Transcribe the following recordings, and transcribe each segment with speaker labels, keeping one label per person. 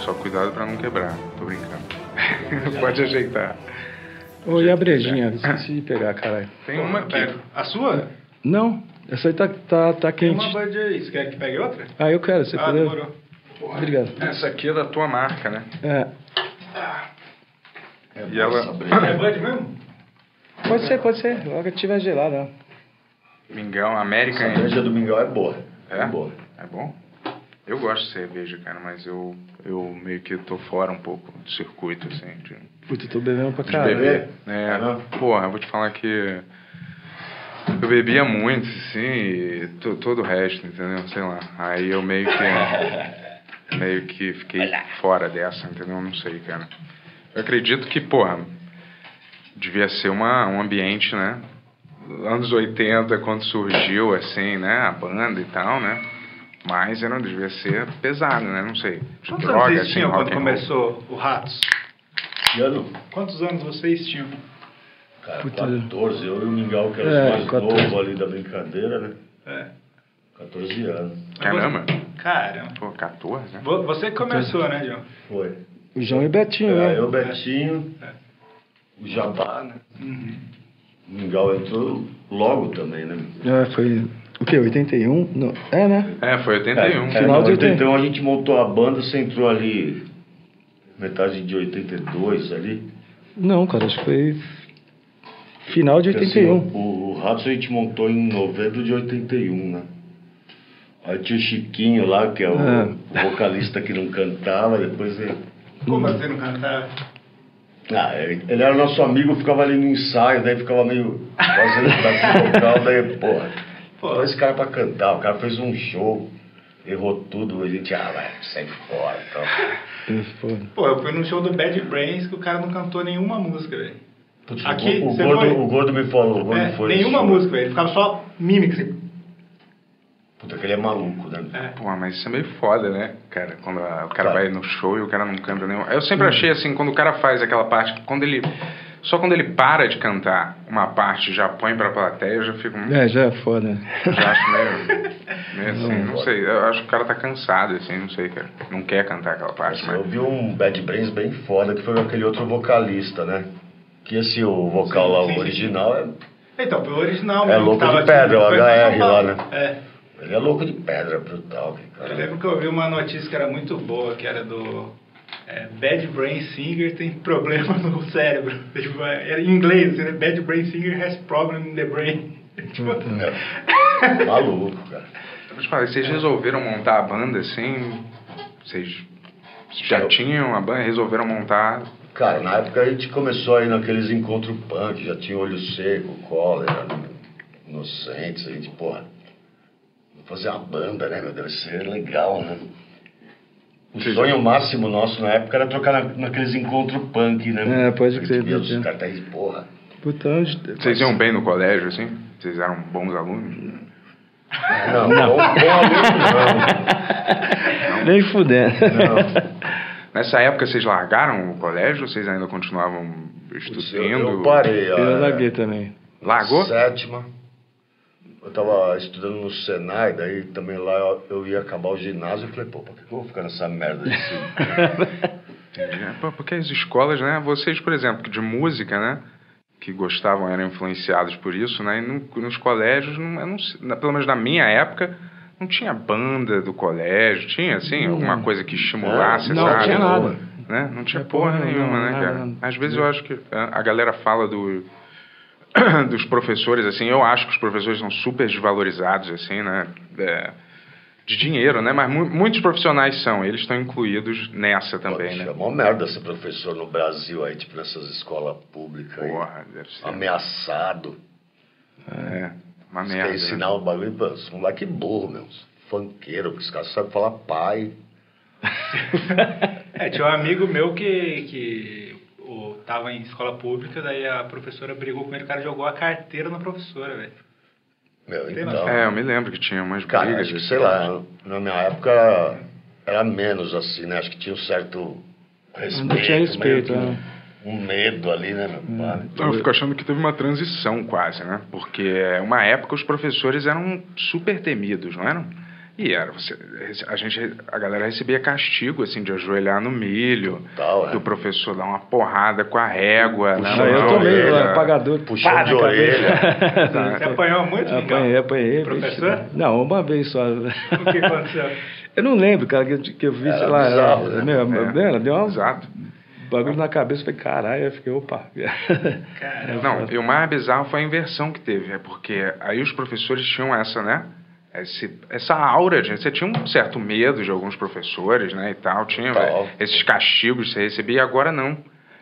Speaker 1: Só cuidado pra não quebrar, tô brincando. Pode ajeitar.
Speaker 2: Ô, e a brejinha? Esqueci de pegar, caralho.
Speaker 1: Tem uma aqui.
Speaker 3: A sua?
Speaker 2: Não, essa aí tá, tá, tá
Speaker 3: Tem uma
Speaker 2: quente.
Speaker 3: Bud aí. Você quer que pegue outra?
Speaker 2: Ah, eu quero, você
Speaker 3: Ah,
Speaker 2: entendeu?
Speaker 3: demorou.
Speaker 2: Obrigado.
Speaker 1: Essa aqui é da tua marca, né?
Speaker 2: É,
Speaker 1: E ela
Speaker 3: É Bud mesmo?
Speaker 2: pode ser, pode ser. Logo que tiver gelada. né? ó.
Speaker 1: Mingão, América
Speaker 4: A
Speaker 1: ainda.
Speaker 4: do Mingau é boa.
Speaker 1: É?
Speaker 4: boa.
Speaker 1: É bom? Eu gosto de cerveja, cara, mas eu, eu meio que tô fora um pouco do circuito, assim, de,
Speaker 2: Puta, eu tô bebendo pra
Speaker 1: de
Speaker 2: caralho.
Speaker 1: beber.
Speaker 4: Ah, não?
Speaker 1: É, porra, eu vou te falar que eu bebia muito, assim, e to- todo o resto, entendeu? Sei lá. Aí eu meio que. meio que fiquei fora dessa, entendeu? Não sei, cara. Eu acredito que, porra, devia ser uma, um ambiente, né? Anos 80, quando surgiu, assim, né? A banda e tal, né? Mas era, devia ser pesado, né? Não sei. De
Speaker 3: Quantos
Speaker 1: droga,
Speaker 3: anos vocês
Speaker 1: assim,
Speaker 3: tinham
Speaker 1: rock
Speaker 3: quando
Speaker 1: and roll.
Speaker 3: começou o Ratos?
Speaker 4: Que ano?
Speaker 3: Quantos anos vocês tinham?
Speaker 4: Cara,
Speaker 2: Puta.
Speaker 4: 14. Eu e o Mingau, que era
Speaker 2: É,
Speaker 4: o mais
Speaker 2: 14.
Speaker 4: novo ali da brincadeira, né?
Speaker 3: É.
Speaker 4: 14 anos.
Speaker 1: Caramba.
Speaker 3: Caramba.
Speaker 1: Pô, 14, né?
Speaker 3: Vo- Você que começou, né, João?
Speaker 4: Foi.
Speaker 2: O João e o Betinho,
Speaker 4: Era
Speaker 2: né?
Speaker 4: É, eu, Betinho, o Jabá, né?
Speaker 2: Uhum.
Speaker 4: O Mingau entrou logo também, né?
Speaker 2: É, foi. O quê? 81? Não. É, né?
Speaker 1: É, foi 81.
Speaker 4: É,
Speaker 2: Final
Speaker 4: em
Speaker 2: de
Speaker 4: 81 a gente montou a banda, você entrou ali metade de 82 ali.
Speaker 2: Não, cara, acho que foi. Final de
Speaker 4: Porque, assim,
Speaker 2: 81.
Speaker 4: o, o Ratos a gente montou em novembro de 81, né? Aí tinha o Chiquinho lá, que é o
Speaker 2: É.
Speaker 4: o vocalista que não cantava, depois ele...
Speaker 3: Como você não cantava?
Speaker 4: Ah, ele ele era nosso amigo, ficava ali no ensaio, daí ficava meio fazendo prato vocal, daí, porra, pô, esse cara é pra cantar, o cara fez um show, errou tudo, a gente, ah, vai, sai fora, então.
Speaker 2: é Foda.
Speaker 3: Pô, eu fui num show do Bad Brains que o cara não cantou nenhuma música, velho.
Speaker 4: Putz,
Speaker 3: Aqui,
Speaker 4: o, o,
Speaker 3: você
Speaker 4: gordo,
Speaker 3: foi?
Speaker 4: o gordo me falou, o gordo
Speaker 3: É,
Speaker 4: foi.
Speaker 3: nenhuma
Speaker 4: show.
Speaker 3: música, velho. Ele ficava só mímica. assim.
Speaker 4: Puta, que ele é maluco, né?
Speaker 1: Pô, mas isso é meio foda, né, cara? Quando a- o cara
Speaker 4: Claro.
Speaker 1: vai no show e o cara não canta nenhum. Eu sempre achei assim, quando o cara faz aquela parte, quando ele. Só quando ele para de cantar uma parte e já põe pra plateia, eu já fico. hum,
Speaker 2: É, já é foda.
Speaker 1: Já acho meio. meio assim, não sei. Eu acho que o cara tá cansado, assim, não sei, cara. Não quer cantar aquela parte, mas.
Speaker 4: Eu vi um Bad Brains bem foda, que foi aquele outro vocalista, né? Que esse o vocal lá,
Speaker 3: Sim, sim,
Speaker 4: o
Speaker 3: sim.
Speaker 4: original, é-
Speaker 3: Então, foi o original.
Speaker 4: É
Speaker 3: mesmo que
Speaker 4: Louco de
Speaker 3: tava aqui,
Speaker 4: Pedra, o
Speaker 3: foi pra
Speaker 4: HR
Speaker 3: São
Speaker 4: lá,
Speaker 3: Paulo.
Speaker 4: né?
Speaker 3: É.
Speaker 4: ele é louco de pedra, brutal, que
Speaker 3: Eu
Speaker 4: cara.
Speaker 3: lembro que eu vi uma notícia que era muito boa, que era do é, Bad Brain Singer tem problema no cérebro. Tipo, era em inglês, né? Bad Brain Singer has problem in the brain. Tipo,
Speaker 4: Maluco, cara.
Speaker 1: Eu vou te falar, vocês resolveram montar a banda assim. Vocês já
Speaker 4: Eu-
Speaker 1: tinham a banda, resolveram montar.
Speaker 4: Cara, na época a gente começou aí naqueles encontros punk, já tinha olho seco, cólera, inocentes, a gente, porra, vou fazer uma banda, né, meu Deus, isso é legal, né? O
Speaker 1: Sim.
Speaker 4: sonho máximo nosso na época era tocar na- naqueles encontros punk, né?
Speaker 2: É, pode
Speaker 4: A gente
Speaker 2: crer,
Speaker 4: via
Speaker 2: pode
Speaker 4: os
Speaker 2: crer.
Speaker 4: caras, tá aí, porra.
Speaker 2: Puta, onde-
Speaker 1: Vocês iam bem no colégio, assim? Vocês eram bons alunos?
Speaker 4: Não, não. Bom, bom aluno,
Speaker 2: Nem fudendo.
Speaker 4: não. não.
Speaker 1: Nessa época vocês largaram o colégio ou vocês ainda continuavam
Speaker 4: Eu,
Speaker 1: estudando?
Speaker 4: eu parei, ó. é,
Speaker 2: Eu larguei também.
Speaker 1: Largou?
Speaker 4: Sétima. Eu tava estudando no Senai, daí também lá eu, eu ia acabar o ginásio. Eu falei, pô, por que eu vou ficar nessa merda desse.
Speaker 1: É, Entendi. Pô, Porque as escolas, né? Vocês, por exemplo, que de música, né? que gostavam eram influenciados por isso, né? E no, nos colégios, não, eu não sei, na- pelo menos na minha época, não tinha banda do colégio, tinha assim alguma coisa que estimulasse,
Speaker 2: Não,
Speaker 1: sabe?
Speaker 2: tinha nada.
Speaker 1: Né? Não tinha
Speaker 2: Não tinha
Speaker 1: porra
Speaker 2: porra
Speaker 1: nenhuma,
Speaker 2: nenhuma,
Speaker 1: né,
Speaker 2: nada,
Speaker 1: cara?
Speaker 2: nada.
Speaker 1: Às vezes eu acho que a a galera fala do dos professores, assim, eu acho que os professores são super desvalorizados, assim, né? É, de dinheiro, né? Mas mu- muitos profissionais são, eles estão incluídos nessa também,
Speaker 4: Poxa,
Speaker 1: né?
Speaker 4: É uma merda ser professor no Brasil aí, tipo nessas escolas públicas aí.
Speaker 1: Porra, deve ser.
Speaker 4: Ameaçado.
Speaker 1: É, uma
Speaker 4: Você quer
Speaker 1: merda.
Speaker 4: ensinar
Speaker 1: né?
Speaker 4: o bagulho pra os um moleque burro, meu. os Funkeiro, porque os caras sabem falar pai.
Speaker 3: É, tinha um amigo meu que, que o, tava em escola pública, daí a professora brigou com ele, o cara jogou a carteira na professora, velho.
Speaker 4: Meu,
Speaker 3: Sei
Speaker 4: então.
Speaker 1: É, eu me lembro que tinha umas
Speaker 4: Cara,
Speaker 1: brigas.
Speaker 4: acho que, sei lá, na minha época era menos assim, né? Acho que tinha um certo respeito.
Speaker 2: Não tinha respeito,
Speaker 4: meio que
Speaker 2: né? Hum.
Speaker 4: Um medo ali, né, meu pai?
Speaker 1: Eu fico achando que teve uma transição quase, né? Porque é, uma época os professores eram super temidos, não eram? E era, você- a gente, a galera recebia castigo, assim, de ajoelhar no milho,
Speaker 4: Tal, é.
Speaker 1: do professor dar uma porrada com a régua. né?
Speaker 4: Não,
Speaker 2: Não, eu
Speaker 1: Não,
Speaker 2: tomei,
Speaker 4: orelha.
Speaker 1: era-
Speaker 2: eu apagador.
Speaker 4: Puxão
Speaker 2: pá,
Speaker 4: de
Speaker 2: na cabeça.
Speaker 3: Você apanhou muito, Miguel?
Speaker 2: É, Apanhei, apanhei.
Speaker 3: Um Professor?
Speaker 2: vixe. Não, uma vez só.
Speaker 3: O que aconteceu?
Speaker 2: Eu não lembro, cara, que eu, que eu vi,
Speaker 4: Era
Speaker 2: sei lá.
Speaker 4: bizarro, né?
Speaker 2: meu,
Speaker 1: É,
Speaker 2: ela deu um
Speaker 1: Exato.
Speaker 2: bagulho na cabeça, eu falei, caralho, eu fiquei, opa.
Speaker 3: Cara,
Speaker 1: Não, e o mais bizarro foi a inversão que teve, é porque aí os professores tinham essa, né? esse- essa aura de. Você tinha um certo medo de alguns professores, né? E tal, tinha
Speaker 4: Tal.
Speaker 1: eh, esses castigos que você recebia, e agora não.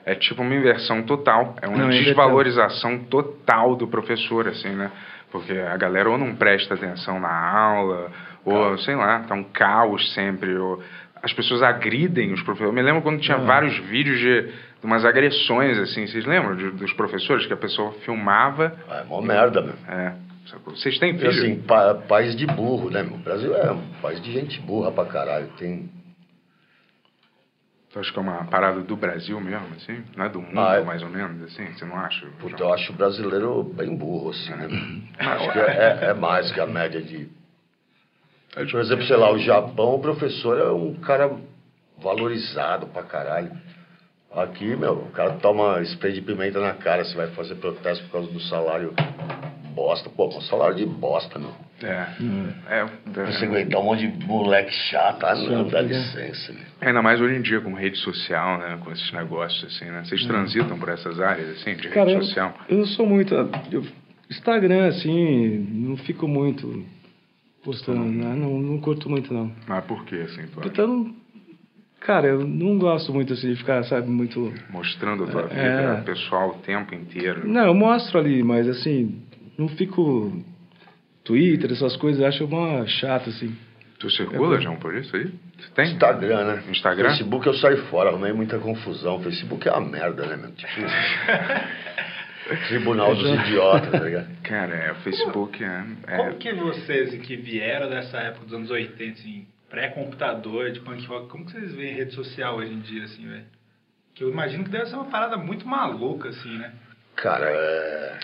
Speaker 1: É tipo uma inversão total. É uma
Speaker 2: Não, ainda
Speaker 1: desvalorização total do professor, assim, né? Porque a galera ou não presta atenção na aula, ou sei lá, tá um caos sempre, ou as pessoas agridem os professores. Eu me lembro quando tinha
Speaker 4: É.
Speaker 1: vários vídeos de, de umas agressões, assim, vocês lembram de- dos professores que a pessoa filmava?
Speaker 4: Ah, É uma merda, meu.
Speaker 1: É, sacou? vocês têm
Speaker 4: E
Speaker 1: filho?
Speaker 4: assim, pa, país de burro, né, meu? O Brasil é um país de gente burra pra caralho. Tem.
Speaker 1: Tu acha que é uma parada do Brasil mesmo, assim? Não é do mundo,
Speaker 4: Ah, é.
Speaker 1: mais ou menos, assim? Você não acha?
Speaker 4: Puta, eu acho o brasileiro bem burro, assim, né? meu? Acho que é, é- é mais que a média de. Por exemplo, sei lá, o Japão, o professor é um cara valorizado pra caralho. Aqui, meu, o cara toma spray de pimenta na cara, se vai fazer protesto por causa do salário bosta. Pô, um salário de bosta, meu.
Speaker 1: É.
Speaker 4: Hum.
Speaker 1: É,
Speaker 4: Você
Speaker 1: é.
Speaker 4: aguentar um monte de moleque chato, ah, não, dá licença, meu.
Speaker 1: Ainda mais hoje em dia, com rede social, né? Com esses negócios, assim, né? Vocês transitam por essas áreas, assim, de
Speaker 2: Cara, eu,
Speaker 1: rede social?
Speaker 2: eu não sou muito. eu- Instagram, assim, não fico muito postando,
Speaker 4: Tá.
Speaker 2: né? não, não curto muito, não.
Speaker 1: Mas por que, assim, tu acha?
Speaker 2: Então, não- cara, eu não gosto muito assim de ficar, sabe, muito.
Speaker 1: Mostrando a tua
Speaker 2: É.
Speaker 1: vida pessoal o tempo inteiro.
Speaker 2: Não, eu mostro ali, mas assim, não fico. Twitter, essas coisas, eu acho uma chata, assim.
Speaker 1: Tu circula, João, por isso aí? Tu tem?
Speaker 4: Instagram, né?
Speaker 1: Instagram?
Speaker 4: Facebook eu saí fora, arrumei muita confusão. Facebook é uma merda, né, meu? Tipo. Tribunal dos idiotas, tá ligado?
Speaker 1: Cara, é, o Facebook é...
Speaker 3: como
Speaker 1: é
Speaker 3: que vocês que vieram dessa época dos anos 80, assim, pré-computador, de punk rock, como que vocês veem rede social hoje em dia, assim, velho? Que eu imagino que deve ser uma parada muito maluca, assim, né?
Speaker 4: Cara, é.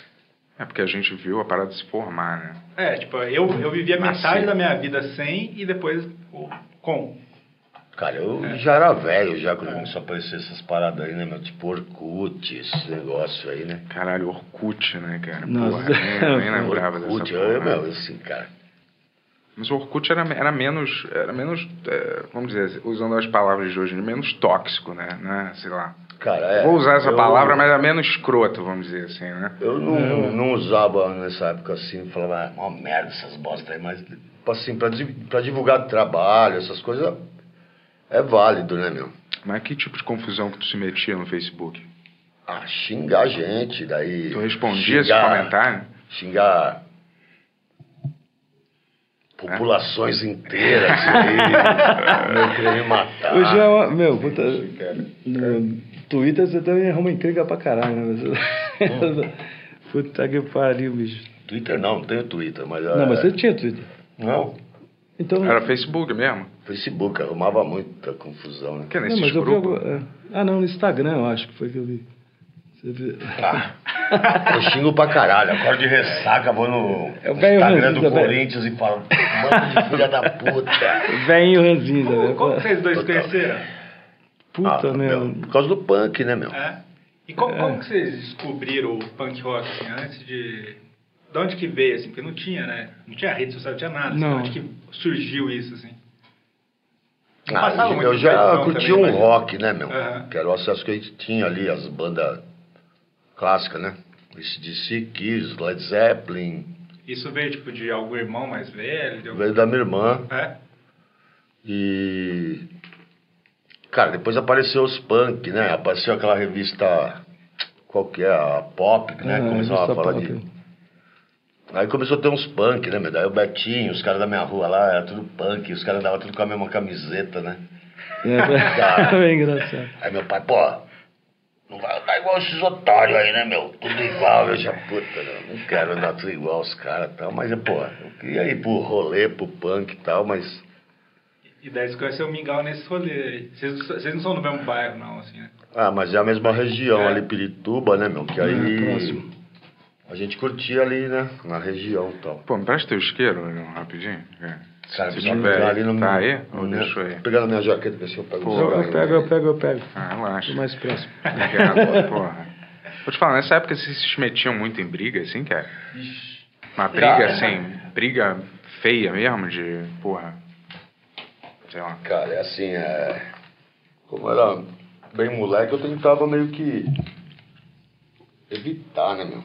Speaker 1: é porque a gente viu a parada se formar, né?
Speaker 3: É, tipo, eu, eu vivi a
Speaker 1: Mas
Speaker 3: metade
Speaker 1: sim.
Speaker 3: da minha vida sem e depois o- com.
Speaker 4: Cara, eu
Speaker 1: É.
Speaker 4: já era velho já quando começou a aparecer essas paradas aí, né, meu? Tipo Orkut, esse negócio aí, né?
Speaker 1: Caralho, Orkut, né, cara?
Speaker 2: Nossa.
Speaker 1: Porra, nem, nem lembrava dessa
Speaker 4: Orkut,
Speaker 1: porra. né?
Speaker 4: eu, meu, assim, cara.
Speaker 1: Mas o Orkut era, era menos, era menos eh, vamos dizer, usando as palavras de hoje, menos tóxico, né? né? Sei lá.
Speaker 4: Cara, é.
Speaker 1: Vou usar essa
Speaker 4: eu-
Speaker 1: palavra, mas era menos escroto, vamos dizer assim, né?
Speaker 4: Eu não, não usava nessa época assim, falava, ah, uma merda essas bosta aí, mas assim, pra, di- pra divulgar trabalho, essas coisas, é válido, né, meu?
Speaker 1: Mas que tipo de confusão que tu se metia no Facebook?
Speaker 4: Ah, xingar a gente, daí.
Speaker 1: Tu respondia esses
Speaker 4: xingar-
Speaker 1: comentários?
Speaker 4: Xingar. Populações inteiras aí. meu queria me matar.
Speaker 2: Hoje é uma. Meu, puta. No Twitter você também arruma encrenca pra caralho, né? Você- Puta que pariu, bicho.
Speaker 4: Twitter não, não tenho Twitter, mas.
Speaker 2: Não,
Speaker 4: é-
Speaker 2: mas você tinha Twitter.
Speaker 4: Não,
Speaker 2: Então.
Speaker 1: Era Facebook mesmo?
Speaker 4: Facebook, arrumava muita confusão, né?
Speaker 1: Que é
Speaker 2: Não,
Speaker 1: nesses
Speaker 2: mas eu vi
Speaker 1: grupos?
Speaker 2: agora- Ah, não, no Instagram, eu acho que foi que eu vi. Você viu?
Speaker 4: Eu xingo pra caralho, acordo de ressaca, vou no
Speaker 2: É o velho
Speaker 4: Instagram
Speaker 2: Ranzinza,
Speaker 4: do
Speaker 2: velho.
Speaker 4: Corinthians e falo, mano de filha da puta.
Speaker 2: Venho ranzinza, velho.
Speaker 3: Como que vocês dois
Speaker 4: Total.
Speaker 3: conheceram?
Speaker 2: né? Puta,
Speaker 4: Ah,
Speaker 2: meu.
Speaker 4: Por causa do punk, né, meu?
Speaker 3: É? E como, como que vocês descobriram o punk rock, assim, antes de... De onde que veio, assim? Porque não tinha, né? Não tinha rede social, não tinha nada. assim,
Speaker 2: Não.
Speaker 3: de onde que surgiu isso, assim?
Speaker 4: Ah,
Speaker 3: Passava muito
Speaker 4: eu já
Speaker 3: televisão
Speaker 4: curti
Speaker 3: também,
Speaker 4: um
Speaker 3: mas-
Speaker 4: rock, né, meu?
Speaker 3: Aham.
Speaker 4: Que era o acesso que a gente tinha ali, as bandas clássicas, né? DC, Kiss, Led Zeppelin,
Speaker 3: Isso veio, tipo, de algum irmão mais velho? De algum...
Speaker 4: veio da minha irmã.
Speaker 3: É?
Speaker 4: E. Cara, depois apareceu os punk, né? Apareceu aquela revista. Qual que é? A Pop, né?
Speaker 2: É,
Speaker 4: Começou a
Speaker 2: revista
Speaker 4: falar
Speaker 2: Pop.
Speaker 4: de. Aí começou a ter uns punk, né, meu? Daí o Betinho, os caras da minha rua lá, era tudo punk, os caras davam tudo com a mesma camiseta, né?
Speaker 2: É, bem engraçado.
Speaker 4: Aí meu pai, pô, não vai andar igual esses otários aí, né, meu? Tudo igual, eu já, puta, não, não quero andar tudo igual os caras e tal, mas, pô, eu queria ir pro rolê, pro punk e tal, mas.
Speaker 3: E daí você conheceu o Mingau nesse rolê aí. Vocês, vocês não são do mesmo bairro, não, assim, né?
Speaker 4: Ah, mas é a mesma região
Speaker 3: É.
Speaker 4: ali, Pirituba, né, meu? Que
Speaker 2: É,
Speaker 4: aí.
Speaker 2: próximo.
Speaker 4: A gente curtia ali, né? Na região e tal.
Speaker 1: Pô, me presta teu isqueiro, meu irmão, rapidinho. É.
Speaker 4: Cara,
Speaker 1: Se
Speaker 4: preciso
Speaker 1: tiver
Speaker 4: pegar
Speaker 1: aí,
Speaker 4: ali no
Speaker 1: tá
Speaker 4: meu-
Speaker 1: aí? Ou
Speaker 4: no meu-
Speaker 1: deixa eu ir?
Speaker 4: Pegando a minha jaqueta, ver se eu pego
Speaker 1: Pô,
Speaker 4: o
Speaker 2: Eu, eu pego,
Speaker 4: é.
Speaker 2: eu pego, eu pego.
Speaker 1: Ah, relaxa.
Speaker 2: Tô mais próximo.
Speaker 1: Obrigado, porra. Vou te falar, nessa época vocês se metiam muito em briga, assim, cara? Uma briga, assim, briga feia mesmo, de, porra, sei lá.
Speaker 4: Cara, é assim, é... como eu era bem moleque, eu tentava meio que evitar, né, meu?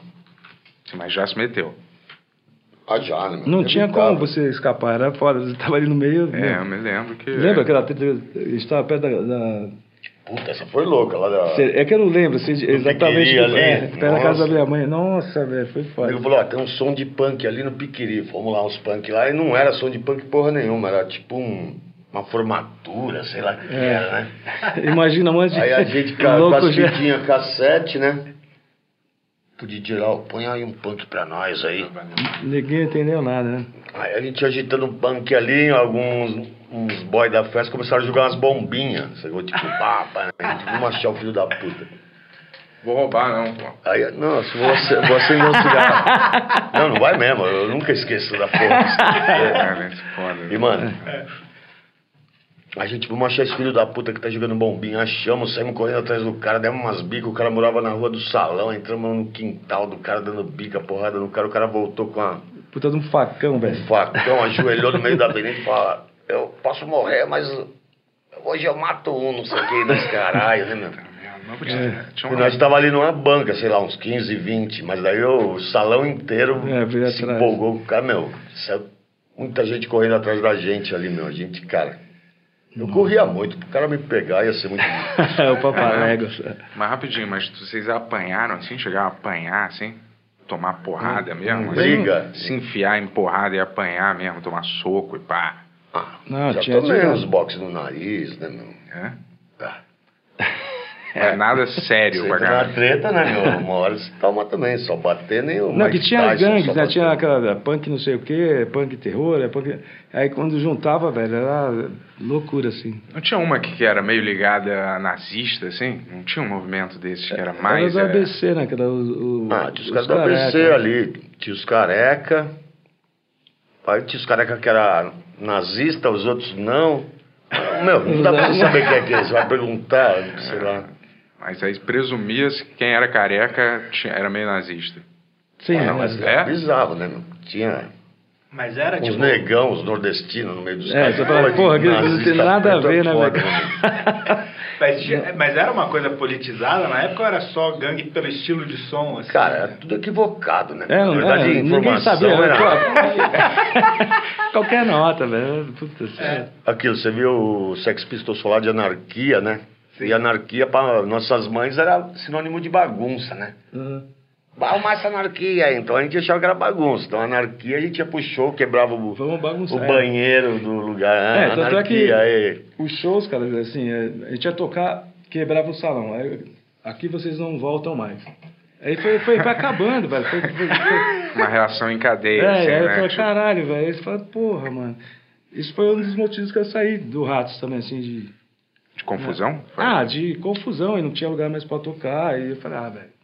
Speaker 1: Assim, Mas já se meteu.
Speaker 4: Ah, já, né, meu?
Speaker 2: Não tinha
Speaker 4: Evitava.
Speaker 2: como você escapar, era foda. Você tava ali no meio.
Speaker 1: É,
Speaker 2: né?
Speaker 1: eu me lembro que...
Speaker 2: Lembra aquela treta? Eles estavam perto da. da-
Speaker 4: Puta, essa foi louca lá da...
Speaker 2: Cê- É que eu não lembro, assim, de- exatamente.
Speaker 4: Piquiri
Speaker 2: que-
Speaker 4: ali,
Speaker 2: é, perto da
Speaker 4: nossa.
Speaker 2: casa da minha mãe. Nossa, velho, foi
Speaker 4: O
Speaker 2: foda.
Speaker 4: amigo falou, ó, tem um som de punk ali no Piquiri, vamos lá, uns punk lá. E não era som de punk porra nenhuma, era tipo um- uma formatura, sei lá o que
Speaker 2: É.
Speaker 4: era, né?
Speaker 2: Imagina um monte de
Speaker 4: Aí a gente ca- tá com
Speaker 2: louco
Speaker 4: as
Speaker 2: já.
Speaker 4: fitinhas cassete, né? O DJ lá, ó, põe aí um punk pra nós aí.
Speaker 2: Ninguém entendeu nada, né?
Speaker 4: Aí a gente agitando um punk ali, alguns uns boy da festa começaram a jogar umas bombinhas. Chegou tipo, pá, pá, né? A gente, vamos achar o filho da puta.
Speaker 1: Vou roubar, não, pô.
Speaker 4: Aí, não, se você, você não cigarro. Não, não vai mesmo, eu nunca esqueço da porra.
Speaker 1: Cara, isso é foda.
Speaker 4: E, mano, a gente, vamos achar esse filho da puta que tá jogando bombinha. Achamos, saímos correndo atrás do cara, demos umas bicas. O cara morava na rua do salão, entramos no quintal do cara, dando bica, porrada no cara. O cara voltou com a
Speaker 2: Puta de um facão, velho.
Speaker 4: um facão, ajoelhou no meio da avenida e fala: Eu posso morrer, mas hoje eu mato um, não sei o que, dos caralho, né, meu?
Speaker 2: Então,
Speaker 1: É, Não podia- Tinha
Speaker 4: E
Speaker 1: um
Speaker 4: nós tava ali numa banca, sei lá, uns 15, 20, mas daí o salão inteiro
Speaker 2: É, veio
Speaker 4: se
Speaker 2: atrás.
Speaker 4: empolgou. Cara, meu, saiu muita gente correndo atrás da gente ali, meu. A gente, cara. Eu corria muito, pro cara me pegar ia ser muito. difícil.
Speaker 2: É o paparégua.
Speaker 1: Mas rapidinho, mas vocês apanharam assim? Chegaram a apanhar assim? Tomar porrada mesmo? assim?
Speaker 4: briga.
Speaker 1: Se enfiar em porrada e apanhar mesmo, tomar soco e pá.
Speaker 4: Ah,
Speaker 2: Não,
Speaker 4: já
Speaker 2: tinha-
Speaker 4: tomei
Speaker 2: tinha-
Speaker 4: uns boxes no nariz, né, meu?
Speaker 1: Né?
Speaker 4: Ah,
Speaker 1: Mas nada sério
Speaker 4: você
Speaker 1: pra
Speaker 4: entra na
Speaker 1: caralho.
Speaker 4: treta, né, meu? Uma hora você toma também, só bater nem o.
Speaker 2: Não, que
Speaker 4: Mike
Speaker 2: tinha
Speaker 4: Tyson, só
Speaker 2: gangues, né?
Speaker 4: bater.
Speaker 2: Tinha aquela punk não sei o quê, punk terror, é punk... Aí quando juntava, velho, era loucura, assim.
Speaker 1: Não tinha uma que que era meio ligada a nazista, assim? Não tinha um movimento desses que era
Speaker 2: era
Speaker 1: mais.
Speaker 2: do
Speaker 1: é,
Speaker 2: ABC, né? Que era o, o,
Speaker 4: Ah, tinha os caras da PC
Speaker 2: né?
Speaker 4: ali, tinha os careca. Aí tinha os careca que era nazista, os outros não. Meu, não dá pra você saber quem é que é, você vai perguntar, sei lá.
Speaker 1: Mas aí presumia-se que quem era careca tinha- era meio nazista.
Speaker 2: Sim,
Speaker 4: Ah, não,
Speaker 2: né?
Speaker 4: mas
Speaker 1: É?
Speaker 4: é bizarro, né, meu? Tinha
Speaker 3: Mas era,
Speaker 4: uns
Speaker 3: tipo...
Speaker 4: negão, os nordestinos no meio dos
Speaker 2: É,
Speaker 4: caras.
Speaker 2: você fala,
Speaker 4: Pô,
Speaker 2: porra, que isso não
Speaker 4: nazista
Speaker 2: tem nada a
Speaker 4: preto é
Speaker 2: ver, né,
Speaker 4: foda,
Speaker 2: velho?
Speaker 3: Mas, tinha- mas era uma coisa politizada na época ou era só gangue pelo estilo de som, assim?
Speaker 4: Cara, era tudo equivocado, né?
Speaker 2: É,
Speaker 4: Na
Speaker 2: não,
Speaker 4: verdade, a
Speaker 2: é, ninguém
Speaker 4: informação
Speaker 2: sabia. né?
Speaker 4: era...
Speaker 2: Pô, Qualquer nota, velho. Puta, é- sério.
Speaker 4: Aquilo, você viu o Sex Pistols falar de anarquia, né?
Speaker 3: Sim.
Speaker 4: E anarquia, para nossas mães, era sinônimo de bagunça, né?
Speaker 2: Uhum.
Speaker 4: Vamos essa anarquia aí. Então a gente achava que era bagunça. Então a anarquia a gente ia pro show, quebrava o,
Speaker 2: Vamos bagunçar.
Speaker 4: o banheiro do lugar.
Speaker 2: É,
Speaker 4: Ah,
Speaker 2: tanto é que
Speaker 4: anarquia, aí.
Speaker 2: os shows, cara, assim, é, a gente ia tocar, quebrava o salão. Aí, aqui vocês não voltam mais. Aí foi, foi, foi acabando, velho. Foi, foi, foi-
Speaker 1: Uma reação em cadeia,
Speaker 2: É,
Speaker 4: um
Speaker 1: assim,
Speaker 2: aí eu
Speaker 1: né?
Speaker 2: falei,
Speaker 1: Tipo,
Speaker 2: caralho, velho. Aí você fala, porra, mano. Isso foi um dos motivos que eu saí do Ratos também, assim, de.
Speaker 1: de confusão? Foi?
Speaker 2: Ah, de confusão, e não tinha lugar mais pra tocar. Aí eu falei, ah, velho.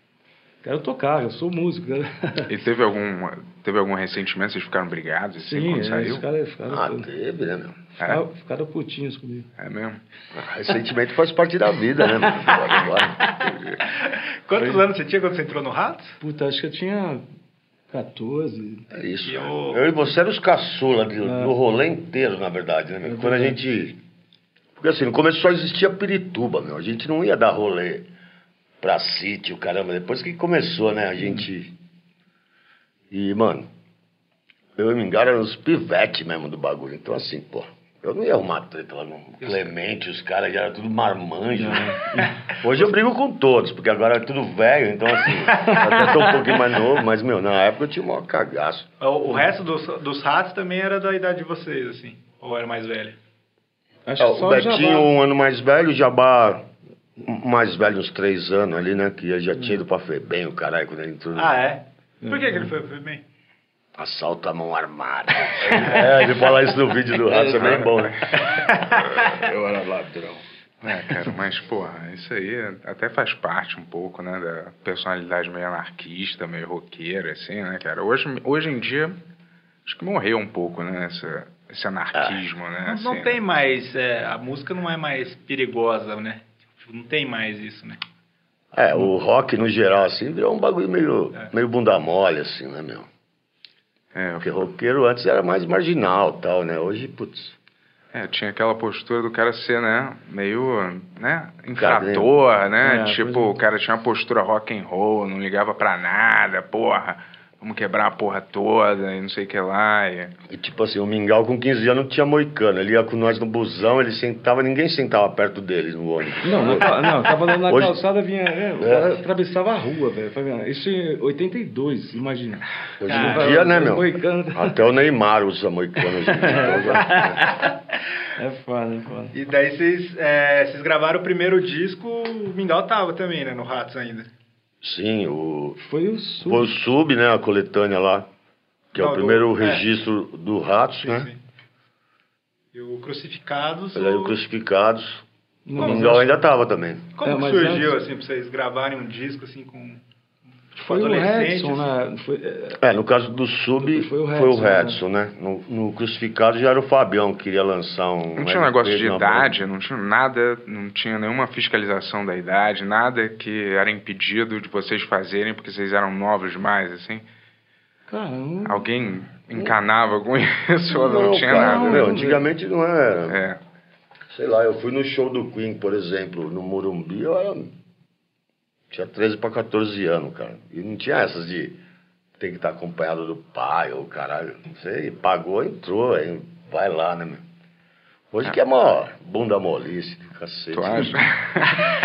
Speaker 2: Quero tocar, eu sou músico. Quero...
Speaker 1: E teve algum, teve algum ressentimento? Vocês ficaram brigados assim,
Speaker 2: Sim,
Speaker 1: quando
Speaker 2: é,
Speaker 1: saiu?
Speaker 2: os caras ficaram,
Speaker 4: Ah, teve, né, meu?
Speaker 2: ficaram, ficaram putinhos comigo.
Speaker 1: É mesmo?
Speaker 4: Ressentimento faz parte da vida, né, meu? Bora, bora.
Speaker 3: Quantos anos você tinha quando você entrou no Rato?
Speaker 2: Puta, acho que eu tinha 14.
Speaker 4: É isso.
Speaker 3: E o-
Speaker 4: Eu e você eram os caçula de-
Speaker 2: Ah.
Speaker 4: do rolê inteiro, na verdade, né, meu? Quando a gente. Porque assim, no começo só existia Pirituba, meu. A gente não ia dar rolê pra sítio, caramba. Depois que começou, né, a gente. E, mano, eu e o Mingara eram os pivetes mesmo do bagulho. Então, assim, pô. Eu não ia arrumar treta lá no Clemente, os caras já eram tudo marmanjo. né?
Speaker 2: é.
Speaker 4: Hoje eu brigo com todos, porque agora é tudo velho, então assim, até tô um pouquinho mais novo, mas meu, na época eu tinha o maior cagaço.
Speaker 3: O, o resto dos, dos ratos também era da idade de vocês, assim. Ou era mais velho?
Speaker 2: Acho
Speaker 4: É,
Speaker 2: que
Speaker 4: o
Speaker 2: só
Speaker 4: Betinho,
Speaker 2: Jabá.
Speaker 4: um ano mais velho, o Jabá, um- mais velho, uns três anos ali, né? Que ele já tinha ido pra Febem, o caralho, quando ele entrou no
Speaker 3: Ah, é? Por que, que ele foi, foi bem?
Speaker 4: assalto à mão armada. é, ele fala isso no vídeo do Raça, é bem bom, né? Eu era ladrão.
Speaker 1: É, cara, mas, porra, isso aí até faz parte um pouco, né, da personalidade meio anarquista, meio roqueira, assim, né, cara? Hoje, hoje em dia, acho que morreu um pouco, né, essa, esse anarquismo, né?
Speaker 3: É. Não, não
Speaker 1: assim,
Speaker 3: tem
Speaker 1: né?
Speaker 3: mais. é, a música não é mais perigosa, né? Tipo, Não tem mais isso, né?
Speaker 4: É, o rock no geral, assim, virou um bagulho meio,
Speaker 3: É.
Speaker 4: meio bunda mole, assim, né, meu?
Speaker 1: É,
Speaker 4: Porque roqueiro antes era mais marginal tal, né? Hoje, putz.
Speaker 1: É, tinha aquela postura do cara ser, né, meio, né, infrator, né?
Speaker 2: É,
Speaker 1: tipo,
Speaker 2: pois é.
Speaker 1: o cara tinha uma postura rock and roll, não ligava pra nada, porra, vamos quebrar a porra toda e não sei o que lá. E...
Speaker 4: E tipo assim, o Mingau com 15 anos não tinha moicano. Ele ia com nós no busão, ele sentava, ninguém sentava perto dele no ônibus.
Speaker 2: Não, não, não, tava andando na
Speaker 4: Hoje-
Speaker 2: calçada, vinha. É, o cara atravessava a rua, velho. Foi, meu, Isso é em 82, imagina.
Speaker 4: Hoje
Speaker 2: Ah,
Speaker 4: em dia, né, meu?
Speaker 2: moicano.
Speaker 4: Até o Neymar usa moicano hoje em dia.
Speaker 2: É foda, é foda.
Speaker 3: E daí vocês, é, vocês gravaram o primeiro disco, o Mingau tava também, né? No Ratos ainda.
Speaker 4: Sim, o,
Speaker 2: Foi o sul.
Speaker 4: foi o Sub, né, a coletânea lá, que é
Speaker 3: Não,
Speaker 4: o primeiro
Speaker 3: do- é.
Speaker 4: registro do Ratos, né?
Speaker 3: Sim. E o Crucificados.
Speaker 4: Ele era o
Speaker 3: o-
Speaker 4: Crucificados.
Speaker 2: Não,
Speaker 4: o
Speaker 2: mas
Speaker 4: Mingau
Speaker 2: acho-
Speaker 4: ainda tava também.
Speaker 3: Como
Speaker 2: É,
Speaker 3: que
Speaker 2: mas
Speaker 3: surgiu,
Speaker 2: antes-
Speaker 3: assim, pra vocês gravarem um disco, assim, com. Tipo,
Speaker 2: Foi o
Speaker 3: adolescente?
Speaker 2: Redson,
Speaker 3: assim?
Speaker 2: né? Foi, é,
Speaker 4: É, no caso do Sub,
Speaker 2: Foi
Speaker 4: foi
Speaker 2: o
Speaker 4: o
Speaker 2: Redson,
Speaker 4: Redson, né? No, no Crucificados já era o Fabião que queria lançar um...
Speaker 1: Não tinha um
Speaker 4: LP
Speaker 1: negócio de
Speaker 4: na banda.
Speaker 1: idade, não tinha nada, não tinha nenhuma fiscalização da idade, nada que era impedido de vocês fazerem porque vocês eram novos demais, assim.
Speaker 2: Cara, não-
Speaker 4: Ah,
Speaker 1: Alguém encanava com isso ou não,
Speaker 4: Não,
Speaker 1: tinha
Speaker 4: cara,
Speaker 1: nada?
Speaker 4: meu, antigamente não era.
Speaker 1: É.
Speaker 4: Sei lá, eu fui no show do Queen, por exemplo, no Morumbi, eu era... tinha 13 pra 14 anos, cara. E não tinha essas de tem que estar acompanhado do pai ou caralho, não sei. Pagou, entrou, aí vai lá, né, meu? Hoje que é mó bunda molice, do cacete. né,
Speaker 1: Tu acha? é,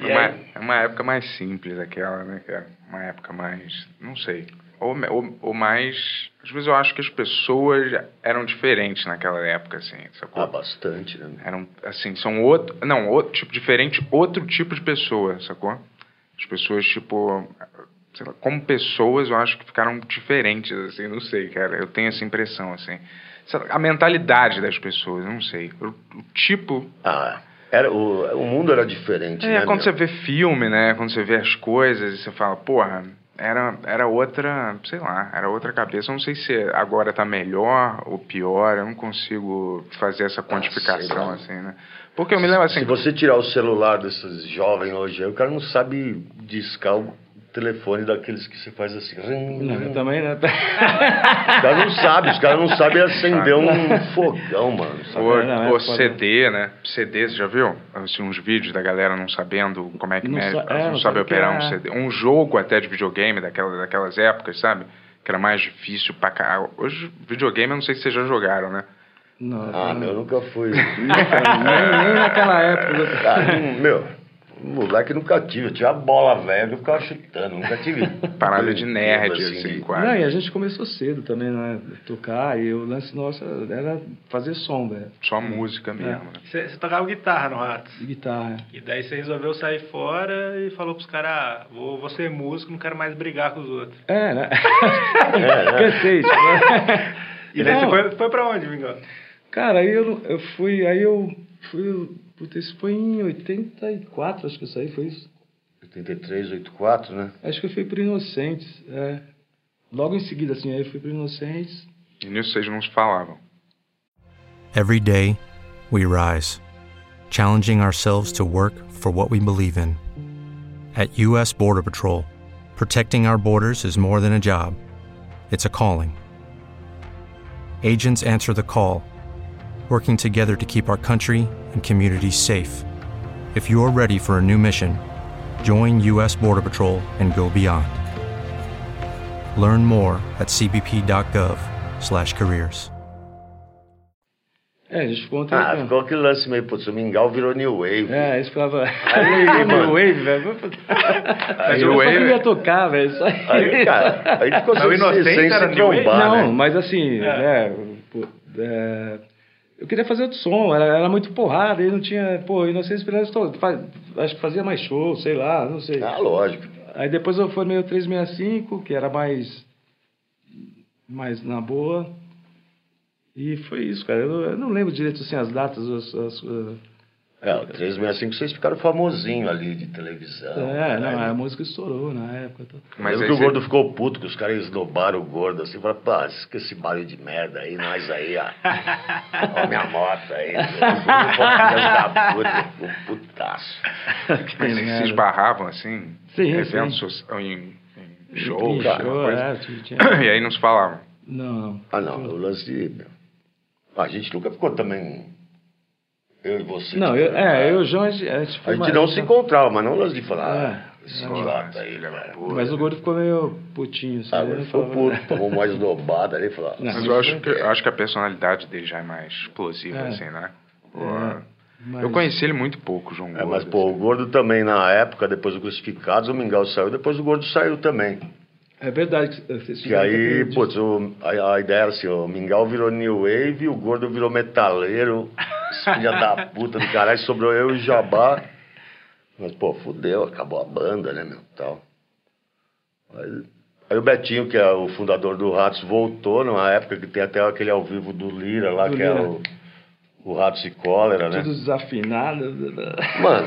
Speaker 3: E
Speaker 1: uma,
Speaker 3: aí?
Speaker 1: é uma época mais simples aquela, né, cara? Uma época mais. Não sei. Ou, me- ou, ou mais. Às vezes eu acho que as pessoas eram diferentes naquela época, assim, sacou?
Speaker 4: Ah, bastante, né? meu?
Speaker 1: Eram, assim, são outro. Não, outro tipo diferente, outro tipo de pessoa, sacou? As pessoas, tipo. Sei lá, como pessoas, eu acho que ficaram diferentes, assim, não sei, cara. Eu tenho essa impressão, assim. Sei lá, A mentalidade das pessoas, eu não sei. O, o tipo
Speaker 4: Ah, era, o, o mundo era diferente,
Speaker 1: é,
Speaker 4: né?
Speaker 1: quando
Speaker 4: meu?
Speaker 1: você vê filme, né? Quando você vê as coisas e você fala, porra, era, era outra, sei lá, era outra cabeça. Eu não sei se agora tá melhor ou pior, eu não consigo fazer essa
Speaker 4: sei
Speaker 1: quantificação,
Speaker 4: lá.
Speaker 1: assim, né? Porque eu me lembro assim.
Speaker 4: Se você tirar o celular desses jovens hoje, aí o cara não sabe discar o telefone daqueles que você faz assim.
Speaker 2: Não, eu também, né?
Speaker 4: Os caras não sabem, os caras não sabem acender um fogão, mano. sabe?
Speaker 1: Ou,
Speaker 2: É, não, é
Speaker 1: ou
Speaker 2: foda.
Speaker 1: CD, né? CD, você já viu? Assim, uns vídeos da galera não sabendo como é que
Speaker 2: Não
Speaker 1: mede,
Speaker 2: sa- é,
Speaker 1: não,
Speaker 2: não sabe
Speaker 1: sabe
Speaker 2: o que
Speaker 1: operar um
Speaker 2: é.
Speaker 1: CD. Um jogo até de videogame daquela, daquelas épocas, sabe? Que era mais difícil pra cá. Hoje, videogame, eu não sei se vocês já jogaram, né?
Speaker 2: Não,
Speaker 4: Ah, meu, eu nunca fui.
Speaker 2: nem, nem naquela época.
Speaker 4: Cara, meu, moleque nunca tive. Eu tinha a bola velha que eu ficava chutando, nunca tive.
Speaker 1: Parada de nerd, assim,
Speaker 4: de-
Speaker 1: quase.
Speaker 2: Não, e a gente começou cedo também, né? Tocar, e o lance nosso era fazer som, velho.
Speaker 1: Só
Speaker 2: É.
Speaker 1: música mesmo. né?
Speaker 3: Você você tocava guitarra no Ratos.
Speaker 2: E guitarra.
Speaker 3: E daí você resolveu sair fora e falou pros caras, ah, vou, vou ser músico, não quero mais brigar com os outros.
Speaker 2: É, né?
Speaker 4: É,
Speaker 2: Cansei, tipo, né?
Speaker 3: E daí
Speaker 2: Não.
Speaker 3: você foi, foi pra onde, Mingau?
Speaker 2: Cara, aí eu, não- eu fui, aí eu fui, puta, isso foi em 84, acho que eu saí, foi isso?
Speaker 4: 33, 84, né?
Speaker 2: Acho que eu fui pro Inocentes, é. Logo em seguida, assim, aí eu fui pro Inocentes.
Speaker 1: E nisso vocês não se falavam.
Speaker 5: Every day, we rise, challenging ourselves to work for what we believe in. At U.S. Border Patrol, protecting our borders is more than a job, it's a calling. Agents answer the call, working together to keep our country and communities safe. If you're ready for a new mission, join U.S. Border Patrol and go beyond. Learn more at cbp.gov/careers.
Speaker 2: É, eles ficam
Speaker 4: Ah,
Speaker 2: tentando.
Speaker 4: ficou aquele lance meio, putz, o mingau virou New Wave.
Speaker 2: É, eles ficavam.
Speaker 4: Aí, mano.
Speaker 2: New Wave, velho. Mas eu
Speaker 1: New
Speaker 2: só
Speaker 1: Wave-
Speaker 2: queria tocar, velho. só isso.
Speaker 4: Aí, cara, aí ficou
Speaker 1: Mas o
Speaker 4: sem,
Speaker 1: Inocente
Speaker 4: sem
Speaker 1: era
Speaker 4: se
Speaker 1: New Wave?
Speaker 4: trombar,
Speaker 2: Não,
Speaker 4: né?
Speaker 2: mas assim, né, pô, é, eu queria fazer outro som, era, era muito porrada, e não tinha, pô, Inocência Esperança, tô- fa- acho que fazia mais show, sei lá, não sei.
Speaker 4: Ah, lógico.
Speaker 2: Aí depois eu formei o 365, que era mais, mais na boa, e foi isso, cara, eu, não- eu não lembro direito, assim, as datas, as- as-
Speaker 4: É, o 365 vocês ficaram famosinhos ali de televisão.
Speaker 2: é, não,
Speaker 4: Aí,
Speaker 2: a música estourou na época, tá.
Speaker 4: Mas
Speaker 1: Mas aí
Speaker 4: que o
Speaker 1: você-
Speaker 4: gordo ficou puto, que os caras esnobaram o gordo assim, falaram, pá, esquece esse barulho de merda aí, nós aí, ó. ó minha moto aí. né? o gordo, filho da puta, ficou putaço.
Speaker 1: Mas vocês se esbarravam assim?
Speaker 2: né? Sim,
Speaker 1: em
Speaker 2: sim.
Speaker 1: eventos, so- em, em shows,
Speaker 2: Em
Speaker 1: alguma
Speaker 2: show,
Speaker 1: coisa?
Speaker 2: é, tinha-
Speaker 1: E aí não se falavam.
Speaker 2: Não, não.
Speaker 4: Ah, não, o lance de. meu, A gente nunca ficou também. Eu e você.
Speaker 2: Não,
Speaker 4: tipo,
Speaker 2: eu, é, eu e o João, a gente, a gente
Speaker 4: A
Speaker 2: foi
Speaker 4: gente
Speaker 2: mais- tá.
Speaker 4: não se encontrava, mas não o lance de falar.
Speaker 2: É.
Speaker 4: É. Esse idiota aí, cara.
Speaker 2: Mas o gordo ficou meio putinho,
Speaker 4: Ah,
Speaker 2: sabe?
Speaker 4: Agora
Speaker 2: Ele
Speaker 4: ficou
Speaker 2: falava- né.
Speaker 4: puto, tomou mais esnobada ali e falou.
Speaker 2: É, Não.
Speaker 1: Mas eu acho que, eu acho que a personalidade dele já é mais explosiva,
Speaker 2: É.
Speaker 1: assim, né? Pô,
Speaker 2: Mas-
Speaker 1: Eu conheci ele muito pouco, João
Speaker 4: É,
Speaker 1: Gordo. assim.
Speaker 4: mas pô, o gordo também na época, depois do Crucificados, o Mingau saiu, depois o gordo saiu também.
Speaker 2: É verdade. que vocês
Speaker 4: Que
Speaker 2: tiveram
Speaker 4: aí,
Speaker 2: aquele-
Speaker 4: putz, o- a, a ideia era assim, o Mingau virou New Wave, o gordo virou metaleiro, esse filho da puta do caralho, sobrou eu e o Jabá. Mas, pô, fudeu, acabou a banda, né, meu, tal. Aí, aí o Betinho, que é o fundador do Ratos, voltou numa época que tem até aquele ao vivo do Lira lá,
Speaker 2: Do
Speaker 4: que é
Speaker 2: Lira.
Speaker 4: o, o Ratos e Cólera, né?
Speaker 2: Tudo desafinado. né?
Speaker 4: Mano,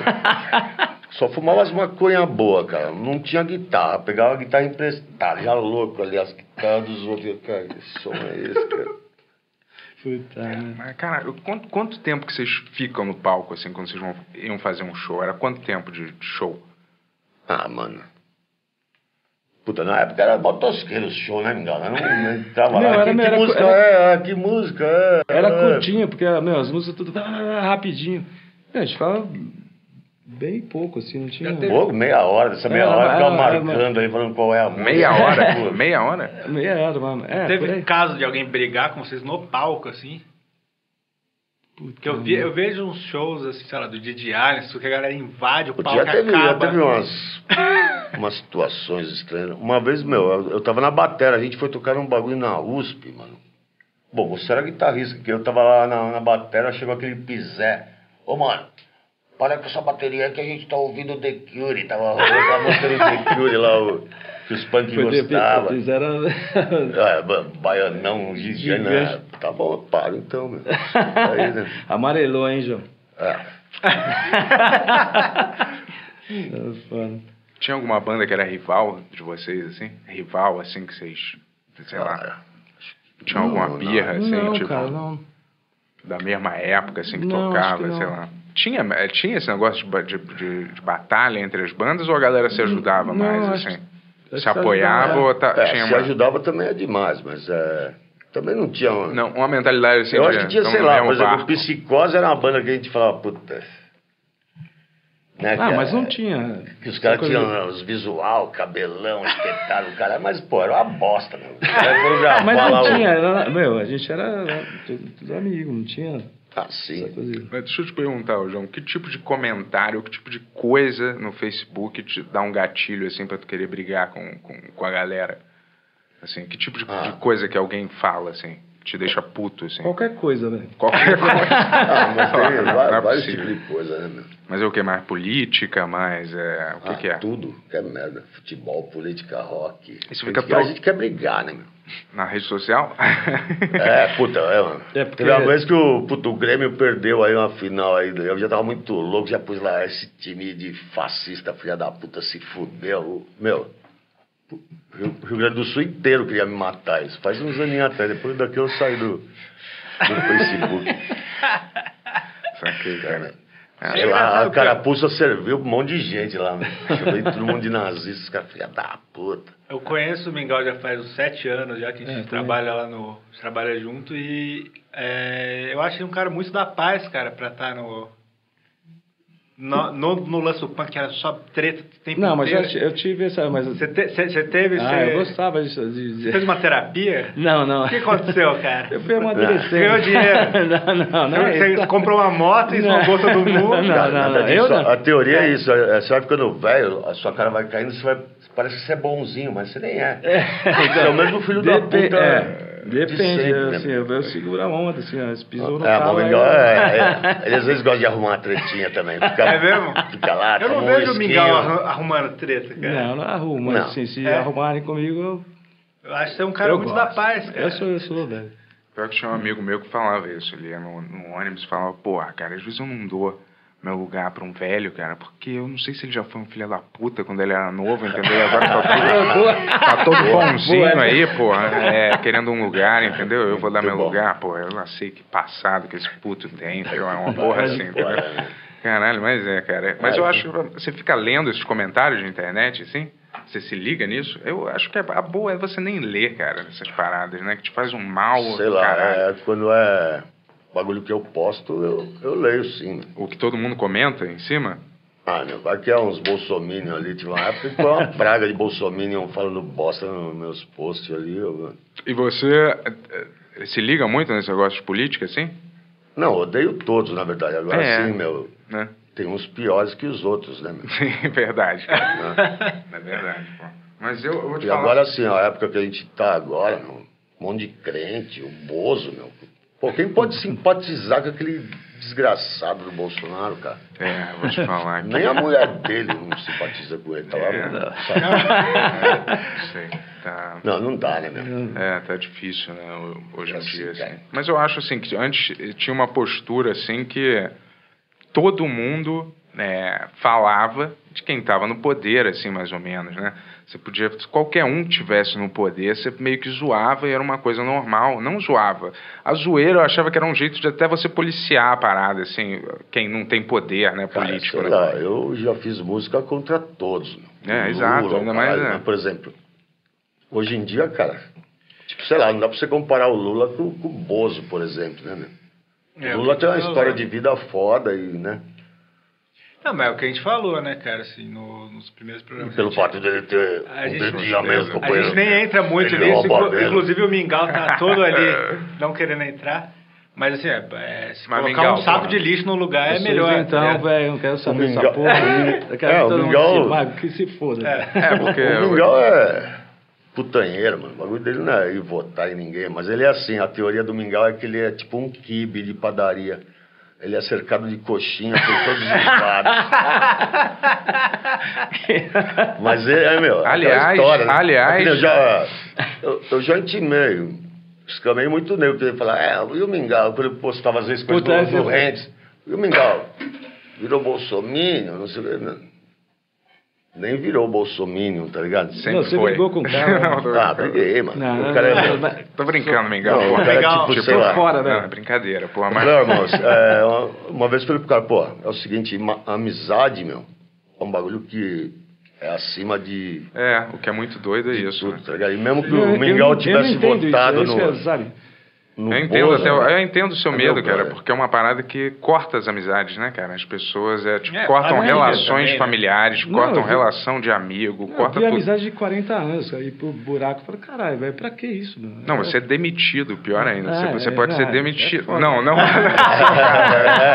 Speaker 4: só fumava as maconha boa, cara. Não tinha guitarra. Pegava a guitarra emprestada, já louco ali, as guitarras dos outros. Eu, Cara, que som é esse, cara?
Speaker 2: Puta, né?
Speaker 1: Mas, cara, eu- quanto, quanto tempo que vocês ficam no palco, assim, quando vocês vão, iam fazer um show? Era quanto tempo de de show?
Speaker 4: Ah, mano. Puta, na época era mó tosqueiro o show, né, Mingau? Não, não entrava
Speaker 2: Não,
Speaker 4: lá.
Speaker 2: era-
Speaker 4: que, que
Speaker 2: era-
Speaker 4: música é? Que música é?
Speaker 2: Era
Speaker 4: é.
Speaker 2: curtinho, porque meu, as músicas tudo ah, rapidinho. É, a gente falava bem pouco, assim, não tinha.
Speaker 4: Pouco, meia hora. Essa meia
Speaker 2: É,
Speaker 4: hora
Speaker 2: era-
Speaker 4: ficava
Speaker 2: era-
Speaker 4: marcando aí, falando qual é a música.
Speaker 1: Meia hora?
Speaker 4: Pô,
Speaker 1: pô, meia hora?
Speaker 2: Meia hora, mano. É, por
Speaker 3: Teve
Speaker 2: aí.
Speaker 3: caso de alguém brigar com vocês no palco, assim? Porque eu, vi, eu vejo uns shows, assim, sei lá, do Didi Allen, que a galera invade o
Speaker 4: Pô,
Speaker 3: palco
Speaker 4: já teve,
Speaker 3: e
Speaker 4: já
Speaker 3: acaba. né?
Speaker 4: teve umas, umas situações estranhas. Uma vez, meu, eu, eu tava na batera, a gente foi tocar num bagulho na USP, mano. Bom, você era guitarrista, porque eu tava lá na, na batera, chegou aquele pisé. Ô, mano, para com essa bateria aí que a gente tá ouvindo The Cure. Tava rolando a música do The Cure lá, o, que os punk
Speaker 2: Foi ter-
Speaker 4: gostavam.
Speaker 2: fizeram.
Speaker 4: Ah, ba- baianão, gigante.
Speaker 2: Gigante.
Speaker 4: Ah, Tá bom, para então, meu. Aí, né?
Speaker 2: Amarelou, hein, João?
Speaker 4: É.
Speaker 2: É, foda.
Speaker 1: Tinha alguma banda que era rival de vocês, assim? Rival, assim, que vocês, sei lá, tinha alguma
Speaker 4: não,
Speaker 1: birra, assim,
Speaker 2: não,
Speaker 1: tipo,
Speaker 2: cara, não.
Speaker 1: da mesma época, assim, que
Speaker 2: Não, acho
Speaker 1: tocava,
Speaker 2: que não.
Speaker 1: sei lá. Tinha, eh, tinha esse negócio de, ba- de, de- de batalha entre as bandas ou a galera se ajudava
Speaker 2: não,
Speaker 1: mais,
Speaker 2: acho-
Speaker 1: assim?
Speaker 2: acho
Speaker 1: se
Speaker 2: que
Speaker 1: apoiava
Speaker 2: ajudava,
Speaker 1: ou ta-
Speaker 4: É,
Speaker 1: tinha
Speaker 4: se
Speaker 1: uma...
Speaker 4: ajudava também é demais, mas é, também não tinha. uma-
Speaker 1: Não, uma mentalidade assim
Speaker 4: eu
Speaker 1: de,
Speaker 4: acho que tinha,
Speaker 1: tamo
Speaker 4: sei
Speaker 1: no
Speaker 4: lá,
Speaker 1: mesmo
Speaker 4: por exemplo,
Speaker 1: barco.
Speaker 4: Psicose era uma banda que a gente falava, puta. Né,
Speaker 2: Ah,
Speaker 4: cara?
Speaker 2: mas não tinha.
Speaker 4: Que os caras
Speaker 2: Essa coisa-
Speaker 4: tinham os visual, cabelão, espetado, o cara. Mas, pô, era uma bosta, meu. Os caras foram
Speaker 2: Ah,
Speaker 4: gravar
Speaker 2: Mas
Speaker 4: lá
Speaker 2: não
Speaker 4: o-
Speaker 2: tinha, era- meu, a gente era, era tudo, tudo amigo, não tinha
Speaker 4: Ah,
Speaker 2: essa
Speaker 4: sim.
Speaker 2: coisa.
Speaker 1: Mas deixa eu te perguntar, ô, João, que tipo de comentário, que tipo de coisa no Facebook te dá um gatilho, assim, pra tu querer
Speaker 4: Ah.
Speaker 1: brigar com, com, com a galera? Assim, que tipo de, de coisa que alguém fala, assim? te deixa puto, assim.
Speaker 2: Qualquer coisa, né? velho.
Speaker 1: Qualquer coisa.
Speaker 4: Ah, mas tem
Speaker 1: Não, não
Speaker 4: va-
Speaker 1: é
Speaker 4: vários
Speaker 1: possível.
Speaker 4: tipos de coisa, né, meu?
Speaker 1: Mas é o que? Mais política, mais. É, o que,
Speaker 4: Ah,
Speaker 1: que é?
Speaker 4: Tudo. Que é merda. Futebol, política, rock.
Speaker 1: Isso fica
Speaker 4: Política,
Speaker 1: pro-
Speaker 4: A gente quer brigar, né, meu?
Speaker 1: Na rede social?
Speaker 4: É, puta, é, mano.
Speaker 2: É porque-
Speaker 4: Teve uma vez que o, puta, o Grêmio perdeu aí uma final aí. tá Eu já tava muito louco, já pus lá esse time de fascista, filha da puta, se fudeu. Meu, o Rio, Rio Grande do Sul inteiro queria me matar isso. Faz uns aninhos atrás. Depois daqui eu saí do, do Facebook.
Speaker 1: Saquei, cara.
Speaker 4: Sei lá, a carapuça serviu pra um monte de gente lá, né? Chamei todo mundo de nazista, os caras, filha da puta.
Speaker 3: Eu conheço o Mingau já faz uns sete anos já que a
Speaker 2: É,
Speaker 3: gente
Speaker 2: também.
Speaker 3: trabalha lá no. a gente trabalha junto e é, eu acho ele um cara muito da paz, cara, pra estar no. No, no, no Lanço Pan, que era só treta o tempo
Speaker 2: Não, mas
Speaker 3: inteiro.
Speaker 2: eu, ti- eu tive essa. Mas...
Speaker 3: Você te- você- você teve.
Speaker 2: Ah,
Speaker 3: você-
Speaker 2: eu gostava disso. De,
Speaker 3: Você fez
Speaker 2: de...
Speaker 3: uma terapia?
Speaker 2: Não, não.
Speaker 3: O que aconteceu, cara?
Speaker 2: Eu fui amadurecendo.
Speaker 3: Ganhou dinheiro.
Speaker 2: não, não, não. é
Speaker 3: você
Speaker 2: isso.
Speaker 3: comprou uma moto e
Speaker 2: Não.
Speaker 3: esmagou todo mundo.
Speaker 2: Não, não,
Speaker 4: Nada
Speaker 2: não.
Speaker 4: disso.
Speaker 2: Eu não.
Speaker 4: A teoria é isso. é, Você vai ficando velho, a sua cara vai caindo, você vai. Parece que você é bonzinho, mas você nem é. Você é o mesmo filho da
Speaker 2: Depe-
Speaker 4: puta.
Speaker 2: Então, é,
Speaker 4: de
Speaker 2: Depende,
Speaker 4: sempre,
Speaker 2: eu,
Speaker 4: né?
Speaker 2: assim, eu, eu seguro a onda, assim, ó, se
Speaker 3: Tá
Speaker 2: pisou no
Speaker 4: É,
Speaker 2: carro,
Speaker 4: mas
Speaker 2: aí né?
Speaker 4: o Mingau,
Speaker 2: eu-
Speaker 4: é, é. Ele às vezes gosta de arrumar uma tretinha também. Fica,
Speaker 3: É mesmo?
Speaker 4: Fica lá,
Speaker 3: Eu não
Speaker 4: toma um
Speaker 3: vejo o
Speaker 4: whiskinho.
Speaker 3: Mingau arru- arrumando treta, cara.
Speaker 2: Não, não arrumo, mas
Speaker 4: Não.
Speaker 2: assim, se
Speaker 3: É.
Speaker 2: arrumarem comigo, eu,
Speaker 3: Eu acho que você é um cara
Speaker 2: eu
Speaker 3: muito
Speaker 2: gosto.
Speaker 3: da paz, cara.
Speaker 2: Eu sou, eu sou, velho.
Speaker 1: Pior que tinha um amigo meu que falava isso. Ele ia no, no ônibus e falava, porra, cara, às vezes eu não dou meu lugar pra um velho, cara, porque eu não sei se ele já foi um filho da puta quando ele era novo, entendeu? E agora tá todo, tá todo bonzinho aí, porra, é, querendo um lugar, entendeu? Eu vou dar
Speaker 4: né? Muito
Speaker 1: meu
Speaker 4: bom.
Speaker 1: lugar, porra, eu não sei que passado que esse puto tem, entendeu? É uma porra assim, entendeu?
Speaker 4: Porra.
Speaker 1: Caralho, mas é, cara. Mas eu acho. Você fica lendo esses comentários de internet, assim? Você se liga nisso? Eu acho que a boa é você nem ler, cara, essas paradas, né? Que te faz um mal.
Speaker 4: Sei lá,
Speaker 1: caralho.
Speaker 4: é, quando é bagulho que eu posto, eu, eu leio sim.
Speaker 1: O que todo mundo comenta em cima?
Speaker 4: Ah, meu, vai que é uns bolsominion ali, tipo, uma época que foi uma praga de bolsominion falando bosta nos meus posts ali. eu-
Speaker 1: E você eh, eh, se liga muito nesse negócio de política, assim?
Speaker 4: Não, odeio todos, na verdade. Agora
Speaker 1: É.
Speaker 4: sim, meu,
Speaker 1: Né?
Speaker 4: tem uns piores que os outros, né, meu?
Speaker 1: Sim, verdade. cara. É verdade, pô. Mas eu, eu vou te
Speaker 4: E
Speaker 1: falar.
Speaker 4: agora sim, a época que a gente tá agora, meu, um monte de crente, o Bozo, meu. Pô, quem pode simpatizar com aquele desgraçado do Bolsonaro, cara?
Speaker 1: É, eu vou te falar. que-
Speaker 4: Nem a mulher dele não simpatiza com ele, tá lá?
Speaker 1: É.
Speaker 4: Não,
Speaker 1: Não sei. Tá,
Speaker 4: não, não dá, né, meu?
Speaker 1: É, tá difícil, né, ho- hoje em
Speaker 4: É assim,
Speaker 1: dia, assim.
Speaker 4: cara.
Speaker 1: Mas eu acho, assim, que antes eh, tinha uma postura, assim, que todo mundo né, falava de quem estava no poder, assim, mais ou menos, né? Você podia, se qualquer um que tivesse no poder, você meio que zoava e era uma coisa normal, não zoava. A zoeira eu achava que era um jeito de até você policiar a parada, assim, quem não tem poder, né,
Speaker 4: Cara,
Speaker 1: político,
Speaker 4: sei
Speaker 1: né?
Speaker 4: lá, eu já fiz música contra todos. meu.
Speaker 1: É,
Speaker 4: Lula,
Speaker 1: exato, ainda mais,
Speaker 4: caralho,
Speaker 1: né?
Speaker 4: mas, Por exemplo, hoje em dia, cara, tipo, sei lá, não dá pra você comparar o Lula com, com o Bozo, por exemplo, né, meu?
Speaker 3: É,
Speaker 4: o Lula
Speaker 3: que
Speaker 4: tem uma
Speaker 3: falou,
Speaker 4: história
Speaker 3: né?
Speaker 4: de vida foda e, né?
Speaker 3: Não, mas é o que a gente falou, né, cara, assim, no- nos primeiros programas.
Speaker 4: Pelo
Speaker 3: A gente-
Speaker 4: fato dele ter
Speaker 3: A
Speaker 4: um
Speaker 3: gente-
Speaker 4: dedinho a menos que o
Speaker 3: A gente nem entra muito
Speaker 4: Ele
Speaker 3: nisso,
Speaker 4: rouba
Speaker 3: inclu-
Speaker 4: mesmo.
Speaker 3: inclusive o Mingau tá todo ali
Speaker 4: É.
Speaker 3: não querendo entrar. Mas assim, é, é, se
Speaker 1: Mas
Speaker 3: colocar
Speaker 1: Mingau,
Speaker 3: um saco
Speaker 1: porra.
Speaker 3: de lixo no lugar é
Speaker 2: Vocês
Speaker 3: melhor.
Speaker 2: Então,
Speaker 3: né?
Speaker 2: velho, não quero saber dessa
Speaker 4: Mingau-
Speaker 2: porra. Eu quero
Speaker 4: É,
Speaker 2: que
Speaker 4: o
Speaker 2: todo mundo
Speaker 4: Mingau-
Speaker 2: se vague, que se foda.
Speaker 1: É, porque...
Speaker 4: O Mingau é putanheiro, mano. O bagulho dele não é ir votar em ninguém. Mas ele é assim, a teoria do Mingau é que ele é tipo um quibe de padaria. Ele é cercado de coxinha por todos os lados.
Speaker 3: Tá
Speaker 4: Mas é, é, meu, aquela
Speaker 1: Aliás,
Speaker 4: história, né?
Speaker 1: aliás- é.
Speaker 4: Aquele Eu já, eu, eu já intimei, escamei muito nele, porque ele falava, é, e o Mingau, quando ele postava às vezes coisas
Speaker 2: Puta, é
Speaker 4: do, do
Speaker 2: essa-
Speaker 4: Rentes, e o Mingau, virou bolsominion, não sei o que, não. Nem virou bolsominion, tá ligado?
Speaker 1: Sempre
Speaker 2: Não, você
Speaker 1: foi.
Speaker 2: brigou com o cara, né?
Speaker 1: Não, tô-
Speaker 4: Ah, briguei, mano.
Speaker 2: Não, não,
Speaker 4: o cara
Speaker 2: não,
Speaker 4: é.
Speaker 2: não,
Speaker 1: Tô brincando, Mingau.
Speaker 4: Não, o
Speaker 1: porra.
Speaker 4: cara é
Speaker 3: Legal.
Speaker 4: tipo, sei
Speaker 2: Tô
Speaker 4: lá.
Speaker 2: fora,
Speaker 1: Não, é
Speaker 2: velho.
Speaker 1: brincadeira, porra, mas...
Speaker 4: Não, irmãos, é, uma, uma vez eu falei pro cara, pô, é o seguinte, ma- amizade, meu, é um bagulho que é acima de
Speaker 1: É, o que é muito doido é isso. né?
Speaker 4: tudo, tá ligado? E mesmo que
Speaker 2: Eu- eu
Speaker 4: o Mingau
Speaker 2: não-
Speaker 4: tivesse
Speaker 2: eu não entendo
Speaker 4: votado
Speaker 2: isso, é isso
Speaker 4: no,
Speaker 2: que eu- sabe?
Speaker 4: no
Speaker 1: Eu entendo,
Speaker 4: Bozo,
Speaker 1: até, eu entendo o seu
Speaker 4: É
Speaker 1: medo,
Speaker 4: meu
Speaker 1: cara,
Speaker 4: brother.
Speaker 1: porque é uma parada que corta as amizades, né, cara? As pessoas é, tipo,
Speaker 3: É,
Speaker 1: cortam
Speaker 3: família
Speaker 1: relações
Speaker 3: também, né?
Speaker 1: familiares,
Speaker 2: Não,
Speaker 1: cortam
Speaker 2: eu vi-
Speaker 1: relação de amigo,
Speaker 2: Eu
Speaker 1: corta
Speaker 2: vi
Speaker 1: tudo.
Speaker 2: amizade de 40 anos, cara, e pro buraco. Eu falei, caralho, velho, pra que isso, mano?
Speaker 1: Não, você é demitido, pior ainda.
Speaker 2: Ah,
Speaker 1: você você
Speaker 2: é,
Speaker 1: pode ser
Speaker 2: não,
Speaker 1: demitido.
Speaker 2: é foda.
Speaker 1: não, não. É.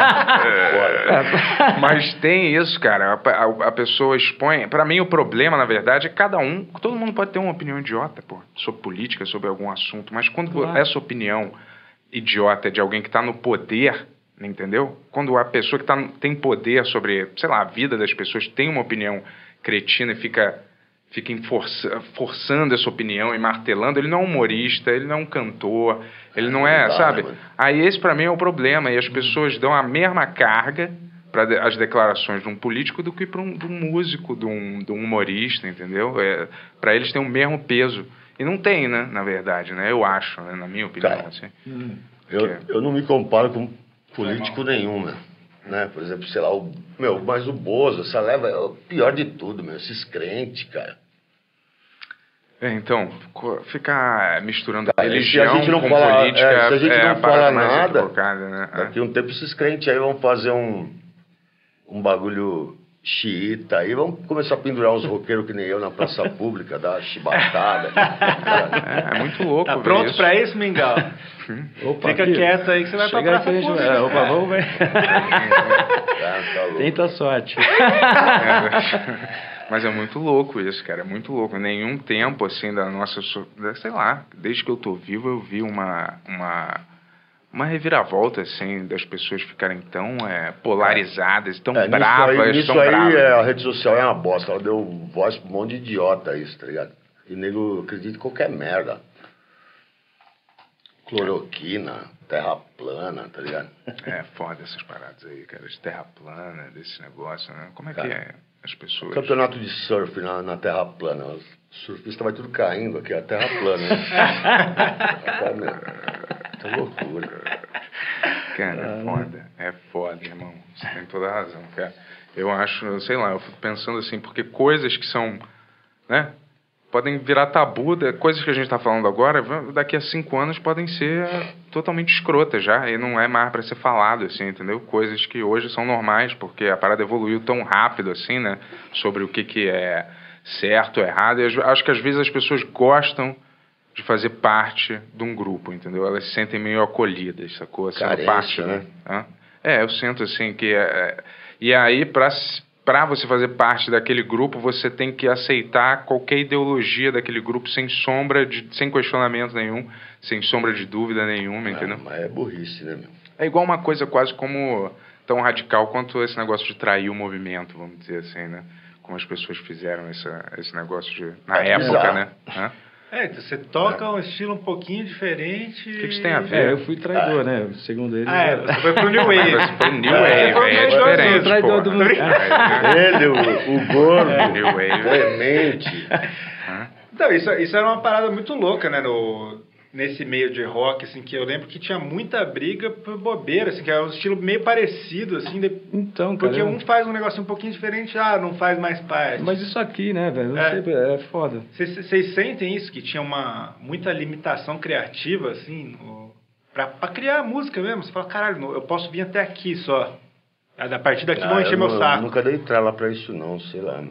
Speaker 4: É.
Speaker 1: Mas tem isso, cara. A, a- a pessoa expõe. Pra mim, o problema, na verdade, é cada um. Todo mundo pode ter uma opinião idiota, pô, sobre política, sobre algum assunto. Mas quando
Speaker 2: Claro.
Speaker 1: essa opinião idiota de alguém que está no poder, entendeu? Quando a pessoa que tá, tem poder sobre, sei lá, a vida das pessoas tem uma opinião cretina e fica, fica enforça- forçando essa opinião e martelando, ele não é um humorista, ele não é um cantor, ele não é,
Speaker 4: Não dá,
Speaker 1: sabe?
Speaker 4: né, mano?
Speaker 1: Aí esse para mim é o problema,
Speaker 4: Hum.
Speaker 1: e as pessoas dão a mesma carga para as declarações de um político do que para um, de um músico, de um, de um humorista, entendeu? É, para eles tem o mesmo peso. E não tem, né? Na verdade, né? Eu acho, né, na minha opinião.
Speaker 4: Cara,
Speaker 1: assim.
Speaker 4: Eu, eu não me comparo com político nenhum, meu. Né? Por exemplo, sei lá, o, meu, mas o Bozo, essa leva é o pior de tudo, meu. Esses crentes, cara.
Speaker 1: É, então, co- ficar misturando
Speaker 4: Cara, Tá, e se
Speaker 1: religião
Speaker 4: a gente não
Speaker 1: com
Speaker 4: fala-
Speaker 1: política
Speaker 4: é, se a gente
Speaker 1: é
Speaker 4: não
Speaker 1: a parada
Speaker 4: fala
Speaker 1: mais
Speaker 4: nada,
Speaker 1: equivocada, né? É.
Speaker 4: Daqui a um tempo esses crentes aí vão fazer um, um bagulho xiita aí, vão começar a pendurar uns roqueiros que nem eu na praça pública, dar chibatada. né?
Speaker 1: É, é muito louco,
Speaker 3: Tá
Speaker 1: ver
Speaker 3: pronto
Speaker 1: isso.
Speaker 3: pra isso, Mingau?
Speaker 2: Opa,
Speaker 3: Fica
Speaker 2: filho,
Speaker 3: quieto aí que você vai pra
Speaker 2: chega aí
Speaker 3: praça
Speaker 2: que a gente vai-
Speaker 3: pública.
Speaker 2: É, opa, vamos ver.
Speaker 4: Ah, tá louco.
Speaker 2: Tenta a sorte.
Speaker 1: Mas é muito louco isso, cara. É muito louco. Nenhum tempo, assim, da nossa. so- da- Sei lá, desde que eu tô vivo, eu vi uma. uma uma reviravolta, assim, das pessoas ficarem tão é, polarizadas, tão
Speaker 4: É, nisso
Speaker 1: bravas,
Speaker 4: aí, nisso
Speaker 1: tão
Speaker 4: aí,
Speaker 1: bravas.
Speaker 4: é, a rede social é uma bosta. Ela deu voz pra um monte de idiota isso, tá ligado? E nego acredita em qualquer merda. Cloroquina, terra plana, tá ligado?
Speaker 1: É foda essas paradas aí, cara. De terra plana, desse negócio, né? Como é que
Speaker 4: Cara,
Speaker 1: é as pessoas.
Speaker 4: Campeonato de surf na, na terra plana. Os surfistas vai tudo caindo aqui, a terra plana. né? Tá, meu, tá loucura. Ah.
Speaker 1: Cara, é foda. É foda, irmão. Você tem toda a razão, cara. Eu acho, sei lá, eu fico pensando assim, porque coisas que são, né? Podem virar tabu, da- coisas que a gente está falando agora, va- daqui a cinco anos podem ser eh, totalmente escrotas já, e não é mais para ser falado, assim, entendeu? Coisas que hoje são normais, porque a parada evoluiu tão rápido, assim, né? Sobre o que, que é certo, errado, e as- acho que às vezes as pessoas gostam de fazer parte de um grupo, entendeu? Elas se sentem meio acolhidas, sacou? Assim, é Sendo
Speaker 4: Carência,
Speaker 1: parte,
Speaker 4: né?
Speaker 1: Hã? É, eu sinto assim que é, e aí para para você fazer parte daquele grupo, você tem que aceitar qualquer ideologia daquele grupo sem sombra de sem questionamento nenhum, sem sombra de dúvida nenhuma,
Speaker 4: Não,
Speaker 1: entendeu?
Speaker 4: mas é burrice, né, meu?
Speaker 1: É igual uma coisa quase como tão radical quanto esse negócio de trair o movimento, vamos dizer assim, né? Como as pessoas fizeram essa, esse negócio de na
Speaker 4: É
Speaker 1: época,
Speaker 4: bizarro.
Speaker 1: né? Hã?
Speaker 3: É, então você toca um estilo um pouquinho diferente.
Speaker 1: O que que isso tem a ver?
Speaker 2: É, eu fui traidor, né? Segundo ele.
Speaker 3: Ah, é, você foi pro New Wave.
Speaker 1: Mas foi New
Speaker 3: É,
Speaker 1: Wave,
Speaker 3: foi
Speaker 1: é
Speaker 3: um traidor,
Speaker 1: diferente,
Speaker 3: um traidor
Speaker 1: porra. É,
Speaker 3: do mundo.
Speaker 4: Ele, o, o gordo,
Speaker 1: New Wave.
Speaker 4: demente.
Speaker 3: Então, isso, isso era uma parada muito louca, né? No, nesse meio de rock, assim, que eu lembro que tinha muita briga por bobeira, assim, que era um estilo meio parecido, assim, de-
Speaker 2: Então, cara.
Speaker 3: porque um faz um negócio um pouquinho diferente, ah, não faz mais parte.
Speaker 2: Mas isso aqui, né, velho? Não
Speaker 3: É.
Speaker 2: sei, É foda.
Speaker 3: Vocês vocês sentem isso, que tinha uma muita limitação criativa, assim, no, pra, pra criar música mesmo? Você fala, caralho, não, eu posso vir até aqui só. A a partir daqui
Speaker 4: Ah,
Speaker 3: vão encher
Speaker 4: eu
Speaker 3: meu
Speaker 4: nu-
Speaker 3: saco.
Speaker 4: Nunca dei trela pra isso, não, sei lá. né?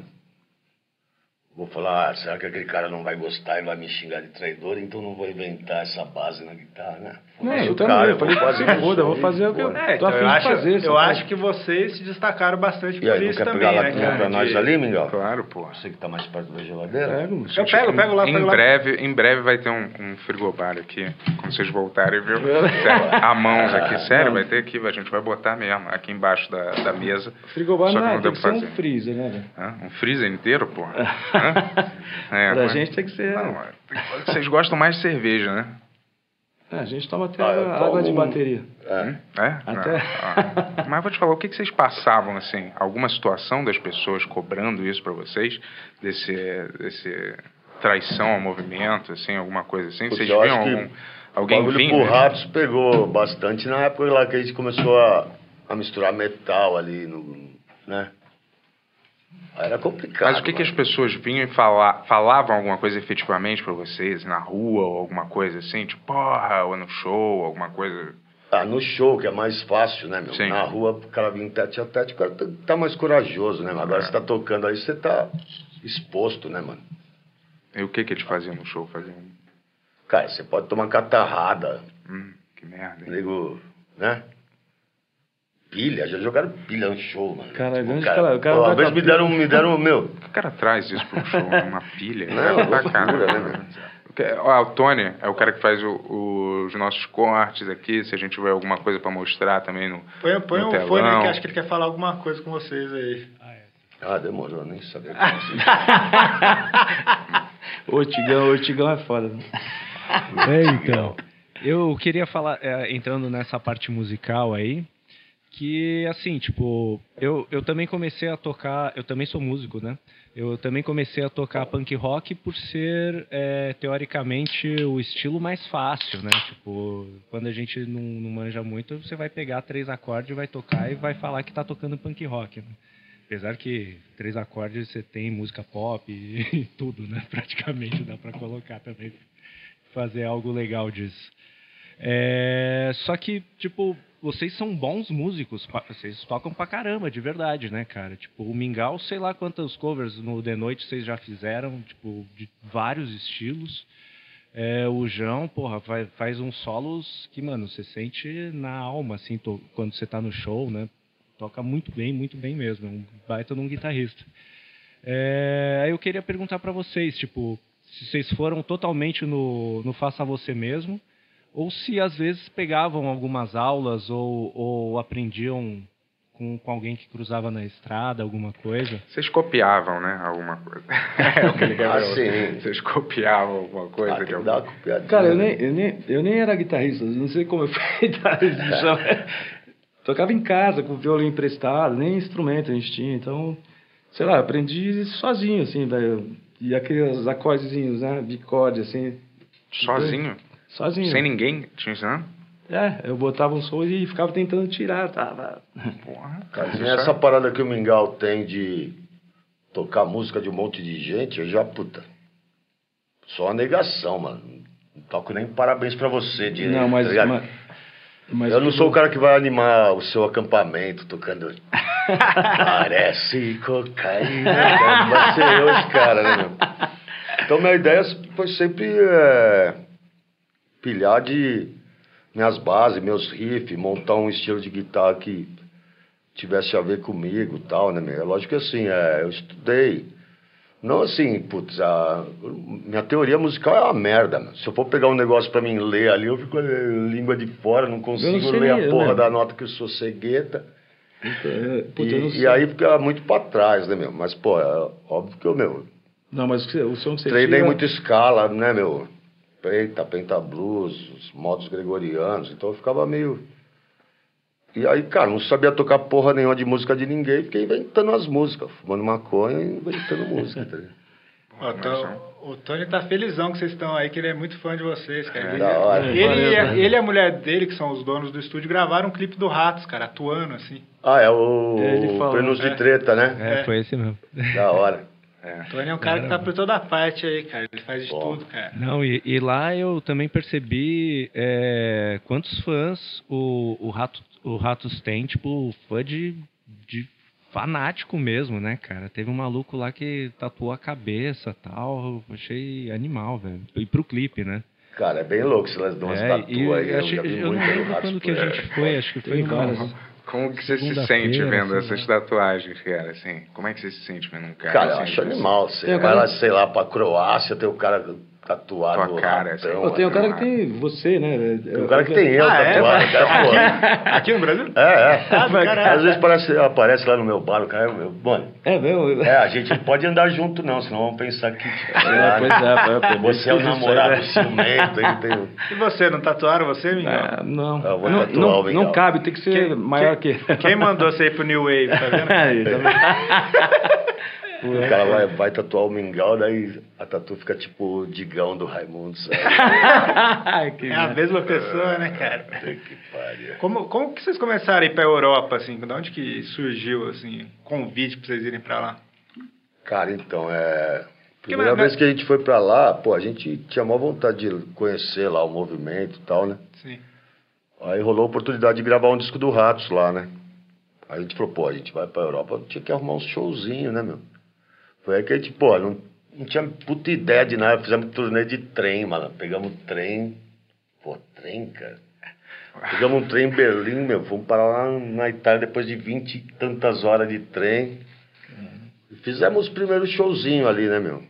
Speaker 4: Vou falar, ah, será que aquele cara não vai gostar e vai me xingar de traidor? Então não vou inventar essa base na guitarra, né?
Speaker 2: Não,
Speaker 4: Foda-se
Speaker 2: É, eu
Speaker 4: o
Speaker 2: também, eu falei, se
Speaker 4: isso
Speaker 2: foda, eu vou
Speaker 4: aí,
Speaker 2: fazer o que eu-
Speaker 4: porra.
Speaker 3: É,
Speaker 2: Tô
Speaker 3: então
Speaker 2: afim
Speaker 3: eu
Speaker 2: de
Speaker 3: acho,
Speaker 2: fazer isso, né?
Speaker 3: eu
Speaker 2: cara.
Speaker 3: acho que vocês se destacaram bastante
Speaker 4: E
Speaker 3: por
Speaker 4: aí, não
Speaker 3: isso
Speaker 4: quer pegar
Speaker 3: também, né,
Speaker 4: latinha
Speaker 3: cara?
Speaker 4: pra nós
Speaker 2: Tipo,
Speaker 3: de-
Speaker 4: ali, Mingau?
Speaker 1: é, Claro, pô.
Speaker 4: Você que tá mais perto da geladeira?
Speaker 2: Pego,
Speaker 3: Eu pego, pego lá, pego
Speaker 1: Em
Speaker 3: lá.
Speaker 1: breve, em breve vai ter um, um frigobar aqui, quando vocês voltarem, viu? Sério, a mãos
Speaker 2: Ah,
Speaker 1: aqui, sério, vai ter aqui, a gente vai botar mesmo, aqui embaixo da, da mesa.
Speaker 2: Frigobar
Speaker 1: Só que não
Speaker 2: não, tem
Speaker 1: deu
Speaker 2: que ser
Speaker 1: pra
Speaker 2: um
Speaker 1: fazer.
Speaker 2: freezer, né, velho?
Speaker 1: Hã? Um freezer inteiro, porra? Hã? É,
Speaker 2: pra
Speaker 1: mas-
Speaker 2: gente tem que ser.
Speaker 1: Não, é- vocês gostam mais de cerveja, né?
Speaker 2: É, a gente toma até
Speaker 4: Ah, eu
Speaker 2: água de
Speaker 4: tomo-
Speaker 2: bateria. Hum?
Speaker 4: É.
Speaker 1: É?
Speaker 2: Até-
Speaker 1: Ah, ah. Mas vou te falar, o que, que vocês passavam, assim? Alguma situação das pessoas cobrando isso pra vocês? Desse, desse traição ao movimento, assim, alguma coisa assim?
Speaker 4: Putz,
Speaker 1: Vocês
Speaker 4: eu
Speaker 1: viam
Speaker 4: acho que
Speaker 1: algum, alguém
Speaker 4: o bagulho
Speaker 1: vindo?
Speaker 4: pro Ratos pegou bastante na época lá que a gente começou a, a misturar metal ali, no, né? Aí era complicado.
Speaker 1: Mas o que, que as
Speaker 4: mano.
Speaker 1: pessoas vinham e fala, falavam alguma coisa efetivamente pra vocês? Na rua ou alguma coisa assim? Tipo, porra, ou no show, alguma coisa...
Speaker 4: Ah, no show, que é mais fácil, né, meu?
Speaker 1: Sim.
Speaker 4: Na rua, o cara vinha em tete a tete, o cara tá, tá mais corajoso, né, mano? Agora
Speaker 1: É.
Speaker 4: você tá tocando aí, você tá exposto, né, mano?
Speaker 1: E o que, que eles faziam no show? Faziam...
Speaker 4: Cara, você pode tomar catarrada,
Speaker 1: Hum, que merda, hein?
Speaker 4: nego, né? Pilha, já jogaram pilha no show, mano.
Speaker 2: Cara,
Speaker 4: Tipo,
Speaker 2: onde que ela- o cara
Speaker 4: pô,
Speaker 2: vai
Speaker 4: uma vez
Speaker 2: com a
Speaker 4: me
Speaker 2: pilha.
Speaker 4: deram, me deram, meu,
Speaker 1: O cara traz isso pra um show, né? uma pilha.
Speaker 4: Não,
Speaker 1: Vai pra
Speaker 4: loucura,
Speaker 1: casa.
Speaker 4: né, meu?
Speaker 1: O Ó, o Tony é o cara que faz o- o- os nossos cortes aqui. Se a gente tiver alguma coisa pra mostrar também no.
Speaker 3: Põe, põe
Speaker 1: no
Speaker 3: o
Speaker 1: telão.
Speaker 3: fone aí que acho que ele quer falar alguma coisa com vocês aí.
Speaker 4: Ah, demorou, nem sabia. que era assim.
Speaker 6: Ô, Tigão, ô, Tigão é foda. né?
Speaker 2: É, então. Eu queria falar, é, entrando nessa parte musical aí, que assim, tipo, eu, eu também comecei a tocar, eu também sou músico, né? Eu também comecei a tocar punk rock por ser, é, teoricamente, o estilo mais fácil, né? Tipo, quando a gente não, não manja muito, você vai pegar três acordes, vai tocar e vai falar que tá tocando punk rock, né? Apesar que três acordes você tem música pop e tudo, né? Praticamente dá pra colocar também fazer algo legal disso. É, só que, tipo, vocês são bons músicos, pa- vocês tocam pra caramba, de verdade, né, cara? Tipo, o Mingau, sei lá quantas covers no The Noite vocês já fizeram, tipo, de vários estilos. É, o João, porra, fa- faz, uns solos que, mano, você sente na alma, assim, to- quando você tá no show, né? Toca muito bem, muito bem mesmo, é um baita de um guitarrista. É, aí eu queria perguntar pra vocês, tipo, se vocês foram totalmente no, no faça você mesmo, ou se às vezes pegavam algumas aulas ou, ou aprendiam com, com alguém que cruzava na estrada, alguma coisa.
Speaker 1: Vocês copiavam, né? Alguma coisa. é o que ele quer
Speaker 4: Ah,
Speaker 1: dizer.
Speaker 4: sim.
Speaker 1: Vocês copiavam alguma coisa
Speaker 4: Ah, tem
Speaker 1: de
Speaker 4: que
Speaker 1: alguém.
Speaker 4: dar uma copiadinha,
Speaker 2: é.
Speaker 6: Cara, eu
Speaker 4: né?
Speaker 6: nem, eu, nem, eu nem era guitarrista, não sei como é eu fui guitarrista. de chão. né? Tocava em casa, com violão emprestado, nem instrumento a gente tinha. Então, sei lá, aprendi sozinho, assim, velho. E aqueles acordezinhos, né? Bicode, assim,
Speaker 1: Sozinho?
Speaker 6: sozinho.
Speaker 1: Sem ninguém né? te ensinando?
Speaker 6: É, eu botava um som e ficava tentando tirar, tava...
Speaker 1: Porra.
Speaker 4: Cara,
Speaker 1: isso
Speaker 4: tem
Speaker 1: é-
Speaker 4: essa parada que o Mingau tem de tocar música de um monte de gente, eu já, puta. Só uma negação, mano. Não toco nem parabéns pra você, direito.
Speaker 6: Não, mas...
Speaker 4: tá ligado?
Speaker 6: ma- mas
Speaker 4: eu não sou o cara que vai animar o seu acampamento tocando. Parece cocaína. cara. Vai ser eu esse cara, né, meu? Então, minha ideia foi sempre é, pilhar de minhas bases, meus riffs, montar um estilo de guitarra que tivesse a ver comigo e tal, né, meu? É lógico que assim, é, eu estudei. Não assim, putz, a, minha teoria musical é uma merda, mano. Se eu for pegar um negócio pra mim ler ali, eu fico eh, língua de fora, não consigo
Speaker 6: sei
Speaker 4: ler
Speaker 6: ler,
Speaker 4: a porra
Speaker 6: né?
Speaker 4: da nota que eu sou cegueta.
Speaker 6: É, puta, eu não
Speaker 4: E,
Speaker 6: sei.
Speaker 4: e aí fica muito pra trás, né, meu? Mas, pô, é óbvio que eu, meu,
Speaker 6: Não, mas o que você- o som que você
Speaker 4: treinei
Speaker 6: tira-
Speaker 4: muito escala, né, meu? Peita, penta blues, os modos gregorianos, então eu ficava meio. E aí, cara, não sabia tocar porra nenhuma de música de ninguém, fiquei inventando as músicas, fumando maconha e inventando música, tá ligado?
Speaker 3: Ó,
Speaker 1: Mas
Speaker 3: tô-
Speaker 1: não.
Speaker 3: o Tony tá felizão que vocês estão aí, que ele é muito fã de vocês, cara. Ele,
Speaker 4: É,
Speaker 3: é-
Speaker 4: Da hora.
Speaker 3: ele, e a- ele e a mulher dele, que são os donos do estúdio, gravaram um clipe do Ratos, cara, atuando assim.
Speaker 4: Ah, é o
Speaker 6: Ele falou,
Speaker 4: Penos
Speaker 3: é.
Speaker 4: de Treta, né?
Speaker 2: É, foi esse mesmo.
Speaker 4: Da hora.
Speaker 3: O Tony é um cara que tá por toda parte aí, cara. Ele faz de
Speaker 4: Bom.
Speaker 3: tudo, cara.
Speaker 2: Não, e, e lá eu também percebi é, quantos fãs o, o, Rato, o Ratos tem, tipo, fã de, de fanático mesmo, né, cara? Teve um maluco lá que tatuou a cabeça e tal, eu achei animal, velho. E pro clipe, né?
Speaker 4: Cara, é bem louco esse lance de umas
Speaker 2: É, e
Speaker 4: tatuas aí. Eu, é.
Speaker 2: achei-
Speaker 4: já vi
Speaker 2: eu não
Speaker 4: muito no
Speaker 2: lembro
Speaker 4: Ratos
Speaker 2: quando que a
Speaker 4: por aí.
Speaker 2: gente foi, acho que foi
Speaker 6: várias.
Speaker 2: uma...
Speaker 1: Como que você se
Speaker 2: Segunda-feira,
Speaker 1: sente vendo
Speaker 2: assim,
Speaker 1: essas tatuagens, cara? Assim, como é que você se sente vendo um né? cara?
Speaker 4: Cara, eu
Speaker 1: assim,
Speaker 4: acho
Speaker 1: assim?
Speaker 4: animal. Você
Speaker 6: Tem
Speaker 4: vai
Speaker 6: cara-
Speaker 4: lá, sei lá, pra Croácia, tem o cara tatuado
Speaker 1: Tua
Speaker 4: lá.
Speaker 1: cara, assim.
Speaker 6: Pô, tem um cara que
Speaker 1: Tem
Speaker 6: tem você, né?
Speaker 4: Tem um cara que tem eu
Speaker 3: Ah, é?
Speaker 4: tatuado. o cara,
Speaker 3: Aqui no Brasil?
Speaker 4: pô, é, é.
Speaker 3: Ah, do cara-
Speaker 4: Às vezes parece, aparece lá no meu bar, o cara. Meu, mano,
Speaker 6: É mesmo?
Speaker 4: é, a gente não pode andar junto, não, senão vão pensar que. sei lá,
Speaker 6: É, pois é, pô, é, pô,
Speaker 4: Você é o
Speaker 6: isso aí,
Speaker 4: namorado
Speaker 6: né?
Speaker 4: ciumento, aí tem o-
Speaker 3: E você, não tatuaram você, Mingau?
Speaker 2: É,
Speaker 6: Ah, não.
Speaker 4: É, Eu vou
Speaker 6: não,
Speaker 4: tatuar
Speaker 6: não,
Speaker 4: o Miguel.
Speaker 6: não cabe, tem que ser maior que.
Speaker 3: Quem mandou você ir pro New Wave, tá vendo?
Speaker 2: É
Speaker 6: Aí, tá vendo?
Speaker 2: né?
Speaker 4: O cara vai, vai tatuar o mingau, daí a tatu fica tipo o digão do Raimundo. Sabe?
Speaker 6: Ai, que
Speaker 3: É a
Speaker 6: merda.
Speaker 3: mesma pessoa, né, cara?
Speaker 4: Puta que pariu.
Speaker 3: Como, como que vocês começaram a ir pra Europa, assim? De onde que surgiu, assim, convite pra vocês irem pra lá?
Speaker 4: Cara, então, é.
Speaker 3: Porque,
Speaker 4: Primeira
Speaker 3: mas-
Speaker 4: vez que a gente foi pra lá, pô, a gente tinha maior vontade de conhecer lá o movimento e tal, né?
Speaker 3: Sim.
Speaker 4: Aí rolou a oportunidade de gravar um disco do Ratos lá, né? Aí a gente falou, pô, a gente vai pra Europa, tinha que arrumar um showzinho, né, meu? Foi aí que a gente, pô, não, não tinha puta ideia de nada, fizemos turnê de trem, mano. Pegamos um trem, pô, trem, cara. Pegamos um trem em Berlim, meu, fomos parar lá na Itália depois de vinte e tantas horas de trem. Fizemos os primeiros showzinho ali, né, meu?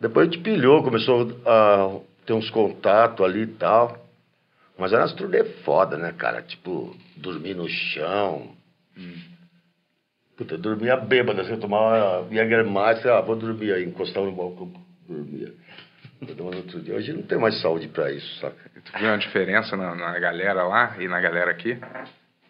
Speaker 4: Depois a gente pilhou, começou a ter uns contatos ali e tal. Mas era umas turnê foda, né, cara? Tipo, dormir no chão.
Speaker 1: Hum.
Speaker 4: Puta, eu dormia bêbado, assim, eu tomava Jägermeister, ah, vou dormir aí, encostava no balcão, dormia. Todo mundo outro dia. Hoje não tem mais saúde pra isso, saca?
Speaker 1: Tu viu uma diferença na, na galera lá e na galera aqui?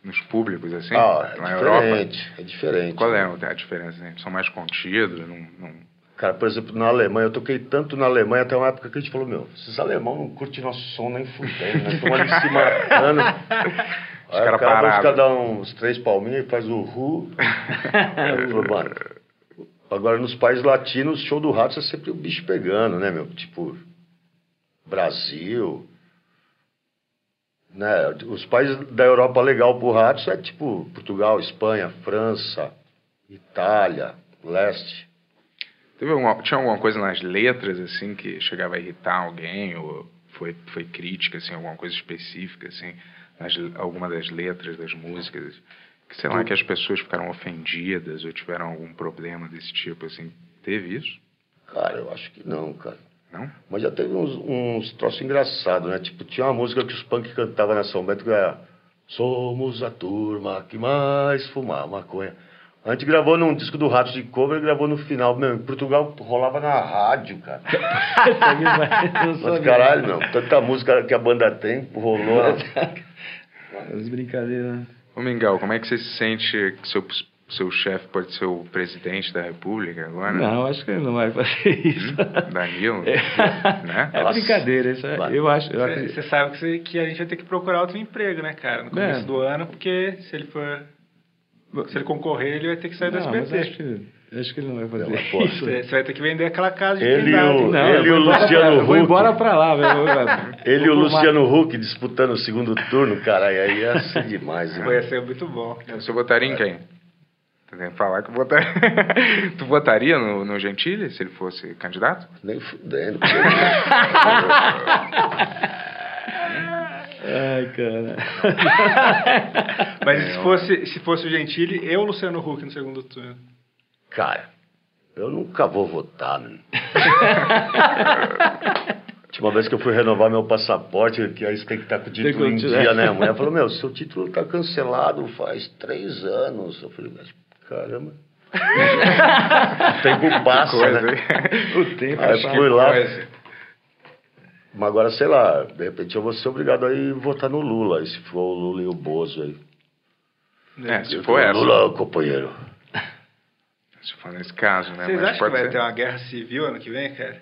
Speaker 1: Nos públicos, assim?
Speaker 4: ah, é
Speaker 1: na Europa?
Speaker 4: diferente, é diferente.
Speaker 1: Qual é a diferença? né? São mais contidos? Não, não...
Speaker 4: Cara, por exemplo, na Alemanha, eu toquei tanto na Alemanha até uma época que a gente falou, meu, esses alemão não curtem nosso som nem fudendo, né? Estão ali se matando. né? Aí
Speaker 1: cara
Speaker 4: o cara vai
Speaker 1: parado.
Speaker 4: ficar dar um uns três palminhas e faz o ru. Eu falei, mano, agora nos países latinos, show do rato é sempre o bicho pegando, né, meu? Tipo, Brasil. Né? Os países da Europa legal pro rato é tipo Portugal, Espanha, França, Itália, Leste.
Speaker 1: Teve alguma, tinha alguma coisa nas letras, assim, que chegava a irritar alguém? Ou foi, foi crítica, assim, alguma coisa específica, assim? Nas, alguma das letras, das músicas? Que, sei lá, que as pessoas ficaram ofendidas ou tiveram algum problema desse tipo, assim? Teve isso?
Speaker 4: Cara, eu acho que não, cara.
Speaker 1: Não?
Speaker 4: Mas já teve uns, uns troços engraçados, né? Tipo, tinha uma música que os punk cantavam na São Bento que era Somos a turma que mais fumar maconha. A gente gravou num disco do Ratos de Cover e gravou no final. Meu, em Portugal rolava na rádio, cara. Mas caralho, meu, tanta música que a banda tem, rolou. na-
Speaker 2: As brincadeiras. né?
Speaker 1: Ô, Mingau, como é que você se sente que seu, seu chefe pode ser o presidente da república agora?
Speaker 2: Não, acho que ele não vai
Speaker 3: Hum,
Speaker 2: fazer isso.
Speaker 1: Danilo? né?
Speaker 2: É brincadeira, isso é- eu acho. Eu acredito.
Speaker 3: Você sabe que, cê- que a gente vai ter que procurar outro emprego, né, cara? No começo
Speaker 2: É.
Speaker 3: do ano, porque se ele for. Se ele concorrer, ele vai ter que sair é do
Speaker 2: Não, mas é
Speaker 3: SBT.
Speaker 2: acho que, acho que ele não vai fazer
Speaker 4: Não, mas, pô,
Speaker 2: isso.
Speaker 3: Você vai ter que vender aquela casa de
Speaker 4: Ele e
Speaker 3: quebrado,
Speaker 4: o-
Speaker 3: hein?
Speaker 2: Não, eu
Speaker 4: ele e o
Speaker 2: vou embora
Speaker 4: Luciano
Speaker 2: pra- eu Vou
Speaker 4: Huck.
Speaker 2: embora pra lá, velho.
Speaker 4: Ele e o
Speaker 2: Vou pro mar.
Speaker 4: Luciano Huck disputando o segundo turno, cara. E aí ia ser demais,
Speaker 3: Pô, ia
Speaker 4: né?
Speaker 3: ser muito bom.
Speaker 1: Você votaria em quem? Tu tem que falar que eu votaria. tu votaria no, no Gentili se ele fosse candidato?
Speaker 4: Nem fudendo.
Speaker 2: Ai, cara.
Speaker 3: Mas
Speaker 4: É,
Speaker 3: se fosse, se fosse o Gentili, eu, Luciano Huck no segundo turno.
Speaker 4: Cara, eu nunca vou votar, né? Última vez que eu fui renovar meu passaporte, que aí você tem que estar com o título
Speaker 2: que
Speaker 4: em
Speaker 2: tirar.
Speaker 4: dia, né? A mulher falou, meu, seu título tá cancelado faz três anos. Eu falei, mas caramba. o tempo passa,
Speaker 1: Coisa,
Speaker 4: né?
Speaker 1: hein?
Speaker 2: O tempo é
Speaker 4: Aí
Speaker 2: passa.
Speaker 4: fui lá,
Speaker 1: Coisa.
Speaker 4: mas agora, sei lá, de repente eu vou ser obrigado a ir votar no Lula, aí se for o Lula e o Bozo aí.
Speaker 3: Né?
Speaker 1: É, se for essa.
Speaker 4: Lula, companheiro.
Speaker 1: Se for nesse caso, né?
Speaker 3: Vocês
Speaker 1: Mas
Speaker 3: acham que
Speaker 1: pode
Speaker 3: vai
Speaker 1: ser.
Speaker 3: ter uma guerra civil ano que vem, cara?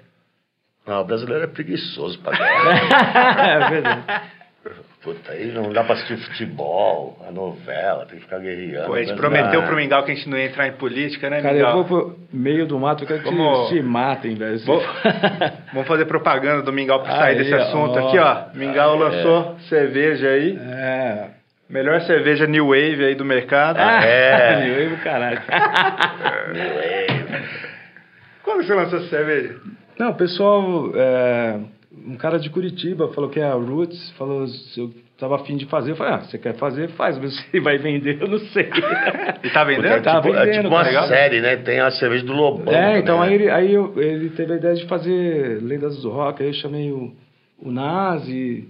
Speaker 4: Não, o brasileiro é preguiçoso pra caralho.
Speaker 2: É verdade.
Speaker 4: Puta, aí não dá pra assistir futebol, a novela, tem que ficar guerreando.
Speaker 3: Pô, a gente
Speaker 4: mas
Speaker 3: prometeu
Speaker 4: dá.
Speaker 3: pro Mingau que a gente não ia entrar em política, né,
Speaker 2: Cara, eu
Speaker 3: Mingau?
Speaker 2: vou pro meio do mato, eu quero que
Speaker 3: Vamos-
Speaker 2: eles se matem, velho. Se-
Speaker 3: Vou- Vamos fazer propaganda do Mingau pra sair
Speaker 2: Aí,
Speaker 3: desse assunto
Speaker 2: ó.
Speaker 3: aqui, ó. Mingau
Speaker 4: é.
Speaker 3: lançou cerveja aí.
Speaker 2: É.
Speaker 3: Melhor cerveja New Wave aí do mercado.
Speaker 2: Ah,
Speaker 4: É.
Speaker 2: Eu erro, caralho.
Speaker 3: Quando você lançou essa cerveja?
Speaker 2: Não, o pessoal, é, um cara de Curitiba falou que é a Roots, falou se eu tava afim de fazer. Eu falei, ah, você quer fazer, faz, mas se vai vender, eu não sei.
Speaker 3: E tá
Speaker 4: Puta, é,
Speaker 3: vendendo?
Speaker 2: Tá
Speaker 4: tipo, é
Speaker 2: vendendo,
Speaker 4: tipo uma
Speaker 2: tá ligado?
Speaker 4: série, né? Tem a cerveja do Lobão.
Speaker 2: é, então aí,
Speaker 4: também, né?
Speaker 2: ele, aí eu- ele teve a ideia de fazer Lendas do Rock, aí eu chamei o, o Nazi,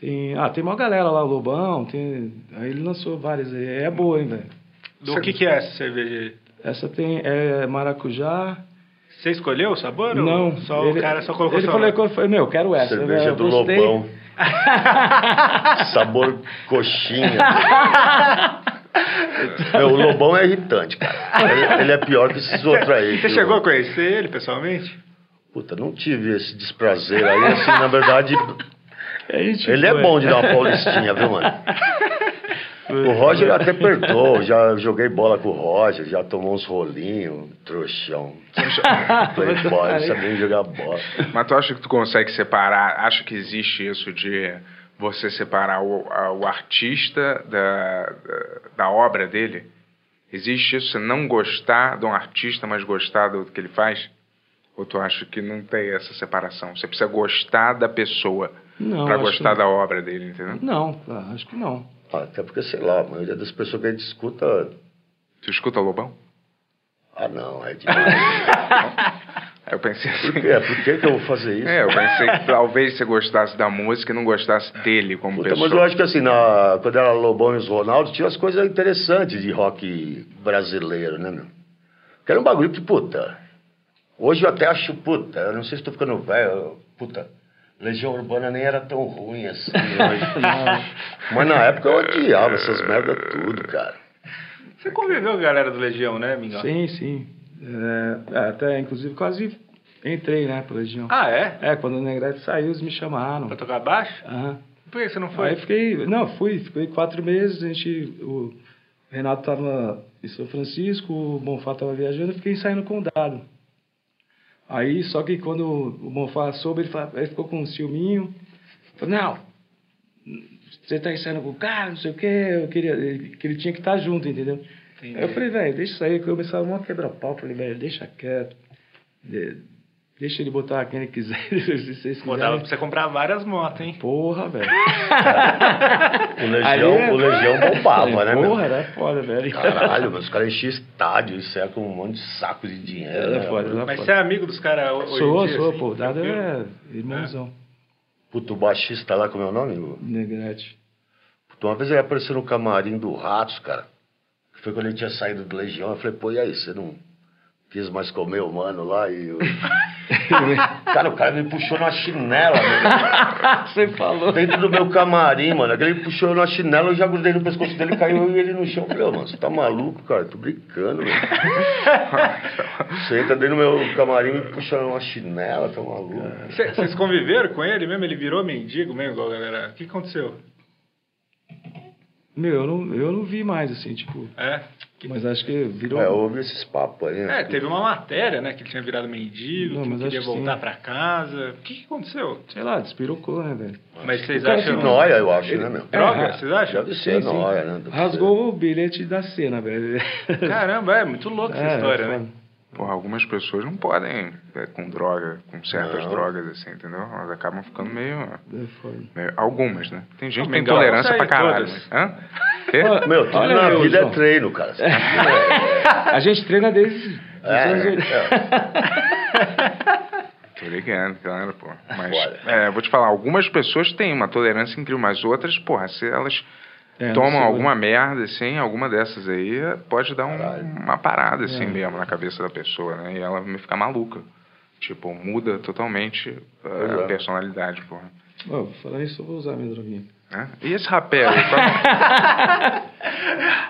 Speaker 2: tem, ah, tem uma galera lá, o Lobão, tem, aí ele lançou várias aí, é boa, hein, velho.
Speaker 3: Do que que é essa cerveja aí?
Speaker 2: Essa tem é, maracujá,
Speaker 3: Você escolheu o sabor? ou
Speaker 2: não,
Speaker 3: Só
Speaker 2: ele-
Speaker 3: o cara só colocou
Speaker 2: Ele
Speaker 3: só-
Speaker 2: falou, eu falei, meu, eu quero essa. né?
Speaker 4: Cerveja
Speaker 2: Eu
Speaker 4: do
Speaker 2: gostei.
Speaker 4: Lobão. Sabor coxinha. Meu, o Lobão é irritante, cara. Ele, ele é pior que esses outros aí.
Speaker 3: Você
Speaker 4: viu?
Speaker 3: chegou a conhecer ele pessoalmente?
Speaker 4: Puta, não tive esse desprazer aí. Assim, na verdade,
Speaker 2: A gente
Speaker 4: ele é
Speaker 2: foi. né?
Speaker 4: bom de dar uma paulistinha, viu, mano? O Roger até perdoou, já joguei bola com o Roger, já tomou uns rolinhos, trouxão. Playboy, não sabia jogar bola.
Speaker 1: Mas tu acha que tu consegue separar? Acha que existe isso de você separar o, a- o artista da, da, da obra dele? Existe isso, você não gostar de um artista, mas gostar do que ele faz? Ou tu acha que não tem essa separação? Você precisa gostar da pessoa
Speaker 2: Não,
Speaker 1: pra
Speaker 2: acho
Speaker 1: gostar
Speaker 2: que-
Speaker 1: da obra dele, entendeu?
Speaker 2: Não, ah, acho que não.
Speaker 4: Ah, Até porque, sei lá, a maioria das pessoas que a gente escuta,
Speaker 1: Tu escuta Lobão?
Speaker 4: ah não, é demais.
Speaker 1: Aí eu pensei assim.
Speaker 4: É, por que, que eu vou fazer isso?
Speaker 1: É, eu pensei que talvez você gostasse da música e não gostasse dele como
Speaker 4: Puta,
Speaker 1: pessoa.
Speaker 4: mas eu acho que assim, na, quando era Lobão e os Ronaldo, tinha as coisas interessantes de rock brasileiro, né, meu? Que era um bagulho que, puta. Hoje eu até acho puta. Eu não sei se tô ficando velho. Puta. Legião Urbana nem era tão ruim assim hoje. mas na época eu odiava essas merda tudo, cara.
Speaker 3: Você conviveu com a galera do Legião, né, Mingau?
Speaker 2: Sim, sim. É, é, até, inclusive, quase entrei, né, pro Legião.
Speaker 3: Ah, é?
Speaker 2: É, quando o Negrete saiu, eles me chamaram.
Speaker 3: Pra tocar baixo?
Speaker 2: Aham.
Speaker 3: Por que você não
Speaker 2: Aí
Speaker 3: foi?
Speaker 2: fiquei, não, fui, fiquei quatro meses, a gente, o Renato tava em São Francisco, o Bonfá tava viajando, eu fiquei saindo com o Dado. Aí, só que quando o Bonfá soube, ele, fala- ele ficou com um ciúminho, falou, não, você tá saindo com o cara, não sei o quê, eu queria, ele- que ele tinha que estar junto, entendeu? Aí eu falei, velho, deixa isso aí, que eu começava uma quebrar pau, falei, velho, deixa quieto, De- deixa ele botar quem ele quiser, se vocês
Speaker 3: Pô, dava pra
Speaker 2: quiserem.
Speaker 3: você comprar várias motos, hein?
Speaker 2: Porra, velho.
Speaker 4: O Legião,
Speaker 2: Aí-
Speaker 4: o Legião bombava,
Speaker 3: é
Speaker 4: né, meu?
Speaker 2: Porra, era foda, velho.
Speaker 4: Caralho, mas os caras enchiam estádio, isso é com um monte de sacos de dinheiro.
Speaker 2: Era
Speaker 4: né?
Speaker 2: foda, era
Speaker 3: Mas você
Speaker 2: foda.
Speaker 3: é amigo dos caras ho- hoje em
Speaker 2: Sou,
Speaker 3: dia?
Speaker 2: sou,
Speaker 3: assim?
Speaker 2: pô. Dado
Speaker 3: Tranquilo?
Speaker 2: é irmãozão.
Speaker 4: Puto baixista lá, como é o nome? O-
Speaker 2: Negrete.
Speaker 4: Puto, Então, uma vez ele apareceu no camarim do Ratos, cara. que Foi quando ele tinha saído do Legião. Eu falei, pô, e aí, você não quis mais comer o mano lá? E eu... cara, o cara me puxou na chinela, mano.
Speaker 2: Você falou.
Speaker 4: Dentro do meu camarim, mano. Aquele me puxou na chinela, eu já grudei no pescoço dele, caiu eu e ele no chão. Eu falei, ô, mano, você tá maluco, cara? Tô brincando, velho. Você entra dentro do meu camarim e me puxa uma chinela, tá maluco?
Speaker 3: Cê- Vocês conviveram com ele mesmo? Ele virou mendigo mesmo, igual a galera? O que aconteceu?
Speaker 2: Meu, eu não, eu não vi mais, assim, tipo.
Speaker 3: É?
Speaker 2: Mas acho que virou.
Speaker 4: É, houve esses papos aí, né?
Speaker 3: É, teve uma matéria, né? Que ele tinha virado mendigo,
Speaker 2: Não,
Speaker 3: que
Speaker 2: mas
Speaker 3: não queria
Speaker 2: acho que
Speaker 3: voltar
Speaker 2: sim.
Speaker 3: pra casa. O que, que aconteceu?
Speaker 2: Sei lá, despirocou, né, velho?
Speaker 3: Mas vocês
Speaker 4: Cara, que
Speaker 3: acham...
Speaker 4: nóia, eu acho, né, meu?
Speaker 3: Droga,
Speaker 2: É,
Speaker 3: vocês acham?
Speaker 4: Deve ser
Speaker 2: Sim, sim.
Speaker 4: nóia, né? Deve
Speaker 2: Rasgou o bilhete da cena, velho.
Speaker 3: Caramba, é muito louco essa história,
Speaker 2: é,
Speaker 3: né?
Speaker 2: foda.
Speaker 1: Porra, algumas pessoas não podem é, com droga, com certas
Speaker 4: Não.
Speaker 1: drogas, assim, entendeu? Elas acabam ficando meio.
Speaker 2: É foda.
Speaker 1: meio- algumas, né? Tem gente
Speaker 3: Não,
Speaker 1: que tem
Speaker 3: Mengão,
Speaker 1: tolerância
Speaker 3: isso
Speaker 1: pra
Speaker 3: aí,
Speaker 1: caralho.
Speaker 3: todas.
Speaker 1: Mas, hã? Quê?
Speaker 4: ser. Meu, tudo
Speaker 2: Olha,
Speaker 4: na
Speaker 2: meu,
Speaker 4: vida
Speaker 2: João.
Speaker 4: é treino, cara. Você
Speaker 2: A gente treina desde. desde os anos
Speaker 4: É, é.
Speaker 1: Tô ligando, claro, pô. Mas,
Speaker 4: Foda.
Speaker 1: é, vou te falar, algumas pessoas têm uma tolerância incrível, mas outras, porra, se elas
Speaker 2: É, não
Speaker 1: tomam
Speaker 2: sei,
Speaker 1: alguma merda, assim, alguma dessas aí, pode dar um- uma parada, assim, mesmo, na cabeça da pessoa, né? E ela me fica maluca. Tipo, muda totalmente uh,
Speaker 4: Pois é.
Speaker 1: a personalidade, porra.
Speaker 2: Ó, falando isso, eu vou usar minha droguinha.
Speaker 1: Né? E esse rapé aí? Qual-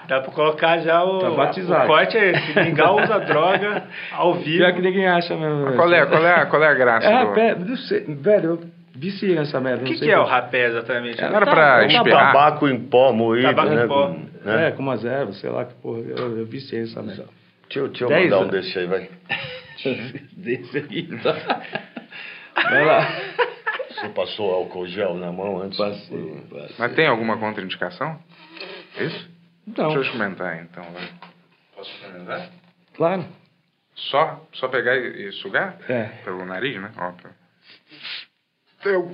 Speaker 3: Dá pra colocar já o,
Speaker 2: Tá batizado.
Speaker 3: o corte é esse. Mingau usa droga ao vivo.
Speaker 2: Pior que ninguém acha
Speaker 3: Ah,
Speaker 2: mesmo. velho.
Speaker 1: qual, é, qual, é, qual é a graça?
Speaker 2: É,
Speaker 1: do...
Speaker 2: pé, não sei. Velho, eu viciei nessa merda.
Speaker 3: O
Speaker 2: não
Speaker 3: que,
Speaker 2: sei
Speaker 3: que é o
Speaker 2: por-
Speaker 3: rapé exatamente?
Speaker 1: Não era
Speaker 7: tá,
Speaker 1: pra
Speaker 4: Um
Speaker 1: esperar? Ah,
Speaker 4: tabaco em pó moído,
Speaker 3: Tabaco em
Speaker 4: né?
Speaker 3: pó.
Speaker 4: com- né?
Speaker 2: É, com umas ervas, sei lá que porra. Eu, eu viciei essa merda.
Speaker 4: Deixa, eu- deixa eu
Speaker 2: Dez,
Speaker 4: mandar um
Speaker 2: né?
Speaker 4: desse aí, vai.
Speaker 2: Desse aí, tá? Vai lá.
Speaker 4: Você passou álcool gel na mão antes? Hum.
Speaker 2: Passei,
Speaker 1: Mas tem alguma contraindicação? Isso?
Speaker 2: Então,
Speaker 1: Deixa eu experimentar, então. vai. Posso experimentar?
Speaker 2: claro.
Speaker 1: Só, só pegar e, e sugar?
Speaker 2: É.
Speaker 1: Pelo nariz, né? Óbvio. Deu.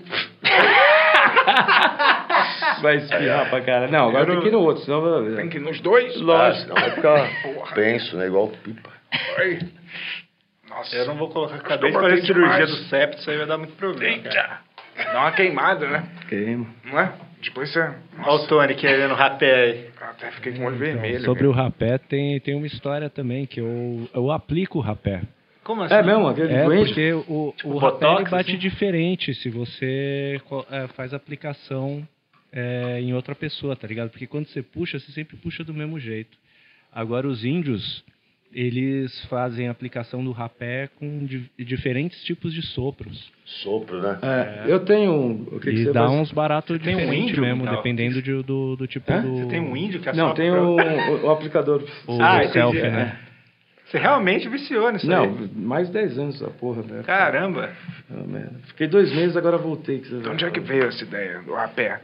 Speaker 2: Vai espirrar pra cara. Não, agora tem que ir no outro, senão... vai-
Speaker 1: Tem que ir nos dois?
Speaker 4: Ah, senão vai ficar penso, né? Igual pipa.
Speaker 1: Ai. Nossa.
Speaker 3: Eu não vou colocar. Acabei de
Speaker 1: Estou
Speaker 3: fazer
Speaker 1: batendo
Speaker 3: cirurgia
Speaker 1: demais.
Speaker 3: do septo, isso aí vai dar muito problema. Cara.
Speaker 1: Dá uma queimada, né?
Speaker 2: Queima.
Speaker 1: Não é? Depois você.
Speaker 3: Olha o Tony querendo rapé aí.
Speaker 1: Até fiquei com o olho vermelho.
Speaker 7: Então, Sobre o rapé, tem, tem uma história também que eu, eu aplico o rapé.
Speaker 3: Como assim?
Speaker 2: É mesmo, aquele
Speaker 7: É,
Speaker 2: doente?
Speaker 7: porque o,
Speaker 2: Tipo
Speaker 7: o rapé
Speaker 3: botox,
Speaker 7: ele bate
Speaker 3: assim?
Speaker 7: diferente se você co- é, faz aplicação é, em outra pessoa, tá ligado? Porque quando você puxa, você sempre puxa do mesmo jeito. Agora, os índios, eles fazem a aplicação do rapé com di- diferentes tipos de sopros.
Speaker 4: Sopro, né?
Speaker 2: É, eu tenho... um- O que, que
Speaker 7: e
Speaker 2: você
Speaker 7: dá
Speaker 2: faz?
Speaker 7: uns baratos
Speaker 3: tem um
Speaker 7: diferentes
Speaker 3: índio,
Speaker 7: mesmo,
Speaker 3: Mingau?
Speaker 7: dependendo de- do, do tipo
Speaker 2: Hã?
Speaker 7: do...
Speaker 3: Você tem um índio que
Speaker 2: Não,
Speaker 3: assopra?
Speaker 2: tem o, o, o aplicador.
Speaker 7: o
Speaker 3: Ah,
Speaker 7: do selfie,
Speaker 3: entendi,
Speaker 7: né?
Speaker 3: Você realmente viciou nisso
Speaker 2: Não,
Speaker 3: aí.
Speaker 2: mais 10 anos essa porra, velho.
Speaker 3: Caramba.
Speaker 2: Ah, merda. Fiquei dois meses, agora voltei. que você
Speaker 1: De onde é que veio essa ideia do rapé?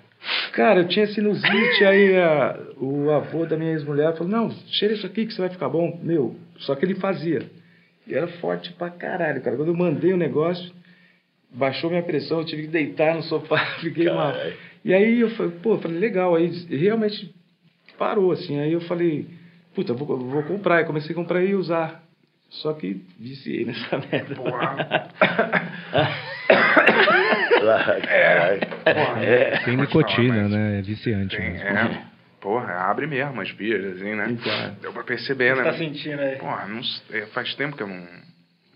Speaker 2: Cara, eu tinha sinusite, aí a- o avô da minha ex-mulher falou, não, cheira isso aqui que você vai ficar bom. Meu, só que ele fazia. E era forte pra caralho, cara. Quando eu mandei o negócio, baixou minha pressão, eu tive que deitar no sofá, fiquei mal.
Speaker 4: Caralho.
Speaker 2: E aí eu falei, pô, eu falei, legal. Aí realmente parou, assim. Aí eu falei, puta, eu vou, eu vou comprar. Aí comecei a comprar e usar. Só que viciei nessa merda.
Speaker 4: É.
Speaker 7: Tem
Speaker 1: Pode falar,
Speaker 7: nicotina,
Speaker 1: mas-
Speaker 7: né? É viciante.
Speaker 1: Tem,
Speaker 7: mesmo.
Speaker 1: é. Porra, abre mesmo as bias, assim, né?
Speaker 2: Então.
Speaker 1: Deu pra perceber,
Speaker 3: Você tá
Speaker 1: né?
Speaker 3: sentindo aí?
Speaker 1: Porra, não, s- é, faz tempo que eu não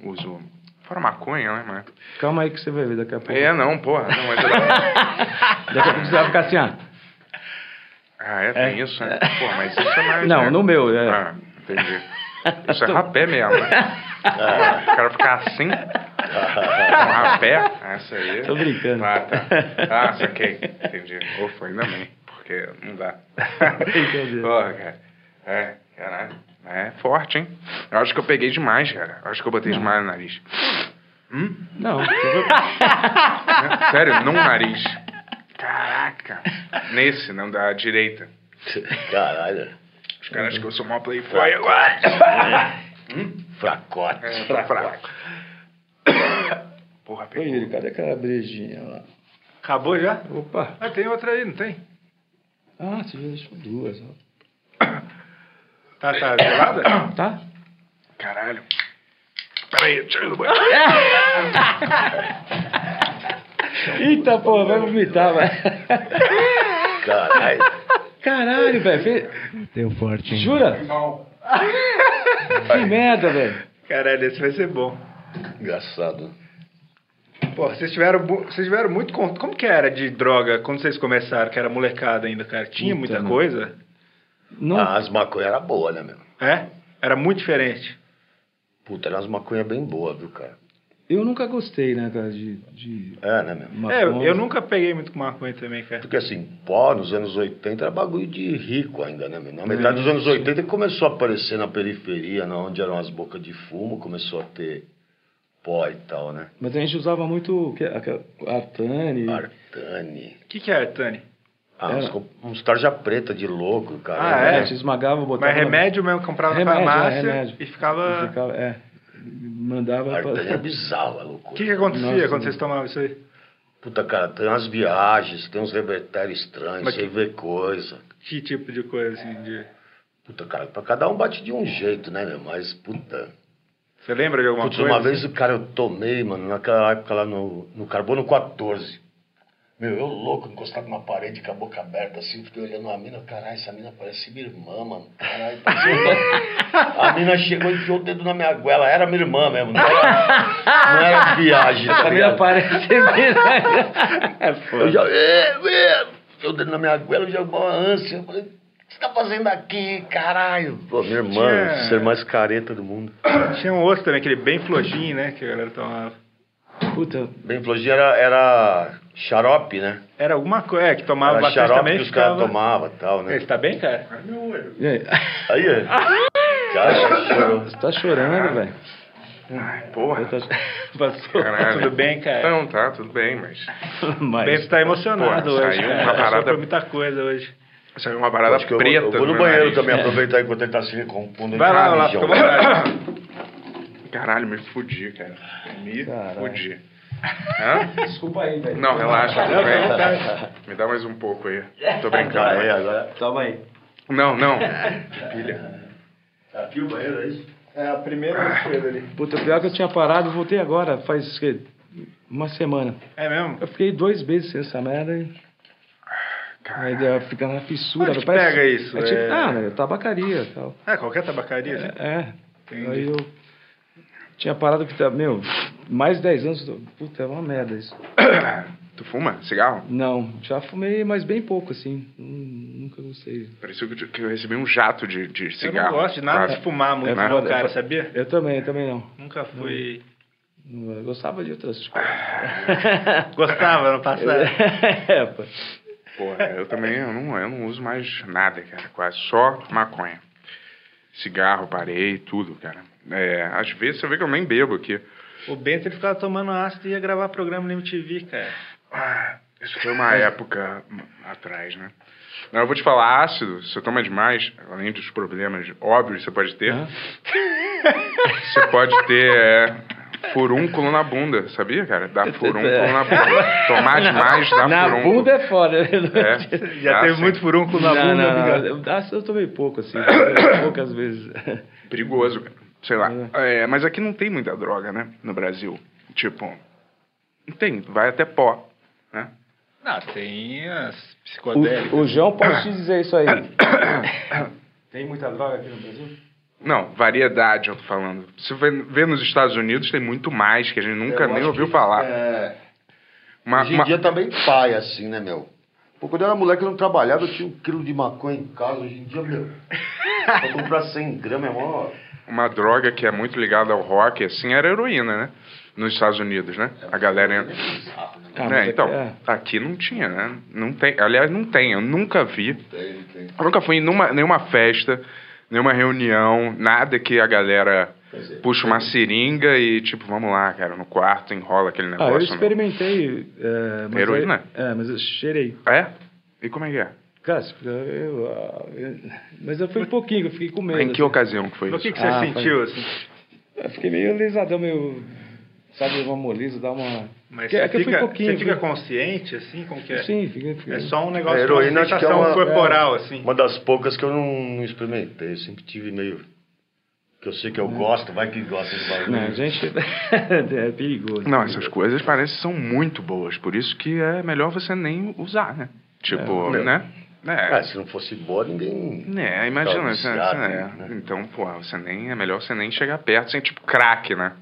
Speaker 1: uso. Fora maconha, né, mas.
Speaker 2: Calma aí que você vai ver daqui a pouco.
Speaker 1: É, não, porra. Não, mas eu...
Speaker 2: Daqui a pouco você vai ficar assim, ah.
Speaker 1: Ah, é, tem isso, né? Porra, mas isso é mais.
Speaker 2: Não,
Speaker 1: né?
Speaker 2: no meu, é.
Speaker 1: Ah, entendi. Isso é rapé mesmo, né? O cara ficar assim, com rapé. Ah, Essa aí.
Speaker 2: Tô brincando.
Speaker 1: Ah, tá. Ah, saquei. Entendi. Ufa, ainda bem, porque não dá.
Speaker 2: Brincadeira.
Speaker 1: Porra, cara. É, caralho. É forte, hein? Eu acho que eu peguei demais, cara. Eu acho que eu botei demais no nariz. Hum?
Speaker 2: Não.
Speaker 1: Né? Sério, num nariz. Caraca. Nesse, não, da direita.
Speaker 4: Caralho.
Speaker 1: Os caras acham que eu sou mó playboy agora.
Speaker 4: Fracote.
Speaker 1: É, fraco. Porra,
Speaker 2: Ô,
Speaker 1: pegou.
Speaker 2: Yuri, cadê aquela brejinha lá?
Speaker 3: Acabou já?
Speaker 2: Opa.
Speaker 3: Ah, tem outra aí, não tem?
Speaker 2: Ah, você já deixou duas. ó.
Speaker 3: Tá, tá, gelada?
Speaker 2: Tá?
Speaker 1: Caralho. Peraí, deixa eu ir no banheiro.
Speaker 2: Eita, pô, vai vomitar, vai.
Speaker 4: Caralho.
Speaker 2: Caralho, velho. fe-
Speaker 7: Deu forte, hein?
Speaker 2: Jura? Que merda, velho.
Speaker 3: Caralho, esse vai ser bom.
Speaker 4: Engraçado.
Speaker 3: Pô, vocês tiveram, bu- vocês tiveram muito contato. Como que era de droga quando vocês começaram, que era molecada ainda, cara? Tinha muita
Speaker 2: Então.
Speaker 3: coisa?
Speaker 2: Não.
Speaker 4: Ah, as maconhas eram boas, né, meu?
Speaker 3: É? Era muito diferente.
Speaker 4: Puta, eram as maconhas bem boas, viu, cara?
Speaker 2: Eu nunca gostei, né, cara, de, de
Speaker 4: É, né, meu?
Speaker 2: maconha.
Speaker 3: É, eu, eu nunca peguei muito com maconha também, cara.
Speaker 4: Porque assim, pó nos anos 80 era bagulho de rico ainda, né? meu? Na metade dos anos 80 que começou a aparecer na periferia, na onde eram as bocas de fumo, começou a ter pó e tal, né?
Speaker 2: Mas a gente usava muito o que- aquela- artane.
Speaker 4: Artane.
Speaker 3: O que, que é Artani?
Speaker 4: Ah,
Speaker 2: É.
Speaker 4: uns, com- uns tarja preta de louco, cara.
Speaker 3: Ah,
Speaker 2: A
Speaker 3: é?
Speaker 2: gente esmagava, botava...
Speaker 3: Mas remédio mesmo, comprava na
Speaker 2: Remédio, é,
Speaker 3: farmácia
Speaker 2: remédio.
Speaker 3: e ficava.
Speaker 4: Uhum.
Speaker 2: E ficava- é. Mandava... pra-
Speaker 4: Artane é bizarro, é
Speaker 3: O
Speaker 4: loucura.
Speaker 3: que, que acontecia
Speaker 2: Nossa,
Speaker 3: quando vocês tomavam isso aí?
Speaker 4: Puta, cara, tem umas viagens, tem uns revertério estranhos,
Speaker 3: Mas
Speaker 4: você vê coisa.
Speaker 3: Que tipo de coisa assim? De...
Speaker 4: Puta, cara, pra cada um bate de um jeito, né, meu? Mas, puta...
Speaker 3: Você lembra de alguma
Speaker 4: Putz,
Speaker 3: coisa?
Speaker 4: uma vez o cara eu tomei, mano, naquela época lá no, no Carbono 14. Meu, eu louco, encostado na parede com a boca aberta, assim, fiquei olhando a mina, caralho, essa mina parece minha irmã, mano. Caralho, parece minha irmã. A mina chegou e enfiou o dedo na minha goela, era minha irmã mesmo, não era, não era viagem. Tá
Speaker 2: A minha
Speaker 4: ligado?
Speaker 2: parece mesmo. É
Speaker 4: eu
Speaker 2: foda.
Speaker 4: já, é, é, enfiou o dedo na minha goela, eu já uma ânsia. Eu falei, o que você tá fazendo aqui, caralho? Pô, minha irmã,
Speaker 3: Tinha-
Speaker 4: ser mais careta do mundo.
Speaker 3: Tinha um outro também, aquele bem flojinho, né? Que a galera tomava.
Speaker 2: Puta,
Speaker 4: Bem, Flogia era, era xarope, né?
Speaker 3: Era alguma coisa, é, que tomava
Speaker 4: Era
Speaker 3: bastante
Speaker 4: xarope
Speaker 3: também.
Speaker 4: que os caras
Speaker 3: ficava...
Speaker 4: tomavam e tal,
Speaker 3: Ele
Speaker 4: né?
Speaker 3: tá bem, cara?
Speaker 2: e aí?
Speaker 4: Aí, é. cara, chorou.
Speaker 2: Você tá chorando, velho.
Speaker 1: Ai, porra.
Speaker 2: Tá- Passou.
Speaker 1: Caralho.
Speaker 3: Tudo bem,
Speaker 4: um
Speaker 3: cara?
Speaker 1: Não, tá, tudo bem, mas.
Speaker 3: O Bento
Speaker 2: Mas...
Speaker 3: tá emocionado
Speaker 1: Porra,
Speaker 3: hoje.
Speaker 1: saiu
Speaker 3: cara.
Speaker 1: uma
Speaker 3: Passou
Speaker 1: parada-
Speaker 3: por muita coisa hoje.
Speaker 1: Isso é uma parada
Speaker 4: Acho que eu vou,
Speaker 1: preta. né?
Speaker 4: eu vou no
Speaker 1: meu
Speaker 4: banheiro
Speaker 1: nariz.
Speaker 4: também, aproveitar enquanto ele né? tá se recompondo.
Speaker 3: né? Vai lá, vai lá,
Speaker 4: João.
Speaker 3: fica à vontade.
Speaker 1: Caralho, me fudi, cara. Me
Speaker 2: Caralho.
Speaker 1: fudi. Hã?
Speaker 2: Desculpa aí, velho. tá.
Speaker 1: Não, relaxa, tudo bem. Me dá mais um pouco aí. Tô
Speaker 4: Ah,
Speaker 1: brincando.
Speaker 4: é, agora.
Speaker 2: Toma aí.
Speaker 1: Não, não.
Speaker 4: Aqui o banheiro, é isso?
Speaker 3: É a primeira coisa ali.
Speaker 2: Puta, pior que eu tinha parado, voltei agora, faz que, uma semana.
Speaker 3: É mesmo?
Speaker 2: Eu fiquei dois meses sem essa merda e. Aí deu- fica na fissura.
Speaker 3: Onde que
Speaker 2: parece-
Speaker 3: pega isso?
Speaker 2: É tipo,
Speaker 3: É-
Speaker 2: ah, né, tabacaria e tal.
Speaker 3: É, qualquer tabacaria. né?
Speaker 2: É.
Speaker 3: Entendi.
Speaker 2: Aí eu tinha parado que tá, meu, mais de 10 anos. tô- Puta, é uma merda isso.
Speaker 1: Tu fuma cigarro?
Speaker 2: Não, já fumei, mas bem pouco, assim. Hum, Nunca gostei.
Speaker 1: Pareceu que eu, que eu recebi um jato de, de
Speaker 3: Eu
Speaker 1: cigarro.
Speaker 3: não gosto de nada de fumar muito,
Speaker 2: É
Speaker 3: não,
Speaker 2: foda, é
Speaker 3: cara,
Speaker 2: foda.
Speaker 3: sabia?
Speaker 2: Eu também, eu também não.
Speaker 3: Nunca fui.
Speaker 2: Eu gostava de outras coisas.
Speaker 3: Gostava no passado.
Speaker 2: é, pô.
Speaker 1: Porra, eu também eu não, eu não uso mais nada, cara, quase. Só maconha. Cigarro, parei, tudo, cara. É, às vezes você vê que eu nem bebo aqui.
Speaker 3: Hum. O Bento ele ficava tomando ácido e ia gravar programa na MTV, cara.
Speaker 1: Ah, Isso foi uma
Speaker 3: É.
Speaker 1: época atrás, né? Não, eu vou te falar, ácido, se você toma demais, além dos problemas óbvios que você pode ter,
Speaker 2: Hã?
Speaker 1: você pode ter é, furúnculo na bunda, sabia, cara? Dá furúnculo
Speaker 3: É.
Speaker 1: na bunda. Tomar demais dá
Speaker 2: Na
Speaker 1: furúnculo.
Speaker 2: bunda é foda. né?
Speaker 1: É,
Speaker 3: Já
Speaker 1: dá,
Speaker 3: teve
Speaker 1: sim.
Speaker 3: muito furúnculo na
Speaker 2: não,
Speaker 3: bunda, né?
Speaker 2: não, não.
Speaker 3: obrigado.
Speaker 2: Eu, acho que eu tomei pouco, assim. poucas vezes.
Speaker 1: Perigoso, cara. sei lá. É, mas aqui não tem muita droga, né? No Brasil. Tipo, não tem, vai até pó, né?
Speaker 3: Não, Ah, tem as
Speaker 2: O,
Speaker 3: psicodélicas.
Speaker 2: o João pode te dizer isso aí. Tem muita droga aqui no Brasil?
Speaker 1: Não, variedade, eu tô falando. Se vê, vê nos Estados Unidos, tem muito mais que a gente nunca
Speaker 4: Eu
Speaker 1: nem
Speaker 4: acho
Speaker 1: ouviu
Speaker 4: que,
Speaker 1: falar.
Speaker 4: É,
Speaker 1: Uma-
Speaker 4: hoje em
Speaker 1: uma-
Speaker 4: dia tá bem pai, assim, né, meu? Pô, quando eu era moleque, eu não trabalhava, eu tinha um quilo de maconha em casa. Hoje em dia, meu, pra comprar 100 gramas é mó...
Speaker 1: uma droga que é muito ligada ao rock, assim, era a heroína, né? Nos Estados Unidos, né? A galera.
Speaker 2: Ah,
Speaker 1: É,
Speaker 2: mas
Speaker 1: então,
Speaker 2: é-
Speaker 1: aqui não tinha, né? Não tem, aliás, não tem, eu nunca vi.
Speaker 4: Tem, tem.
Speaker 1: Eu nunca fui em numa- nenhuma festa, nenhuma reunião, nada que a galera
Speaker 4: Pois é.
Speaker 1: puxa uma seringa e, tipo, vamos lá, cara, no quarto, enrola aquele
Speaker 2: Ah, eu
Speaker 1: negócio. né?
Speaker 2: experimentei. É, mas
Speaker 1: Heroína?
Speaker 2: eu- é, mas eu cheirei.
Speaker 1: É? E como é que é?
Speaker 2: Cara, eu, eu- eu- mas eu fui um pouquinho, que eu fiquei com medo.
Speaker 1: Em que
Speaker 2: assim.
Speaker 1: ocasião que foi
Speaker 3: Mas o que,
Speaker 1: isso?
Speaker 3: que você
Speaker 2: Ah,
Speaker 3: sentiu, assim?
Speaker 2: eu fiquei meio lisadão, meio. Sabe, uma moleza, dá uma.
Speaker 3: Mas
Speaker 2: Que-
Speaker 3: você,
Speaker 2: é que eu fui
Speaker 3: fica,
Speaker 2: pouquinho,
Speaker 3: você fica
Speaker 2: fui-
Speaker 3: consciente, assim, como que é?
Speaker 2: Sim, fiquei. fiquei-
Speaker 3: É só um negócio,
Speaker 4: A heroína,
Speaker 3: uma
Speaker 4: acho que é
Speaker 3: sensação
Speaker 4: uma-
Speaker 3: corporal, assim.
Speaker 4: Uma das poucas que eu não, não experimentei. Eu sempre tive meio... Que eu sei que eu gosto, vai que gosta de barulho.
Speaker 2: É. Não, gente. é perigoso.
Speaker 1: Não, essas coisas parecem que são muito boas, por isso que é melhor você nem usar, né? Tipo,
Speaker 4: É.
Speaker 1: né?
Speaker 4: Ah, se não fosse boa, ninguém...
Speaker 1: É, imagina,
Speaker 4: Tá
Speaker 1: você,
Speaker 4: viciado,
Speaker 1: você-
Speaker 4: né?
Speaker 1: é. Então, pô, você nem, é melhor você nem chegar perto, sem tipo crack, né?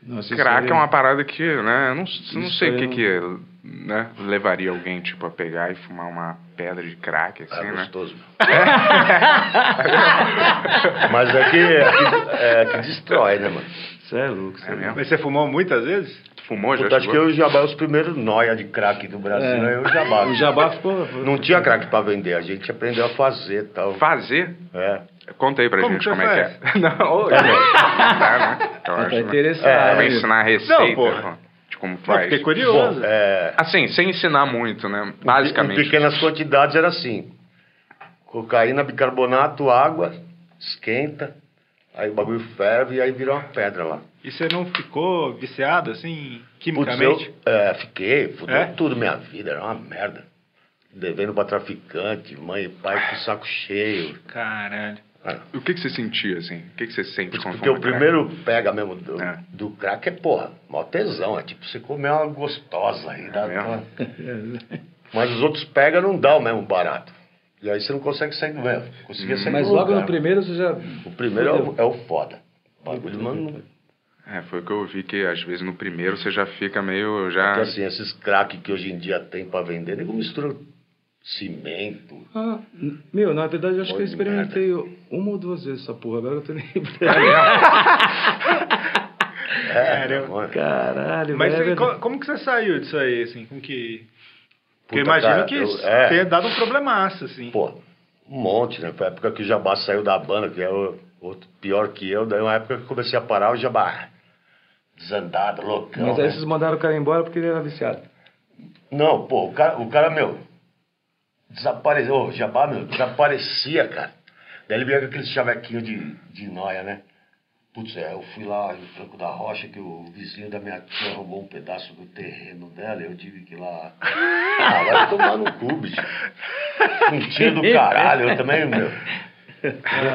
Speaker 2: Nossa, isso
Speaker 1: Crack
Speaker 2: aí-
Speaker 1: é uma parada que, né, eu não, eu não
Speaker 2: Isso
Speaker 1: sei o
Speaker 2: aí
Speaker 1: que
Speaker 2: eu-
Speaker 1: que, né, levaria alguém, tipo, a pegar e fumar uma pedra de crack, assim,
Speaker 4: É
Speaker 1: né?
Speaker 4: gostoso. Mas é que, é que, é que destrói, né, mano?
Speaker 2: Isso é louco. isso
Speaker 1: É mesmo?
Speaker 3: Mas você fumou muitas vezes?
Speaker 1: Fumou já?
Speaker 4: Puta, acho que
Speaker 1: chegou?
Speaker 4: eu e o Jabá é os primeiros nóia de crack do Brasil,
Speaker 2: É.
Speaker 4: é. eu e o Jabá.
Speaker 2: O jabá ficou.
Speaker 4: Não tinha crack pra vender, a gente aprendeu a fazer e tal.
Speaker 1: Fazer?
Speaker 4: É.
Speaker 1: Conta aí pra
Speaker 3: Como
Speaker 1: gente
Speaker 3: que você
Speaker 1: como é que é. Não, ô, gente, tá, né? Eu
Speaker 2: Tá
Speaker 1: acho, né?
Speaker 4: É,
Speaker 2: interessado.
Speaker 1: Vai
Speaker 2: hein?
Speaker 1: ensinar a receita
Speaker 3: Não, porra.
Speaker 1: pô, de como
Speaker 3: Eu
Speaker 1: faz.
Speaker 3: fiquei curioso.
Speaker 4: Bom, é,
Speaker 1: Assim, sem ensinar muito, né?
Speaker 4: um em
Speaker 1: Basicamente.
Speaker 4: pequenas quantidades era assim: cocaína, bicarbonato, água, esquenta, aí o bagulho ferve e aí virou uma pedra lá.
Speaker 3: E você não ficou viciado, assim,
Speaker 4: Putz,
Speaker 3: quimicamente?
Speaker 4: eu é, fiquei, fudeu
Speaker 3: É?
Speaker 4: tudo minha vida, era uma merda. Devendo pra traficante, mãe e pai com o saco cheio.
Speaker 3: Caralho.
Speaker 1: O que, que você sentia, assim? O que, que você sente
Speaker 4: Putz,
Speaker 1: quando
Speaker 4: Porque o
Speaker 1: fuma crack?
Speaker 4: primeiro pega mesmo do,
Speaker 1: É.
Speaker 4: do crack é, porra, mó tesão. É tipo você comer uma gostosa aí. dá-
Speaker 1: É mesmo?
Speaker 4: Mas os outros pega não dá o mesmo barato. E aí você não consegue sair do mesmo. Conseguia
Speaker 1: Hum.
Speaker 4: sair
Speaker 2: Mas
Speaker 4: do
Speaker 2: logo
Speaker 4: lugar.
Speaker 2: no primeiro você já.
Speaker 4: O primeiro é o, é o foda. O bagulho, mano.
Speaker 1: É, foi o que eu ouvi que às vezes no primeiro você já fica meio já.
Speaker 4: Porque assim, esses crack que hoje em dia tem pra vender, nego mistura cimento.
Speaker 2: Ah, meu, na verdade eu acho que eu
Speaker 4: Foi
Speaker 2: experimentei uma ou duas vezes essa porra, agora eu tô nem.
Speaker 4: É, mano.
Speaker 2: Caralho,
Speaker 3: Mas
Speaker 2: velho,
Speaker 3: você-
Speaker 2: é
Speaker 3: co-
Speaker 2: verdade.
Speaker 3: como, que você saiu disso aí, assim, com que... Porque
Speaker 4: Puta,
Speaker 3: eu imagino
Speaker 4: cara,
Speaker 3: que
Speaker 4: eu- é.
Speaker 3: tenha dado um problemaço, assim.
Speaker 4: Pô, um monte, né? Foi a época que o Jabá saiu da banda, que é o, outro pior que eu. Daí uma época que eu comecei a parar, o Jabá ah, desandado, loucão.
Speaker 2: Mas aí
Speaker 4: né?
Speaker 2: vocês mandaram o cara embora porque ele era viciado.
Speaker 4: Não, pô, o cara, o cara meu, desapareceu, o Jabá, meu, desaparecia, cara. Daí ele veio com aquele chavequinho de, de noia, né? Putz, é, eu fui lá em Franco da Rocha, que o vizinho da minha tia roubou um pedaço do terreno dela, e eu tive que ir lá. Ah, vai tomar no cu, bicho. Um tiro do caralho, eu também, meu. Eu,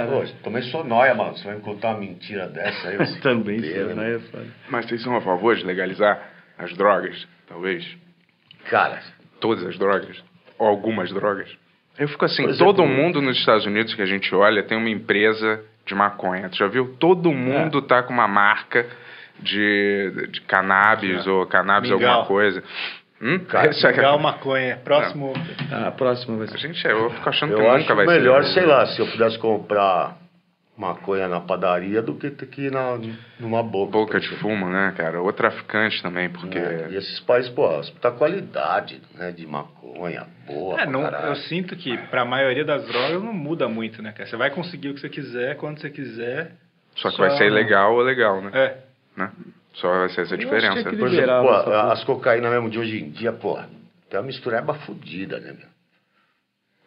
Speaker 4: Pô, também sou noia, mano. Você vai me contar uma mentira dessa aí? eu- Pera,
Speaker 2: sim,
Speaker 4: né?
Speaker 2: né? É foda.
Speaker 1: Mas vocês são a favor de legalizar as drogas, talvez?
Speaker 4: Cara,
Speaker 1: Todas as drogas? Ou algumas drogas? Eu fico assim,
Speaker 4: Por
Speaker 1: todo
Speaker 4: exemplo-
Speaker 1: mundo nos Estados Unidos que a gente olha tem uma empresa de maconha. Tu já viu? Todo mundo
Speaker 4: É.
Speaker 1: tá com uma marca de, de
Speaker 4: É.
Speaker 1: cannabis ou cannabis
Speaker 3: Mingau.
Speaker 1: alguma coisa. Hum? Isso aí é-
Speaker 3: Legal, maconha. Próximo...
Speaker 2: Ah, a próxima vai
Speaker 1: A
Speaker 2: ser.
Speaker 1: gente é, eu fico achando que
Speaker 4: Eu
Speaker 1: nunca
Speaker 4: acho
Speaker 1: vai
Speaker 4: melhor,
Speaker 1: ser. um
Speaker 4: sei lá, se eu pudesse comprar maconha na padaria do que ter que ir na, numa boca.
Speaker 1: Boca de é. fumo, né, cara? Ou traficante também, porque.
Speaker 4: Né? E esses países, pô, tá qualidade né, de maconha boa.
Speaker 3: É,
Speaker 4: pra
Speaker 3: não,
Speaker 4: caralho.
Speaker 3: eu sinto que pra maioria das drogas não muda muito, né, cara? Você vai conseguir o que você quiser, quando você quiser.
Speaker 1: Só que vai ser legal ou legal, né?
Speaker 3: É.
Speaker 1: né? Só vai ser essa
Speaker 2: Eu acho que
Speaker 1: diferença.
Speaker 2: aquele-
Speaker 4: Por exemplo,
Speaker 2: liberava
Speaker 4: pô,
Speaker 2: essa porra.
Speaker 4: as cocaína mesmo de hoje em dia, pô, tem uma mistureba fudida, né, meu?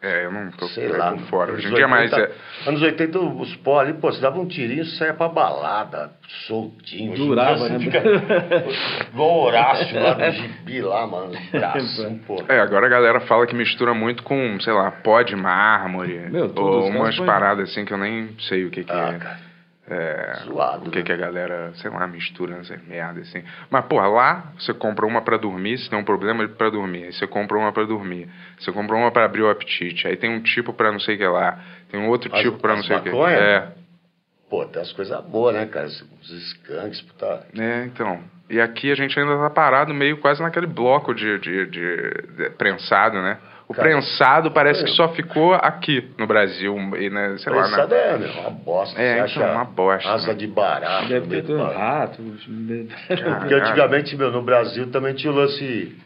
Speaker 1: É, eu não tô
Speaker 4: Sei
Speaker 1: por
Speaker 4: lá.
Speaker 1: fora.
Speaker 4: anos
Speaker 1: Hoje em dia, mais
Speaker 4: 80,
Speaker 1: é,
Speaker 4: Anos 80, os pó ali, pô, você dava um tirinho, você saia pra balada, soltinho. Hoje em
Speaker 2: Durava,
Speaker 4: dia,
Speaker 2: né?
Speaker 4: você Fica, igual o Horácio lá do gibi lá, mano. Braço, pô.
Speaker 1: é, agora a galera fala que mistura muito com, sei lá, pó de mármore.
Speaker 2: Meu, tudo,
Speaker 1: ou
Speaker 2: os caras
Speaker 1: umas
Speaker 2: põem-
Speaker 1: paradas assim que eu nem sei o que, que
Speaker 4: Ah,
Speaker 1: é.
Speaker 4: cara.
Speaker 1: é,
Speaker 4: Zoado,
Speaker 1: o que,
Speaker 4: né?
Speaker 1: que a galera, sei lá, mistura essa merda, assim. Mas, porra, lá você compra uma pra dormir, se tem um problema pra dormir. Aí você compra uma pra dormir. Você compra uma pra abrir o apetite. Aí tem um tipo pra não sei o que lá. Tem um outro
Speaker 4: As-
Speaker 1: tipo pra
Speaker 4: as
Speaker 1: não sei o que.
Speaker 4: maconha?
Speaker 1: É,
Speaker 4: Pô, tem umas coisas boas, né, cara? Os skunks, puta.
Speaker 1: é, então. E aqui a gente ainda tá parado meio quase naquele bloco de, de, de- de prensado, né? O
Speaker 4: Cara,
Speaker 1: prensado parece que
Speaker 4: é.
Speaker 1: só ficou aqui no Brasil. E, né, sei lá, na-
Speaker 4: Prensado é meu, uma bosta.
Speaker 1: É,
Speaker 4: você
Speaker 1: então,
Speaker 4: acha
Speaker 1: uma bosta,
Speaker 4: Asa
Speaker 1: né?
Speaker 4: de barato.
Speaker 2: Deve ter
Speaker 4: medo
Speaker 2: todo um rato.
Speaker 4: barato. Porque antigamente, meu, no Brasil também tinha o lance.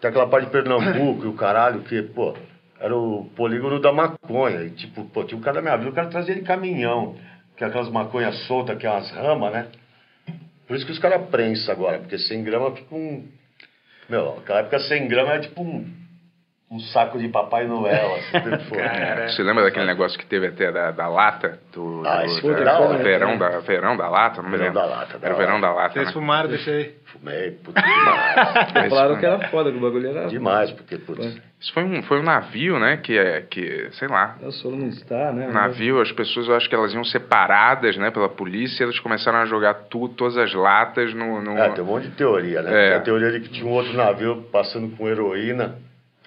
Speaker 4: Tem aquela parte de Pernambuco e o caralho, que, pô, era o polígono da maconha. E, tipo, pô, tinha um cara da minha vida, o cara trazia de caminhão, que é aquelas maconhas soltas, que é umas ramas, né? Por isso que os caras prensam agora, porque 100 gramas fica um. Meu, naquela época 100 gramas é tipo um, um saco de Papai Noel, assim, que foi.
Speaker 3: Cara.
Speaker 1: É, Você lembra daquele negócio que teve até da, da lata? Do,
Speaker 4: Ah,
Speaker 1: do-
Speaker 4: esse
Speaker 1: da-
Speaker 4: foi legal,
Speaker 1: do
Speaker 4: né?
Speaker 1: verão, da, verão da lata? Não me
Speaker 4: Verão
Speaker 1: lembro.
Speaker 4: da lata, da
Speaker 1: Era o verão da lata.
Speaker 3: Vocês
Speaker 1: né?
Speaker 3: fumaram desse aí?
Speaker 4: Fumei, puta, demais.
Speaker 1: Mas,
Speaker 2: Falaram que é era foda, que o bagulho era.
Speaker 4: demais, porque, putz.
Speaker 1: Isso foi um, foi um navio, né? Que, é- que sei lá.
Speaker 2: O solo não está, né?
Speaker 4: Uhum.
Speaker 1: Um navio, as pessoas, eu acho que elas iam separadas, né? Pela polícia, e elas começaram a jogar tu, todas as latas no. no...
Speaker 4: É, tem um monte de teoria, né?
Speaker 1: É.
Speaker 4: Tem a teoria de que tinha um outro navio passando com heroína.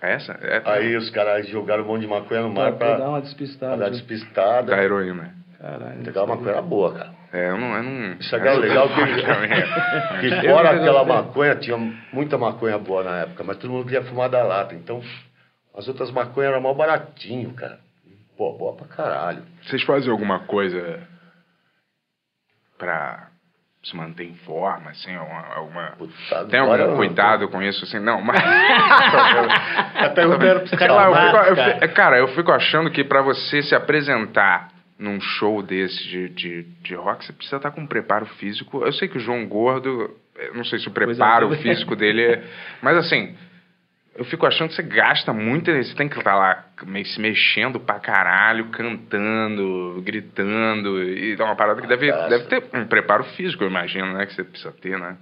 Speaker 1: Essa? É,
Speaker 4: Aí os caras jogaram um monte de maconha no
Speaker 2: Pra,
Speaker 4: mar
Speaker 2: pra dar
Speaker 4: pra,
Speaker 2: Tá, uma
Speaker 4: pra
Speaker 2: despistada. né?
Speaker 4: dar
Speaker 1: da
Speaker 4: despistada.
Speaker 1: heroína.
Speaker 2: Caralho.
Speaker 4: Pegar uma maconha boa, cara.
Speaker 1: É, eu não. Eu não é.
Speaker 4: Isso é legal que-
Speaker 1: que.
Speaker 4: Que fora aquela maconha, tinha muita maconha boa na época, mas todo mundo queria fumar da lata. Então, as outras maconhas eram mal baratinho, cara. Pô, boa pra caralho.
Speaker 1: Vocês fazem alguma coisa pra se manter em forma, assim, alguma. alguma...
Speaker 4: Puta,
Speaker 1: Tem
Speaker 4: agora
Speaker 1: algum
Speaker 4: eu-
Speaker 1: cuidado com isso, assim? Não, mas.
Speaker 4: Tá perguntando pro
Speaker 1: Sei lá, eu fico- eu
Speaker 4: psicanalista,
Speaker 1: fi-
Speaker 4: cara.
Speaker 1: cara. eu fico achando que pra você se apresentar num show desse de, de, de rock, você precisa estar com um preparo físico. Eu sei que o João Gordo, eu não sei se o preparo
Speaker 2: tudo bem.
Speaker 1: físico dele é. Mas assim, eu fico achando que você gasta muito. Você tem que estar lá meio se mexendo pra caralho, cantando, gritando. E é uma parada que deve,
Speaker 4: Ah, Gasta.
Speaker 1: deve ter um preparo físico, eu imagino, né? Que você precisa ter, né?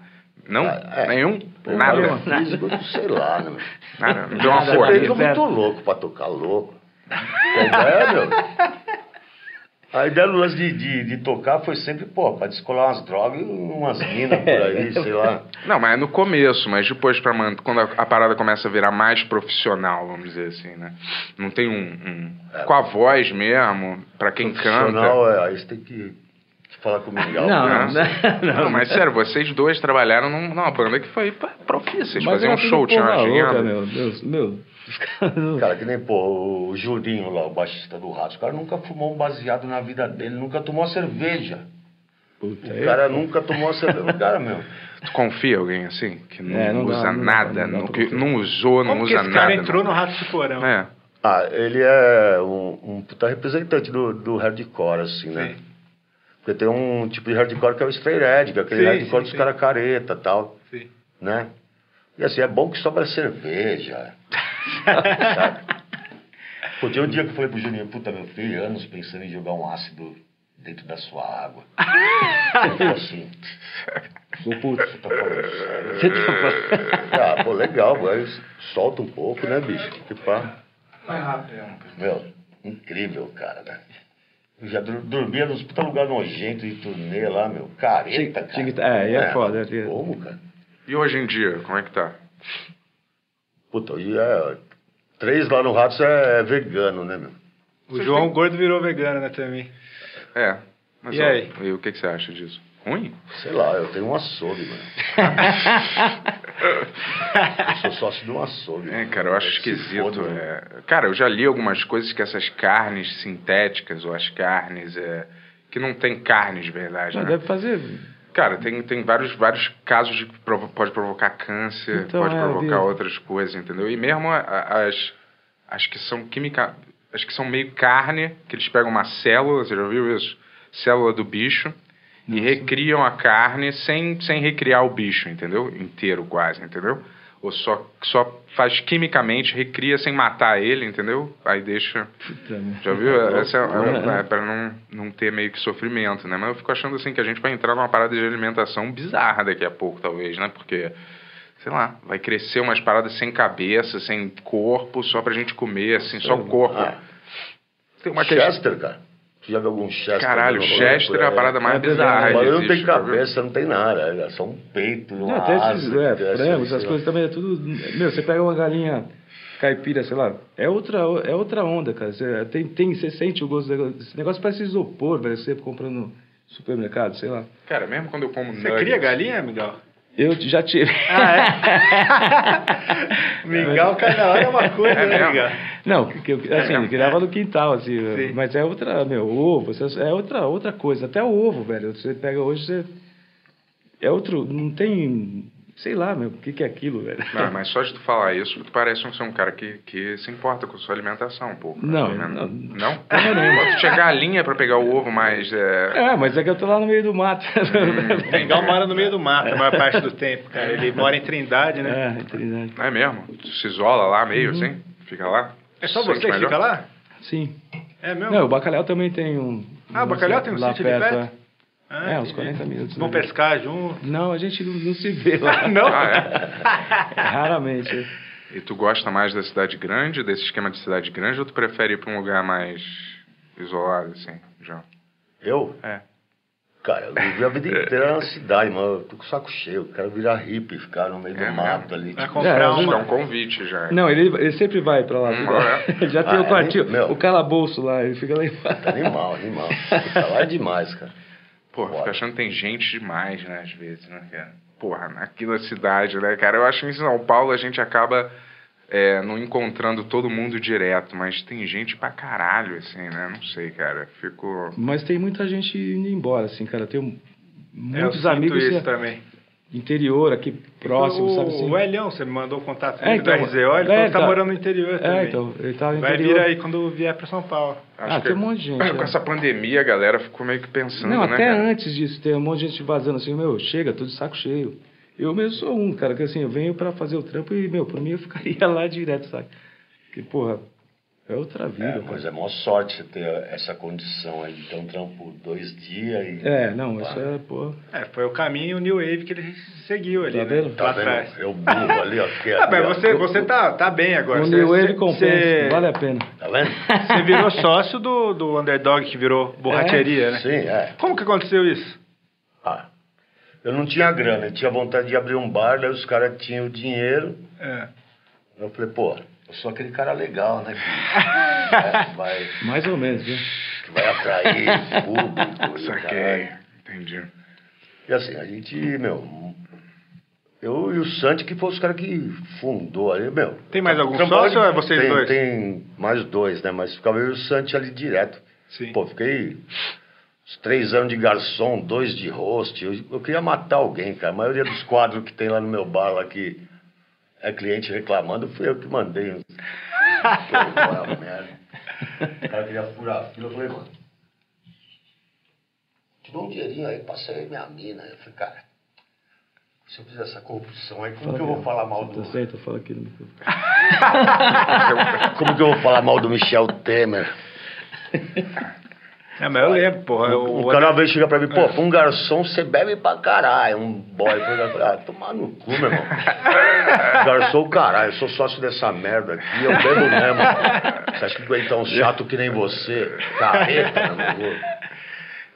Speaker 1: Não?
Speaker 4: Ah, é.
Speaker 1: Nenhum?
Speaker 4: Pô,
Speaker 1: nada.
Speaker 4: cara, Físico, eu sei lá, né? meu?
Speaker 1: Nada. Não deu uma
Speaker 4: Você
Speaker 1: força.
Speaker 4: fica muito louco pra tocar louco. Tá A ideia, meu. A ideia do lance de, de, de tocar foi sempre, pô, pra descolar umas drogas e umas minas por aí, sei lá.
Speaker 1: Não, mas é no começo, mas depois, pra man... quando a, a parada começa a virar mais profissional, vamos dizer assim, né? Não tem um. um- Com a voz mesmo, pra quem canta.
Speaker 4: Profissional, é, aí você tem que falar com o Miguel.
Speaker 2: Não,
Speaker 4: né?
Speaker 2: não, não.
Speaker 1: Não, mas sério, vocês dois trabalharam num- numa banda que foi pra- profissa. Vocês
Speaker 2: Mas é
Speaker 1: faziam um
Speaker 2: era tudo
Speaker 1: show, tinha uma
Speaker 2: porra
Speaker 1: agenda.
Speaker 2: louca, Meu Deus, meu. Os caras não-
Speaker 4: Cara, que nem, pô, o Julinho lá, o baixista do Rato, o cara nunca fumou um baseado na vida dele, nunca tomou uma cerveja.
Speaker 2: Puta,
Speaker 4: O cara nunca tomou uma cerveja. O cara, meu,
Speaker 1: Tu confia em alguém assim? Que não
Speaker 2: É, não dá,
Speaker 1: usa
Speaker 2: não dá,
Speaker 1: nada,
Speaker 2: não dá
Speaker 1: não,
Speaker 2: pra
Speaker 1: que
Speaker 2: confiar.
Speaker 1: não usou, não
Speaker 3: Como que
Speaker 1: usa
Speaker 3: esse
Speaker 1: nada.
Speaker 3: cara entrou
Speaker 1: não.
Speaker 3: no Rato de Porão?
Speaker 1: É.
Speaker 4: Ah, ele é um, um puta representante do, do hardcore, assim, né?
Speaker 3: Sim.
Speaker 4: Porque tem um tipo de hardcore que é o straight edge, que é aquele
Speaker 3: Sim,
Speaker 4: hardcore
Speaker 3: sim,
Speaker 4: dos
Speaker 3: sim.
Speaker 4: caras careta e tal,
Speaker 3: Sim.
Speaker 4: né? E assim, é bom que sobra cerveja. sabe? Pô, tinha um dia que eu falei pro Juninho, puta, meu filho, anos pensando em jogar um ácido dentro da sua água. Ele falou assim,
Speaker 2: Ô, putz.
Speaker 4: tá falando sério?
Speaker 2: Você tá-
Speaker 4: Ah, pô, legal, mas solta um pouco, né, bicho? Que pá.
Speaker 3: Mais rápido, né?
Speaker 4: Meu, incrível, cara, né? Eu já dur- dormia nos puta lugar nojento de turnê lá, meu. Careta,
Speaker 2: Tinha-
Speaker 4: cara.
Speaker 2: tinha que- é, aí é foda, é que-
Speaker 4: Como, cara?
Speaker 1: E hoje em dia, como é que tá?
Speaker 4: Puta, e é... Três lá no Ratos é vegano, né, meu?
Speaker 3: O João Gordo virou vegano, né, também.
Speaker 1: É. Mas
Speaker 3: E
Speaker 1: ó,
Speaker 3: aí?
Speaker 1: E o que, que você acha disso? Ruim?
Speaker 4: Sei lá, eu tenho um açougue, mano. eu sou sócio de um açougue.
Speaker 1: É, cara, eu acho
Speaker 4: Se
Speaker 1: esquisito.
Speaker 4: foda, né?
Speaker 1: é. Cara, eu já li algumas coisas que essas carnes sintéticas, ou as carnes. é, que não tem carne de verdade,
Speaker 2: Mas
Speaker 1: né?
Speaker 2: deve fazer.
Speaker 1: Cara, tem, tem vários, vários casos de que provo- pode provocar câncer,
Speaker 2: Então,
Speaker 1: pode
Speaker 2: é,
Speaker 1: provocar
Speaker 2: viu?
Speaker 1: outras coisas, entendeu? E mesmo a- a- as, as que são química. as que são meio carne, que eles pegam uma célula, você já viu isso? Célula do bicho. E recriam a carne sem, sem recriar o bicho, entendeu? Inteiro quase, entendeu? Ou só, só faz quimicamente, recria sem matar ele, entendeu? Aí deixa.
Speaker 2: Puta, meu.
Speaker 1: Já viu? Essa é,
Speaker 2: loucura,
Speaker 1: é, é pra não, não ter meio que sofrimento, né? Mas eu fico achando assim que a gente vai entrar numa parada de alimentação bizarra daqui a pouco, talvez, né? Porque, sei lá, vai crescer umas paradas sem cabeça, sem corpo, só pra gente comer, assim, só corpo.
Speaker 4: Ah,
Speaker 1: Tem uma questão.
Speaker 4: Chester, cara. Tu já viu algum Chester?
Speaker 1: Caralho,
Speaker 4: rolando
Speaker 1: Chester
Speaker 4: por
Speaker 1: é a
Speaker 4: aí?
Speaker 1: parada mais
Speaker 2: bizarro,
Speaker 1: bizarra.
Speaker 4: Mas
Speaker 1: que
Speaker 4: não tem
Speaker 1: existe, já viu?
Speaker 4: cabeça, não tem nada. É só um assim, peito, uma
Speaker 2: Não, até esses
Speaker 4: asa.
Speaker 2: é,
Speaker 4: que
Speaker 2: frangos,
Speaker 4: cresce, sei
Speaker 2: essas
Speaker 4: lá.
Speaker 2: coisas também é tudo. Meu, você pega uma galinha caipira, sei lá, é outra, é outra onda, cara. Você, tem, tem, você sente o gosto do negócio. Esse negócio parece isopor, velho. Você compra no supermercado, sei lá.
Speaker 1: Cara, mesmo quando eu como
Speaker 3: Você
Speaker 1: nuggets-
Speaker 3: cria galinha, Miguel?
Speaker 2: Eu já tirei.
Speaker 3: Miguel, cada hora é uma coisa,
Speaker 1: É
Speaker 3: né,
Speaker 1: mesmo?
Speaker 3: Miguel?
Speaker 2: Não, que, que- assim, eu criava no quintal, assim,
Speaker 3: Sim.
Speaker 2: mas é outra, meu, ovo, você- é outra, outra coisa, até o ovo, velho, você pega hoje, você, é outro, não tem, sei lá, meu, o que, que é aquilo, velho?
Speaker 1: Não, mas só de tu falar isso, tu parece um ser um cara que, que se importa com sua alimentação um pouco.
Speaker 2: Não,
Speaker 1: Né?
Speaker 2: não.
Speaker 1: Não? Pode chegar a linha pra pegar o ovo, mas... É...
Speaker 2: É, mas é que eu tô lá no meio do mato.
Speaker 3: O Miguel É mora no meio do mato a maior parte do tempo, cara. Ele mora em Trindade, né?
Speaker 2: é, interessante.
Speaker 1: Não é mesmo? Tu se isola lá meio
Speaker 2: Uhum.
Speaker 1: assim? Fica lá?
Speaker 3: É só
Speaker 1: Se
Speaker 3: você
Speaker 1: sente
Speaker 3: que
Speaker 1: melhor?
Speaker 3: fica lá?
Speaker 2: Sim.
Speaker 3: É mesmo?
Speaker 2: Não, o bacalhau também tem um...
Speaker 3: Ah,
Speaker 2: um
Speaker 3: Bacalhau
Speaker 2: sítio
Speaker 3: tem um
Speaker 2: lá
Speaker 3: sítio ali perto?
Speaker 2: é.
Speaker 3: Ah,
Speaker 2: É, uns
Speaker 3: entendi.
Speaker 2: 40 minutos,
Speaker 3: Vão
Speaker 2: né?
Speaker 3: pescar junto.
Speaker 2: Não, a gente não, não se vê lá,
Speaker 3: Não?
Speaker 1: Ah,
Speaker 2: raramente.
Speaker 1: é? E tu gosta mais da cidade grande, desse esquema de cidade grande, ou tu prefere ir pra um lugar mais isolado, assim, João?
Speaker 4: Eu?
Speaker 1: É.
Speaker 4: Cara, eu vivi a vida inteira na cidade, mano. Eu tô com o saco cheio. Eu quero virar hippie, ficar no meio
Speaker 1: É
Speaker 4: do mato ali.
Speaker 3: Vai
Speaker 4: tipo,
Speaker 3: comprar
Speaker 2: É,
Speaker 1: Acho que é um
Speaker 3: uma.
Speaker 1: convite já.
Speaker 2: Não, ele, ele sempre vai pra lá.
Speaker 1: Hum,
Speaker 2: Ele já tem
Speaker 4: Ah,
Speaker 2: o quartinho,
Speaker 4: é? Meu.
Speaker 2: o calabouço lá, ele fica lá embaixo.
Speaker 4: Animal, animal. Puta, lá é demais, cara.
Speaker 1: Porra, fico achando que tem gente demais, né, às vezes, né, cara? Porra, aqui na cidade, né, cara? Eu acho que em São Paulo a gente acaba é, não encontrando todo mundo direto, mas tem gente pra caralho, assim, né? Não sei, cara. Fico.
Speaker 2: Mas tem muita gente indo embora, assim, cara. Tenho
Speaker 3: É, eu
Speaker 2: muitos
Speaker 3: sinto
Speaker 2: amigos
Speaker 3: isso
Speaker 2: assim,
Speaker 3: também.
Speaker 2: interior aqui próximo,
Speaker 3: o,
Speaker 2: sabe assim?
Speaker 3: O Elião, você me mandou o contato
Speaker 2: É,
Speaker 3: dele
Speaker 2: então,
Speaker 3: da RZO, ele falou
Speaker 2: é,
Speaker 3: que tá,
Speaker 2: tá.
Speaker 3: morando no interior também.
Speaker 2: é, então, ele tava no
Speaker 3: Vai
Speaker 2: interior.
Speaker 3: vir aí quando vier pra São Paulo.
Speaker 1: acho
Speaker 2: Ah,
Speaker 1: que-
Speaker 2: tem um monte de gente,
Speaker 1: Com
Speaker 3: né?
Speaker 2: é.
Speaker 1: essa pandemia, a galera ficou meio que pensando,
Speaker 2: Não,
Speaker 1: né?
Speaker 2: até
Speaker 1: cara?
Speaker 2: antes disso, tem um monte de gente vazando assim, meu, chega, tô de saco cheio. Eu mesmo sou um, cara, que assim, eu venho pra fazer o trampo e, meu, por mim eu ficaria lá direto, sabe? Que, porra, é outra vida,
Speaker 4: É,
Speaker 2: cara.
Speaker 4: mas é maior sorte você ter essa condição aí de ter um trampo dois dias e.
Speaker 2: É, não, isso é, porra.
Speaker 3: É, foi o caminho o New Wave que ele seguiu ali,
Speaker 2: Tá
Speaker 3: né?
Speaker 2: vendo?
Speaker 3: Lá
Speaker 4: Tá
Speaker 3: atrás.
Speaker 4: vendo? Eu burro ali, ó. que é
Speaker 3: Ah, mas
Speaker 4: ali, ó.
Speaker 3: você, você tá, tá bem agora.
Speaker 2: O
Speaker 3: Você-
Speaker 2: New Wave
Speaker 3: você-
Speaker 2: é
Speaker 3: é-
Speaker 2: compensa,
Speaker 3: você-
Speaker 2: vale a pena. É,
Speaker 4: Tá vendo?
Speaker 3: Você virou sócio do, do Underdog que virou borracheria, né?
Speaker 4: Sim, é.
Speaker 3: Como que aconteceu isso?
Speaker 4: Ah, eu não tinha grana, eu tinha vontade de abrir um bar, daí os caras tinham o dinheiro.
Speaker 3: É.
Speaker 4: Eu falei, pô, eu sou aquele cara legal, né? que- é, vai,
Speaker 2: Mais ou menos, viu?
Speaker 4: que vai atrair público. e
Speaker 1: Saquei.
Speaker 4: caralho.
Speaker 1: Entendi.
Speaker 4: E assim, a gente, meu. Eu e o Santi, que foi os caras que fundou ali, meu.
Speaker 3: Tem mais algum
Speaker 4: trampava
Speaker 3: sócio ou é vocês
Speaker 4: tem,
Speaker 3: dois?
Speaker 4: Tem mais dois, né? Mas ficava eu e o Santi ali direto.
Speaker 3: Sim.
Speaker 4: Pô, fiquei uns três anos de garçom, dois de host. Eu, eu queria matar alguém, cara. A maioria dos quadros que tem lá no meu bar, lá que é cliente reclamando, fui eu que mandei. uns- Pô, qual é a merda? O cara queria furar a fila, eu falei, mano, te dou um dinheirinho aí, passa aí minha mina. Eu falei, cara, se eu fizer essa corrupção aí, como que eu vou falar mal do...
Speaker 2: Tá certo, fala aqui no microfone.
Speaker 4: Como que eu vou falar mal do Michel Temer?
Speaker 3: É, mas eu É. lembro, porra.
Speaker 4: O,
Speaker 3: O,
Speaker 4: cara uma vez chega pra mim, pô, pra um garçom você bebe pra caralho, um boy. Eu falei, ah, tomar no cu, meu irmão. garçom, caralho, eu sou sócio dessa merda aqui, eu bebo mesmo. Você acha que eu é tão chato que nem você? Careta, meu amor.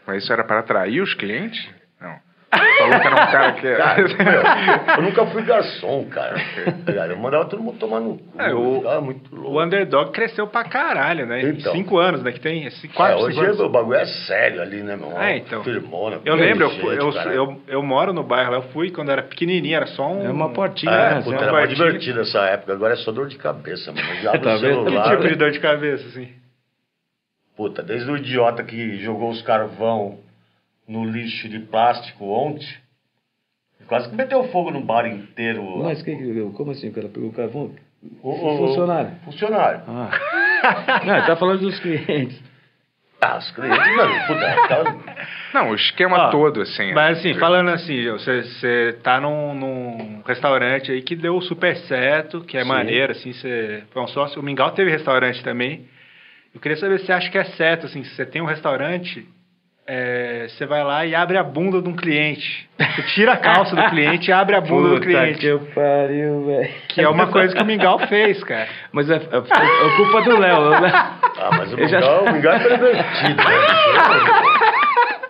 Speaker 1: Mas isso era para atrair os clientes? Não. Você Falou que era um cara que.
Speaker 4: Cara, meu, eu nunca fui garçom, cara. Cara, Eu mandava todo mundo tomar no cu.
Speaker 3: É, o-
Speaker 4: eu ficava muito louco.
Speaker 3: o Underdog cresceu pra caralho, né? Em
Speaker 4: Então.
Speaker 3: Cinco anos, né? Que tem esse- quatro,
Speaker 4: É, hoje
Speaker 3: cinco anos.
Speaker 4: é- o bagulho é sério ali, né, meu?
Speaker 3: É, então.
Speaker 4: Firmona,
Speaker 3: Eu lembro, eu, fui-
Speaker 4: gente,
Speaker 3: eu,
Speaker 4: cara.
Speaker 3: eu, eu moro no bairro lá, eu fui quando era pequenininho, era só um...
Speaker 2: É uma portinha, né?
Speaker 4: É, puta,
Speaker 2: Assim,
Speaker 4: era
Speaker 2: uma-
Speaker 4: mais
Speaker 3: guardinha.
Speaker 4: divertido essa época. Agora é só dor de cabeça, mano. Já abre
Speaker 2: Tá
Speaker 4: o
Speaker 2: vendo?
Speaker 3: Que
Speaker 4: celular.
Speaker 3: tipo de dor de cabeça, assim?
Speaker 4: Puta, desde o idiota que jogou os carvão no lixo de plástico ontem. Quase que meteu fogo no bar inteiro.
Speaker 2: Mas que, que- como assim, o cara pegou o carvão?
Speaker 4: O- o-
Speaker 2: funcionário.
Speaker 4: Funcionário.
Speaker 2: Ah. Não, ele tá falando dos clientes.
Speaker 4: Ah, os clientes, mano, puta, tava-
Speaker 1: Não, o esquema
Speaker 3: Ó,
Speaker 1: todo, assim.
Speaker 3: Mas assim,
Speaker 1: de-
Speaker 3: falando assim, Gil, você, você tá num, num restaurante aí que deu super certo, que é maneiro, assim, você foi um sócio. O Mingau teve restaurante também. Eu queria saber se você acha que é certo, assim, se você tem um restaurante, é, É, você vai lá e abre a bunda de um cliente. Você tira a calça do cliente e abre a bunda do cliente.
Speaker 2: que pariu, velho.
Speaker 3: Que é uma coisa que o Mingau fez, cara.
Speaker 2: Mas é, é- é culpa do Léo. né? o Léo-
Speaker 4: Ah, mas o
Speaker 2: Eu já-
Speaker 4: mingau, o mingau é pervertido. Né?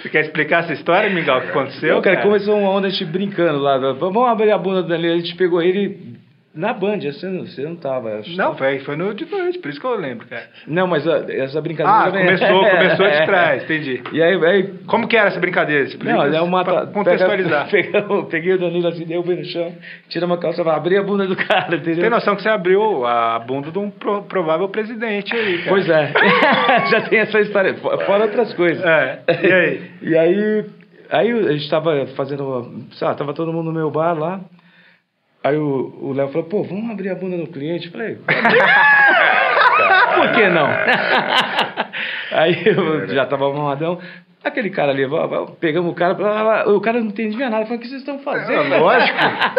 Speaker 3: Você quer explicar essa história, Mingau, o que aconteceu?
Speaker 2: Eu, cara,
Speaker 3: cara?
Speaker 2: começou uma onda a gente brincando lá. velho. Vamos abrir a bunda do Danilo. A gente pegou ele na Band. Você não, você não tava. eu acho.
Speaker 3: Não, foi, foi no de noite, por isso que eu lembro, cara.
Speaker 2: Não, mas ó, essa brincadeira.
Speaker 3: Ah,
Speaker 2: também-
Speaker 3: começou, começou de
Speaker 2: É.
Speaker 3: trás, entendi.
Speaker 2: E aí, aí
Speaker 3: Como que era essa brincadeira? Explica
Speaker 2: Não, é uma
Speaker 3: pra contextualizar.
Speaker 2: peguei o Danilo assim, deu o pé no chão, tira uma calça, vai abrir a bunda do cara, entendeu?
Speaker 3: Tem noção então que você abriu a bunda de um pro- provável presidente aí, cara.
Speaker 2: Pois é, já tem essa história, fo- fora outras coisas.
Speaker 3: É, e aí?
Speaker 2: E aí, aí a gente tava fazendo, uma- sei lá, tava todo mundo no meu bar lá. Aí o o Léo falou, pô, vamos abrir a bunda do cliente. Eu Falei, por que não? Aí eu já tava amarradão. Aquele cara ali, vó, vó, pegamos o cara, blá, blá, blá. o cara não entendia nada. Falou, o que vocês estão fazendo?
Speaker 3: É, Lógico.
Speaker 2: Ah,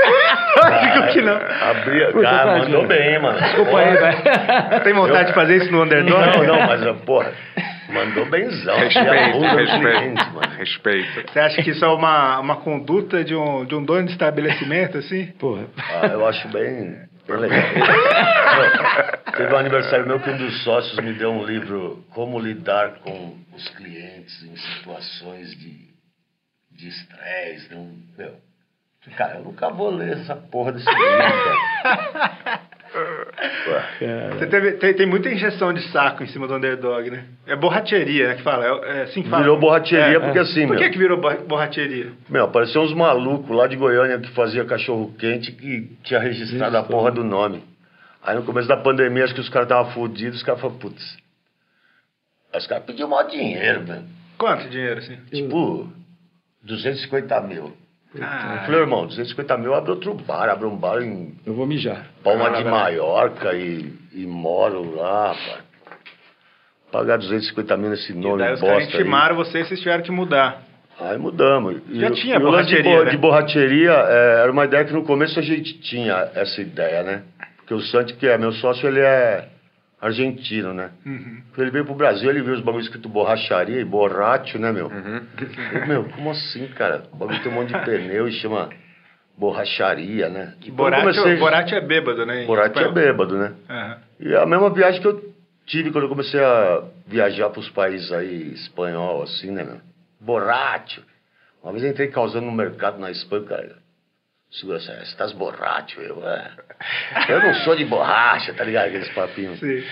Speaker 3: Lógico que não.
Speaker 4: Abri a...
Speaker 2: Puta,
Speaker 4: Cara,
Speaker 2: tadinho.
Speaker 4: mandou bem, mano.
Speaker 2: Desculpa aí, velho.
Speaker 3: Tem vontade de fazer isso no Underdog?
Speaker 4: Não, não, mas, ó, porra, mandou benzão. Tinha a bunda
Speaker 1: Respeito,
Speaker 4: do
Speaker 1: respeito,
Speaker 4: cliente, mano.
Speaker 1: respeito.
Speaker 3: Você acha que isso é uma, uma conduta de um, de um dono de estabelecimento, assim?
Speaker 2: Porra.
Speaker 4: Ah, eu acho bem, bem legal. Não, Teve um aniversário meu que um dos sócios me deu um livro Como Lidar com os Clientes em Situações de de estresse. De um, meu, cara, eu nunca vou ler essa porra desse livro, cara. Ué,
Speaker 3: Você teve- tem, tem muita injeção de saco em cima do Underdog, né? É borracheria, né, que fala. É, é assim que fala.
Speaker 4: Virou borracheria
Speaker 3: É.
Speaker 4: porque assim,
Speaker 3: Por que,
Speaker 4: meu,
Speaker 3: que virou borra- borracheria?
Speaker 4: meu, apareceu uns malucos lá de Goiânia que fazia cachorro quente que tinha registrado a porra do nome. Aí no começo da pandemia, acho que os caras estavam fodidos, os caras falaram, putz. Aí os caras pediam o maior dinheiro, velho.
Speaker 3: Quanto dinheiro, assim?
Speaker 4: Tipo, 250 mil. Eu
Speaker 3: Ah,
Speaker 4: falei, irmão, 250 mil abre outro bar, abre um bar em
Speaker 2: Eu vou mijar.
Speaker 4: Palma
Speaker 3: Vai lá,
Speaker 4: de
Speaker 3: vai lá.
Speaker 4: Maiorca e, e moro lá, pá. Pagar 250 mil nesse
Speaker 3: e
Speaker 4: nome
Speaker 3: daí os caras
Speaker 4: bosta aí.
Speaker 3: intimaram vocês, vocês tiveram que mudar.
Speaker 4: Aí mudamos. E
Speaker 3: Já
Speaker 4: o-
Speaker 3: tinha
Speaker 4: e o lance de
Speaker 3: borracheria,
Speaker 4: bo-
Speaker 3: né?
Speaker 4: De borracheria é, era uma ideia que no começo a gente tinha essa ideia, né? Porque o Santi, que é meu sócio, ele é argentino, né?
Speaker 3: Uhum.
Speaker 4: Quando ele veio pro Brasil, ele viu os bagulhos escrito borracharia e borracho, né, meu? Eu, meu, como assim, cara? O bagulho tem um monte de pneu e chama borracharia, né?
Speaker 3: Que
Speaker 4: Então eu
Speaker 3: borate,
Speaker 4: comecei-
Speaker 3: borate é bêbado, né? em
Speaker 4: Borracho é
Speaker 3: espanhol.
Speaker 4: bêbado, né?
Speaker 3: Aham.
Speaker 4: E a mesma viagem que eu tive quando eu comecei a viajar para os países aí espanhol, assim, né, meu? Borracho. Uma vez eu entrei causando no mercado na Espanha, cara. Segurança, "É, você tá borracho, eu, é. Eu não sou de borracha, tá ligado? Aqueles papinhos.
Speaker 3: Sim.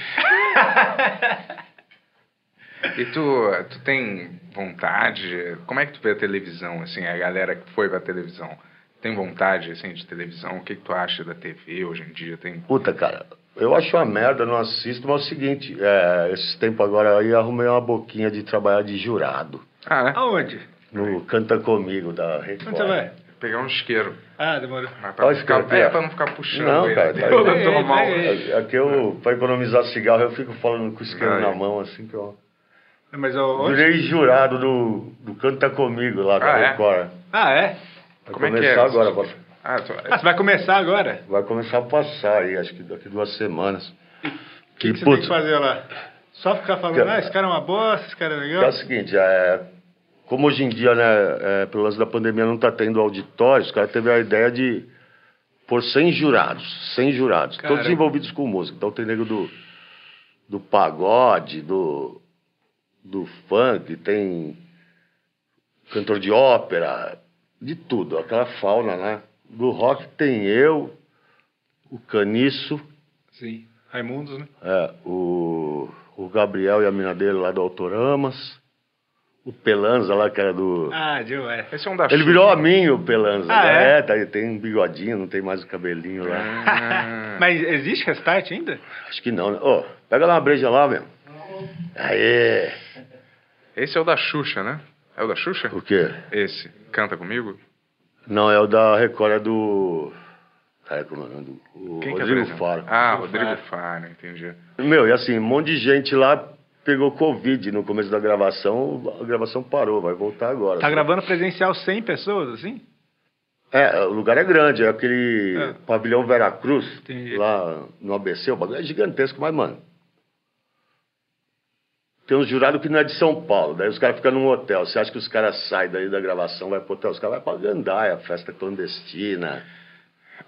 Speaker 1: E tu, tu tem vontade? Como é que tu vê a televisão, assim, a galera que foi pra televisão? Tem vontade, assim, de televisão? O que, que tu acha da TV hoje em dia? Tem...
Speaker 4: Puta, cara, eu acho uma merda, não assisto, mas é o seguinte, é, esses tempos agora aí eu arrumei uma boquinha de trabalhar de jurado.
Speaker 1: Ah, é?
Speaker 3: Aonde?
Speaker 4: No Canta Comigo, da Record.
Speaker 3: Onde você vai?
Speaker 1: Pegar um isqueiro.
Speaker 3: Ah, demorou.
Speaker 1: Mas pra, não
Speaker 4: Olha esse
Speaker 1: ficar,
Speaker 4: cara,
Speaker 1: é, pra não ficar puxando
Speaker 4: Não,
Speaker 1: ele. É,
Speaker 4: cara,
Speaker 1: né?
Speaker 4: tá-
Speaker 1: Todo
Speaker 3: Pega ele,
Speaker 1: normal.
Speaker 3: pega ele.
Speaker 4: Aqui É, eu, pra economizar cigarro, eu fico falando com o isqueiro
Speaker 1: Ai.
Speaker 4: na mão, assim que eu.
Speaker 3: Mas ó, onde?
Speaker 4: Virei jurado do, do Canta Comigo lá da
Speaker 1: Ah, é?
Speaker 4: Record.
Speaker 3: Ah, é?
Speaker 4: Vai
Speaker 1: Como é que
Speaker 4: começar
Speaker 1: é?
Speaker 4: agora, papai.
Speaker 1: Ah, tu-
Speaker 3: Ah, você vai começar agora?
Speaker 4: vai começar a passar aí, acho que daqui duas semanas.
Speaker 3: O que, que você tem que fazer lá? Só ficar falando,
Speaker 4: Cara-
Speaker 3: ah, esse cara é uma bosta, esse cara é
Speaker 4: Que é
Speaker 3: legal.
Speaker 4: o seguinte, é, como hoje em dia, né, é, pelo lance da pandemia, não está tendo auditório, os caras teve a ideia de pôr 100 jurados, 100 jurados, todos
Speaker 3: Caramba.
Speaker 4: envolvidos com música. Então tem nego do, do pagode, do, do funk, tem cantor de ópera, de tudo, aquela fauna, né? Do rock tem eu, o Caniço,
Speaker 3: Sim. Raimundos, né?
Speaker 4: é, o, o Gabriel e a mina dele lá do Autoramas. O Pelanza lá, que era do.
Speaker 3: Ah, demais.
Speaker 1: Esse é um da
Speaker 4: Ele
Speaker 1: Xuxa.
Speaker 4: virou a mim, o Pelanza.
Speaker 3: Ah,
Speaker 4: né?
Speaker 3: é?
Speaker 4: é, tá, ele tem um bigodinho, não tem mais o cabelinho lá.
Speaker 3: Mas existe restart ainda?
Speaker 4: Acho que não, né? Ô, pega lá uma breja lá, meu. Aê!
Speaker 1: Esse é o da Xuxa, né? É o da Xuxa?
Speaker 4: O quê?
Speaker 1: Esse. Canta comigo?
Speaker 4: Não, é o da Record, é do. É, como é o nome do. O
Speaker 1: Quem
Speaker 4: Rodrigo
Speaker 1: que apresenta?
Speaker 4: Faro.
Speaker 1: Ah, Rodrigo Faro, entendi.
Speaker 4: Meu, e assim, um monte de gente lá pegou Covid no começo da gravação. A gravação parou, vai voltar agora.
Speaker 3: Tá
Speaker 4: Só-
Speaker 3: gravando presencial 100 pessoas, assim?
Speaker 4: É, o lugar é grande, é aquele
Speaker 3: É.
Speaker 4: pavilhão Veracruz,
Speaker 3: Entendi.
Speaker 4: lá no ABC, o bagulho é gigantesco, mas, mano, Tem uns jurados que não é de São Paulo, daí os caras ficam num hotel. Você acha que os caras saem daí da gravação, vai pro hotel? Os caras vão pra gandaia, festa clandestina.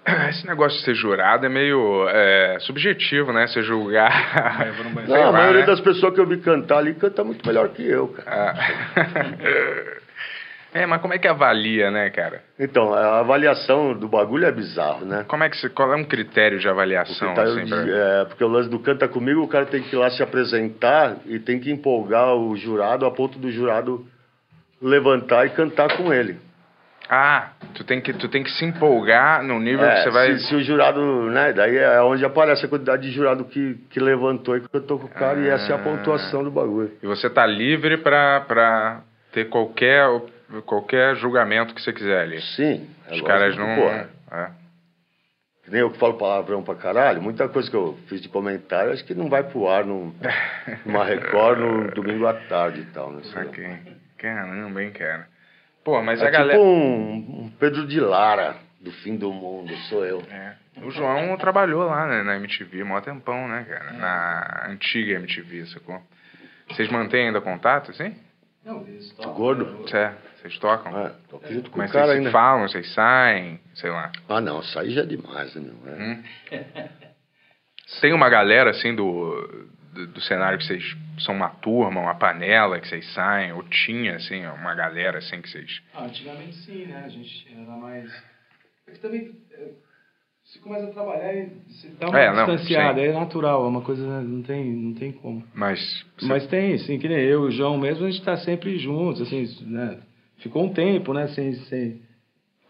Speaker 1: Esse negócio de ser jurado é meio é, subjetivo, né? Você julgar.
Speaker 3: Eu vou no banheiro.
Speaker 4: Não, a
Speaker 1: lá,
Speaker 4: maioria
Speaker 1: né?
Speaker 4: das pessoas que eu vi cantar ali canta muito melhor que eu, cara.
Speaker 1: Ah. é, mas como é que avalia, né, cara?
Speaker 4: Então, a avaliação do bagulho é bizarro, né?
Speaker 1: Como é que se, qual é um critério de avaliação?
Speaker 4: Porque, tá,
Speaker 1: assim, pra-
Speaker 4: é, porque o lance do Canta Comigo, o cara tem que ir lá se apresentar e tem que empolgar o jurado a ponto do jurado levantar e cantar com ele.
Speaker 1: Ah, tu tem que tu tem que se empolgar no nível
Speaker 4: É,
Speaker 1: que você vai.
Speaker 4: se, se o jurado, né, daí é onde aparece a quantidade de jurado que, que levantou e cantou com o cara e essa é a
Speaker 1: Ah.
Speaker 4: pontuação do bagulho.
Speaker 1: E você tá livre pra, pra ter qualquer, qualquer julgamento que você quiser ali.
Speaker 4: Sim. é
Speaker 1: Os
Speaker 4: lógico,
Speaker 1: caras não.
Speaker 4: porra.
Speaker 1: é.
Speaker 4: Que nem eu que falo palavrão pra caralho, muita coisa que eu fiz de comentário, acho que não vai pro ar num, numa Record no domingo à tarde e tal, né? sei lá.
Speaker 1: Saquei. Caramba, hein, cara. Pô, mas
Speaker 4: É
Speaker 1: a galera.
Speaker 4: tipo um, um Pedro de Lara do fim do mundo, sou eu.
Speaker 1: É. O João trabalhou lá né, na MTV, mó tempão, né, cara? Na antiga MTV, sacou? Vocês mantêm ainda contato, assim?
Speaker 3: Não, eles
Speaker 4: Tô
Speaker 3: tocam.
Speaker 4: gordo?
Speaker 1: É, vocês tocam?
Speaker 4: É, tô aqui junto com
Speaker 1: Mas
Speaker 4: o cara
Speaker 1: vocês
Speaker 4: ainda.
Speaker 1: se falam, vocês saem, sei lá.
Speaker 4: Ah não, isso aí já é demais, né, meu? É.
Speaker 1: Hum? Tem uma galera, assim, do, do, do cenário que vocês são uma turma, uma panela que vocês saem, ou tinha, assim, uma galera, assim, que vocês...
Speaker 3: Ah, antigamente sim, né? A gente era mais. É que também. é, Você começa a trabalhar e você
Speaker 2: Dá
Speaker 3: dá um.
Speaker 2: uma
Speaker 1: É, não,
Speaker 2: distanciada,
Speaker 1: sim.
Speaker 2: é natural, é uma coisa, né, não tem, não tem como.
Speaker 1: Mas...
Speaker 2: Mas tem, sim, que nem eu e o João mesmo, a gente tá sempre juntos, assim, né? Ficou um tempo, né, sem... sem...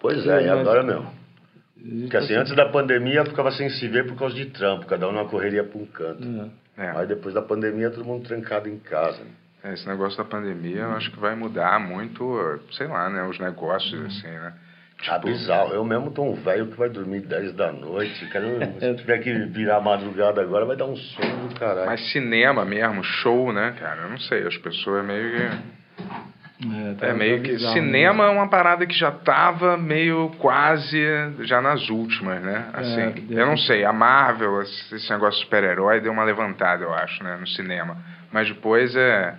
Speaker 4: Pois é, e
Speaker 2: Mas-
Speaker 4: agora mesmo.
Speaker 2: a gente
Speaker 4: Porque
Speaker 2: tá
Speaker 4: assim, antes da pandemia ficava sem se ver por causa de trampo, cada um na correria pra um canto.
Speaker 2: sempre-
Speaker 1: É.
Speaker 4: Aí depois da pandemia todo mundo trancado em casa. né?
Speaker 1: É, Esse negócio da pandemia, eu acho que vai mudar muito, sei lá, né? Os
Speaker 4: Uhum.
Speaker 1: negócios, assim, né?
Speaker 4: Ah, bizarro. Eu mesmo tô um velho que vai dormir 10 da noite. Cara, se eu tiver que virar a madrugada agora, vai dar um sono do caralho.
Speaker 1: Mas cinema mesmo, show, né, cara? Eu não sei, as pessoas meio que.
Speaker 2: É, tá
Speaker 1: É meio que.
Speaker 2: bizarro, né?
Speaker 1: Cinema é uma parada que já tava meio quase já nas últimas, né? Assim.
Speaker 2: deu-
Speaker 1: eu não sei, a Marvel, esse esse negócio de super-herói deu uma levantada, eu acho, né? No cinema. Mas depois é.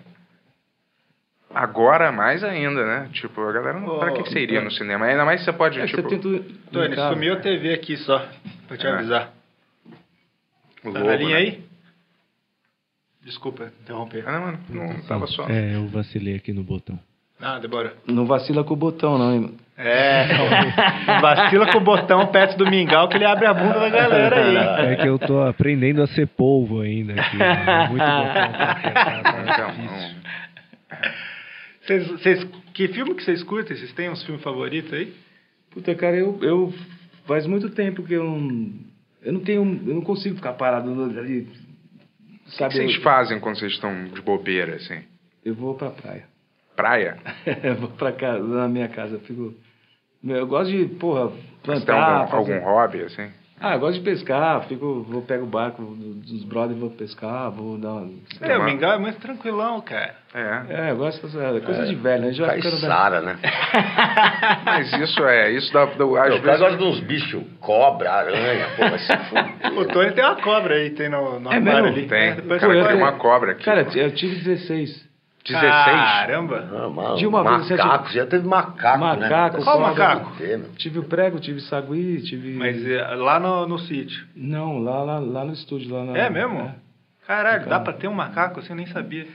Speaker 1: Agora mais ainda, né? Tipo, a galera não. pra que, que você iria no cinema? Ainda mais é. você pode,
Speaker 2: É, que
Speaker 1: tipo.
Speaker 2: você tem tudo...
Speaker 3: Tony, sumiu a TV aqui só, pra te
Speaker 1: É.
Speaker 3: avisar.
Speaker 1: o
Speaker 3: Tá
Speaker 1: logo,
Speaker 3: na linha
Speaker 1: né?
Speaker 3: aí? Desculpa interromper.
Speaker 1: Ah, não, não, não tava só.
Speaker 7: É, eu vacilei aqui no botão.
Speaker 3: Ah, Débora.
Speaker 2: Não vacila com o botão, não, hein?
Speaker 3: É, não. vacila com o botão perto do mingau que ele abre a bunda da galera aí.
Speaker 7: É que eu tô aprendendo a ser polvo ainda aqui. né? Muito botão pra apertar, tá?
Speaker 1: Então, não.
Speaker 3: Vocês, vocês- que filme que vocês curtem? Vocês têm uns filmes favoritos aí?
Speaker 2: Puta, cara, eu, eu faz muito tempo que eu não, eu não tenho, eu não consigo ficar parado no- ali,
Speaker 1: O que
Speaker 2: sabe?
Speaker 1: vocês fazem quando vocês estão de bobeira, assim?
Speaker 2: Eu, eu vou pra praia,
Speaker 1: Praia?
Speaker 2: eu vou É, pra casa, na minha casa, eu fico, meu, eu gosto de, porra,
Speaker 1: Você
Speaker 3: Tá,
Speaker 1: tem Então, algum,
Speaker 2: plantar, fazer-
Speaker 1: algum hobby, assim?
Speaker 2: ah, eu gosto de pescar, fico, vou pego o barco do- dos brothers, vou pescar, vou dar, uma...
Speaker 3: É, o
Speaker 1: Uma-
Speaker 3: mingau é muito tranquilão, cara.
Speaker 1: É.
Speaker 2: é, eu gosto de fazer coisa de velho, né? Já vai ficando velho.
Speaker 4: Caissara, né?
Speaker 1: Mas isso é, isso dá. dá- às
Speaker 4: Eu gosto
Speaker 1: vezes.
Speaker 4: de uns bichos, cobra, aranha, pô, vai se
Speaker 3: O
Speaker 4: fuder.
Speaker 3: Tony tem uma cobra aí, tem no, no
Speaker 2: É
Speaker 3: armário
Speaker 2: mesmo?
Speaker 3: ali.
Speaker 1: Tem.
Speaker 3: É, depois
Speaker 1: Cara,
Speaker 3: você
Speaker 1: tem
Speaker 3: pode-
Speaker 1: uma cobra aqui.
Speaker 2: Cara, eu tive 16.
Speaker 1: 16.
Speaker 3: Caramba.
Speaker 4: Ah, mano,
Speaker 2: De uma vez, você
Speaker 4: macaco, já teve macaco, né?
Speaker 2: Macaco,
Speaker 3: Qual
Speaker 2: cobra.
Speaker 3: macaco?
Speaker 4: Tem, meu.
Speaker 2: Tive o prego, tive sagui, tive.
Speaker 3: Mas é, lá no, no sítio.
Speaker 2: Não, lá, lá, lá no estúdio. Lá na-
Speaker 3: É mesmo? Caralho, dá pra ter um macaco assim, eu nem sabia.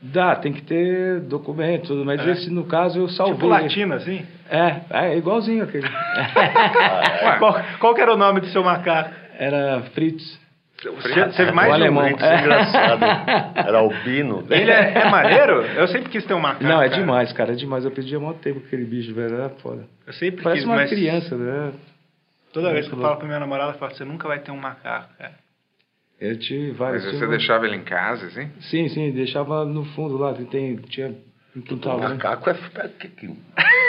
Speaker 2: Dá, tem que ter documento, tudo, mas
Speaker 3: É.
Speaker 2: esse no caso eu salvei.
Speaker 3: Tipo latino, assim?
Speaker 2: É, é igualzinho aquele.
Speaker 3: Qual, qual que era o nome do seu macaco?
Speaker 2: Era Fritz.
Speaker 3: Você teve mais
Speaker 2: O
Speaker 3: um.
Speaker 2: alemão.
Speaker 4: Gente, isso é engraçado. Era albino.
Speaker 3: Ele é, é maneiro? Eu sempre quis ter um macaco.
Speaker 2: Não, é
Speaker 3: cara.
Speaker 2: demais, cara, é demais. Eu pedi há muito tempo aquele bicho, velho, era foda.
Speaker 3: Eu sempre
Speaker 2: Parece
Speaker 3: quis,
Speaker 2: uma
Speaker 3: mas
Speaker 2: criança, né?
Speaker 3: toda vez que eu
Speaker 2: Muito
Speaker 3: falo
Speaker 2: bom.
Speaker 3: pra minha namorada, ela fala, você nunca vai ter um macaco, cara.
Speaker 2: Eu tive
Speaker 1: Mas
Speaker 2: vários.
Speaker 1: você
Speaker 2: tive um-
Speaker 1: deixava ele em casa, assim?
Speaker 2: Sim, sim, deixava no fundo lá, que tem, tinha um quintal. né?
Speaker 4: Macaco é. é que- que-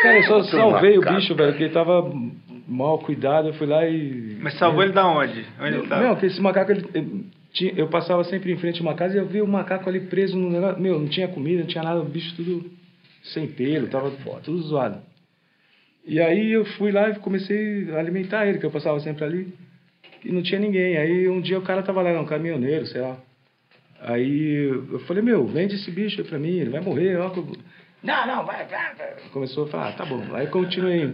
Speaker 2: Cara, eu só
Speaker 4: Outro
Speaker 2: salvei o
Speaker 4: macaco,
Speaker 2: bicho,
Speaker 4: cara.
Speaker 2: velho, porque ele tava mal cuidado, eu fui lá e...
Speaker 3: Mas salvou ele da onde? Onde ele tá? tava?
Speaker 2: Não, que esse macaco, ele, ele tinha- eu passava sempre em frente a uma casa e eu vi o macaco ali preso no negócio. Meu, não tinha comida, não tinha nada, o bicho tudo sem pelo, tava tudo zoado. E aí eu fui lá e comecei a alimentar ele, que eu passava sempre ali. E não tinha ninguém. Aí um dia o cara tava lá, era um caminhoneiro, sei lá. Aí eu falei, meu, vende esse bicho aí pra mim, ele vai morrer. Ó. Não, não, vai, vai, vai. Começou a falar, ah, tá bom. Aí continuei.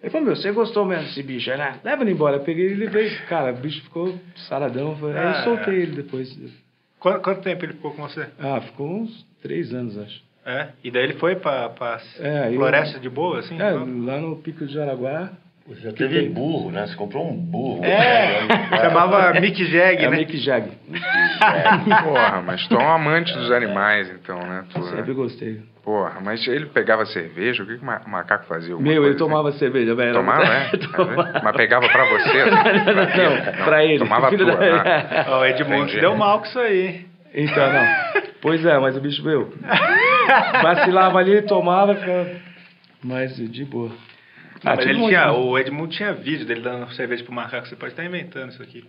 Speaker 2: Ele falou, meu, você gostou mesmo desse bicho, né? Leva ele embora. Eu peguei ele e levei. Cara, o bicho ficou saradão. Foi... Aí
Speaker 4: Ah,
Speaker 2: eu soltei
Speaker 4: é.
Speaker 2: ele depois.
Speaker 3: Quanto, quanto tempo ele ficou com você?
Speaker 2: Ah, ficou uns três anos, acho.
Speaker 3: É? E daí ele foi pra, pra
Speaker 2: É, eu-
Speaker 3: floresta de boa, assim?
Speaker 2: É,
Speaker 3: Então?
Speaker 2: lá no Pico de Jaraguá.
Speaker 4: Pô, Já teve burro, né? Você comprou um burro.
Speaker 3: É, chamava Mick Jag,
Speaker 2: É
Speaker 3: né?
Speaker 2: Mick Jag.
Speaker 1: Porra, mas tu é um amante dos animais, então, né? Tu,
Speaker 4: Ah.
Speaker 1: né?
Speaker 2: Sempre gostei.
Speaker 1: Porra, mas ele pegava cerveja, o que, que o ma- o macaco fazia? Alguma
Speaker 2: Meu,
Speaker 1: coisa
Speaker 2: ele tomava cerveja, velho.
Speaker 1: Assim? Tomava, né?
Speaker 2: Tomava.
Speaker 1: Mas pegava pra você? assim?
Speaker 2: Não, pra ele.
Speaker 1: Tomava
Speaker 2: Filho
Speaker 1: tua,
Speaker 2: da-
Speaker 1: né?
Speaker 3: Ó, o Edmundo
Speaker 1: Entendi.
Speaker 3: deu mal com isso aí.
Speaker 2: Então, não. Pois é, mas o bicho, meu, vacilava ali, tomava, ficava... Mas de boa. Ah,
Speaker 3: Mas
Speaker 2: tive
Speaker 3: ele
Speaker 2: um
Speaker 3: tinha,
Speaker 2: monte de-
Speaker 3: o Edmundo tinha vídeo dele dando cerveja pro macaco. Você pode estar inventando isso aqui.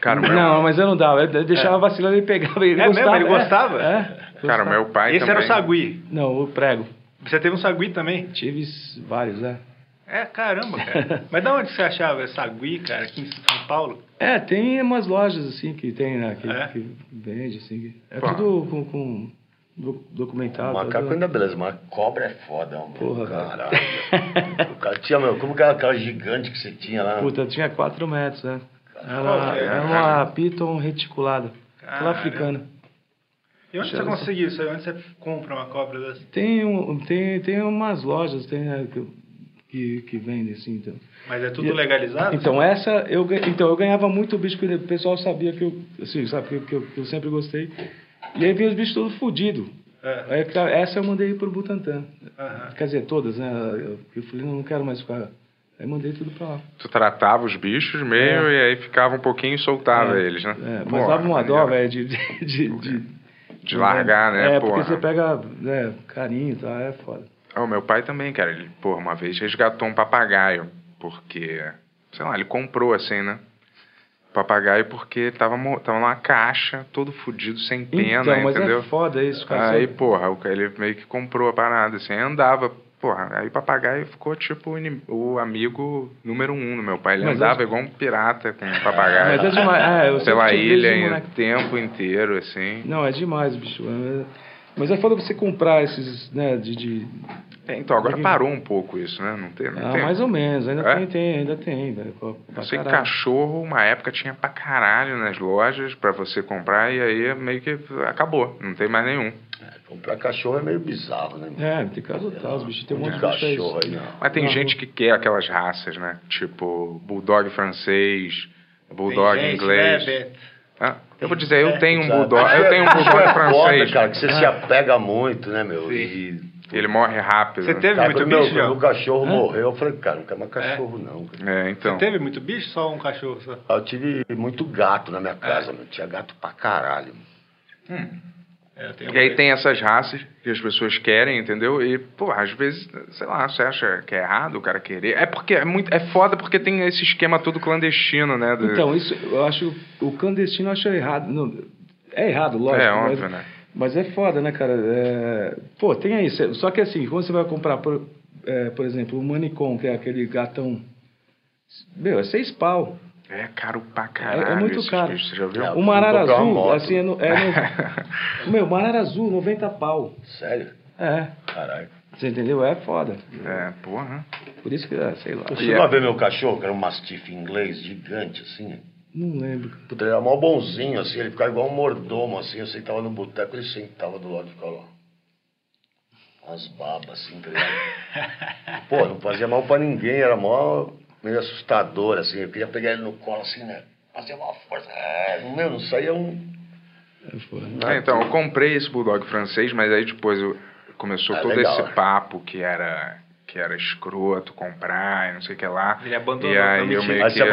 Speaker 1: Cara, meu,
Speaker 2: Não, mas eu não dava. Eu deixava vacilar e pegava. Ele
Speaker 3: É mesmo?
Speaker 2: gostava.
Speaker 3: Ele gostava?
Speaker 2: É.
Speaker 1: cara,
Speaker 2: Gostava.
Speaker 1: meu pai
Speaker 3: Esse
Speaker 1: também...
Speaker 3: era o sagui.
Speaker 2: Não, o prego.
Speaker 3: Você teve um sagui também?
Speaker 2: Tive s- vários, né?
Speaker 3: É, caramba, cara. Mas da onde você achava esse sagui, cara, aqui em São Paulo?
Speaker 2: É, tem umas lojas assim que tem, né? Que,
Speaker 3: É?
Speaker 2: que vende, assim. que- É
Speaker 1: Pá.
Speaker 2: tudo com, com do- documentado.
Speaker 4: Macaco
Speaker 2: tudo.
Speaker 4: ainda é beleza, mas cobra é foda, mano.
Speaker 2: Porra,
Speaker 4: Caralho. O cara tinha, meu, como que era aquela gigante que você tinha lá?
Speaker 2: Puta, tinha 4 metros, né?
Speaker 3: Qual
Speaker 2: Ela
Speaker 3: que é?
Speaker 2: era uma piton reticulada. Aquela
Speaker 3: Caramba.
Speaker 2: africana.
Speaker 3: E onde você
Speaker 2: Chama-se-
Speaker 3: conseguiu isso aí? Onde você compra uma cobra dessa?
Speaker 2: Tem, um, tem, tem umas lojas tem, né, que, que, que vendem, assim, então.
Speaker 3: Mas é tudo
Speaker 2: E-
Speaker 3: legalizado?
Speaker 2: Então, essa eu, gan- então, eu ganhava muito bicho, porque o pessoal sabia que eu, assim, sabe, que, eu- que eu, que eu sempre gostei. E aí vinha os bichos todos fodidos.
Speaker 3: É,
Speaker 2: Aí, tá, essa eu mandei pro Butantan.
Speaker 3: aham.
Speaker 2: Quer dizer, todas, né? Eu, eu falei, não, não quero mais ficar. Aí mandei tudo pra lá.
Speaker 1: Tu tratava os bichos meio e aí ficava um pouquinho e soltava eles, né?
Speaker 2: É, mas
Speaker 1: Porra,
Speaker 2: dava uma dó,
Speaker 1: maneiro.
Speaker 2: velho, de, de, de, de-
Speaker 1: De largar, né?
Speaker 2: É,
Speaker 1: porra.
Speaker 2: porque você pega né, carinho e tal, é foda.
Speaker 1: Ah, O meu pai também, cara, ele, porra, uma vez resgatou um papagaio, porque, sei lá, ele comprou assim, né? Papagaio porque tava, mo- tava numa caixa, todo fudido, sem pena,
Speaker 2: então, mas
Speaker 1: entendeu?
Speaker 2: é foda isso, cara.
Speaker 1: Aí,
Speaker 2: Você-
Speaker 1: porra, o ca- ele meio que comprou a parada, assim, aí andava, porra, aí o papagaio ficou tipo o inim- o amigo número um do meu pai. Ele
Speaker 2: Mas
Speaker 1: andava
Speaker 2: hoje-
Speaker 1: igual um pirata com um
Speaker 2: Mas é
Speaker 1: papagaio.
Speaker 2: demais. É, eu sempre
Speaker 1: pela
Speaker 2: tive desde
Speaker 1: ilha, em-
Speaker 2: moleque.
Speaker 1: o tempo inteiro, assim.
Speaker 2: Não, é demais, bicho. É- Mas é foda você comprar esses, né, de... de-
Speaker 1: É, Então, agora parou um pouco isso, né? Não tem, não
Speaker 2: Ah,
Speaker 1: tem.
Speaker 2: mais ou menos, ainda
Speaker 1: É?
Speaker 2: tem, tem, ainda tem, velho. pra-
Speaker 1: Eu
Speaker 2: pra
Speaker 1: sei que
Speaker 2: caralho.
Speaker 1: cachorro, uma época, tinha pra caralho nas lojas pra você comprar e aí meio que acabou, não tem mais nenhum.
Speaker 4: Comprar cachorro é meio bizarro, né? mano?
Speaker 2: É, tem que adotar os bichos, tem um monte de bicho aí.
Speaker 4: cachorro aí, não.
Speaker 1: Mas tem
Speaker 2: Não.
Speaker 1: gente que quer aquelas raças, né? Tipo, bulldog francês, bulldog
Speaker 3: Tem gente,
Speaker 1: inglês.
Speaker 3: né, Beto?
Speaker 1: Ah, eu vou dizer, eu tenho um
Speaker 4: Sabe?
Speaker 1: bulldog, eu tenho um
Speaker 4: Cachorro
Speaker 1: bulldog
Speaker 4: é
Speaker 1: francês. né? É.
Speaker 4: Foda, cara, que você se apega muito, né, meu? E...
Speaker 1: Ele morre rápido.
Speaker 3: Você teve
Speaker 4: Cara,
Speaker 3: muito
Speaker 4: quando meu,
Speaker 3: bicho,
Speaker 4: quando
Speaker 3: João?
Speaker 4: o cachorro morreu, eu falei, cara, não quero mais cachorro, não. cara.
Speaker 1: É, então.
Speaker 3: Você teve muito bicho? Só um cachorro só?
Speaker 4: Eu tive muito gato na minha
Speaker 1: É.
Speaker 4: casa, meu. Tinha gato pra caralho.
Speaker 3: É, eu tenho
Speaker 1: E aí tem essas raças que as pessoas querem, entendeu? E, pô, às vezes, sei lá, você acha que é errado o cara querer. É porque é muito. É foda porque tem esse esquema todo clandestino, né? do-
Speaker 2: Então, isso eu acho. O clandestino eu acho errado. não, é errado, lógico.
Speaker 1: É,
Speaker 2: mas-
Speaker 1: óbvio, né?
Speaker 2: Mas é foda, né, cara? É, pô, tem aí. cê- Só que assim, quando você vai comprar, por, é, por exemplo, o Manicom, que é aquele gatão. Meu, é seis pau.
Speaker 1: É caro pra caralho.
Speaker 2: É- é muito
Speaker 1: esses
Speaker 2: caro.
Speaker 1: bichos, você já viu?
Speaker 4: É,
Speaker 2: Uma arara
Speaker 4: comprar uma
Speaker 2: azul,
Speaker 4: moto.
Speaker 2: assim, é. No, é no- meu, uma arara azul, 90 pau.
Speaker 4: Sério?
Speaker 2: É.
Speaker 4: Caralho.
Speaker 2: Você entendeu? É foda.
Speaker 1: É, porra.
Speaker 2: Por isso que, é, sei lá.
Speaker 4: Você
Speaker 1: E
Speaker 4: vai
Speaker 1: é-
Speaker 4: ver meu cachorro, que era um mastife inglês gigante, assim.
Speaker 2: Não lembro.
Speaker 4: Puta, ele era mó bonzinho, assim. Ele ficava igual um mordomo, assim. Eu sentava no boteco, ele sentava do lado e ficava lá. Com As babas, assim, tá ligado? Pô, não fazia mal pra ninguém. Era mó meio assustador, assim. Eu queria pegar ele no colo, assim, né? Fazia uma força. É, meu, não saía um...
Speaker 2: É foda.
Speaker 1: É, então, eu comprei esse bulldog francês, mas aí depois eu- começou
Speaker 4: Ah,
Speaker 1: todo
Speaker 4: legal.
Speaker 2: é.
Speaker 1: esse papo que era que era escroto comprar e não sei o que lá.
Speaker 3: Ele abandonou,
Speaker 1: E aí
Speaker 3: tá
Speaker 1: eu
Speaker 3: mentindo.
Speaker 1: meio
Speaker 2: Ah,
Speaker 4: Aí
Speaker 1: que...
Speaker 4: você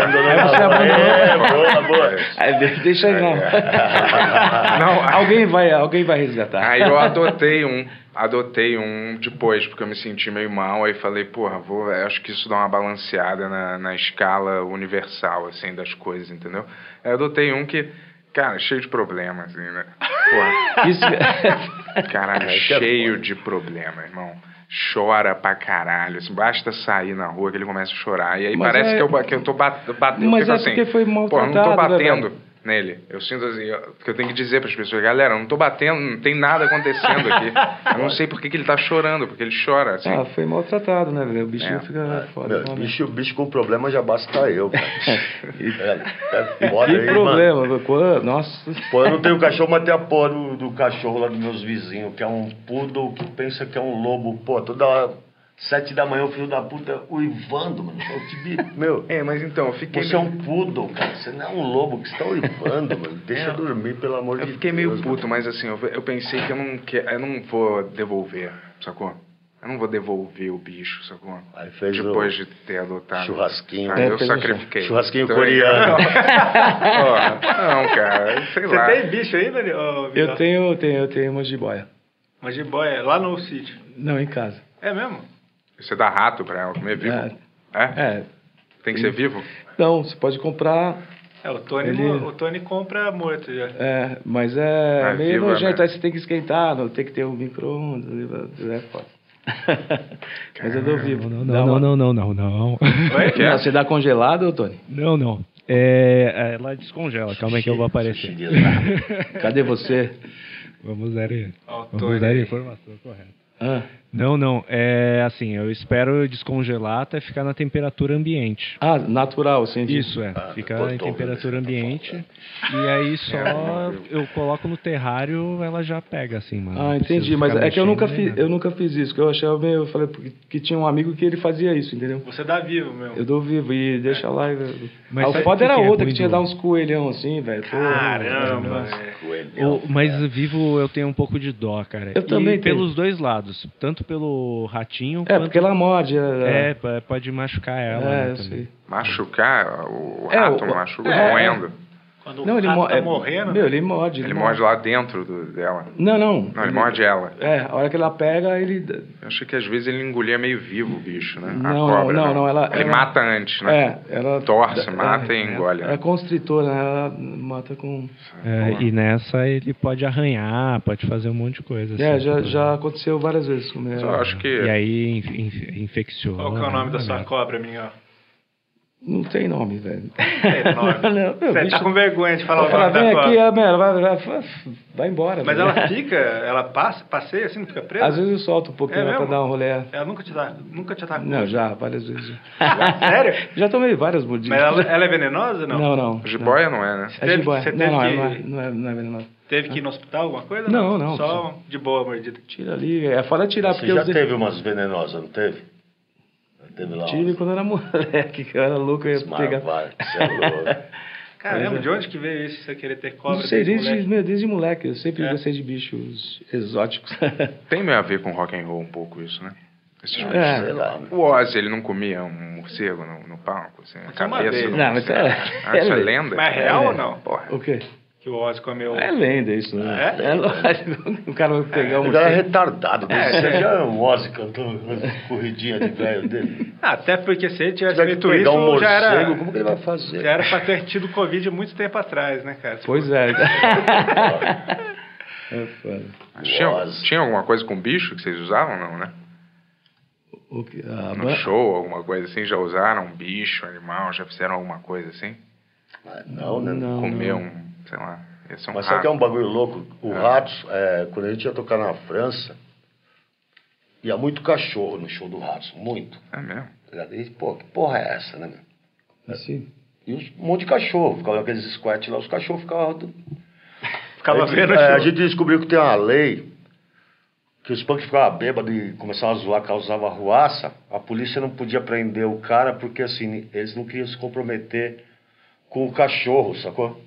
Speaker 4: abandonou. É, boa, boa.
Speaker 2: É, de- deixa aí, não.
Speaker 1: Não, aí-
Speaker 2: Ah, alguém, vai, alguém vai resgatar.
Speaker 1: Aí eu adotei um, adotei um depois, porque eu me senti meio mal, aí falei, porra, vou, eu acho que isso dá uma balanceada na, na escala universal, assim, das coisas, entendeu? Aí eu adotei um que, cara, cheio de problemas, assim, né? Porra,
Speaker 2: Isso,
Speaker 1: caralho, é
Speaker 2: é
Speaker 1: cheio de problema, irmão. Chora pra caralho, assim, basta sair na rua que ele começa a chorar, e aí
Speaker 2: Mas
Speaker 1: parece
Speaker 2: é-
Speaker 1: que, eu, ba- que eu tô ba- batendo,
Speaker 2: Mas
Speaker 1: fico
Speaker 2: é
Speaker 1: assim,
Speaker 2: porque foi
Speaker 1: porra, não tô
Speaker 2: maltratado, né,
Speaker 1: batendo.
Speaker 2: velho?
Speaker 1: nele. Eu sinto assim, eu- porque eu tenho que dizer para as pessoas, galera, eu não tô batendo, não tem nada acontecendo aqui. Eu não sei por que, que ele tá chorando, porque ele chora, assim.
Speaker 2: Ah, foi maltratado, né, velho? O bichinho
Speaker 1: É.
Speaker 2: fica foda.
Speaker 4: Meu,
Speaker 2: realmente.
Speaker 4: bicho, bicho com problema já basta eu, cara. É, é foda
Speaker 2: Que
Speaker 4: aí, mano.
Speaker 2: problema, meu, pô, nossa.
Speaker 4: Pô, eu não tenho cachorro, mas tem a porra do, do cachorro lá dos meus vizinhos, que é um poodle que pensa que é um lobo. Pô, toda hora, sete da manhã, o filho da puta uivando, mano. Eu te bi- Meu,
Speaker 1: É, mas então, eu fiquei.
Speaker 4: você é um poodle, cara. Você não é um lobo que você tá uivando, mano. Deixa eu dormir, pelo amor
Speaker 1: Eu
Speaker 4: de
Speaker 2: é
Speaker 4: Deus.
Speaker 1: fiquei meio
Speaker 2: né?
Speaker 4: mano.
Speaker 1: puto, mas assim, eu, eu pensei que eu não, que, eu não vou devolver, sacou? Eu não vou devolver o bicho, sacou?
Speaker 4: Aí fez o
Speaker 1: Depois de ter adotado.
Speaker 4: churrasquinho.
Speaker 1: Aí
Speaker 4: É,
Speaker 1: Tipo, eu
Speaker 2: fez o
Speaker 1: sacrifiquei.
Speaker 4: Churrasquinho
Speaker 1: Então,
Speaker 4: coreano.
Speaker 1: Porra, não, cara, sei
Speaker 3: Você
Speaker 1: lá.
Speaker 3: tem bicho aí, Daniel? Ô, Vidal?
Speaker 2: Eu tenho, eu tenho, eu tenho uma jiboia.
Speaker 3: Uma jiboia é lá no sítio.
Speaker 2: Não, em casa.
Speaker 3: É mesmo?
Speaker 1: Você dá rato pra ela comer vivo?
Speaker 2: É,
Speaker 1: É?
Speaker 2: é.
Speaker 1: Tem que ser vivo?
Speaker 2: Não, você pode comprar,
Speaker 3: É, o Tony,
Speaker 2: Ele-
Speaker 3: mo- o Tony compra morto já.
Speaker 2: é, mas é
Speaker 1: Ah,
Speaker 2: meio
Speaker 1: viva,
Speaker 2: nojento.
Speaker 1: né?
Speaker 2: Aí você tem que esquentar, não, tem que ter um micro-ondas. É foda. mas eu dou vivo.
Speaker 7: Não,
Speaker 2: Dá
Speaker 7: não,
Speaker 2: uma-
Speaker 7: não, não, não, não.
Speaker 3: Vai?
Speaker 1: Que é?
Speaker 2: Não, você dá congelado, ô, Tony?
Speaker 7: Não, não. É, ela descongela, calma aí que eu vou aparecer.
Speaker 2: Cadê você?
Speaker 7: Vamos dar,
Speaker 3: Ó, o
Speaker 7: vamos
Speaker 3: Tony.
Speaker 7: dar a
Speaker 3: aí.
Speaker 7: informação correta.
Speaker 2: Hã?
Speaker 7: Não, não. É assim, eu espero descongelar até ficar na temperatura ambiente.
Speaker 2: Ah, natural, sim. de-
Speaker 7: Isso é, fica
Speaker 4: botou,
Speaker 7: em
Speaker 2: Tá
Speaker 7: temperatura
Speaker 4: né?
Speaker 7: ambiente. E aí só eu coloco no terrário, ela já pega assim, mano.
Speaker 2: É. Ah,
Speaker 7: Não preciso
Speaker 2: entendi,
Speaker 7: ficar
Speaker 2: mas é que eu
Speaker 7: mexendo né?
Speaker 2: nunca
Speaker 7: nem
Speaker 2: fiz,
Speaker 7: nada.
Speaker 2: eu nunca fiz isso, que eu achava meio, eu falei porque- que tinha um amigo que ele fazia isso, entendeu?
Speaker 3: Você dá vivo mesmo.
Speaker 2: Eu dou vivo e deixa lá. e-
Speaker 7: Mas
Speaker 2: Ah,
Speaker 7: sabe
Speaker 2: o
Speaker 7: o
Speaker 2: foda
Speaker 7: que
Speaker 2: era
Speaker 7: que é
Speaker 2: outra
Speaker 7: ruim
Speaker 2: que tinha
Speaker 7: do-
Speaker 2: dar uns coelhão assim, velho. Porra,
Speaker 3: Caramba,
Speaker 2: mano.
Speaker 3: velho.
Speaker 4: Coelhão.
Speaker 7: O- mas vivo eu tenho um pouco de dó, cara.
Speaker 2: Eu
Speaker 7: E
Speaker 2: também tenho.
Speaker 7: pelos dois lados, tanto pelo ratinho
Speaker 2: É,
Speaker 7: quanto
Speaker 2: porque ela morde.
Speaker 7: é,
Speaker 2: É,
Speaker 7: p- pode machucar
Speaker 2: é,
Speaker 7: ela. né,
Speaker 2: eu
Speaker 7: também.
Speaker 2: sei.
Speaker 1: Machucar? O
Speaker 2: É,
Speaker 1: rato
Speaker 2: o-
Speaker 1: machuca
Speaker 2: é.
Speaker 1: moendo.
Speaker 3: Quando
Speaker 2: Não,
Speaker 3: o
Speaker 2: ele
Speaker 3: rato
Speaker 2: morde.
Speaker 3: tá morrendo,
Speaker 2: Meu, ele morde. né?
Speaker 1: Ele morde lá dentro do- dela.
Speaker 2: Não, não.
Speaker 1: Não, ele morde ela.
Speaker 2: É, a hora que ela pega, ele.
Speaker 1: Eu achei que às vezes ele engolia meio vivo o bicho, né? a
Speaker 2: Não,
Speaker 1: cobra.
Speaker 2: não, não, ela-
Speaker 1: Ele
Speaker 2: ela-
Speaker 1: mata antes, né?
Speaker 2: É, ela.
Speaker 1: Torce,
Speaker 2: é,
Speaker 1: mata e engole.
Speaker 2: É constritora, né? Ela mata com.
Speaker 7: É, e nessa ele pode arranhar, pode fazer um monte de coisa.
Speaker 2: É,
Speaker 7: assim,
Speaker 2: já,
Speaker 7: tipo,
Speaker 2: já aconteceu várias vezes comigo.
Speaker 1: Eu acho que.
Speaker 7: E aí inf- inf- infecciona.
Speaker 3: qual que é o nome da
Speaker 7: né?
Speaker 3: sua cobra, Mingau?
Speaker 2: Não tem nome, velho.
Speaker 3: É, nome.
Speaker 2: Não, meu,
Speaker 3: Você
Speaker 2: bicho-
Speaker 3: tá com vergonha de falar
Speaker 2: Ela
Speaker 3: o
Speaker 2: fala,
Speaker 3: nome
Speaker 2: vem
Speaker 3: da
Speaker 2: aqui,
Speaker 3: cobra.
Speaker 2: ah, meu, ela vai, vai, vai, vai embora.
Speaker 3: Mas
Speaker 2: velho.
Speaker 3: ela fica, ela passa, passeia assim, não fica presa?
Speaker 2: Às vezes eu solto um pouquinho
Speaker 3: É
Speaker 2: ela pra
Speaker 3: mesmo?
Speaker 2: dar um rolé.
Speaker 3: Ela nunca te, dá, nunca te atacou?
Speaker 2: Não, já, várias vezes.
Speaker 3: Sério?
Speaker 2: Já tomei várias mordidas.
Speaker 3: Mas ela, ela é venenosa, não?
Speaker 2: Não, não.
Speaker 1: Jiboia não é, né?
Speaker 2: É
Speaker 3: Teve-
Speaker 2: jiboia.
Speaker 3: você
Speaker 2: Não,
Speaker 3: teve
Speaker 2: não,
Speaker 3: que-
Speaker 2: ela não é- não é, não é venenosa.
Speaker 3: Teve que ir no hospital, alguma coisa?
Speaker 2: Não, não.
Speaker 3: Só de boa mordida.
Speaker 2: Tira ali. É fora tirar,
Speaker 4: Você
Speaker 2: porque
Speaker 4: já
Speaker 2: eu
Speaker 4: teve umas venenosas, não teve? Teve lá
Speaker 2: tive
Speaker 4: umas
Speaker 2: quando eu era moleque, que eu era louco, eu ia pegar.
Speaker 4: marvadas, você é louco.
Speaker 3: Caramba,
Speaker 2: Pois é.
Speaker 3: de onde que veio isso, você querer ter cobra?
Speaker 2: Não sei,
Speaker 3: desde
Speaker 2: desde,
Speaker 3: moleque?
Speaker 2: meu, desde moleque, eu sempre
Speaker 3: É.
Speaker 2: gostei de bichos exóticos.
Speaker 1: Tem meio a ver com rock and roll um pouco isso, né? Esses bichos.
Speaker 4: Sei
Speaker 2: é.
Speaker 4: lá.
Speaker 1: O Ozzy, ele não comia um morcego no, no palco, assim, a
Speaker 3: é uma
Speaker 1: cabeça.
Speaker 3: vez.
Speaker 1: do
Speaker 2: Não, mas
Speaker 1: morcego.
Speaker 2: é-
Speaker 1: Ah, isso é
Speaker 2: é
Speaker 1: lenda?
Speaker 3: Mas é real
Speaker 2: É.
Speaker 3: ou não?
Speaker 1: Porra.
Speaker 2: O quê?
Speaker 3: Que o Oz comeu...
Speaker 2: É lenda isso, né?
Speaker 3: É?
Speaker 2: lógico. O cara vai pegar um
Speaker 4: Ele era
Speaker 2: morcego.
Speaker 4: retardado, mas você já é um Ozzy cantando uma corridinha de velho dele.
Speaker 3: Ah, Até porque se ele tivesse
Speaker 4: Tiver que
Speaker 3: feito
Speaker 4: pegar
Speaker 3: isso,
Speaker 4: um morcego,
Speaker 3: já era...
Speaker 4: como que ele vai fazer?
Speaker 3: Já era pra ter tido Covid muito tempo atrás, né, cara?
Speaker 2: Pois é. é foda.
Speaker 1: Mas Tinha,
Speaker 4: Ozzy.
Speaker 1: tinha alguma coisa com bicho que vocês usavam, não, né?
Speaker 2: O que, a
Speaker 1: No
Speaker 2: ban-
Speaker 1: show, alguma coisa assim, já usaram um bicho, animal, já fizeram alguma coisa assim?
Speaker 4: Ah, Não, né?
Speaker 2: Não,
Speaker 1: Comer
Speaker 2: não.
Speaker 1: um, sei lá, esse é um
Speaker 4: Mas sabe
Speaker 1: rato.
Speaker 4: que é um bagulho louco? O
Speaker 3: Ah.
Speaker 4: rato, é, quando a gente ia tocar na França, ia muito cachorro no show do rato, muito.
Speaker 1: É mesmo?
Speaker 4: Tá ligado? E, pô, que porra é essa, né, meu?
Speaker 2: Assim?
Speaker 4: E os- um monte de cachorro, ficava aqueles squats lá, os cachorros ficavam rodando.
Speaker 3: Ficava
Speaker 4: a gente,
Speaker 3: vendo...
Speaker 4: é,
Speaker 3: show.
Speaker 4: a gente descobriu que tem uma lei que os punks ficavam bêbados e começavam a zoar, causava arruaça. A polícia não podia prender o cara porque, assim, eles não queriam se comprometer com o cachorro, sacou?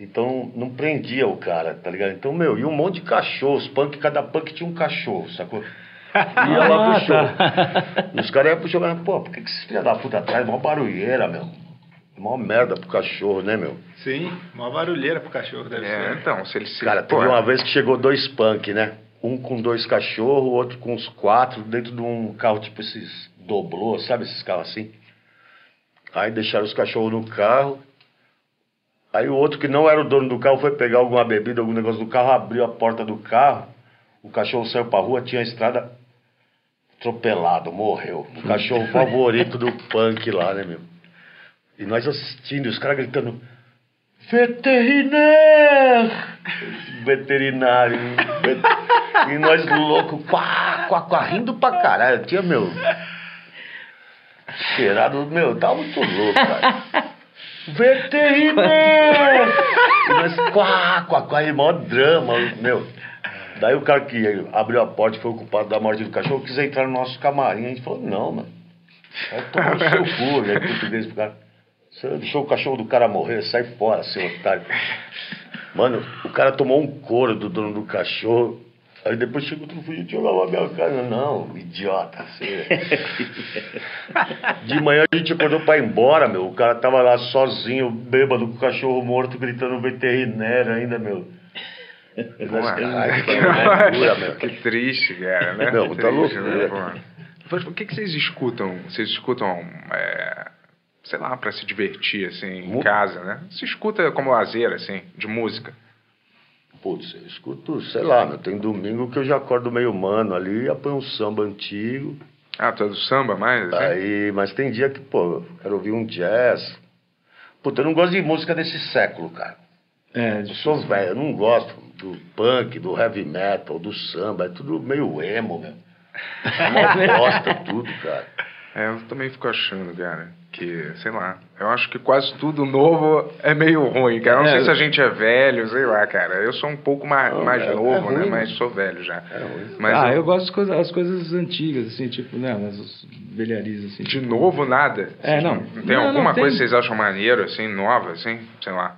Speaker 4: Então, não prendia o cara, tá ligado? Então, meu, e um monte de cachorro, os punk, cada punk tinha um cachorro, sacou? E ia lá pro
Speaker 3: Ah,
Speaker 4: show.
Speaker 3: tá.
Speaker 4: E os caras iam pro show, mas, pô, por que, que esses filha da puta atrás? Mó barulheira, meu. Mó merda pro cachorro, né, meu?
Speaker 3: Sim, uma barulheira pro cachorro, deve
Speaker 1: É,
Speaker 3: ser.
Speaker 1: então, se ele se...
Speaker 4: Cara, teve
Speaker 1: Pô,
Speaker 4: uma vez que chegou dois punk, né? Um com dois cachorros, outro com uns quatro, dentro de um carro tipo esses doblô, sabe esses carros assim? Aí deixaram os cachorros no carro. Aí o outro que não era o dono do carro foi pegar alguma bebida, algum negócio do carro, abriu a porta do carro, o cachorro saiu pra rua, tinha a estrada atropelado, morreu. O cachorro favorito do punk lá, né, meu? E nós assistindo, e os caras gritando, Veterinário! Veterinário. vet- E nós loucos, quá, quá, quá, rindo pra caralho. Eu tinha, meu. Cheirado, meu, eu tava muito louco, cara. Veterinário! E nós, quá, quá, quá, e maior drama, meu. Daí o cara que abriu a porta e foi o culpado da morte do cachorro quis entrar no nosso camarim. A gente falou, não, mano. Vai tomar no seu cu, né? Português pro cara. Você deixou o cachorro do cara morrer, sai fora, seu otário. Mano, o cara tomou um couro do dono do cachorro. Aí depois chegou outro filho e jogava a minha cara. Não, idiota. Você... De manhã a gente acordou pra ir embora, meu. O cara tava lá sozinho, bêbado, com o cachorro morto, gritando veterinário ainda, meu.
Speaker 1: Porra,
Speaker 4: Caralho,
Speaker 1: que,
Speaker 4: que loucura, meu.
Speaker 1: que triste, cara, né?
Speaker 4: Não,
Speaker 1: que
Speaker 4: tá
Speaker 1: triste,
Speaker 4: loucura.
Speaker 1: né, porra. Mas o que, que vocês escutam? Vocês escutam, é, sei lá, pra se divertir, assim, em
Speaker 4: Mu-
Speaker 1: casa, né? Se escuta como lazer, assim, de música.
Speaker 4: Putz, eu escuto, sei lá, meu, tem domingo que eu já acordo meio mano ali, apanho um samba antigo.
Speaker 1: Ah, tu é do samba mais? assim?
Speaker 4: Aí, mas tem dia que, pô, eu quero ouvir um jazz. Puta, eu não gosto de música desse século, cara.
Speaker 2: É,
Speaker 4: Eu sou velho, eu não gosto do punk, do heavy metal, do samba, é tudo meio emo, meu. É Uma bosta tudo, cara.
Speaker 1: É, eu também fico achando, cara, que, sei lá, eu acho que quase tudo novo é meio ruim, cara. Eu Não
Speaker 2: É.
Speaker 1: sei se a gente é velho, sei lá, cara. Eu sou um pouco mais,
Speaker 4: Não,
Speaker 1: mais
Speaker 4: é- é
Speaker 1: novo, né?
Speaker 4: ruim. É
Speaker 1: Mas sou velho já.
Speaker 4: ruim.
Speaker 1: Mas
Speaker 2: ah,
Speaker 1: eu-
Speaker 2: eu, gosto das coisas, as coisas antigas, assim, tipo, né, as velharias, assim.
Speaker 1: De
Speaker 2: tipo-
Speaker 1: novo, nada.
Speaker 2: É, não.
Speaker 1: Tem
Speaker 2: Não, não,
Speaker 1: alguma
Speaker 2: tem.
Speaker 1: coisa que vocês acham maneiro, assim, nova, assim? Sei lá.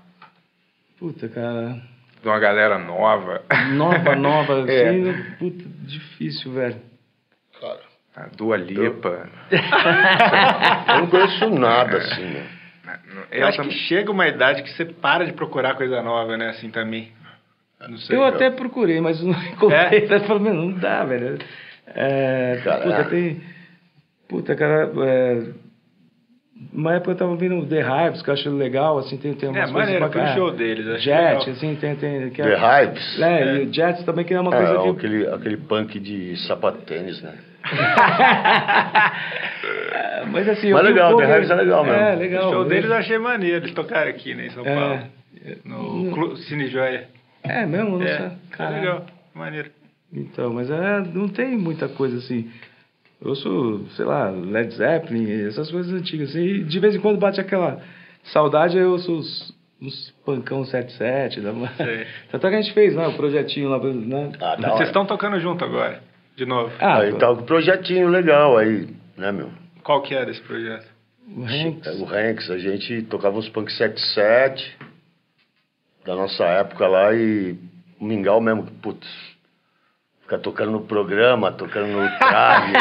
Speaker 2: Puta, cara.
Speaker 1: De uma galera nova.
Speaker 2: Nova, nova, assim,
Speaker 1: É.
Speaker 2: não- puta, difícil, velho.
Speaker 1: A Dua Lipa.
Speaker 4: Eu não conheço nada assim, meu.
Speaker 3: Eu acho
Speaker 1: tam-
Speaker 3: que chega uma idade que você para de procurar coisa nova, né? Assim também. Não sei.
Speaker 2: eu até procurei, mas não encontrei. Eu falei, "Meu, não dá, velho. É,
Speaker 4: Caraca.
Speaker 2: puta, tem. Puta, cara. É, uma época eu tava ouvindo The Hives, que eu acho legal, assim, tem, tem
Speaker 3: É,
Speaker 2: umas coisas
Speaker 3: maneiro, foi o
Speaker 2: bacanas.
Speaker 3: show deles. achei
Speaker 2: Jet,
Speaker 3: legal.
Speaker 2: assim, tem. tem que
Speaker 4: The Hypes.
Speaker 2: É, e o Jets também, que é uma
Speaker 4: É,
Speaker 2: coisa que.
Speaker 4: aquele, aquele punk de sapatênis, né?
Speaker 2: É, Mas assim, eu
Speaker 4: Mas
Speaker 2: vi um
Speaker 4: legal,
Speaker 2: pouco-
Speaker 4: The Hives é legal mesmo.
Speaker 2: É,
Speaker 3: O
Speaker 2: legal.
Speaker 3: show
Speaker 2: Eu-
Speaker 3: deles eu achei maneiro. Eles tocaram aqui, né? Em São Paulo.
Speaker 2: É,
Speaker 3: No Clu- Cine Joia.
Speaker 2: é mesmo, não
Speaker 3: É,
Speaker 2: sei.
Speaker 3: tá
Speaker 2: Caralho.
Speaker 3: legal. Maneiro.
Speaker 2: Então, mas é, não tem muita coisa assim. Eu sou, sei lá, Led Zeppelin, essas coisas antigas. Assim, e de vez em quando bate aquela saudade, eu sou uns, uns pancão 77. Da...
Speaker 3: Sei.
Speaker 2: Tanto é que a gente fez lá o projetinho lá. Né?
Speaker 4: Ah, da
Speaker 3: Vocês
Speaker 4: hora.
Speaker 3: estão tocando junto agora, de novo.
Speaker 2: Ah,
Speaker 4: aí tá um projetinho legal aí, né, meu?
Speaker 3: Qual que era esse projeto?
Speaker 2: o Hanks.
Speaker 4: O Hanks, a gente tocava uns punk 77 da nossa época lá e o Mingau mesmo, que, putz, fica tocando no programa, tocando no trave, eu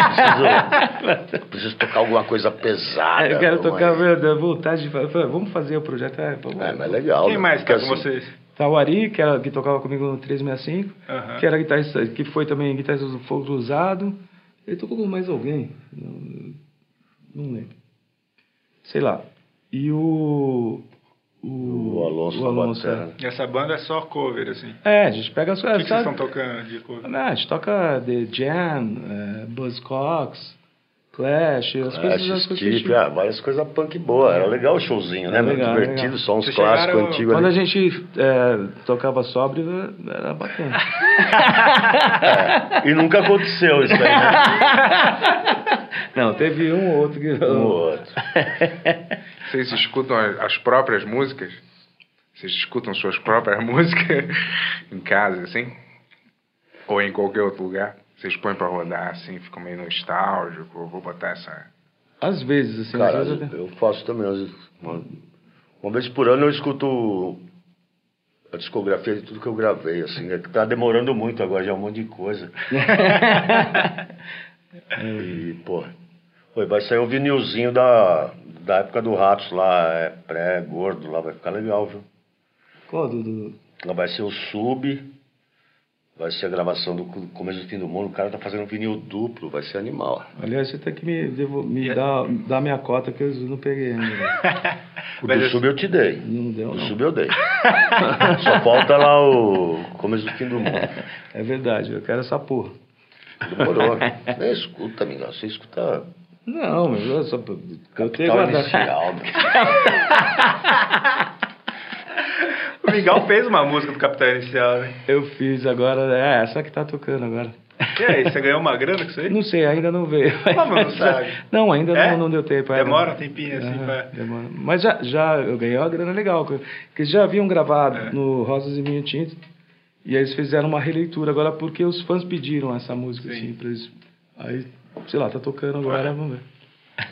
Speaker 4: preciso, eu preciso tocar alguma coisa pesada.
Speaker 2: Ah, eu quero
Speaker 4: vamos
Speaker 2: tocar,
Speaker 4: aí.
Speaker 2: meu, dá vontade de falar, falei, vamos fazer o projeto. É, vamos.
Speaker 4: É, mas legal.
Speaker 3: Quem
Speaker 4: né?
Speaker 3: mais
Speaker 4: Porque
Speaker 3: tá com
Speaker 4: assim,
Speaker 3: vocês?
Speaker 2: Tá o Ari, que, era, que tocava comigo no 365,
Speaker 3: Aham.
Speaker 2: que é- era guitarrista, que foi também guitarrista do Fogo Cruzado. Ele tocou com mais alguém, não, não lembro. Sei lá. E o. O,
Speaker 4: O Alonso,
Speaker 2: o Alonso
Speaker 4: da Batera.
Speaker 2: é.
Speaker 3: E Essa banda é só cover, assim.
Speaker 2: É, a gente pega as
Speaker 3: O
Speaker 2: coisas.
Speaker 3: que, que vocês estão tocando de cover?
Speaker 2: Não, a gente toca The Jam, eh, Buzzcocks, Clash, as coisas. As
Speaker 4: Clash,
Speaker 2: coisas que a gente-
Speaker 4: Stiff, ah, é, várias coisas punk boa. Era legal o showzinho, né?
Speaker 2: É
Speaker 4: meu?
Speaker 2: legal,
Speaker 4: Divertido,
Speaker 2: legal.
Speaker 4: só uns
Speaker 3: Vocês
Speaker 4: clássicos
Speaker 3: chegaram-
Speaker 4: antigos.
Speaker 2: Quando a
Speaker 4: ali.
Speaker 2: gente eh, tocava sóbrio, era bacana.
Speaker 4: E nunca aconteceu isso aí, né?
Speaker 2: Não, teve um ou outro que.
Speaker 4: Um ou outro.
Speaker 1: Vocês escutam as as próprias músicas? Vocês escutam suas próprias músicas em casa, assim? Ou em qualquer outro lugar? Vocês põem pra rodar, assim, ficam meio nostálgico. Vou botar essa...
Speaker 2: Às vezes, assim,
Speaker 4: Cara,
Speaker 2: às vezes eu-
Speaker 4: eu faço também. às vezes, Uma, uma vez por ano eu escuto a discografia de tudo que eu gravei, assim. É que tá demorando muito agora, já é um monte de coisa. e, pô. Oi, vai sair o vinilzinho da, da época do Ratos lá, é pré-gordo, lá vai ficar legal, viu?
Speaker 2: Qual do, do-
Speaker 4: Lá vai ser o sub, vai ser a gravação do co- começo do fim do mundo. O cara tá fazendo vinil duplo, vai ser animal.
Speaker 2: Aliás, você tem que me, devo- me
Speaker 3: É.
Speaker 2: dar, dar minha cota que eu não peguei ainda.
Speaker 4: O
Speaker 3: Mas
Speaker 4: do
Speaker 3: eu-
Speaker 4: sub eu te dei.
Speaker 2: Não deu,
Speaker 4: Do
Speaker 2: não.
Speaker 4: sub eu dei. Só falta lá o começo do fim do mundo.
Speaker 2: É verdade, eu quero essa porra.
Speaker 4: Demorou. Nem escuta, amigão. Você escuta
Speaker 2: Não, mas eu só. Eu tenho
Speaker 4: capital
Speaker 2: guardado.
Speaker 4: inicial. né?
Speaker 3: Miguel fez uma música do Capitão Inicial, né?
Speaker 2: Eu fiz agora, é essa que tá tocando agora.
Speaker 3: E aí, você ganhou uma grana com isso aí?
Speaker 2: Não sei, ainda não veio.
Speaker 3: Como Ah, não sabe?
Speaker 2: Não, ainda
Speaker 3: É?
Speaker 2: não, não deu tempo. ainda.
Speaker 3: Demora um tempinho assim
Speaker 2: né? Aham,
Speaker 3: pra...
Speaker 2: demora. Mas já, já eu ganhei uma grana legal, que- que já haviam gravado
Speaker 3: É.
Speaker 2: no Rosas e Vinho Tinto, e aí eles fizeram uma releitura agora porque os fãs pediram essa música,
Speaker 3: Sim.
Speaker 2: assim, pra eles. Aí, sei lá, tá tocando agora, vamos ver.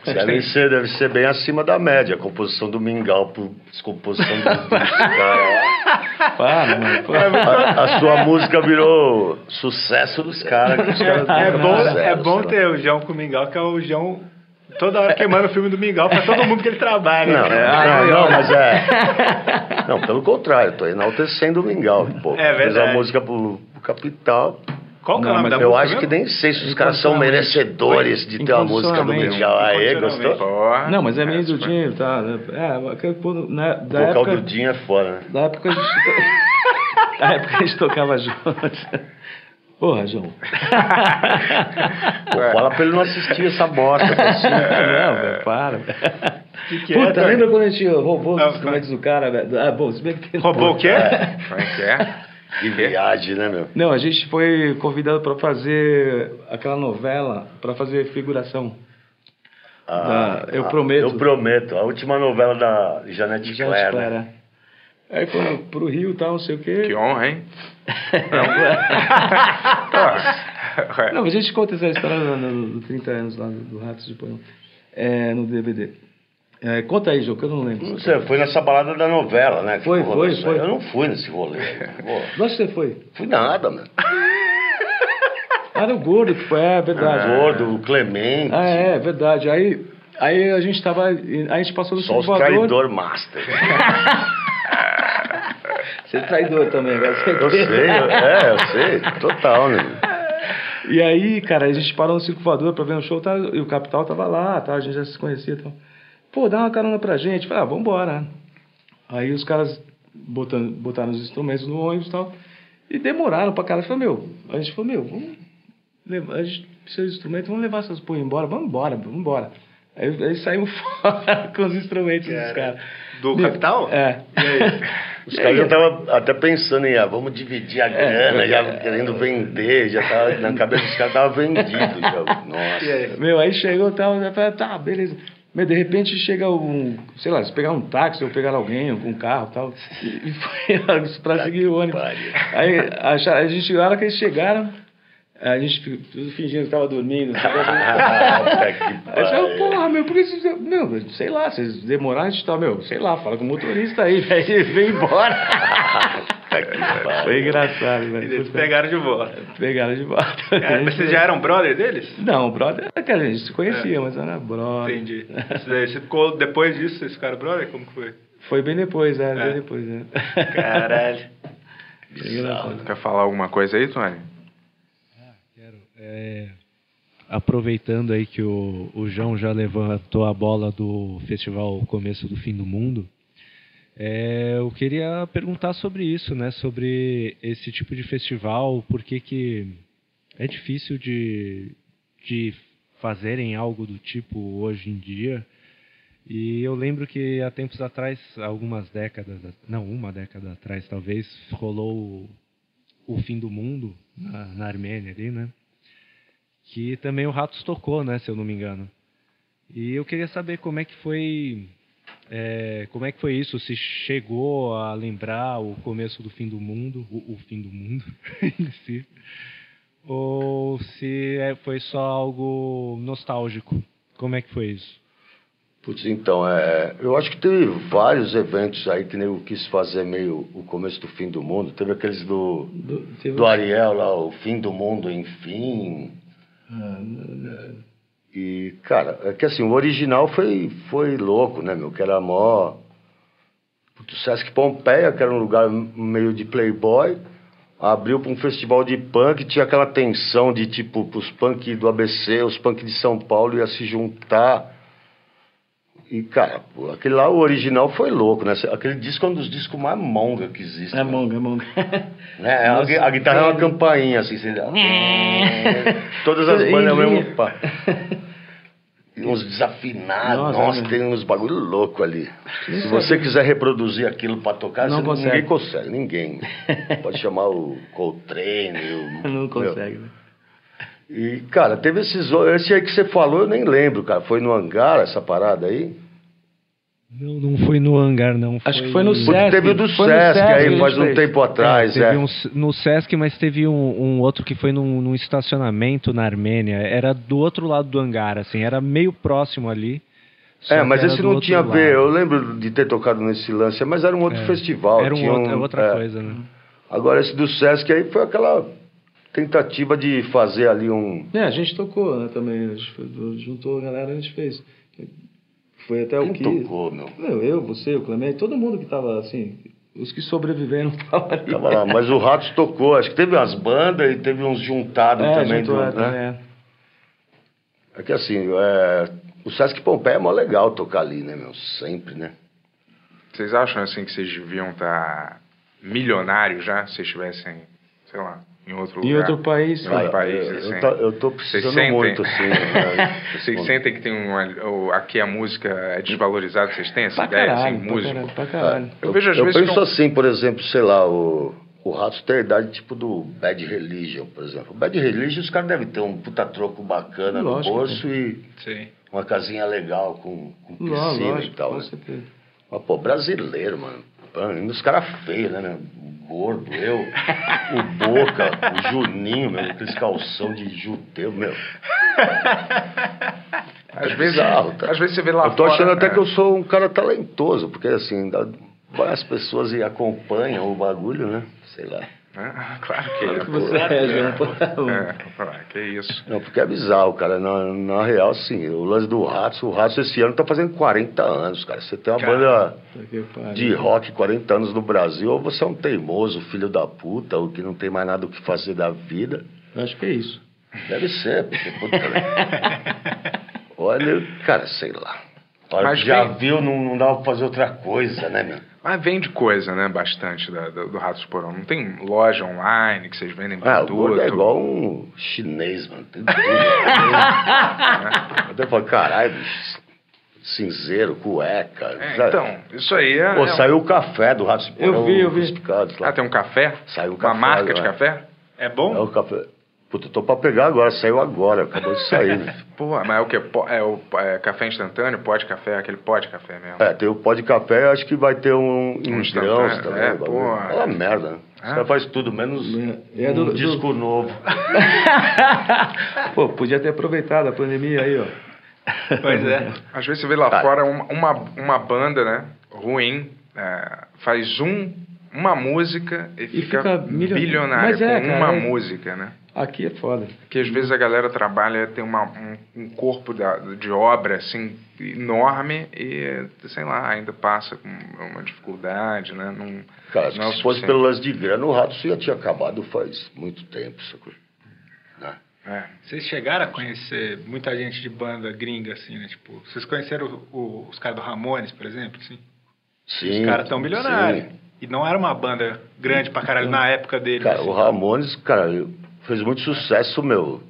Speaker 4: Deve ser, deve ser bem acima da média. A composição do mingau por descomposição do disco, cara.
Speaker 2: Para, mano. para.
Speaker 4: A, a sua música virou sucesso dos caras. que os caras
Speaker 2: Ah,
Speaker 4: né?
Speaker 3: É,
Speaker 4: deram
Speaker 3: bom,
Speaker 4: zero,
Speaker 3: é bom
Speaker 4: sei lá.
Speaker 3: ter o João com o Mingau, que é o João toda hora queimando o filme do Mingau pra todo mundo que ele trabalha.
Speaker 4: Não,
Speaker 3: né?
Speaker 4: não, não, mas é. Não, pelo contrário, tô enaltecendo o mingau. Pô,
Speaker 3: É
Speaker 4: Fez a
Speaker 3: verdade.
Speaker 4: música pro, pro Capital.
Speaker 3: Qual que é o
Speaker 2: Não,
Speaker 3: nome da
Speaker 4: eu
Speaker 3: música
Speaker 4: acho que
Speaker 3: mesmo?
Speaker 4: nem sei se os caras são
Speaker 2: Incondicionalmente.
Speaker 4: merecedores de ter uma música Ah, é do
Speaker 2: Incondicionalmente.
Speaker 4: mingau. Aê, gostou?
Speaker 1: Porra.
Speaker 2: Não, mas é meio
Speaker 1: Essa
Speaker 2: do
Speaker 1: foi-
Speaker 2: dinheiro, tá? É, que, pô, né,
Speaker 4: O
Speaker 2: da
Speaker 4: vocal
Speaker 2: época,
Speaker 4: do Dinho é fora, né?
Speaker 2: Da época a gente. to- da época a gente tocava juntos. Porra, João.
Speaker 4: Pô,
Speaker 3: É.
Speaker 4: fala pra ele não assistir essa bosta. tá assim.
Speaker 2: Não, velho, para.
Speaker 3: Que que é,
Speaker 2: Puta,
Speaker 3: Tony?
Speaker 2: lembra quando a gente roubou
Speaker 3: Ah,
Speaker 2: os instrumentos do cara, velho? Ah, bom, se bem que tem.
Speaker 3: Roubou o quê?
Speaker 1: Como é que é?
Speaker 4: Que viagem, né, meu?
Speaker 2: Não, a gente foi convidado pra fazer aquela novela, pra fazer figuração.
Speaker 4: Ah,
Speaker 2: Da- Eu
Speaker 4: ah,
Speaker 2: Prometo.
Speaker 4: Eu prometo. A última novela da Janete
Speaker 2: Já
Speaker 4: Claire. né?
Speaker 2: era. Aí fomos pro Rio e tal, não sei o quê.
Speaker 1: Que honra, hein? Ué,
Speaker 2: Não, mas a gente conta essa história no, no, no 30 anos lá do, do Ratos de Porão, é, no DVD. É, conta aí, Jô, que eu não lembro.
Speaker 4: Não sei, foi nessa balada da novela, né? que
Speaker 2: Foi,
Speaker 4: ficou
Speaker 2: foi,
Speaker 4: rolando isso
Speaker 2: foi.
Speaker 4: aí. Eu não fui nesse rolê. Pô,
Speaker 2: Onde é você foi?
Speaker 4: fui nada, mano.
Speaker 2: Ah, era o gordo que foi, é verdade.
Speaker 4: Gordo, o Clemente.
Speaker 2: Ah, é, verdade. Aí, aí a gente tava. Aí a gente passou do
Speaker 4: Só os
Speaker 2: Salvador.
Speaker 4: traidor master.
Speaker 2: Você é traidor também, velho. você é
Speaker 4: Eu sei,
Speaker 2: doido.
Speaker 4: eu- é, eu sei. Total, né?
Speaker 2: E aí, cara, a gente parou no Circo Voador pra ver um show, tá, e o Capital tava lá, tá, a gente já se conhecia e tal. Pô, dá uma carona pra gente. Falei, ah, vambora. Aí os caras botando, botaram os instrumentos no ônibus e tal, e demoraram pra cara. Falei, meu, a gente falou, meu, vamos levar, a gente precisa de instrumento, vamos levar essas porra embora, vamos embora, vamos embora. Aí, aí saímos fora com os instrumentos dos caras.
Speaker 3: Do
Speaker 2: Meu,
Speaker 3: Capital?
Speaker 2: É.
Speaker 3: E aí?
Speaker 4: Os
Speaker 3: É,
Speaker 4: caras já
Speaker 3: então.
Speaker 4: estavam até pensando em, ah, vamos dividir a grana, já
Speaker 3: é.
Speaker 4: querendo vender, já tava, na cabeça dos caras tava vendido. Já. Nossa.
Speaker 3: E aí?
Speaker 2: Meu, aí chegou e tal, eu falei, tá, beleza. Mas de repente chega um, sei lá, se pegar um táxi ou pegar alguém, ou um carro e tal, e e foi pra seguir o ônibus.
Speaker 4: pariu.
Speaker 2: Aí acha- a gente, na hora que eles chegaram, a gente fi- tudo fingindo que tava dormindo. assim,
Speaker 4: Puta que
Speaker 2: Aí eu
Speaker 3: um
Speaker 4: pariu.
Speaker 2: porra, meu, por que vocês. Meu, sei lá, vocês demoraram, a gente tá, meu, sei lá, fala com o motorista aí, velho, e vem embora.
Speaker 4: Puta que pariu.
Speaker 2: Foi engraçado,
Speaker 3: E eles
Speaker 2: velho.
Speaker 3: pegaram de volta.
Speaker 2: Pegaram de volta.
Speaker 3: É, mas vocês já eram brother deles?
Speaker 2: Não, brother, é que a gente se conhecia, mas era brother.
Speaker 3: É. Entendi. Isso daí, Você ficou, depois disso, vocês ficaram brother? Como que foi?
Speaker 2: Foi bem depois, é,
Speaker 3: É.
Speaker 2: bem depois, né?
Speaker 3: Caralho.
Speaker 1: Quer falar alguma coisa aí, Tony?
Speaker 7: Quero, é, aproveitando aí que o, o João já levantou a bola do festival Começo do Fim do Mundo, é, eu queria perguntar sobre isso, né? Sobre esse tipo de festival, por que que é difícil de, de fazerem algo do tipo hoje em dia. E eu lembro que há tempos atrás, algumas décadas, não, uma década atrás talvez, rolou o fim do mundo na, na Armênia ali, né? Que também o Ratos tocou, né? Se eu não me engano. E eu queria saber como é que foi, é, como é que foi isso? Se chegou a lembrar o começo do fim do mundo, o, o fim do mundo em si, ou se é, foi só algo nostálgico? Como é que foi isso?
Speaker 4: Putz, então, é, eu acho que teve vários eventos aí que nego quis fazer meio o começo do fim do mundo. Teve aqueles do,
Speaker 2: Do, teve-
Speaker 4: do Ariel lá, o fim do mundo, enfim. E, cara, é que assim, o original foi, foi louco, né, meu? Que era mó. Putz, O Sesc Pompeia, que era um lugar meio de playboy, abriu para um festival de punk, tinha aquela tensão de tipo, os punk do ABC, os punk de São Paulo ia se juntar. E, cara, pô, aquele lá, o original foi louco, né? Aquele disco é um dos discos mais monga que existe.
Speaker 2: É
Speaker 4: né?
Speaker 2: monga, é monga.
Speaker 4: Né? A,
Speaker 2: Nossa,
Speaker 4: gui- a guitarra é uma
Speaker 2: velho. É.
Speaker 4: campainha, assim, você... todas as
Speaker 2: Em
Speaker 4: bandas ao
Speaker 2: linha.
Speaker 4: mesmo pá. E uns desafinados.
Speaker 2: Nossa,
Speaker 4: Nossa,
Speaker 2: é
Speaker 4: tem uns bagulho louco ali. Se você quiser reproduzir aquilo pra tocar,
Speaker 2: Não
Speaker 4: você-
Speaker 2: consegue.
Speaker 4: ninguém consegue, ninguém. Pode chamar o Coltrane. O,
Speaker 2: Não
Speaker 4: meu.
Speaker 2: consegue, né?
Speaker 4: E, cara, teve esses. o- Esse aí que você falou, eu nem lembro, cara. Foi no hangar essa parada aí?
Speaker 7: Não, não foi no hangar, não.
Speaker 2: Acho que foi no
Speaker 4: Porque
Speaker 2: Sesc,
Speaker 4: teve o do
Speaker 2: foi no
Speaker 4: Sesc,
Speaker 2: Sesc que a
Speaker 4: aí
Speaker 2: gente
Speaker 4: faz um
Speaker 2: fez.
Speaker 4: tempo atrás,
Speaker 7: teve
Speaker 4: é.
Speaker 7: um s- no Sesc, mas teve um, um outro que foi num, num estacionamento na Armênia. Era do outro lado do hangar, assim, era meio próximo ali. só
Speaker 4: É,
Speaker 7: que
Speaker 4: mas
Speaker 7: era
Speaker 4: esse
Speaker 7: do
Speaker 4: não
Speaker 7: outro
Speaker 4: tinha a ver. é Eu
Speaker 7: lado.
Speaker 4: lembro de ter tocado nesse lance, mas era um outro festival.
Speaker 7: Era um
Speaker 4: tinha
Speaker 7: outro, é outra
Speaker 4: é.
Speaker 7: coisa, né?
Speaker 4: Agora, esse do Sesc aí foi aquela tentativa de fazer ali um.
Speaker 2: É, a gente tocou né, também. A gente foi- juntou a galera e a gente fez. Foi até o
Speaker 4: Quem
Speaker 2: que.
Speaker 4: tocou, meu?
Speaker 2: Meu, eu, você, o Clemente, todo mundo que tava assim. Os que sobreviveram tava ali.
Speaker 4: Tava lá, mas o Ratos tocou. Acho que teve umas bandas e teve uns juntados
Speaker 2: É,
Speaker 4: também.
Speaker 2: juntou,
Speaker 4: do-
Speaker 2: é,
Speaker 4: né?
Speaker 2: também, é.
Speaker 4: É que assim, é, o Sesc Pompeia é mó legal tocar ali, né, meu? Sempre, né?
Speaker 1: Vocês acham assim que vocês deviam estar milionários já, se estivessem, sei lá, em outro
Speaker 2: Em
Speaker 1: lugar?
Speaker 2: outro país,
Speaker 1: Em
Speaker 2: cara.
Speaker 1: outro
Speaker 4: Cara,
Speaker 1: país,
Speaker 4: eu,
Speaker 1: assim.
Speaker 4: eu, tô, eu tô
Speaker 1: Vocês
Speaker 4: precisando
Speaker 1: sentem?
Speaker 4: muito, assim. né?
Speaker 1: Vocês sentem que tem uma, ou aqui a música é desvalorizada, vocês
Speaker 4: É,
Speaker 1: têm essa
Speaker 2: Pra
Speaker 1: ideia,
Speaker 2: caralho,
Speaker 1: assim,
Speaker 2: pra
Speaker 1: músico?
Speaker 2: caralho, pra caralho.
Speaker 1: Eu vejo às
Speaker 4: eu
Speaker 1: vezes que é um
Speaker 4: penso
Speaker 1: não-
Speaker 4: assim, por exemplo, sei lá, o, o Ratos tem a idade tipo do Bad Religion, por exemplo. O Bad Religion, os caras devem ter um puta troco bacana
Speaker 2: Lógico, né?
Speaker 4: no bolso e
Speaker 3: Sim.
Speaker 4: uma casinha legal com, com piscina
Speaker 2: Lógico,
Speaker 4: e
Speaker 2: lógico,
Speaker 4: tal,
Speaker 2: com
Speaker 4: né?
Speaker 2: certeza.
Speaker 4: Mas, pô, brasileiro, mano. Mano, Os caras feios, né, meu? O Gordo, eu, o Boca, o Juninho, meu, aqueles calção de judeu, meu.
Speaker 1: Às vezes,
Speaker 4: bizarro, tá?
Speaker 1: às vezes você vê lá
Speaker 4: Eu tô
Speaker 1: fora,
Speaker 4: achando até
Speaker 1: né?
Speaker 4: que eu sou um cara talentoso, porque assim, dá- várias pessoas e acompanham o bagulho, né? Sei lá.
Speaker 1: Né? Claro que é. pô.
Speaker 2: Você é, João.
Speaker 4: um.
Speaker 2: pô.
Speaker 1: É, pô, que isso.
Speaker 4: Não, porque é bizarro, cara. Na, na real, assim, o lance do Ratos, o Ratos esse ano tá fazendo 40 anos, cara. Você tem uma banda
Speaker 2: Puta que pariu.
Speaker 4: de rock 40 anos no Brasil, ou você é um teimoso, filho da puta, ou que não tem mais nada o que fazer da vida.
Speaker 2: Eu Acho que é isso.
Speaker 4: Deve ser, porque, puta, né? Olha, cara, sei lá. Olha,
Speaker 1: Mas
Speaker 4: já
Speaker 1: tem-
Speaker 4: viu, não, não dá pra fazer outra coisa, né, meu?
Speaker 1: Mas vende coisa, né, bastante da, do, do Ratos Porão. Não tem loja online que vocês vendem
Speaker 4: Ah, o
Speaker 1: produto?
Speaker 4: gordo é igual um chinês, mano. Tem tudo. né? Eu até falo, caralho, bicho. Cinzeiro, cueca.
Speaker 1: É,
Speaker 4: sabe?
Speaker 1: então, isso aí é...
Speaker 4: Pô,
Speaker 1: é um-
Speaker 4: saiu o café do É um Ratos
Speaker 2: Eu vi, eu vi.
Speaker 1: Ah, tem um café?
Speaker 4: Saiu um
Speaker 1: Uma
Speaker 4: café
Speaker 1: marca de
Speaker 4: agora.
Speaker 1: café?
Speaker 3: É
Speaker 4: É o
Speaker 3: bom?
Speaker 4: café. Puta, eu tô pra pegar agora, saiu agora, acabou de sair. né?
Speaker 1: Pô, mas é o que? É o é, café instantâneo, pó de café, aquele pó de café mesmo.
Speaker 4: É, tem o pó de café, acho que vai ter um, um
Speaker 1: Um
Speaker 4: grãos
Speaker 1: instantâneo,
Speaker 4: também.
Speaker 1: é,
Speaker 4: o bagulho.
Speaker 1: pô.
Speaker 4: Fala merda, né? Os
Speaker 1: Ah.
Speaker 4: caras fazem tudo, menos
Speaker 2: É, é do-
Speaker 4: um
Speaker 2: do-
Speaker 4: disco novo.
Speaker 2: Pô, podia ter aproveitado a pandemia aí, ó.
Speaker 3: Pois é.
Speaker 1: Às vezes você vê lá
Speaker 4: Cara.
Speaker 1: fora uma, uma, uma banda, né, ruim, é, faz um, uma música e,
Speaker 2: E
Speaker 1: fica,
Speaker 2: fica milio-
Speaker 1: bilionária
Speaker 2: Mas é,
Speaker 1: com
Speaker 2: cara,
Speaker 1: uma
Speaker 2: é-
Speaker 1: música, né?
Speaker 2: Aqui é foda.
Speaker 1: Que às vezes a galera trabalha, tem uma, um, um corpo da, de obra, assim, enorme e, sei lá, ainda passa com uma dificuldade, né? Não,
Speaker 4: Cara,
Speaker 1: não é o
Speaker 4: se fosse
Speaker 1: suficiente.
Speaker 4: pelo lance de grana, o rato já tinha acabado faz muito tempo, sacou? Né?
Speaker 1: É.
Speaker 3: Vocês chegaram a conhecer muita gente de banda gringa, assim, né? Tipo, vocês conheceram o- o- os caras do Ramones, por exemplo, assim?
Speaker 4: Sim.
Speaker 3: Os caras tão milionários.
Speaker 4: sim.
Speaker 3: E não era uma banda grande pra caralho na época deles.
Speaker 4: Cara,
Speaker 3: assim.
Speaker 4: o Ramones, cara, fez muito sucesso, meu.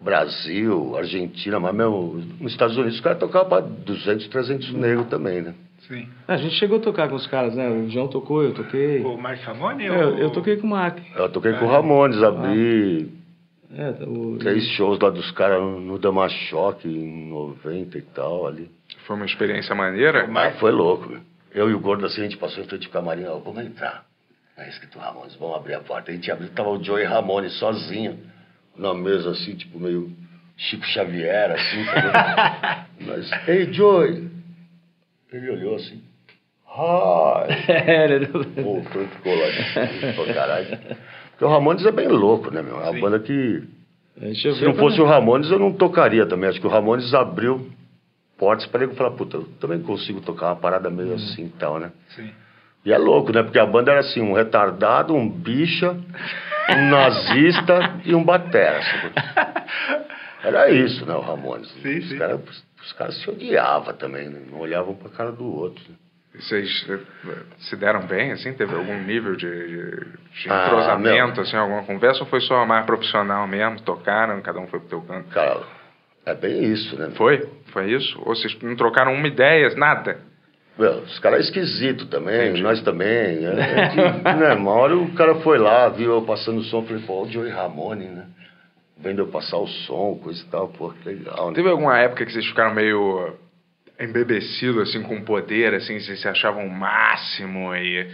Speaker 4: Brasil, Argentina, mas, meu, nos Estados Unidos os caras tocavam pra 200, 300 negros também, né?
Speaker 3: Sim.
Speaker 2: É, A gente chegou a tocar com os caras, né? O João tocou, eu toquei.
Speaker 3: O Mark Ramone
Speaker 2: Eu,
Speaker 3: ou...
Speaker 2: eu toquei com o Mac.
Speaker 4: Eu toquei com o Ramones, abri
Speaker 2: É, o...
Speaker 4: três shows lá dos caras no Damachoque em 90 e tal ali.
Speaker 1: Foi uma experiência maneira.
Speaker 4: Mas foi louco, meu. Eu e o Gordo, assim, a gente passou em frente ao camarim, ó, vamos entrar. Aí escrito Ramones, vamos abrir a porta. A gente abriu, tava o Joey Ramones sozinho, na mesa, assim, tipo, meio Chico Xavier, assim. sabe? Nós, ei, Joey! Ele olhou assim, ai!
Speaker 2: É, ele-
Speaker 4: Voltou e ficou lá. Pô, caralho. Porque o Ramones é bem louco, né, meu? É uma banda que...
Speaker 2: A gente
Speaker 4: Se
Speaker 2: veio
Speaker 4: não fosse
Speaker 2: pra-
Speaker 4: o Ramones, eu não tocaria também. Acho que o Ramones abriu portas para ele falar, puta, eu também consigo tocar uma parada meio assim e tal, né?
Speaker 3: Uhum. Sim.
Speaker 4: E é louco, né? Porque a banda era assim, um retardado, um bicha, um nazista e um batera. sabe? Era isso, né, o Ramones.
Speaker 3: Sim,
Speaker 4: os
Speaker 3: sim.
Speaker 4: caras os caras se odiavam também, né? Não olhavam pra cara do outro. né?
Speaker 1: Vocês eh, se deram bem, assim? Teve algum nível de, de- de
Speaker 4: Ah,
Speaker 1: entrosamento,
Speaker 4: meu.
Speaker 1: assim, alguma conversa? Ou foi só mais profissional mesmo? Tocaram, cada um foi pro teu canto?
Speaker 4: Cara, É bem isso, né?
Speaker 1: Foi? Foi isso? Ou vocês não trocaram uma ideia, nada?
Speaker 4: Meu, os caras é esquisito também, nós também. Né? É que, né, Uma hora o cara foi lá, viu eu passando o som, falei, pô, o Joey Ramone, né? Vendo eu passar o som, coisa e tal, pô, que legal. Né?
Speaker 1: Teve alguma época que vocês ficaram meio embebecidos, assim, com poder, assim, vocês se achavam o máximo e...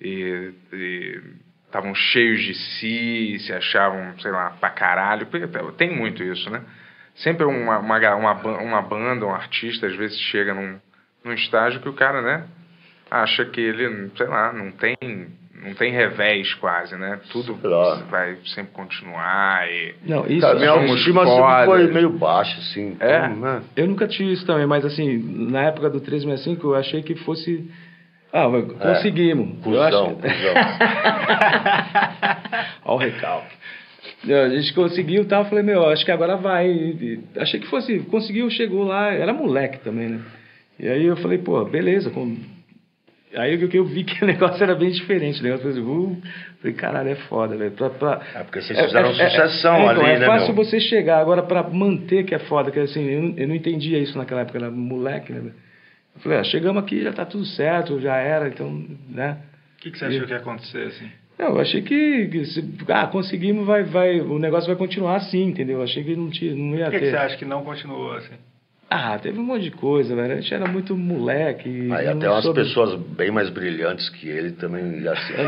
Speaker 1: e, e estavam cheios de si, se achavam, sei lá, pra caralho. Porque tem muito isso, né? Sempre uma, uma, uma, uma banda, um artista, às vezes chega num, num estágio que o cara, né, acha que ele, sei lá, não tem, não tem revés quase, né? Tudo
Speaker 4: Claro.
Speaker 1: vai sempre continuar e...
Speaker 2: Não, isso. né?
Speaker 4: Cara, minha
Speaker 1: somos
Speaker 4: autoestima
Speaker 1: fodas.
Speaker 4: sempre foi meio baixa, assim. então,
Speaker 1: É?
Speaker 4: né?
Speaker 2: Eu nunca tive isso também, mas assim, na época do 365 eu achei que fosse. Ah, mas
Speaker 4: É.
Speaker 2: conseguimos. Eu
Speaker 4: Cusão,
Speaker 2: acho-
Speaker 4: cusão.
Speaker 2: Olha o recalque. Eu- A gente conseguiu e tal, eu falei, meu, acho que agora vai. E- e- Achei que fosse, conseguiu, chegou lá, era moleque também, né? E aí eu falei, pô, beleza. com- Aí o que eu vi que o negócio era bem diferente, o negócio foi assim, uh, falei, caralho, é foda, velho. Pra, pra...
Speaker 4: É porque vocês fizeram sucessão
Speaker 2: então,
Speaker 4: ali,
Speaker 2: é
Speaker 4: né,
Speaker 2: fácil
Speaker 4: meu?
Speaker 2: você chegar, agora pra manter que é foda, que assim, eu, eu não entendia isso naquela época, era moleque, né? velho? Eu falei, ah, chegamos aqui, já tá tudo certo, já era, então, né?
Speaker 3: O que, que você achou que ia acontecer, assim?
Speaker 2: Não, eu achei que, que se- ah, conseguimos, vai, vai, o negócio vai continuar assim, entendeu? Eu achei que não, tinha, não ia
Speaker 3: Por que, que
Speaker 2: ter.
Speaker 3: você acha que não continuou, assim?
Speaker 2: Ah, teve um monte de coisa, velho. A gente era muito moleque.
Speaker 4: Aí
Speaker 2: não
Speaker 4: até umas
Speaker 2: soube-
Speaker 4: pessoas bem mais brilhantes que ele também já se
Speaker 2: é,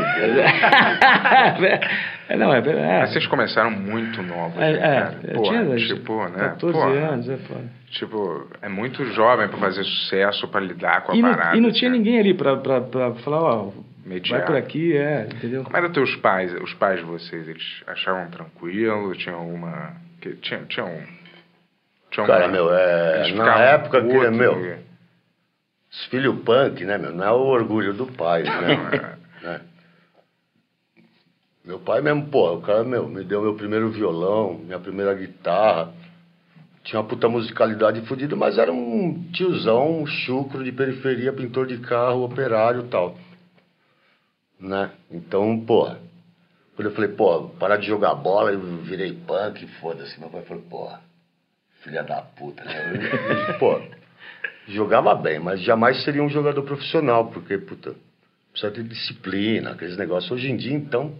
Speaker 2: não, é, é,
Speaker 1: Mas vocês começaram muito novos,
Speaker 2: é,
Speaker 1: né, cara?
Speaker 2: é,
Speaker 1: Pô,
Speaker 2: tinha
Speaker 1: tipo, né?
Speaker 2: 14
Speaker 1: pô,
Speaker 2: anos, é foda.
Speaker 1: Tipo, é muito jovem pra fazer sucesso, pra lidar com a
Speaker 2: E não,
Speaker 1: parada.
Speaker 2: e não tinha
Speaker 1: né?
Speaker 2: ninguém ali pra, pra, pra falar, ó,
Speaker 1: Mediar.
Speaker 2: vai por aqui, é, entendeu?
Speaker 1: Como eram teus pais? Os pais de vocês, eles achavam tranquilo? Tinha alguma... que- Tinha, tinha um... Tinha
Speaker 4: Cara,
Speaker 1: alguma-
Speaker 4: meu, é,
Speaker 1: eles
Speaker 4: na
Speaker 1: ficavam
Speaker 4: época que,
Speaker 1: putos,
Speaker 4: meu,
Speaker 1: né?
Speaker 4: Os filhos punk, né, meu? Não é o orgulho do pai, né? né? Meu pai mesmo, pô, o cara, meu, me deu meu primeiro violão, minha primeira guitarra. Tinha uma puta musicalidade fodida, mas era um tiozão, um chucro de periferia, pintor de carro, operário e tal. Né? Então, pô, quando eu falei, pô, parar de jogar bola, eu virei punk, foda-se. Meu pai falou, pô, filha da puta, né? Eu- eu- pô, jogava bem, mas jamais seria um jogador profissional, porque, puta, precisa ter disciplina, aqueles negócios. Hoje em dia, então,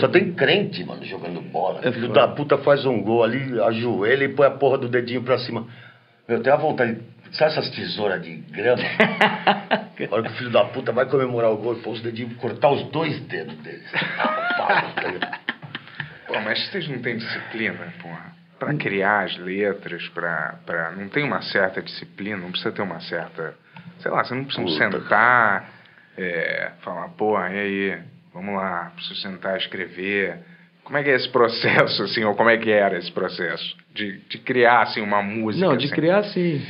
Speaker 4: só tem crente, mano, jogando bola. Filho da puta faz um gol ali, ajoelha e põe a porra do dedinho pra cima. Meu, tem a vontade. Sabe essas tesouras de grama? A hora que o filho da puta vai comemorar o gol e põe os dedinhos, cortar os dois dedos dele.
Speaker 1: Pô, mas vocês não têm disciplina, porra.
Speaker 2: Hum.
Speaker 1: Pra criar as letras, pra, pra... Não tem uma certa disciplina, não precisa ter uma certa... Sei lá, você não precisa
Speaker 4: Puta,
Speaker 1: sentar, é, falar, porra, e aí, vamos lá, preciso sentar, escrever. Como é que é esse processo, assim, ou como é que era esse processo? De, de criar, assim, uma música,
Speaker 2: Não, de
Speaker 1: assim,
Speaker 2: criar sim.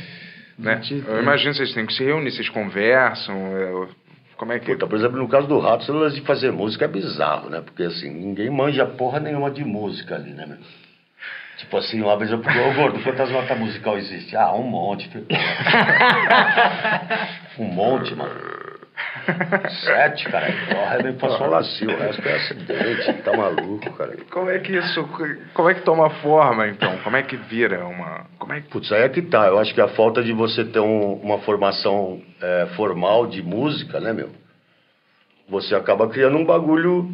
Speaker 1: né?
Speaker 2: de-
Speaker 1: Eu imagino que vocês têm que se reunir, vocês conversam, é, como é que...
Speaker 4: Puta, por exemplo, no caso do Rato, esse lance de fazer música é bizarro, né? Porque assim, ninguém manja porra nenhuma de música ali, né, meu? Tipo assim, uma vez eu falei, ô gordo, quantas notas musical existe? Ah, um monte. filho." um monte, mano. Sete, cara. Porra, nem passou lacio, um o resto é acidente, tá maluco, cara.
Speaker 1: Como é que isso... Como é que toma forma, então? Como é que vira uma... Como é que...
Speaker 4: Putz, aí é que tá. Eu acho que a falta de você ter um- uma formação é, formal de música, né, meu? Você acaba criando um bagulho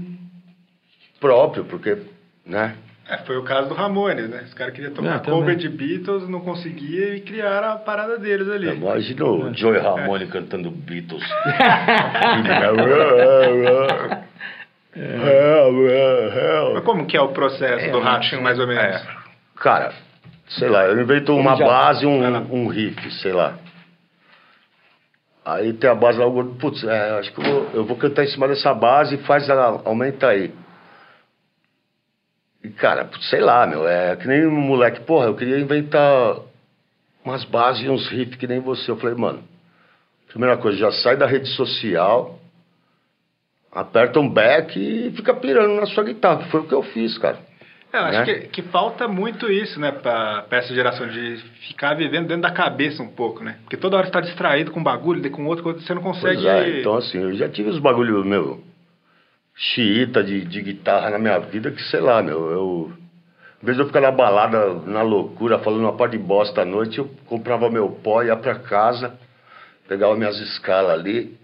Speaker 4: próprio, porque, né?
Speaker 3: É, foi o caso do Ramones, né? Os caras queriam
Speaker 2: Ah,
Speaker 3: tocar
Speaker 2: também.
Speaker 3: cover de Beatles, não conseguia e criaram a parada deles ali.
Speaker 1: Tá
Speaker 4: Imagina o Joey Ramone cantando Beatles. é, é,
Speaker 3: Mas como que é o processo do Ratinho, mais ou menos?
Speaker 1: É.
Speaker 4: Cara, sei lá, eu invento uma
Speaker 2: já-
Speaker 4: base,
Speaker 3: Vai lá.
Speaker 4: um, um riff, sei lá. Aí tem a base lá, o gordo, putz, é, acho que eu vou, eu vou cantar em cima dessa base e faz ela, aumenta aí. E, cara, putz, sei lá, meu, é que nem um moleque, porra, eu queria inventar umas bases e uns riffs que nem você. Eu falei, mano, primeira coisa, já sai da rede social, aperta um back e fica pirando na sua guitarra, que foi o que eu fiz, cara.
Speaker 3: É, eu acho
Speaker 4: né?
Speaker 3: que, que falta muito isso, né, pra, pra essa geração, de ficar vivendo dentro da cabeça um pouco, né? Porque toda hora você tá distraído com um bagulho, daí com outro, com outro, você não consegue.
Speaker 4: Pois é, então assim, eu já tive os bagulho, meu, xiita de, de guitarra na minha vida, que sei lá, meu, eu Às vezes eu ficava na balada, na loucura, falando uma par de bosta à noite, eu comprava meu pó, ia pra casa, pegava minhas escalas ali,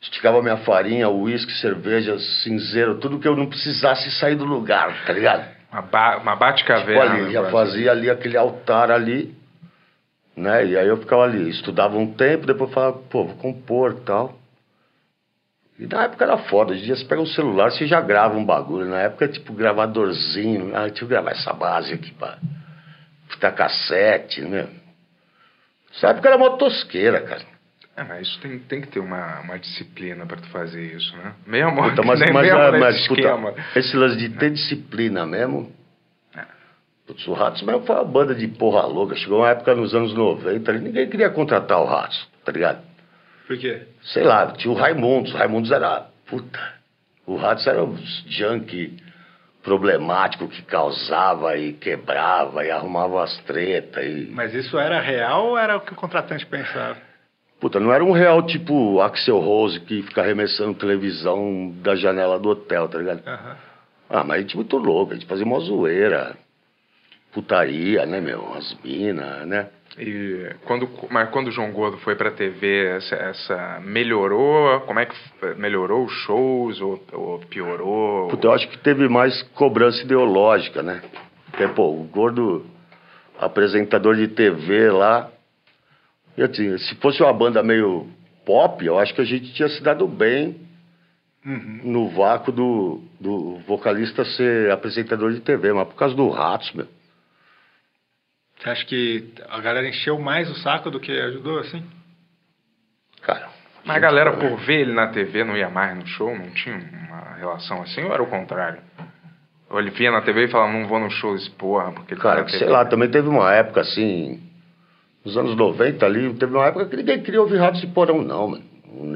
Speaker 4: esticava minha farinha, uísque, cerveja, cinzeiro, tudo que eu não precisasse sair do lugar, tá ligado?
Speaker 1: Uma, ba uma
Speaker 4: Tipo
Speaker 1: bate-caverna.
Speaker 4: ali, já
Speaker 1: né,
Speaker 4: fazia ali aquele altar ali, né? E aí eu ficava ali, estudava um tempo, depois falava, pô, vou compor e tal. E na época era foda, hoje em dia você pega um celular, você já grava um bagulho. Na época tipo gravadorzinho, ah, deixa eu gravar essa base aqui, pá. Fita cassete, né? Essa época era mó tosqueira, cara.
Speaker 1: É, mas isso tem, tem que ter uma, uma disciplina pra tu fazer isso, né? Meia morte,
Speaker 4: Puta, mas,
Speaker 1: né?
Speaker 4: mas, é,
Speaker 1: Meia
Speaker 4: mas,
Speaker 1: morte
Speaker 4: mas, puta,
Speaker 1: esquema.
Speaker 4: esse lance de ter disciplina mesmo. Putz, o Ratos mesmo foi uma banda de porra louca. Chegou uma época nos anos 90, ali, ninguém queria contratar o Ratos, tá ligado?
Speaker 3: Por quê?
Speaker 4: Sei lá, tinha o Raimundos. O Raimundos era. Puta. O Ratos era um junk problemático que causava e quebrava e arrumava as tretas e.
Speaker 3: Mas isso era real ou era o que o contratante pensava?
Speaker 4: Puta, não era um real tipo Axel Rose que fica arremessando televisão da janela do hotel, tá ligado?
Speaker 3: Aham.
Speaker 4: Ah, mas a gente muito louco, a gente fazia uma zoeira. Putaria, né, meu? As minas, né?
Speaker 1: E quando, mas quando o João Gordo foi pra TV, essa, essa melhorou? Como é que f- melhorou os shows ou, ou piorou?
Speaker 4: Puta, eu acho que teve mais cobrança ideológica, né? Porque, pô, o gordo apresentador de TV lá. Eu tinha, se fosse uma banda meio pop, eu acho que a gente tinha se dado bem no vácuo do, do vocalista ser apresentador de TV, mas por causa do Ratos, meu.
Speaker 3: Você acha que a galera encheu mais o saco do que ajudou, assim?
Speaker 4: Cara.
Speaker 1: mas a
Speaker 4: gente,
Speaker 1: galera,
Speaker 4: cara,
Speaker 1: por ver ele na TV, não ia mais no show? Não tinha uma relação assim? Ou era o contrário? Ou ele via na TV e falava, não vou no show desse porra, porque ele tá
Speaker 4: Cara,
Speaker 1: na
Speaker 4: sei
Speaker 1: TV.
Speaker 4: lá, também teve uma época assim, nos anos 90 ali, teve uma época que ninguém queria ouvir Ratos de Porão, não, mano.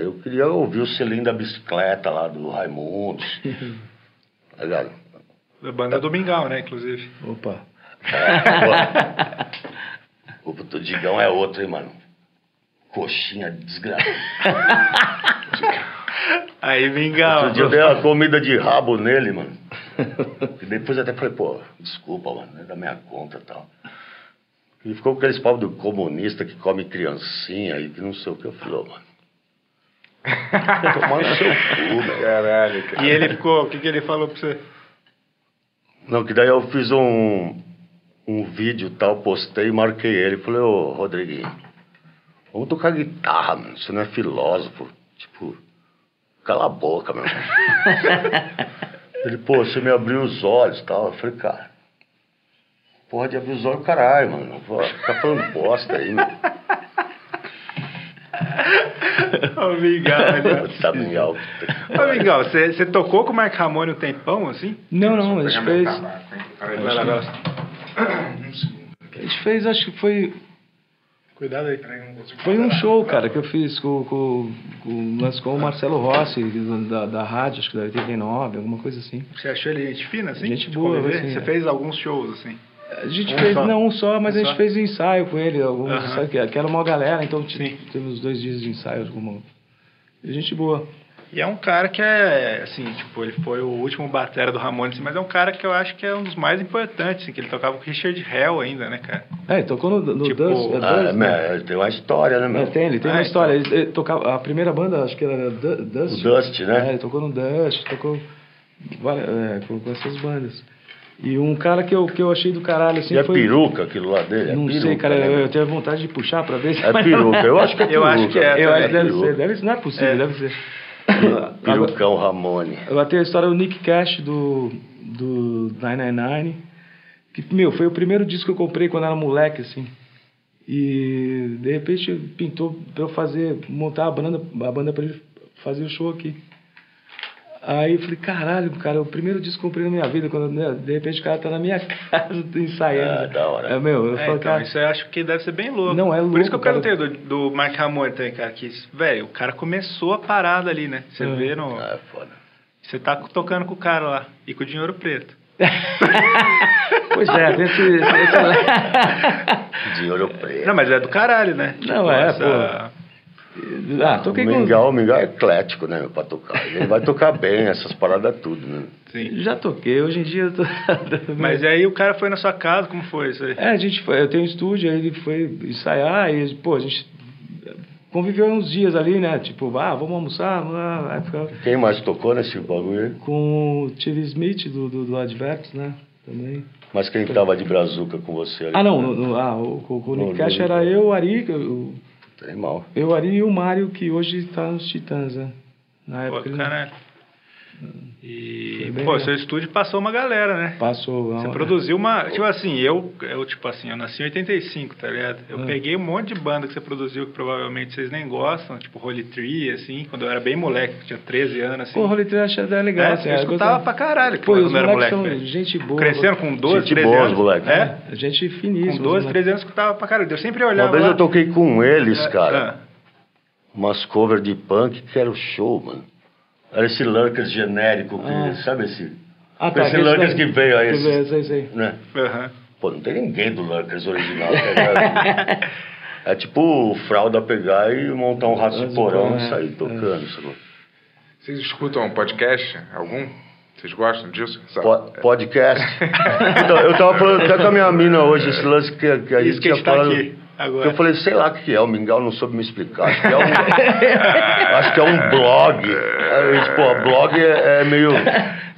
Speaker 4: Eu queria ouvir o selim da bicicleta lá do Raimundos. tá ligado?
Speaker 3: Da banda Domingão, né, inclusive.
Speaker 2: Opa.
Speaker 4: É, pô. o do Digão é outro, hein, mano. Coxinha desgraçada.
Speaker 3: Aí,
Speaker 4: Outro
Speaker 3: Mingão.
Speaker 4: dia eu dei uma comida de rabo nele, mano. E depois até falei, pô, desculpa, mano, não é da minha conta e tal. E ficou com aqueles papo do comunista que come criancinha e que não sei o que. Eu falei, ô, mano. Vai Tomar no seu cu, velho.
Speaker 1: Caralho, cara.
Speaker 3: E ele ficou, o que, que ele falou pra você?
Speaker 4: Não, que daí eu fiz um, um vídeo e tal, postei e marquei ele. Falei, ô Rodriguinho, vamos tocar guitarra, mano. Você não é filósofo. Tipo, cala a boca, meu irmão. ele, pô, você me abriu os olhos e tal. Eu falei, cara, porra de abrir os olhos, caralho, mano. Pô, Tá falando bosta aí, meu.
Speaker 3: Ô, Mingão. olha.
Speaker 2: é.
Speaker 4: Tá bem alto.
Speaker 3: Ô, Mingão, você você tocou com o Mark Ramone um tempão, assim?
Speaker 2: Não, não, a
Speaker 1: Pega
Speaker 2: gente
Speaker 1: meu
Speaker 2: fez.
Speaker 1: tabaco, hein? Peraí,
Speaker 3: Vai lá,
Speaker 1: deixa eu-
Speaker 3: vai lá.
Speaker 2: A gente fez, acho que foi,
Speaker 3: Cuidado aí.
Speaker 2: foi um show, cara, que eu fiz com, com, com, nós com o Marcelo Rossi, da, da rádio, acho que da 89, alguma coisa assim.
Speaker 3: Você achou ele gente fina, assim?
Speaker 2: Gente
Speaker 3: De
Speaker 2: boa,
Speaker 3: conviver?
Speaker 2: assim,
Speaker 3: Você
Speaker 2: é.
Speaker 3: fez alguns shows, assim.
Speaker 2: A gente
Speaker 3: Um
Speaker 2: fez,
Speaker 3: só?
Speaker 2: não um só, mas
Speaker 3: Um
Speaker 2: a gente
Speaker 3: só?
Speaker 2: fez ensaio com ele, alguns
Speaker 3: Aham.
Speaker 2: ensaios, que que era uma galera, então t-
Speaker 3: Sim.
Speaker 2: teve uns dois dias de ensaio. Como... Gente boa.
Speaker 3: E é um cara que é, assim, tipo, ele foi o último batera do Ramones, mas é um cara que eu acho que é um dos mais importantes, assim, que ele tocava com o Richard Hell ainda, né, cara?
Speaker 2: É, ele tocou no, no
Speaker 3: Tipo,
Speaker 2: Dance. é
Speaker 4: Ah,
Speaker 2: Dance, né?
Speaker 4: meu, tem uma história, né,
Speaker 2: É,
Speaker 4: meu?
Speaker 2: tem, ele tem
Speaker 3: Ah,
Speaker 2: uma
Speaker 3: então.
Speaker 2: história. Ele, ele tocava, a primeira banda, acho que era Du- Dust.
Speaker 4: O Dust, né?
Speaker 2: É, ele tocou no Dust, tocou várias- é, com, com essas bandas. E um cara que eu, que eu achei do caralho, assim,
Speaker 4: E é
Speaker 2: foi...
Speaker 4: peruca aquilo lá dele? É
Speaker 2: Não
Speaker 4: peruca,
Speaker 2: sei, cara,
Speaker 4: né,
Speaker 2: eu,
Speaker 4: meu?
Speaker 2: eu tenho vontade de puxar pra ver se...
Speaker 4: É peruca, eu acho que é peruca.
Speaker 3: Eu acho que é,
Speaker 2: Eu acho que
Speaker 3: também.
Speaker 2: deve
Speaker 4: peruca.
Speaker 2: ser, deve ser, não é possível,
Speaker 3: É.
Speaker 2: deve ser. Agora-
Speaker 4: Perucão é um Ramone.
Speaker 2: Agora tem a história do Nick Cash do, do 999, que, meu, foi o primeiro disco que eu comprei quando era moleque, assim. E, de repente, pintou pra eu fazer, montar a banda, a banda pra ele fazer o show aqui. Aí eu falei, caralho, cara, é o primeiro disco que eu comprei na minha vida, quando, né, de repente, o cara tá na minha casa tô ensaiando.
Speaker 4: Ah, da hora.
Speaker 2: É, meu, eu
Speaker 3: É,
Speaker 2: falo,
Speaker 3: então,
Speaker 2: cara,
Speaker 3: isso eu acho que deve ser bem louco.
Speaker 2: Não, é
Speaker 3: Por
Speaker 2: louco,
Speaker 3: isso que eu
Speaker 2: cara.
Speaker 3: perguntei do, do Mark Ramone também, cara, que, velho, o cara começou a parada ali, né? Você
Speaker 2: Uhum.
Speaker 3: vê no...
Speaker 4: Ah, é foda.
Speaker 3: Você tá tocando com o cara lá, e com o dinheiro preto.
Speaker 2: pois é, tem esse... esse-
Speaker 4: De olho preto.
Speaker 3: Não, mas é do caralho, né?
Speaker 2: Não, é,
Speaker 3: essa-
Speaker 2: Ah, toquei
Speaker 4: O
Speaker 2: com...
Speaker 4: Mingau, o Mingau é eclético, né, meu, pra tocar. Ele vai tocar bem essas paradas tudo, né?
Speaker 3: Sim.
Speaker 2: Já toquei, hoje em dia eu tô...
Speaker 3: Mas aí o cara foi na sua casa, como foi isso aí?
Speaker 2: É, a gente foi, eu tenho um estúdio, aí ele foi ensaiar e, pô, a gente conviveu uns dias ali, né? Tipo, ah, vamos almoçar, vamos lá. Aí ficava
Speaker 4: Quem mais tocou nesse bagulho aí?
Speaker 2: com o Tilly Smith do, do, do Adverts, né? Também.
Speaker 4: Mas quem tava de brazuca com você ali?
Speaker 2: Ah, não, no, no- ah, o, com, com o Nick
Speaker 4: No-
Speaker 2: Cash
Speaker 4: no-
Speaker 2: era eu, o Ari, o-
Speaker 4: Tem Tá mal.
Speaker 2: eu, o Ari e o Mário, que hoje tá nos Titãs, né? Na
Speaker 3: Pô,
Speaker 2: época ele
Speaker 3: caralho. E,
Speaker 2: Foi bem
Speaker 3: pô,
Speaker 2: legal. é.
Speaker 3: seu estúdio passou uma galera, né?
Speaker 2: passou.
Speaker 3: Você
Speaker 2: uma-
Speaker 3: produziu uma. Tipo assim, eu, eu, tipo assim, eu nasci em 85, tá ligado?
Speaker 2: É.
Speaker 3: Eu peguei um monte de banda que você produziu que provavelmente vocês nem gostam, tipo Holy Tree, assim, quando eu era bem moleque, tinha 13 anos, assim.
Speaker 2: Pô, o Holy Trash era legal,
Speaker 3: É,
Speaker 2: assim,
Speaker 3: eu
Speaker 2: era
Speaker 3: escutava
Speaker 2: gostoso.
Speaker 3: pra caralho que
Speaker 2: Pô,
Speaker 3: quando
Speaker 2: os
Speaker 3: eu era
Speaker 2: moleques são
Speaker 3: moleque, velho.
Speaker 2: gente boa. né?
Speaker 3: Cresceram com 12,
Speaker 4: Gente
Speaker 3: 13
Speaker 4: boa, os né?
Speaker 3: anos.
Speaker 4: moleque.
Speaker 3: É?
Speaker 2: Gente
Speaker 3: Com
Speaker 2: finíssima.
Speaker 3: 12,
Speaker 2: né?
Speaker 3: 13 anos eu escutava pra caralho. Eu sempre
Speaker 4: Uma
Speaker 3: olhava.
Speaker 4: vez
Speaker 3: lá.
Speaker 4: eu toquei com eles,
Speaker 3: Ah,
Speaker 4: cara. umas cover de punk que era o show, mano. Era esse Lurkers genérico, que,
Speaker 2: Ah.
Speaker 4: sabe esse?
Speaker 2: Ah, tá.
Speaker 4: Esse Lurkers que veio aí,
Speaker 2: Que
Speaker 4: esse-
Speaker 2: veio, sei, sei.
Speaker 4: Né?
Speaker 3: É, aham.
Speaker 4: Pô, não tem ninguém do Lurkers original. tá ligado? é tipo o fralda pegar e montar um rato de porão
Speaker 3: é.
Speaker 4: e sair tocando. sacou?
Speaker 1: Vocês escutam podcast algum? Vocês gostam disso? Sabe?
Speaker 4: Po- podcast. Então, eu tava falando até com a minha mina hoje, esse lance que, que a gente
Speaker 3: Isso que a
Speaker 4: tinha
Speaker 3: gente tá
Speaker 4: falado.
Speaker 3: aqui
Speaker 4: que eu
Speaker 3: agora.
Speaker 4: falei, sei lá o que é, o Mingau não soube me explicar. Acho que é um, acho que é um blog. Aí, pô, blog é- é meio.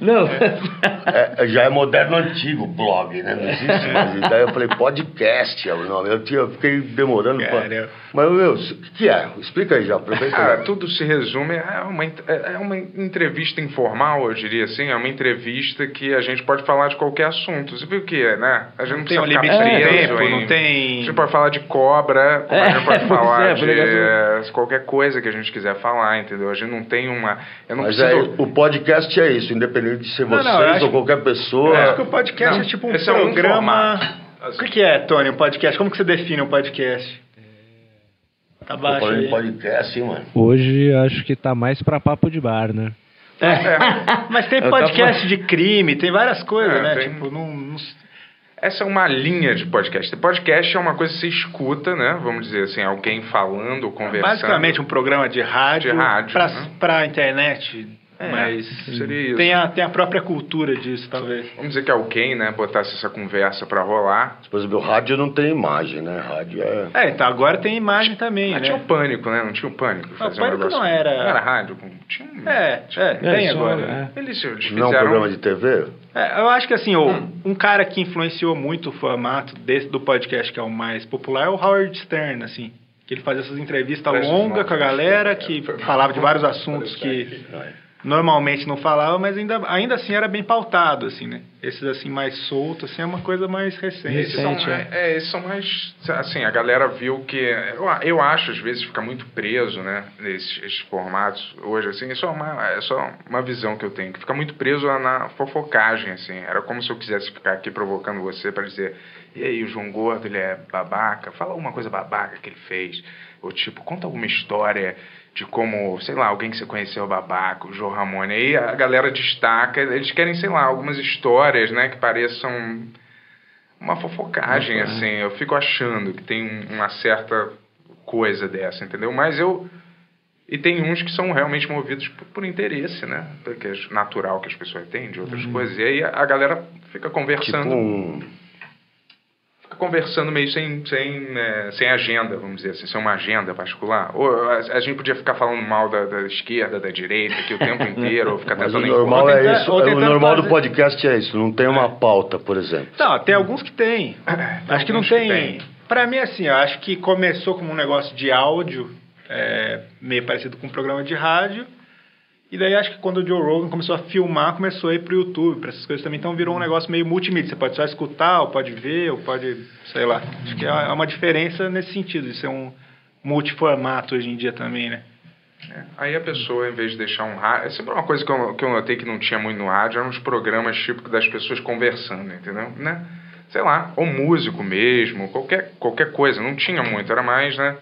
Speaker 2: Não.
Speaker 4: É, já é moderno antigo blog, né? Não existe mais. E daí eu falei, podcast é o nome. Eu, tinha, eu fiquei demorando
Speaker 3: Cara.
Speaker 4: pra. Mas, meu, o que, que é? Explica aí já, aproveita.
Speaker 1: Ah,
Speaker 4: aí.
Speaker 1: tudo se resume a uma, en- é uma entrevista informal, eu diria assim. É uma entrevista que a gente pode falar de qualquer assunto. Você viu o que é, né? A gente não
Speaker 3: tem um
Speaker 1: precisa ficar
Speaker 3: limite de
Speaker 1: preso
Speaker 3: tempo,
Speaker 1: em-
Speaker 3: não
Speaker 1: A
Speaker 3: tem.
Speaker 1: gente pode falar de cobra, a gente
Speaker 2: pois
Speaker 1: pode falar
Speaker 2: é,
Speaker 1: de
Speaker 2: por acaso-
Speaker 1: eh, qualquer coisa que a gente quiser falar, entendeu? A gente não tem uma... Eu não
Speaker 4: Mas é,
Speaker 1: preciso...
Speaker 4: aí, o podcast é isso, independente de ser
Speaker 3: Não, não,
Speaker 4: vocês
Speaker 3: eu acho-
Speaker 4: ou qualquer pessoa.
Speaker 3: Eu acho que o podcast
Speaker 1: Não,
Speaker 3: é tipo um
Speaker 1: esse é um
Speaker 3: programa.
Speaker 1: formato.
Speaker 3: o que, que é, Tony, um podcast? Como que você define um podcast? Tá
Speaker 4: Tô
Speaker 3: baixo
Speaker 4: falando de
Speaker 3: aí.
Speaker 4: podcast, hein, mano?
Speaker 7: Hoje acho que tá mais pra papo de bar, né?
Speaker 3: Ah, Mas tem
Speaker 2: Eu
Speaker 3: podcast de crime, tem várias coisas,
Speaker 1: É,
Speaker 3: né?
Speaker 1: tem.
Speaker 3: Tipo, não, não-
Speaker 1: Essa é uma linha de podcast. Podcast é uma coisa que você escuta, né? Vamos dizer assim, alguém falando, conversando.
Speaker 3: basicamente um programa de rádio,
Speaker 1: De rádio,
Speaker 3: pra,
Speaker 1: né?
Speaker 3: pra internet,
Speaker 1: É,
Speaker 3: mas
Speaker 1: seria isso.
Speaker 3: tem a, tem a própria cultura disso, talvez.
Speaker 1: Vamos dizer que alguém, né, botasse essa conversa pra rolar.
Speaker 4: Por exemplo, rádio não tem imagem, né? Rádio é.
Speaker 3: É, então agora tem imagem também,
Speaker 1: Ah,
Speaker 3: né?
Speaker 1: tinha o pânico, né? Não tinha o pânico. Fazer
Speaker 3: Pânico
Speaker 1: negócio-
Speaker 3: não era-
Speaker 1: Não era rádio. com- Tinha um...
Speaker 3: É, é, tem
Speaker 2: É, só-
Speaker 3: agora.
Speaker 2: é.
Speaker 1: Eles, eles
Speaker 4: Não é um
Speaker 1: fizeram-
Speaker 4: programa de TV?
Speaker 3: É, eu acho que assim, o-
Speaker 1: Hum.
Speaker 3: um cara que influenciou muito o formato desse, do podcast que é o mais popular é o Howard Stern, assim. Que ele fazia essas entrevistas
Speaker 1: Parece
Speaker 3: longas
Speaker 1: um-
Speaker 3: com a galera, que falava de vários assuntos que normalmente não falava, mas ainda, ainda assim era bem pautado, assim, né? Esses assim mais soltos, assim, é uma coisa mais recente.
Speaker 1: Esses são, é, é, esses são mais. Assim, a galera viu que. Eu, a- eu acho, às vezes, fica muito preso, né? Nesses esses formatos hoje, assim. Isso é, uma, é só uma visão que eu tenho, que fica muito preso na- na fofocagem, assim. Era como se eu quisesse ficar aqui provocando você para dizer. E aí, o João Gordo, ele é babaca? Fala alguma coisa babaca que ele fez. Ou tipo, conta alguma história de como, sei lá, alguém que você conheceu é babaca, o João Ramone. Aí a galera destaca, eles querem, sei lá, algumas histórias, né, que pareçam uma
Speaker 4: Uhum.
Speaker 1: fofocagem, assim. Eu fico achando que tem um- uma certa coisa dessa, entendeu? Mas eu. E tem uns que são realmente movidos por, por interesse, né? Porque é natural que as pessoas têm de outras coisas. E aí a, a galera fica
Speaker 4: Uhum. Tipo
Speaker 1: conversando,
Speaker 4: um.
Speaker 3: tá
Speaker 1: fica conversando meio sem, sem, eh, sem agenda, vamos dizer assim, sem uma agenda particular. Ou a, a gente podia ficar falando mal da, da esquerda, da direita, aqui o tempo inteiro, ou ficar
Speaker 4: Mas
Speaker 1: tentando
Speaker 4: o normal
Speaker 3: Ou
Speaker 4: é
Speaker 3: tentando-
Speaker 4: isso.
Speaker 3: ou
Speaker 4: O
Speaker 3: tentando
Speaker 4: normal do
Speaker 3: fazer-
Speaker 4: podcast é isso. Não tem uma pauta, por exemplo.
Speaker 3: Não, tem alguns que tem. acho que não
Speaker 1: alguns que
Speaker 3: tem.
Speaker 1: tem.
Speaker 3: Pra mim, assim, eu acho que começou como um negócio de áudio, é, meio parecido com um programa de rádio. E daí acho que quando o Joe Rogan começou a filmar, começou a ir pro YouTube, pra essas coisas também. Então
Speaker 1: Uhum.
Speaker 3: virou um negócio meio multimídia. Você pode só escutar, ou pode ver, ou pode. sei lá. Acho que é uma diferença nesse sentido, de ser um multiformato hoje em dia também, né?
Speaker 1: Aí a pessoa, em vez de deixar um rádio. É sempre uma coisa que eu, que eu notei que não tinha muito no rádio, eram uns programas típicos das pessoas conversando, entendeu? Né? Sei lá, ou músico mesmo, qualquer, qualquer coisa, não tinha muito, era mais, né?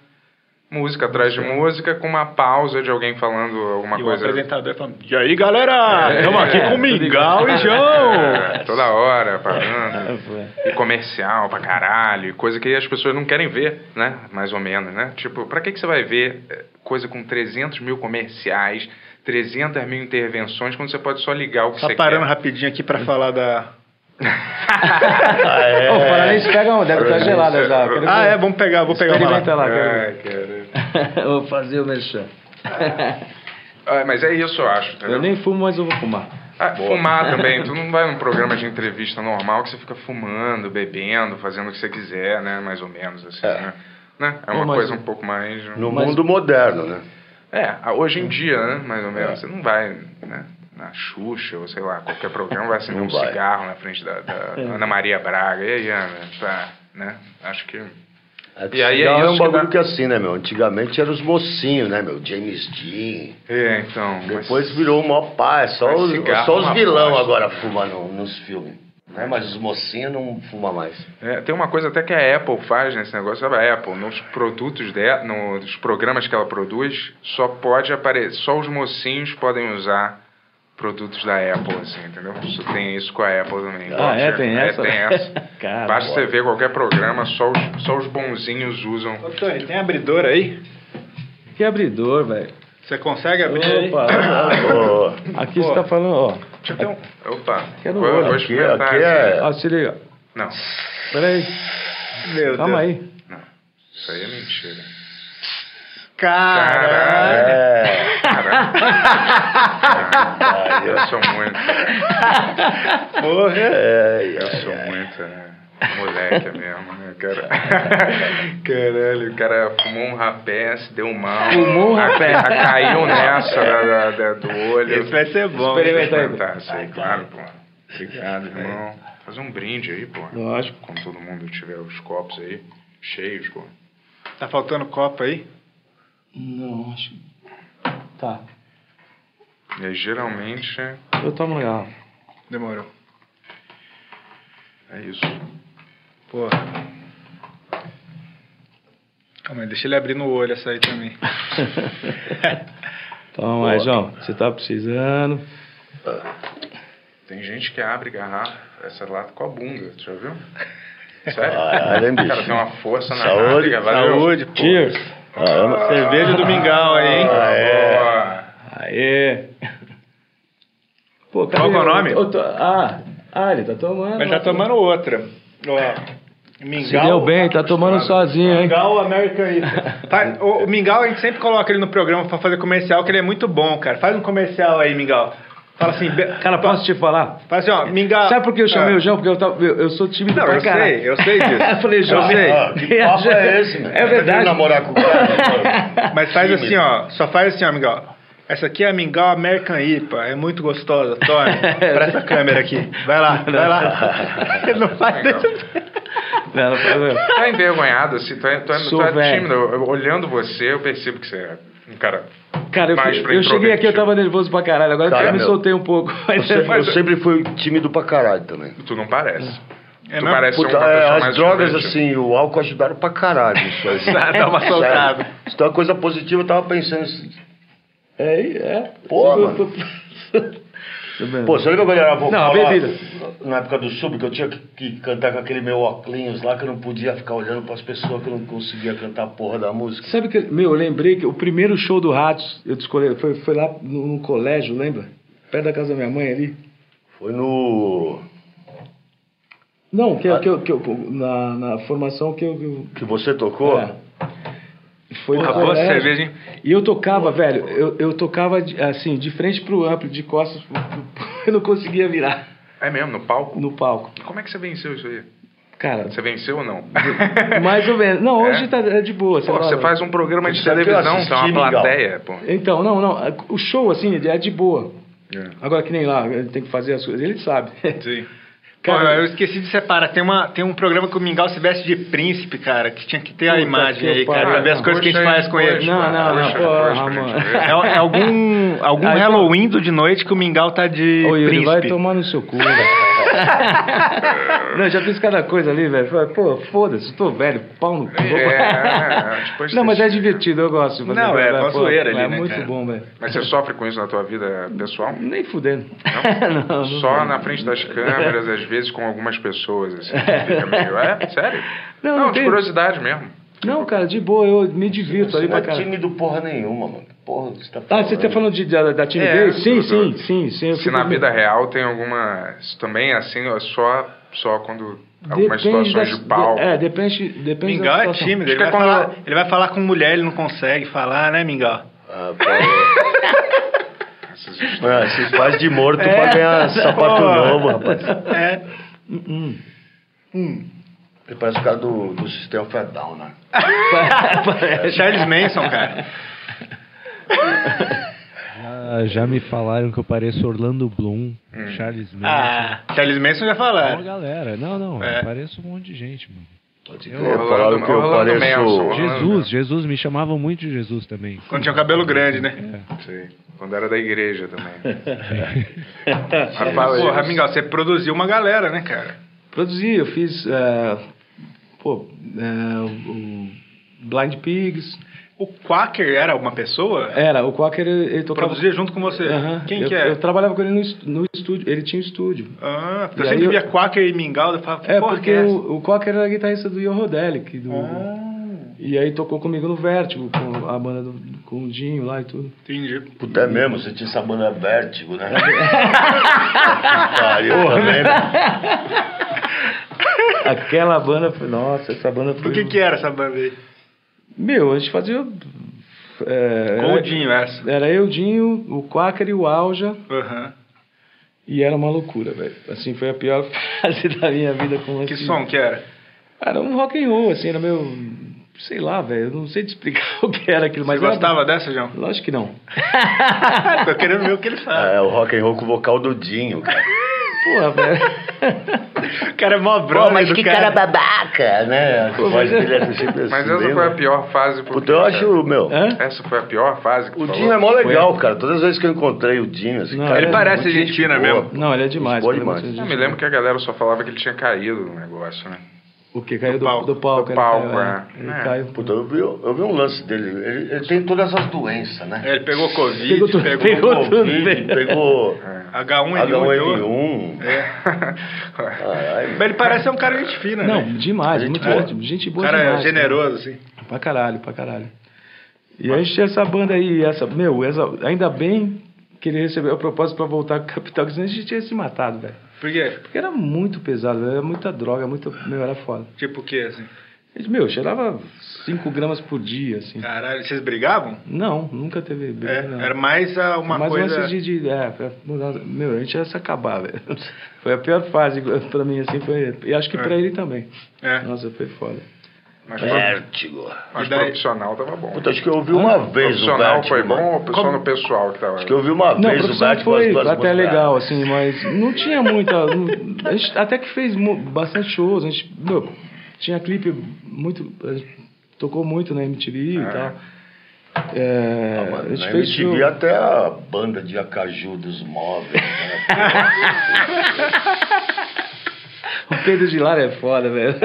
Speaker 1: música atrás de música, com uma pausa de alguém falando alguma
Speaker 3: E o
Speaker 1: coisa.
Speaker 3: apresentador falando, e aí galera, estamos aqui com Mingau e
Speaker 1: É,
Speaker 3: João.
Speaker 1: toda hora falando. E comercial pra caralho, e coisa que as pessoas não querem ver, né? Mais ou menos, né? Tipo, pra que, que você vai ver eh, coisa com 300 mil comerciais, 300 mil intervenções, quando você pode só ligar o que é. Uhum.
Speaker 3: Só
Speaker 1: você
Speaker 3: Tá parando
Speaker 1: quer?
Speaker 3: rapidinho aqui pra falar da...
Speaker 4: Ah, é.
Speaker 2: Ô, Paranaense, pega uma, deve estar
Speaker 1: Paranaense,
Speaker 2: gelada já.
Speaker 1: é.
Speaker 2: Quero
Speaker 3: Ah,
Speaker 2: ver.
Speaker 3: é, vamos pegar, vou pegar uma É. lá.
Speaker 2: Experimenta lá, quero
Speaker 1: Ai, É, cara.
Speaker 2: ver. Vou fazer o merchan.
Speaker 1: Ah, mas é isso, eu acho.
Speaker 2: Eu
Speaker 1: Entendeu?
Speaker 2: nem fumo, mas eu vou fumar.
Speaker 1: Ah, fumar também. Tu não vai num programa de entrevista normal que você fica fumando, bebendo, fazendo o que você quiser, né? Mais ou menos, assim, né? Né? É uma
Speaker 2: Não, mas-
Speaker 1: coisa um pouco mais...
Speaker 4: No mundo moderno, né?
Speaker 1: É, a- hoje
Speaker 4: Uhum.
Speaker 1: em dia, né? Mais ou
Speaker 4: É.
Speaker 1: menos. Você não vai né, na Xuxa ou sei lá, qualquer programa, vai acender
Speaker 4: Não
Speaker 1: um
Speaker 4: vai. É.
Speaker 1: cigarro na frente da, da Ana Maria Braga. E aí, Ana? Tá, né? Acho que... E aí é
Speaker 4: Cigarro
Speaker 1: isso
Speaker 4: um
Speaker 1: que
Speaker 4: bagulho
Speaker 1: dá-
Speaker 4: que é assim, né, meu? Antigamente eram os mocinhos, né, meu? James Dean.
Speaker 1: É, então... mas-
Speaker 4: Depois virou o maior pai. Só
Speaker 1: Mas
Speaker 4: os,
Speaker 1: cigarro
Speaker 4: só
Speaker 1: é
Speaker 4: os
Speaker 1: uma
Speaker 4: vilão
Speaker 1: bosta.
Speaker 4: agora fumam no- nos filmes. Né? Mas os mocinhos não fumam mais.
Speaker 1: É, tem uma coisa até que a Apple faz nesse negócio, sabe? A Apple, nos produtos dela, nos programas que ela produz, só pode aparecer, só os mocinhos podem usar produtos da Apple, assim, entendeu? Isso- tem isso com a Apple também.
Speaker 2: Ah, é? Tem essa?
Speaker 1: tem essa.
Speaker 2: Cara,
Speaker 1: Basta você ver qualquer programa, só os, só os bonzinhos usam.
Speaker 3: Ô, Tony, tem abridor aí?
Speaker 2: Que abridor, velho.
Speaker 3: Você consegue abrir aí?
Speaker 2: Opa,
Speaker 4: Ah, Ô,
Speaker 2: aqui você tá falando, ó.
Speaker 1: Deixa eu ter um... Opa,
Speaker 2: Quero
Speaker 1: vou,
Speaker 2: olho.
Speaker 1: vou
Speaker 4: aqui,
Speaker 1: experimentar.
Speaker 4: aqui é.
Speaker 2: Ó, se liga.
Speaker 1: Não,
Speaker 2: Pera aí,
Speaker 3: Meu
Speaker 2: calma
Speaker 3: Deus.
Speaker 2: aí.
Speaker 1: isso aí é mentira.
Speaker 3: Caralho.
Speaker 4: É.
Speaker 1: Caralho, eu sou muito...
Speaker 4: Porra. É,
Speaker 1: Eu sou muito né, moleque mesmo, né, cara? Caralho, o cara fumou um rapé, se deu mal.
Speaker 2: Fumou um
Speaker 1: A-
Speaker 2: rapé.
Speaker 1: a- caiu nessa da- da- da- do olho.
Speaker 3: Esse vai ser bom. É.
Speaker 2: Experimenta aí.
Speaker 1: Fantástico, claro, pô. Obrigado, irmão. Fazer um brinde aí, pô.
Speaker 2: Lógico.
Speaker 1: Quando todo mundo tiver os copos aí cheios, pô.
Speaker 3: Tá faltando copo aí?
Speaker 2: Não, acho. Tá.
Speaker 1: E aí, geralmente é
Speaker 2: Eu tomo legal.
Speaker 3: Demorou.
Speaker 1: é isso.
Speaker 3: Porra. Calma aí, deixa ele abrir no olho essa aí também.
Speaker 2: Toma mais, João. Você tá precisando.
Speaker 1: Tem gente que abre garrafa, essa lata com a bunda, tu já viu? Sério?
Speaker 4: Caralho, hein,
Speaker 1: O cara
Speaker 4: bicho?
Speaker 1: tem uma força na
Speaker 4: Saúde,
Speaker 1: nádega, valeu.
Speaker 3: Saúde, pô.
Speaker 2: Cheers.
Speaker 4: Caramba.
Speaker 3: Cerveja do Mingau aí, hein?
Speaker 4: Ah, é.
Speaker 1: Boa.
Speaker 2: Aê. Pô,
Speaker 3: Qual que é o nome?
Speaker 2: Eu tô- Ah, ah, ele tá tomando.
Speaker 3: Mas tá tomando outra. Ó, Mingau.
Speaker 2: Se deu bem, tá tomando sozinho, hein?
Speaker 3: Mingau American Eater. Faz- o, o Mingau a gente sempre coloca ele no programa pra fazer comercial, que ele é muito bom, cara. Faz um comercial aí, Mingau. Fala assim, be-
Speaker 2: Cara, posso te falar?
Speaker 3: fala assim, ó, Mingau.
Speaker 2: Sabe por que eu chamei
Speaker 3: Ah.
Speaker 2: o João? Porque eu, tava, eu, eu sou tímido
Speaker 3: Não,
Speaker 2: pra
Speaker 3: eu
Speaker 2: caralho.
Speaker 3: sei, eu sei disso.
Speaker 2: eu falei, João,
Speaker 3: Eu sei.
Speaker 4: Ah, que papo é esse, meu?
Speaker 2: É
Speaker 4: Quer
Speaker 2: verdade.
Speaker 4: namorar com o cara? né,
Speaker 3: Mas faz
Speaker 4: Tímido.
Speaker 3: assim, ó. Só faz assim, ó, Mingau. Essa aqui é a Mingau American IPA. É muito gostosa. Tome. Pra essa câmera aqui. Vai lá, vai lá. Não faz isso.
Speaker 2: Não, não falei.
Speaker 1: Tá envergonhado, assim, tu é, tu é, tu
Speaker 2: Sou
Speaker 1: é
Speaker 2: velho.
Speaker 1: tímido. Eu- eu- olhando você, eu percebo que você é um cara.
Speaker 2: Cara, eu,
Speaker 1: Mais
Speaker 2: fui-
Speaker 1: pra
Speaker 2: eu cheguei aqui, eu
Speaker 1: introvertido.
Speaker 2: tava nervoso pra caralho. Agora
Speaker 4: Cara,
Speaker 2: eu me
Speaker 4: meu.
Speaker 2: soltei um pouco.
Speaker 4: Eu
Speaker 2: Mas
Speaker 4: sempre-
Speaker 2: é-
Speaker 4: eu sempre fui tímido pra caralho também.
Speaker 1: Tu não parece.
Speaker 3: É
Speaker 1: tu
Speaker 3: mesmo?
Speaker 1: parece
Speaker 4: Puta,
Speaker 1: ser uma pessoa
Speaker 4: é,
Speaker 1: mais
Speaker 4: as drogas,
Speaker 1: extrovertida.
Speaker 4: assim, o álcool ajudaram pra caralho. Isso, aí.
Speaker 3: Dá uma soltada.
Speaker 4: Sério. Isso é uma coisa positiva, eu tava pensando. assim,
Speaker 2: É, é.
Speaker 4: Pô,
Speaker 2: Eu-
Speaker 4: mano.
Speaker 2: Tudo bem.
Speaker 4: Pô, você lembra quando eu era vocal?
Speaker 2: Não, a
Speaker 4: lá,
Speaker 2: bebida.
Speaker 4: na época do sub, que eu tinha que, que cantar com aquele meu óculos lá, que eu não podia ficar olhando pras pessoas que eu não conseguia cantar a porra da música.
Speaker 2: Sabe que, meu, eu lembrei que o primeiro show do Ratos, eu escolhi, foi, foi lá no, no colégio, lembra? Perto da casa da minha mãe ali.
Speaker 4: Foi no.
Speaker 2: Não, que,
Speaker 4: Ah.
Speaker 2: que, eu- que, eu- na, na formação que eu. que eu-
Speaker 4: Que você tocou?
Speaker 2: É. Foi
Speaker 3: Porra,
Speaker 2: no
Speaker 3: boa
Speaker 2: colégio.
Speaker 3: cerveja, hein?
Speaker 2: E eu tocava, velho, eu, eu tocava de- assim, de frente pro amplo, de costas, pro- pro- eu não conseguia virar
Speaker 1: É mesmo, no palco?
Speaker 2: no palco.
Speaker 1: Como é que você venceu isso aí?
Speaker 2: Cara,
Speaker 1: Você venceu ou não?
Speaker 2: mais ou menos. Não,
Speaker 1: É?
Speaker 2: hoje tá é de boa. sei
Speaker 1: Pô,
Speaker 2: lá,
Speaker 1: você
Speaker 2: não.
Speaker 1: faz um programa de
Speaker 4: Sabe que eu
Speaker 1: televisão, tem
Speaker 4: assisti,
Speaker 1: uma
Speaker 4: Miguel?
Speaker 1: plateia, pô.
Speaker 2: Então, não, não. O show, assim, é de boa.
Speaker 1: É.
Speaker 2: Agora que nem lá, ele tem que fazer as coisas, ele sabe.
Speaker 3: Sim.
Speaker 2: Cara,
Speaker 3: Pô, eu esqueci de separar. Tem, uma, tem um programa que o Mingau se veste de príncipe, cara, que tinha que ter a
Speaker 2: Puta que
Speaker 3: imagem aí,
Speaker 1: Ah,
Speaker 3: cara,
Speaker 2: pariu.
Speaker 3: pra ver as coisas que a gente
Speaker 1: Poxa,
Speaker 3: faz com ele.
Speaker 1: poxa,
Speaker 2: Não, não, não,
Speaker 1: poxa,
Speaker 2: porra,
Speaker 1: poxa,
Speaker 2: mano.
Speaker 1: gente,
Speaker 3: É, é algum, algum
Speaker 2: Aí, pô.
Speaker 3: Halloween do de noite que o Mingau tá de
Speaker 2: Ô, Yuri, vai
Speaker 3: príncipe.
Speaker 2: tomar no seu cu, velho. Não, já fiz cada coisa ali, velho. Falei, Pô, foda-se, tô velho, pau no cu.
Speaker 1: É, depois
Speaker 2: Não, mas
Speaker 1: você-
Speaker 2: é divertido, eu gosto. de fazer,
Speaker 3: Não, é
Speaker 2: velho,
Speaker 3: uma
Speaker 2: pô,
Speaker 3: zoeira
Speaker 2: É
Speaker 3: ali, né,
Speaker 2: muito
Speaker 3: cara?
Speaker 2: bom, velho.
Speaker 1: Mas você sofre com isso na tua vida pessoal?
Speaker 2: Nem fudendo. Não, não
Speaker 1: Só na frente das câmeras, às vezes com algumas pessoas, assim, que fica meio, é? Sério?
Speaker 2: Não,
Speaker 1: não
Speaker 2: não
Speaker 1: de
Speaker 2: tem-
Speaker 1: curiosidade mesmo.
Speaker 2: Não, cara, de boa, eu me divirto
Speaker 4: Você
Speaker 2: aí
Speaker 4: não
Speaker 2: pra
Speaker 4: é
Speaker 2: caralho.
Speaker 4: tímido porra nenhuma, mano. Porra, o que você tá falando?
Speaker 2: Ah, você tá falando de, da, da time
Speaker 1: É,
Speaker 2: dele? Sim,
Speaker 1: do-
Speaker 2: sim,
Speaker 1: do-
Speaker 2: sim, sim. eu
Speaker 1: Se
Speaker 2: fico
Speaker 1: na
Speaker 2: meio-
Speaker 1: vida real tem alguma. Também assim, ó, só, só quando. Algumas
Speaker 2: Depende
Speaker 1: situações
Speaker 2: das-
Speaker 1: de pau.
Speaker 2: de- É, depende, depende
Speaker 3: Mingau
Speaker 2: da
Speaker 3: é
Speaker 2: situação.
Speaker 3: tímido, ele
Speaker 1: Acho que
Speaker 3: vai,
Speaker 1: é quando-
Speaker 3: falar, ele vai falar com mulher, ele não consegue falar, né, Mingau?
Speaker 4: Ah, porra. Mano, vocês fazem de morto pra
Speaker 2: É.
Speaker 4: ganhar sapato
Speaker 3: porra.
Speaker 4: novo, rapaz.
Speaker 3: É.
Speaker 4: Ele parece o cara do, do sistema federal, né?
Speaker 3: É Charles Manson, cara.
Speaker 7: Ah, já me falaram que eu pareço Orlando Bloom, Charles Manson.
Speaker 2: Ah.
Speaker 3: Charles Manson já
Speaker 7: Uma
Speaker 3: falaram.
Speaker 7: galera. Não, não,
Speaker 3: É.
Speaker 7: eu pareço um monte de gente, mano.
Speaker 4: Pode
Speaker 1: Eu-
Speaker 4: crer,
Speaker 1: Orlando-
Speaker 4: falaram que eu
Speaker 1: Orlando
Speaker 4: pareço...
Speaker 1: Manson.
Speaker 7: Jesus, Jesus, me chamavam muito de Jesus também.
Speaker 3: Quando tinha o cabelo grande,
Speaker 2: É.
Speaker 3: né?
Speaker 1: Sei. Quando era da igreja também. Rapaz,
Speaker 3: Porra, Mingau, você produziu uma galera, né, cara?
Speaker 2: Produzi, eu fiz. eh, pô, eh, o Blind Pigs.
Speaker 3: O Quaker era uma pessoa?
Speaker 2: Era, o Quaker ele, ele tocava.
Speaker 3: Produzia junto com você.
Speaker 2: É, Aham,
Speaker 3: Quem
Speaker 2: eu,
Speaker 3: que é?
Speaker 2: Eu trabalhava com ele no, est- no estúdio, ele tinha um estúdio.
Speaker 3: Ah, porque
Speaker 2: E
Speaker 3: eu
Speaker 2: aí
Speaker 3: sempre
Speaker 2: eu-
Speaker 3: via Quaker e Mingau, eu falava,
Speaker 2: É,
Speaker 3: porra,
Speaker 2: porque
Speaker 3: que é essa?
Speaker 2: o, o Quaker era guitarrista do Yorodelic. Do,
Speaker 3: Ah,
Speaker 2: E aí tocou comigo no Vértigo, com a banda do, com o Dinho lá e tudo.
Speaker 3: entendi.
Speaker 4: Puta, é mesmo, você tinha essa banda vértigo, né? Pariu também, né?
Speaker 2: Aquela banda foi. Nossa, essa banda foi. um-
Speaker 3: O que que era essa banda aí?
Speaker 2: Meu, a gente fazia. eh, era-
Speaker 3: Goldinho essa.
Speaker 2: Era eu, Dinho, o Quaker e o Alja.
Speaker 3: Aham.
Speaker 2: E era uma loucura, velho. Assim, foi a pior fase da minha vida com
Speaker 3: Que
Speaker 2: esse-
Speaker 3: som que era?
Speaker 2: Era um rock and roll, assim, era meu... Sei lá, velho, eu não sei te explicar o que era aquilo, mas...
Speaker 3: Você
Speaker 2: era-
Speaker 3: gostava dessa, João?
Speaker 2: Lógico que não.
Speaker 3: Tô querendo ver o que ele fala.
Speaker 4: É, o rock and roll com o vocal do Dinho, cara.
Speaker 2: Porra, velho.
Speaker 3: O cara é mó brother do cara.
Speaker 4: babaca, né? A voz dele é sempre assim,
Speaker 1: Mas essa
Speaker 4: bem,
Speaker 1: foi a
Speaker 4: né?
Speaker 1: pior fase. porque,
Speaker 4: Puta, eu
Speaker 1: cara,
Speaker 4: acho, meu...
Speaker 2: Hã?
Speaker 1: Essa foi a pior fase que tu
Speaker 4: O
Speaker 1: falou.
Speaker 4: Dinho é mó legal, cara. Todas as vezes que eu encontrei o Dinho, assim,
Speaker 2: Não,
Speaker 4: cara,
Speaker 2: ele
Speaker 4: é
Speaker 3: parece
Speaker 4: muito gente
Speaker 3: argentino
Speaker 4: boa,
Speaker 3: mesmo.
Speaker 4: pô.
Speaker 2: Não, ele é demais.
Speaker 4: Boa
Speaker 2: cara,
Speaker 4: demais.
Speaker 2: muito
Speaker 1: Eu
Speaker 2: gente.
Speaker 1: me lembro que a galera só falava que ele tinha caído no negócio, né?
Speaker 2: O que? Caiu do,
Speaker 3: palco.
Speaker 2: do palco.
Speaker 1: Do
Speaker 2: ele
Speaker 1: palco,
Speaker 2: caiu,
Speaker 1: é.
Speaker 2: Ele
Speaker 1: É.
Speaker 2: caiu.
Speaker 4: Puta, eu vi, eu vi um lance dele. Ele, ele tem todas as doenças, né?
Speaker 3: É, Ele pegou Covid,
Speaker 2: Pegou
Speaker 3: pegou,
Speaker 2: tudo, pegou.
Speaker 3: É,
Speaker 2: tudo, um
Speaker 4: Covid,
Speaker 2: né?
Speaker 4: pegou
Speaker 3: H1N1.
Speaker 4: H1N1. Caralho.
Speaker 3: É. Mas ele parece ser um cara gente fina,
Speaker 2: Não,
Speaker 3: né?
Speaker 2: demais,
Speaker 4: Gente
Speaker 2: muito
Speaker 4: boa.
Speaker 2: boa. Gente
Speaker 3: O
Speaker 2: boa
Speaker 3: cara
Speaker 2: demais.
Speaker 3: é generoso, assim.
Speaker 2: cara. Pra caralho, pra caralho. E a gente tinha essa banda aí, essa... Meu, essa, ainda bem que ele recebeu a proposta pra voltar com o Capital, que senão a gente tinha se matado, velho.
Speaker 3: Por quê?
Speaker 2: Porque era muito pesado, velho, era muita droga, muito... Meu, era foda.
Speaker 3: Tipo o quê, assim?
Speaker 2: Gente, Meu, cheirava 5 gramas por dia, assim.
Speaker 3: Caralho, vocês brigavam?
Speaker 2: Não, nunca teve bebida,
Speaker 3: É,
Speaker 2: não.
Speaker 3: era mais ah, uma
Speaker 2: Mas
Speaker 3: coisa...
Speaker 2: antes um de... de é, pra mudar, meu, a gente ia se acabar, velho. Foi a pior fase pra mim, assim, foi... E acho que pra ele também.
Speaker 3: É.
Speaker 2: Nossa, foi foda.
Speaker 1: Mas, pro-
Speaker 4: Vértigo.
Speaker 1: mas
Speaker 3: E daí-
Speaker 1: profissional tava bom.
Speaker 4: Puta, acho que eu vi uma vez o
Speaker 1: profissional
Speaker 4: Vértigo.
Speaker 1: foi bom ou só
Speaker 3: Como-
Speaker 1: no pessoal que tava?
Speaker 4: Acho que eu vi uma
Speaker 2: Não, o
Speaker 4: vez o
Speaker 2: profissional
Speaker 4: Vértigo. as
Speaker 2: foi
Speaker 4: duas
Speaker 2: até
Speaker 4: músicas.
Speaker 2: legal, assim, mas não tinha muita... não- a gente até que fez mu- bastante shows, a gente... meu, tinha clipe muito... A gente tocou muito na MTV e tal. É,
Speaker 4: Ah, mano,
Speaker 2: a gente
Speaker 4: na
Speaker 2: fez
Speaker 4: MTV
Speaker 2: show.
Speaker 4: até a banda de Acaju dos móveis. né?
Speaker 2: O Pedro de Lara é foda, velho.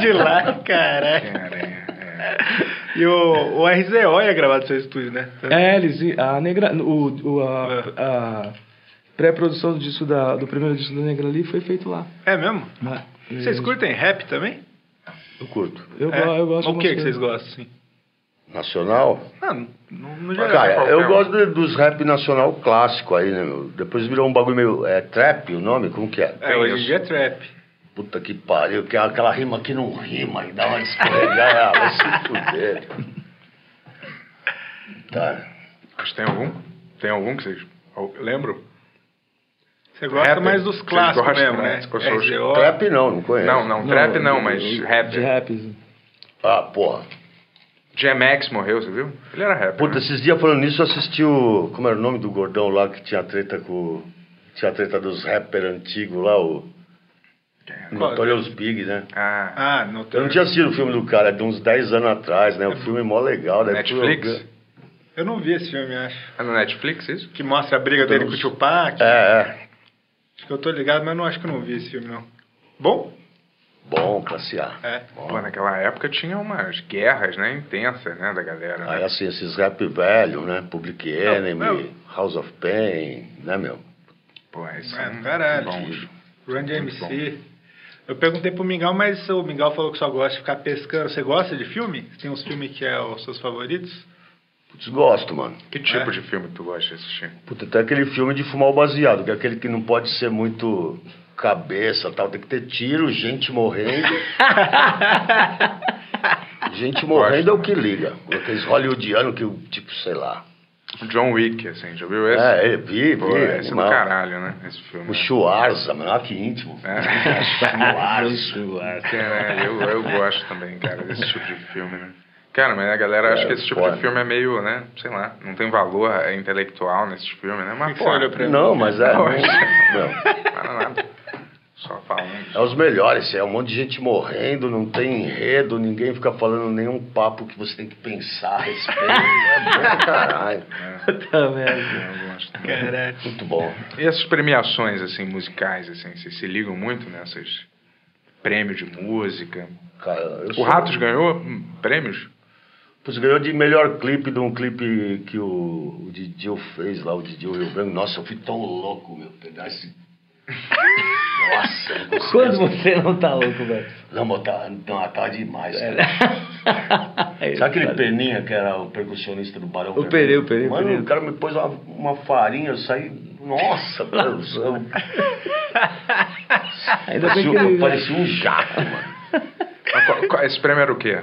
Speaker 3: de lá, caralho.
Speaker 1: Cara, é, é.
Speaker 3: E o, o RZO ia gravar do seu estúdio, né? É.
Speaker 2: É, eles, i- a negra, o, o- a, a pré-produção disso da, do primeiro disco da Negra Lee foi feito lá.
Speaker 3: É mesmo?
Speaker 2: Mas-
Speaker 3: Vocês curtem rap também?
Speaker 4: Eu curto.
Speaker 2: é. Eu,
Speaker 3: É.
Speaker 2: go- eu gosto
Speaker 3: O que,
Speaker 2: de
Speaker 3: que vocês gostam, assim?
Speaker 4: Nacional?
Speaker 3: Ah, no, no geral.
Speaker 4: É, Cara,
Speaker 1: qualquer
Speaker 4: eu
Speaker 1: um.
Speaker 4: gosto de- dos rap nacional clássico aí, né, meu? Depois virou um bagulho meio. É trap o nome? Como que é?
Speaker 3: é, hoje em
Speaker 1: isso.
Speaker 3: dia é trap.
Speaker 4: Puta que pariu, que é aquela rima que não rima e dá uma escorregada, ah, vai se fuder. Tá.
Speaker 1: Mas tem algum? Tem algum que vocês al- lembram?
Speaker 3: Você gosta
Speaker 1: Rapper.
Speaker 3: mais dos
Speaker 1: Vocês
Speaker 3: clássicos
Speaker 1: gostam, né?
Speaker 3: mesmo, né?
Speaker 1: Vocês gostam de
Speaker 3: RZO.
Speaker 4: Trap não, É. não conheço.
Speaker 1: Não, não, trap não,
Speaker 2: de-
Speaker 1: mas
Speaker 2: de- De
Speaker 1: rapper.
Speaker 2: rap. assim.
Speaker 4: Ah, porra.
Speaker 1: Jamax morreu, você viu? Ele era rapper.
Speaker 4: Puta,
Speaker 1: né?
Speaker 4: esses dias falando nisso, eu assisti o. Como era o nome do gordão lá que tinha treta com. Tinha treta dos rapper antigos lá, o. Notorious Big, né?
Speaker 1: Ah,
Speaker 3: Ah, não
Speaker 4: Eu não tinha assistido o filme do cara, é de uns 10 anos atrás, né? O filme é mó legal, né?
Speaker 1: Netflix?
Speaker 3: Eu não vi esse filme, acho.
Speaker 1: É no Netflix isso?
Speaker 3: Que mostra a briga dele com o
Speaker 4: Todos.
Speaker 3: Tupac.
Speaker 4: É, é.
Speaker 3: Acho que eu tô ligado, mas não acho que eu não vi esse filme, não. Bom?
Speaker 4: Bom, classe A.
Speaker 3: É.
Speaker 1: Pô, naquela época tinha umas guerras, né, intensas, né, da galera. né?
Speaker 4: Aí assim, esses rap velho, né? Public Enemy,
Speaker 3: não.
Speaker 4: House of Pain, né, meu?
Speaker 1: Pô, isso
Speaker 3: É,
Speaker 1: é um-
Speaker 3: caralho.
Speaker 1: bons.
Speaker 3: Run
Speaker 1: Muito
Speaker 3: DMC. Eu perguntei pro Mingau, mas o Mingau falou que só gosta de ficar pescando. Você gosta de filme? Tem uns filmes que é os seus favoritos?
Speaker 4: Putz, gosto, mano.
Speaker 1: Que tipo
Speaker 3: É.
Speaker 1: de filme tu gosta de assistir?
Speaker 4: Puta, até aquele filme de fumar o baseado, que é aquele que não pode ser muito cabeça tal, tem que ter tiro, gente morrendo. gente morrendo é o que liga. Aqueles hollywoodianos que, tipo, sei lá.
Speaker 1: John Wick, assim, já viu esse?
Speaker 4: É, é, vi, vi.
Speaker 1: Pô, esse é do
Speaker 4: animal.
Speaker 1: caralho, né, esse filme.
Speaker 4: o Schwarza, mano, olha que é íntimo.
Speaker 1: É.
Speaker 4: Schwarza, Schwarza.
Speaker 1: É, eu, eu gosto também, cara, desse tipo de filme, né? Cara, mas a galera
Speaker 4: É,
Speaker 1: acha que esse tipo
Speaker 4: foda.
Speaker 1: de filme é meio, né? Sei lá, não tem valor é, intelectual nesses filmes, né? Mas,
Speaker 3: que
Speaker 1: pô,
Speaker 3: você olhou pra mim?
Speaker 4: Não, mas é.
Speaker 1: Poxa.
Speaker 4: não.
Speaker 1: para é nada. Só né, falando.
Speaker 4: É os melhores, é um monte de gente morrendo, não tem enredo, ninguém fica falando nenhum papo que você tem que pensar a respeito. É bom, caralho.
Speaker 3: Ah,
Speaker 2: Tá, velho.
Speaker 1: Eu gosto também.
Speaker 3: Caralho.
Speaker 4: Muito bom.
Speaker 1: E essas premiações, assim, musicais, assim, vocês se ligam muito nessas? Prêmio de música.
Speaker 4: Cara, eu
Speaker 1: O
Speaker 4: sou-
Speaker 1: Ratos ganhou hum, prêmios?
Speaker 4: Putz, ganhou de melhor clipe de um clipe que o, o Didil fez lá, o Didil Rio Branco. Nossa, eu fui tão louco, meu, pegar esse. Nossa, eu não consegui-
Speaker 2: Quando você não tá louco, velho.
Speaker 4: Não, mas tá, não, tá
Speaker 2: É,
Speaker 4: demais. cara.
Speaker 2: né? Aí,
Speaker 4: Sabe aquele
Speaker 2: cara.
Speaker 4: Peninha que era o percussionista do Barão?
Speaker 2: O Peninha,
Speaker 4: Vermelho?
Speaker 2: o Peninha, o
Speaker 4: Mano,
Speaker 2: Peninha.
Speaker 4: o cara me pôs uma, uma farinha, eu saí. Nossa, meu Deus. eu-
Speaker 2: Ainda bem
Speaker 4: Parecia,
Speaker 2: que
Speaker 4: eu
Speaker 2: ele...
Speaker 4: parecia um jaco, mano.
Speaker 1: Mas qual- qual- Esse prêmio era o quê?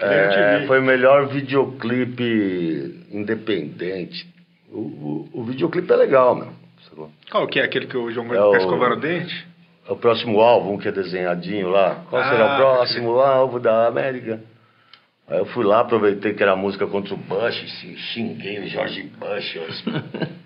Speaker 4: É, foi o melhor videoclipe independente. O, o, o videoclipe é legal, meu. Sacou?
Speaker 3: Qual que é aquele que o João
Speaker 4: É
Speaker 3: Gordo
Speaker 4: o-
Speaker 3: tá escovando o dente?
Speaker 4: É o próximo álbum que é desenhadinho lá. Qual será
Speaker 3: Ah,
Speaker 4: o próximo álbum da América? Aí eu fui lá, aproveitei que era a música contra o Bush, assim, xinguei o Jorge Bush, os,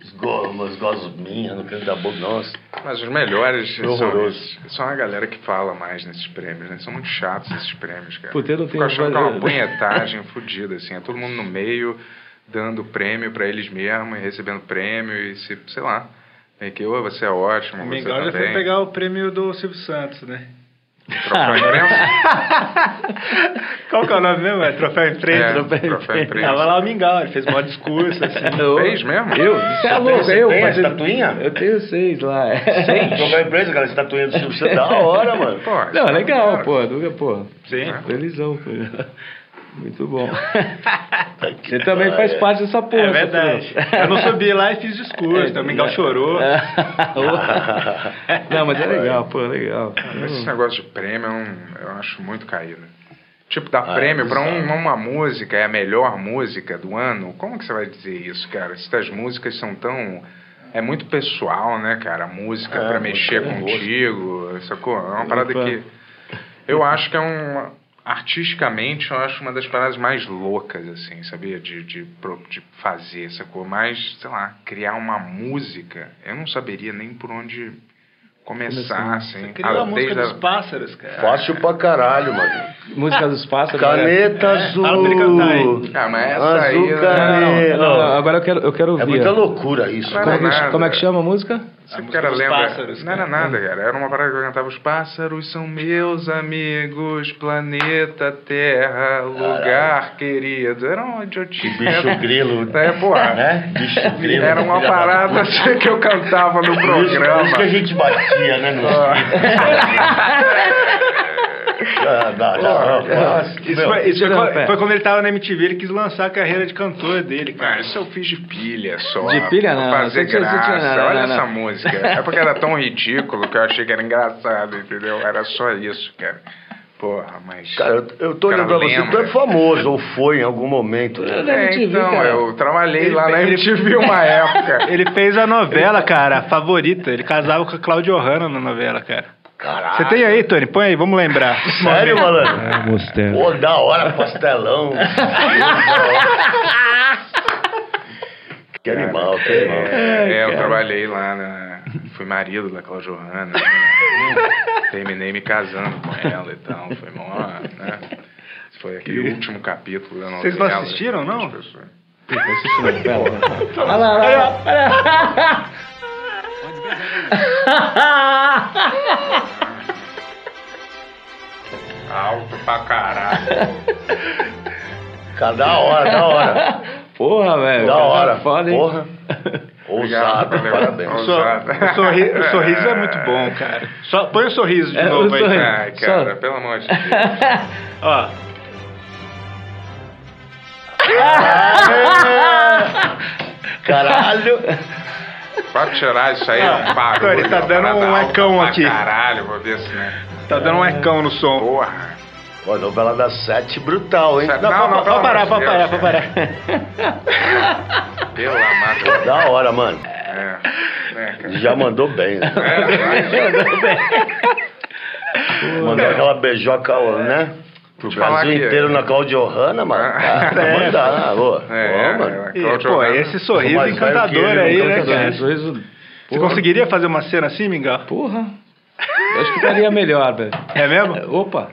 Speaker 4: os, go- umas gosminhas no canto da boca, nossa.
Speaker 1: Mas os melhores
Speaker 2: É
Speaker 4: Foi
Speaker 1: são,
Speaker 4: horroroso.
Speaker 1: esses- são a galera que fala mais nesses prêmios, né? São muito chatos esses prêmios, cara.
Speaker 2: Puta, eu não
Speaker 1: Fico
Speaker 2: tenho
Speaker 1: achando que é uma
Speaker 2: voz-
Speaker 1: punhetagem fodida, assim. É todo mundo no meio, dando prêmio pra eles mesmos, e recebendo prêmio e se, sei lá. É que, ô, você é ótimo,
Speaker 3: O
Speaker 1: você
Speaker 3: Mingau já foi
Speaker 1: também.
Speaker 3: pegar o prêmio do Silvio Santos, né?
Speaker 1: Troféu imprensa.
Speaker 3: Qual que é o nome mesmo? É Troféu Imprensa?
Speaker 1: É,
Speaker 3: Troféu
Speaker 1: troféu
Speaker 3: Imprensa.
Speaker 1: imprensa.
Speaker 3: Tava lá o Mingau, ele fez um maior discurso, assim.
Speaker 1: Fez mesmo?
Speaker 2: Eu? Você é louco,
Speaker 4: tem-
Speaker 2: eu
Speaker 4: tem
Speaker 2: fazendo-
Speaker 4: a estatuinha?
Speaker 2: Eu tenho seis lá.
Speaker 4: Jogar empresa, cara, essa tatuinha do Silvio Santos, da hora, mano.
Speaker 1: Pô,
Speaker 2: Não, é
Speaker 1: isso é
Speaker 2: legal,
Speaker 1: cara.
Speaker 2: pô. Nunca, pô.
Speaker 3: Sim.
Speaker 2: Felizão, pô. Muito bom.
Speaker 4: Puta que
Speaker 2: Você também
Speaker 4: pariu.
Speaker 2: faz parte dessa porra.
Speaker 3: É verdade. Eu não subi lá e fiz discurso, então o Mingau chorou.
Speaker 1: É.
Speaker 2: Não, mas é legal, pô, é legal.
Speaker 1: Mas
Speaker 4: Hum.
Speaker 1: Esse negócio de prêmio é um- eu acho muito caído. Tipo, dar
Speaker 4: Ah,
Speaker 1: prêmio
Speaker 4: é
Speaker 1: pra um-
Speaker 4: bizarro.
Speaker 1: uma música é a melhor música do ano. Como que você vai dizer isso, cara? Se as músicas são tão. É muito pessoal, né, cara? A música
Speaker 4: É,
Speaker 1: pra
Speaker 4: muito
Speaker 1: mexer
Speaker 4: gosto.
Speaker 1: contigo, sacou? É uma parada
Speaker 2: Opa.
Speaker 1: que. Eu acho que é um. Artisticamente, eu acho uma das paradas mais loucas, assim, sabia? De, de, pro- de fazer, sacou? Mas, sei lá, criar uma música, eu não saberia nem por onde começar, assim.
Speaker 3: Você criou
Speaker 1: Ah,
Speaker 3: a música
Speaker 1: desde a-
Speaker 3: dos pássaros, cara.
Speaker 4: Fácil pra caralho, mano.
Speaker 2: Música dos pássaros. né?
Speaker 4: Caneta azul.
Speaker 3: fala pra ele cantar aí.
Speaker 1: Ah, mas essa
Speaker 4: azul
Speaker 1: aí.
Speaker 4: caneta.
Speaker 1: Não,
Speaker 2: Não, não, agora eu quero, eu quero
Speaker 4: É
Speaker 2: ouvir.
Speaker 4: muita loucura isso.
Speaker 1: Não,
Speaker 2: como, é
Speaker 4: cara.
Speaker 2: que,
Speaker 1: nada.
Speaker 2: como é que chama a música?
Speaker 4: Tipo,
Speaker 1: Esse
Speaker 3: música
Speaker 1: cara
Speaker 3: dos
Speaker 1: lembra.
Speaker 3: pássaros,
Speaker 1: não era
Speaker 4: né?
Speaker 1: nada,
Speaker 4: É.
Speaker 1: cara. Era uma parada que eu cantava. Os pássaros são meus amigos, planeta Terra, lugar querido. Era uma
Speaker 4: Que
Speaker 1: idiotice.
Speaker 4: bicho
Speaker 1: Era,
Speaker 4: grilo.
Speaker 1: é, porra.
Speaker 4: Né? Bicho grilo.
Speaker 1: Era uma
Speaker 4: filha da
Speaker 1: parada assim que eu cantava no
Speaker 4: Por isso, por
Speaker 1: programa.
Speaker 4: isso que a gente batia, né? No... Ah, dá, dá, dá, nossa,
Speaker 3: Isso,
Speaker 4: meu.
Speaker 3: foi, isso
Speaker 1: né,
Speaker 3: foi
Speaker 2: Não,
Speaker 3: quando-
Speaker 2: pera.
Speaker 3: foi quando ele tava na MTV, ele quis lançar a carreira de cantor dele,
Speaker 1: Ah,
Speaker 3: cara.
Speaker 1: isso eu fiz de pilha só.
Speaker 2: De pilha,
Speaker 1: pra
Speaker 2: não,
Speaker 1: Fazer
Speaker 2: você tinha- você
Speaker 1: graça.
Speaker 2: tinha- não,
Speaker 1: Olha
Speaker 2: não, não.
Speaker 1: essa música. É porque era tão ridículo que eu achei que era engraçado, entendeu? Era só isso, cara. Porra, mas.
Speaker 4: Cara, eu, eu tô
Speaker 1: Cara,
Speaker 4: lembrando você,
Speaker 1: lembra.
Speaker 4: tu é famoso, ou foi em algum momento, né?
Speaker 2: na
Speaker 1: É,
Speaker 2: MTV,
Speaker 1: então,
Speaker 2: cara.
Speaker 1: eu trabalhei
Speaker 3: Ele
Speaker 1: lá na
Speaker 3: fez-
Speaker 1: MTV uma época.
Speaker 3: Ele fez a novela, cara, a favorita. Ele casava com a Cláudia Hanna na novela, cara. Você
Speaker 4: Caralho.
Speaker 3: tem aí, Tony? Põe aí, vamos lembrar.
Speaker 4: Sério, malandro?
Speaker 7: Ah, Mustang.
Speaker 4: Pô, da hora, pastelão. que animal, que animal.
Speaker 1: É, eu trabalhei lá na. Fui marido da Cláudia Johanna. né? Terminei me casando com ela e tal. Foi mó. Né? Esse Foi aquele último capítulo da novela. né?
Speaker 3: Vocês não assistiram, não?
Speaker 1: As pessoas-
Speaker 2: Olha lá, olha lá.
Speaker 1: Alto pra caralho.
Speaker 4: Cara, da hora, da hora.
Speaker 2: Porra, velho.
Speaker 4: Da
Speaker 2: cara, é
Speaker 4: hora.
Speaker 2: Foda, hein?
Speaker 4: Porra. Ousado,
Speaker 1: Obrigado, valeu.
Speaker 4: parabéns.
Speaker 3: O, sor- o sorri- o sorriso é muito bom, cara. Só, põe o sorriso de
Speaker 2: É,
Speaker 3: novo
Speaker 2: o
Speaker 3: aí.
Speaker 2: sorriso.
Speaker 3: cara.
Speaker 1: Ai, cara, pelo amor de Deus.
Speaker 3: Ó,
Speaker 4: Caralho.
Speaker 1: Pode tirar isso aí, é um barulho.
Speaker 3: Cara, ele tá
Speaker 1: uma
Speaker 3: dando
Speaker 1: parada
Speaker 3: um
Speaker 1: alta
Speaker 3: ecão
Speaker 1: pra
Speaker 3: aqui.
Speaker 1: Caralho, vou ver se, né?
Speaker 3: tá dando um ecão no som.
Speaker 1: Porra.
Speaker 4: Pô, novela das sete, brutal, hein?
Speaker 1: Não,
Speaker 4: Da-
Speaker 1: não,
Speaker 3: Pode parar,
Speaker 1: pelo
Speaker 3: pode
Speaker 1: amor
Speaker 3: parar,
Speaker 1: de
Speaker 3: pode
Speaker 1: Deus,
Speaker 3: parar.
Speaker 1: Pelo amor de Deus.
Speaker 4: Da hora, mano.
Speaker 1: É, né, cara. É,
Speaker 4: Já mandou bem, né? Mandou aquela beijoca, né? Pro
Speaker 1: É, Deixa eu falar
Speaker 4: Brasil
Speaker 1: aqui,
Speaker 4: inteiro
Speaker 1: é.
Speaker 4: na Claudio Hanna, mano. Ah,
Speaker 3: É.
Speaker 4: mandar, ô.
Speaker 1: É,
Speaker 4: Ô, mano.
Speaker 3: E,
Speaker 1: é, é,
Speaker 3: pô,
Speaker 1: é, é,
Speaker 3: esse sorriso
Speaker 4: mais velho que
Speaker 3: encantador
Speaker 4: ele,
Speaker 3: aí,
Speaker 4: nunca
Speaker 3: né,
Speaker 4: casou.
Speaker 3: cara?
Speaker 2: Cara, sorriso-
Speaker 3: Você conseguiria fazer uma cena assim, Mingau?
Speaker 2: Porra. Eu acho que daria melhor, velho.
Speaker 3: É mesmo?
Speaker 2: Opa.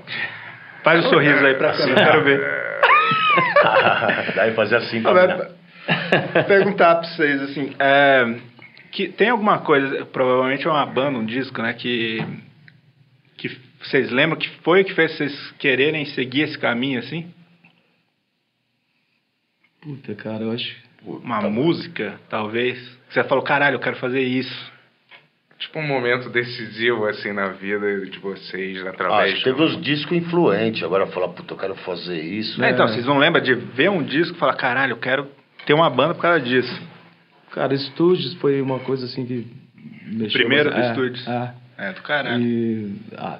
Speaker 3: Faz o sorriso aí pra cima, eu quero ver.
Speaker 4: Daí fazer assim
Speaker 3: Ah,
Speaker 1: é
Speaker 4: também.
Speaker 3: mas- Perguntar pra vocês, assim, é, que tem alguma coisa, provavelmente é uma banda, um disco, né, que, que vocês lembram que foi o que fez vocês quererem seguir esse caminho, assim?
Speaker 2: Puta, cara, eu acho.
Speaker 3: Uma música, talvez? que Você falou, caralho, eu quero fazer isso.
Speaker 1: tipo um momento decisivo, assim, na vida de vocês,
Speaker 4: Ah,
Speaker 1: através
Speaker 4: acho que teve
Speaker 1: de...
Speaker 4: uns discos influentes. Agora falar, puta, eu quero fazer isso.
Speaker 3: É, então, vocês não lembram de ver um disco e falar, caralho, eu quero ter uma banda por causa disso.
Speaker 2: Cara, estúdios foi uma coisa assim que. Mexeu
Speaker 3: Primeiro
Speaker 2: bastante.
Speaker 3: do Estúdios.
Speaker 2: É.
Speaker 3: É, do
Speaker 2: é.
Speaker 3: caralho.
Speaker 2: E. ah,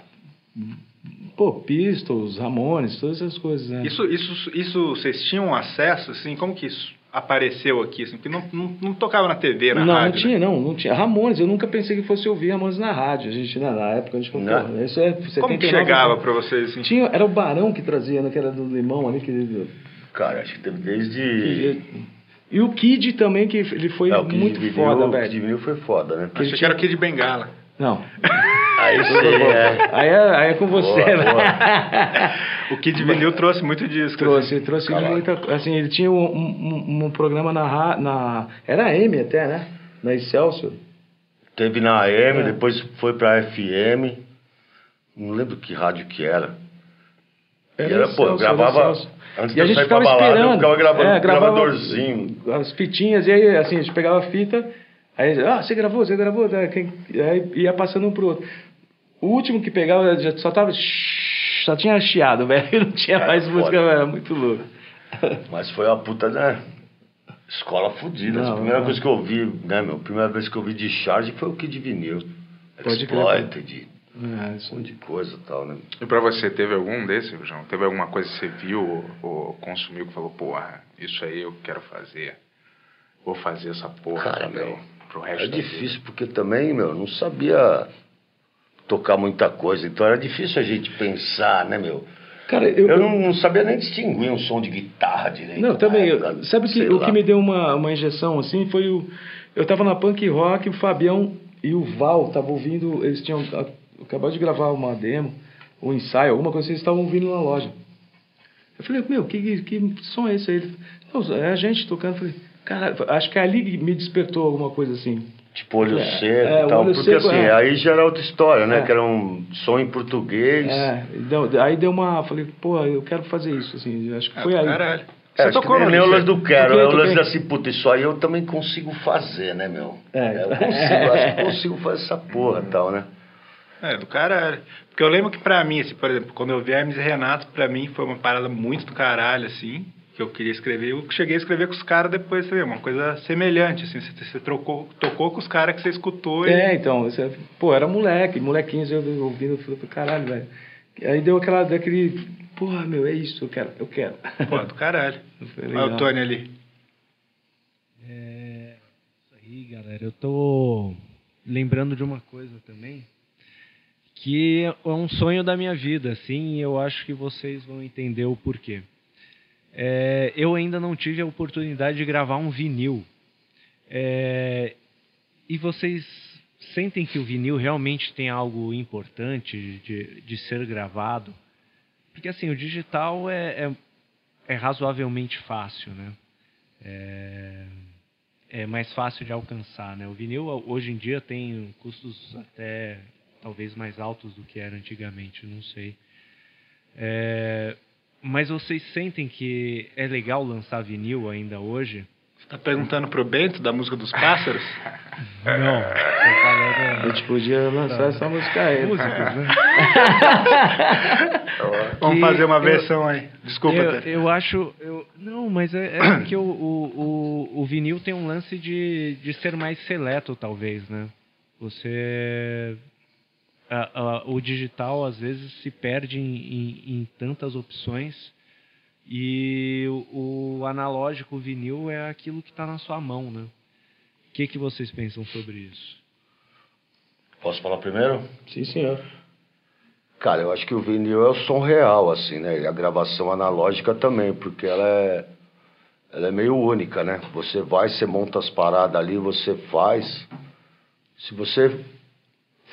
Speaker 2: pô, Pistols, Ramones, todas essas coisas, né?
Speaker 3: Isso, isso, isso, vocês tinham acesso, assim, como que isso apareceu aqui, assim, porque não, não, não tocava na TV, na
Speaker 2: não,
Speaker 3: rádio,
Speaker 2: não
Speaker 3: né?
Speaker 2: tinha, não, não tinha. Ramones, eu nunca pensei que fosse ouvir Ramones na rádio. A gente, na, na época, a gente falou,
Speaker 4: Não.
Speaker 2: pô, isso é. 79,
Speaker 3: Como que chegava pra vocês, assim?
Speaker 2: Tinha, era o Barão que trazia, né, que era do Limão ali, que
Speaker 4: Cara, acho que teve desde.
Speaker 2: E o Kid também, que ele foi
Speaker 4: É, o Kid
Speaker 2: muito
Speaker 4: Vinil-
Speaker 2: foda,
Speaker 4: o Kid
Speaker 2: velho.
Speaker 4: Vinil foi foda, né?
Speaker 3: Achei que era o Kid Bengala.
Speaker 2: Não.
Speaker 4: Aí sim, é.
Speaker 2: Aí é, aí é com você,
Speaker 4: Boa,
Speaker 2: né?
Speaker 4: boa.
Speaker 3: O Kid Vinil trouxe muito assim? disco.
Speaker 2: Trouxe, trouxe
Speaker 4: Caralho.
Speaker 2: muita Assim, ele tinha um, um, um programa na, ra- na. Era a M até, né? Na Excelsior.
Speaker 4: Teve na AM,
Speaker 2: É.
Speaker 4: depois foi pra FM. Não lembro que rádio que era. e era, pô, eu
Speaker 2: Excelsior, era
Speaker 4: gravava.
Speaker 2: Excelsior.
Speaker 4: Antes
Speaker 2: E
Speaker 4: de
Speaker 2: a
Speaker 4: eu
Speaker 2: gente
Speaker 4: sair pra
Speaker 2: ficava
Speaker 4: balada, eu
Speaker 2: esperando.
Speaker 4: ficava gravando
Speaker 2: É,
Speaker 4: um
Speaker 2: gravava-
Speaker 4: gravadorzinho.
Speaker 2: As fitinhas, e aí, assim, a gente pegava a fita, aí, ah, você gravou, você gravou, tá, quem- e aí ia passando um pro outro. O último que pegava já só tava. Só tinha chiado, velho. Não tinha
Speaker 4: Era
Speaker 2: mais
Speaker 4: é foda.
Speaker 2: música, velho. Era muito louco.
Speaker 4: Mas foi uma puta, né? Escola fodida.
Speaker 2: Não,
Speaker 4: A primeira
Speaker 2: não.
Speaker 4: coisa que eu vi, né, meu? A primeira vez que eu vi de charge foi o Kid Vinil.
Speaker 2: Pode crer.
Speaker 4: Exploited,
Speaker 2: É,
Speaker 4: um monte de coisa e tal, né?
Speaker 1: E pra você, teve algum desses, João? Teve alguma coisa que você viu ou, ou consumiu que falou, porra, isso aí eu quero fazer. Vou fazer essa porra
Speaker 4: Cara,
Speaker 1: também.
Speaker 4: meu,
Speaker 1: pro resto
Speaker 4: Era
Speaker 1: da vida.
Speaker 4: difícil porque também, meu, não sabia tocar muita coisa. Então era difícil a gente pensar, né, meu?
Speaker 2: Cara, eu,
Speaker 4: Eu não, não sabia nem distinguir um som de guitarra direito.
Speaker 2: Não,
Speaker 4: na
Speaker 2: também. eu-
Speaker 4: época,
Speaker 2: sabe que,
Speaker 4: É, sei
Speaker 2: o
Speaker 4: lá.
Speaker 2: que me deu uma, uma injeção assim foi o. Eu tava na punk rock, o Fabião e o Val estavam ouvindo. Eles tinham a- acabado de gravar uma demo, um ensaio, alguma coisa, eles estavam ouvindo na loja. Eu falei, meu, que, que som é esse aí? Ele, Não, é a gente tocando. Eu falei, cara, acho que é ali que me despertou alguma coisa assim.
Speaker 4: Tipo, olho
Speaker 2: É,
Speaker 4: seco
Speaker 2: é,
Speaker 4: e tal.
Speaker 2: olho
Speaker 4: Porque
Speaker 2: seco,
Speaker 4: assim,
Speaker 2: é.
Speaker 4: aí já era outra história, né?
Speaker 2: É.
Speaker 4: Que era um som em português.
Speaker 2: É, deu- aí deu uma. Falei, pô, eu quero fazer isso, assim. Acho que
Speaker 3: Ah,
Speaker 2: foi
Speaker 3: do
Speaker 2: aí.
Speaker 3: Caralho.
Speaker 4: É,
Speaker 3: Você
Speaker 4: acho
Speaker 3: tocou
Speaker 4: que
Speaker 3: no
Speaker 4: nem- nem o
Speaker 3: disco?
Speaker 4: lance do quero,
Speaker 2: Toquei,
Speaker 4: é o lance
Speaker 2: toquei.
Speaker 4: assim, puta, isso aí eu também consigo fazer, né, meu?
Speaker 2: É.
Speaker 4: eu consigo, acho que consigo fazer essa porra e tal, né?
Speaker 3: É, do caralho. Porque eu lembro que pra mim, assim, por exemplo, quando eu vi Hermes e Renato, pra mim foi uma parada muito do caralho, assim, que eu queria escrever. Eu cheguei a escrever com os caras depois, sabe? Uma coisa semelhante, assim. Você, você trocou, tocou com os caras que você escutou e...
Speaker 2: É, então, isso é- pô, era moleque, molequinhos eu ouvindo, eu falei, caralho, velho. Aí deu aquela, daquele, porra, meu, é isso, eu quero, eu quero.
Speaker 3: Pô, do caralho.
Speaker 2: Foi
Speaker 3: Olha o
Speaker 2: legal.
Speaker 3: Tony ali.
Speaker 7: É, isso aí, galera. Eu tô lembrando de uma coisa também que é um sonho da minha vida, assim, e eu acho que vocês vão entender o porquê. É, eu ainda não tive a oportunidade de gravar um vinil. É, e vocês sentem que o vinil realmente tem algo importante de, de ser gravado? Porque assim, o digital é, é, é razoavelmente fácil, né? É, é mais fácil de alcançar, né? O vinil hoje em dia tem custos até talvez mais altos do que era antigamente, não sei. É, mas vocês sentem que é legal lançar vinil ainda hoje?
Speaker 3: Você tá perguntando pro Bento da música dos pássaros?
Speaker 7: Não. Tô
Speaker 2: A
Speaker 7: falando
Speaker 2: gente podia lançar essa música aí.
Speaker 7: músicas, né?
Speaker 3: Vamos
Speaker 7: Que
Speaker 3: fazer uma
Speaker 7: eu-
Speaker 3: versão aí. Desculpa,
Speaker 7: eu,
Speaker 3: Tef.
Speaker 7: eu acho. Eu, não, mas é, é porque o, o, o, o vinil tem um lance de, de ser mais seleto, talvez, né? Você. a- a- o digital, às vezes, se perde em, em- em tantas opções. E o, o analógico, o vinil, é aquilo que está na sua mão, né? O que, que vocês pensam sobre isso?
Speaker 4: Posso falar primeiro?
Speaker 2: Sim, senhor.
Speaker 4: Cara, eu acho que o vinil é o som real, assim, né? E a gravação analógica também, porque ela é, ela é meio única, né? Você vai, você monta as paradas ali, você faz. Se você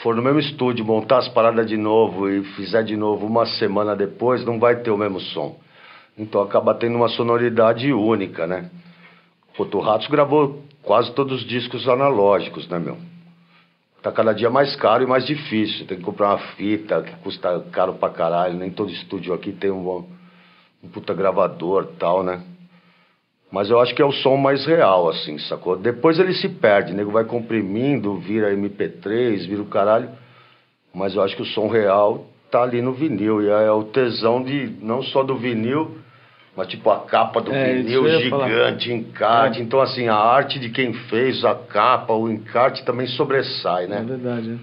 Speaker 4: for no mesmo estúdio, montar as paradas de novo e fizer de novo uma semana depois, não vai ter o mesmo som. Então acaba tendo uma sonoridade única, né? Pô, o Ratos gravou quase todos os discos analógicos, né, meu? Tá cada dia mais caro e mais difícil. Tem que comprar uma fita que custa caro pra caralho. Nem todo estúdio aqui tem um, bom- um puta gravador tal, né? Mas eu acho que é o som mais real, assim, sacou? Depois ele se perde, o nego vai comprimindo, vira MP3, vira o caralho. Mas eu acho que o som real tá ali no vinil. E é o tesão de não só do vinil, mas tipo a capa do
Speaker 2: É, isso
Speaker 4: vinil
Speaker 2: eu ia falar.
Speaker 4: gigante, encarte. Então, assim, a arte de quem fez a capa, o encarte também sobressai,
Speaker 2: É
Speaker 4: né?
Speaker 2: verdade, né?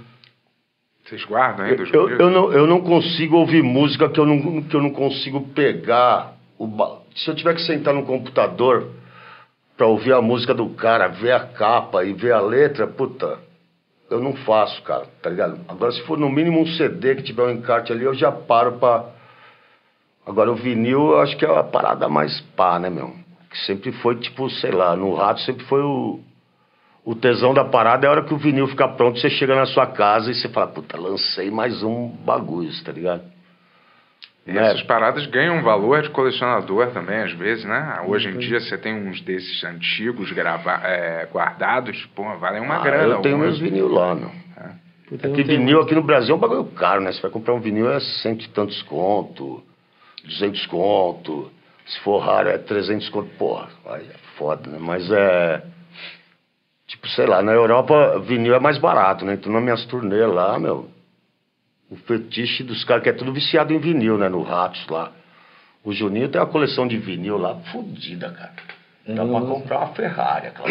Speaker 1: Vocês guardam ainda
Speaker 4: Eu,
Speaker 1: os
Speaker 4: eu-
Speaker 1: vinilos?
Speaker 4: eu não, eu não consigo ouvir música que eu não, que eu não consigo pegar. O, ba- se eu tiver que sentar no computador pra ouvir a música do cara, ver a capa e ver a letra, puta, eu não faço, cara, tá ligado? Agora, se for no mínimo um CD que tiver um encarte ali, eu já paro pra. Agora, o vinil eu acho que é a parada mais pá, né, meu? Que sempre foi tipo, sei lá, no rato sempre foi o. O tesão da parada é a hora que o vinil fica pronto, você chega na sua casa e você fala, puta, lancei mais um bagulho, tá ligado?
Speaker 1: E
Speaker 4: É.
Speaker 1: essas paradas ganham valor de colecionador também, às vezes, né?
Speaker 4: Uhum.
Speaker 1: Hoje em dia você tem uns desses antigos grava é, guardados, pô, valem é uma
Speaker 4: Ah,
Speaker 1: grana. um
Speaker 4: Eu tenho
Speaker 1: algumas.
Speaker 4: meus vinil lá, meu.
Speaker 1: É.
Speaker 2: Puta, eu
Speaker 4: Porque
Speaker 2: não tenho-
Speaker 4: vinil aqui no Brasil é um bagulho caro, né? Você vai comprar um vinil é cento e tantos conto, duzentos conto. Se for raro é trezentos conto. Porra, aí é foda, né? Mas é... Tipo, sei lá, na Europa vinil é mais barato, né? Então nas minhas turnê lá, meu... O fetiche dos caras que é tudo viciado em vinil, né? No Ratos lá. O Juninho tem uma coleção de vinil lá fodida, cara. Dá
Speaker 1: Uhum.
Speaker 4: pra comprar uma Ferrari, aquela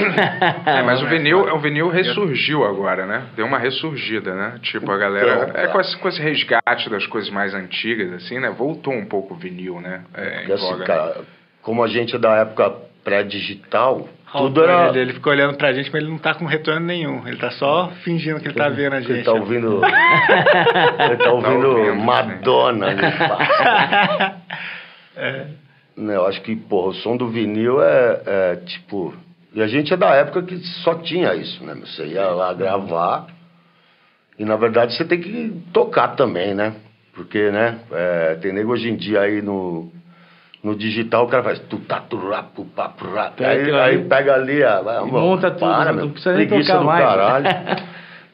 Speaker 1: É, mas o vinil, o vinil ressurgiu agora, né? Deu uma ressurgida, né? Tipo, a galera.
Speaker 4: Então,
Speaker 1: É com esse, com esse resgate das coisas mais antigas, assim, né? Voltou um pouco o vinil, né? É, em
Speaker 4: Porque assim,
Speaker 1: voga, né?
Speaker 4: cara, como a gente é da época pré-digital, tudo
Speaker 3: Olha
Speaker 4: era.
Speaker 3: Ele, ele ficou olhando pra gente, mas ele não tá com retorno nenhum. Ele tá só fingindo que ele tá vendo a
Speaker 4: Ele
Speaker 3: gente.
Speaker 4: tá ouvindo.
Speaker 2: né?
Speaker 4: ele tá ouvindo
Speaker 1: ouvindo,
Speaker 4: Madonna. ele fala.
Speaker 2: É.
Speaker 4: Né, eu acho que, porra, o som do vinil é, é, tipo. E a gente é da época que só tinha isso, né? Você ia lá gravar. E na verdade você tem que tocar também, né? Porque, né? é, tem nego hoje em dia aí no. No digital o cara faz tu tá tu rá, pu, pá, pu, rá.
Speaker 2: Pega
Speaker 4: aí,
Speaker 2: aquilo
Speaker 4: aí
Speaker 2: ali,
Speaker 4: pega ali a ah,
Speaker 2: E
Speaker 4: mano,
Speaker 2: monta tudo,
Speaker 4: para,
Speaker 2: né?
Speaker 4: meu,
Speaker 2: Não precisa nem
Speaker 4: preguiça
Speaker 2: tocar
Speaker 4: do
Speaker 2: mais.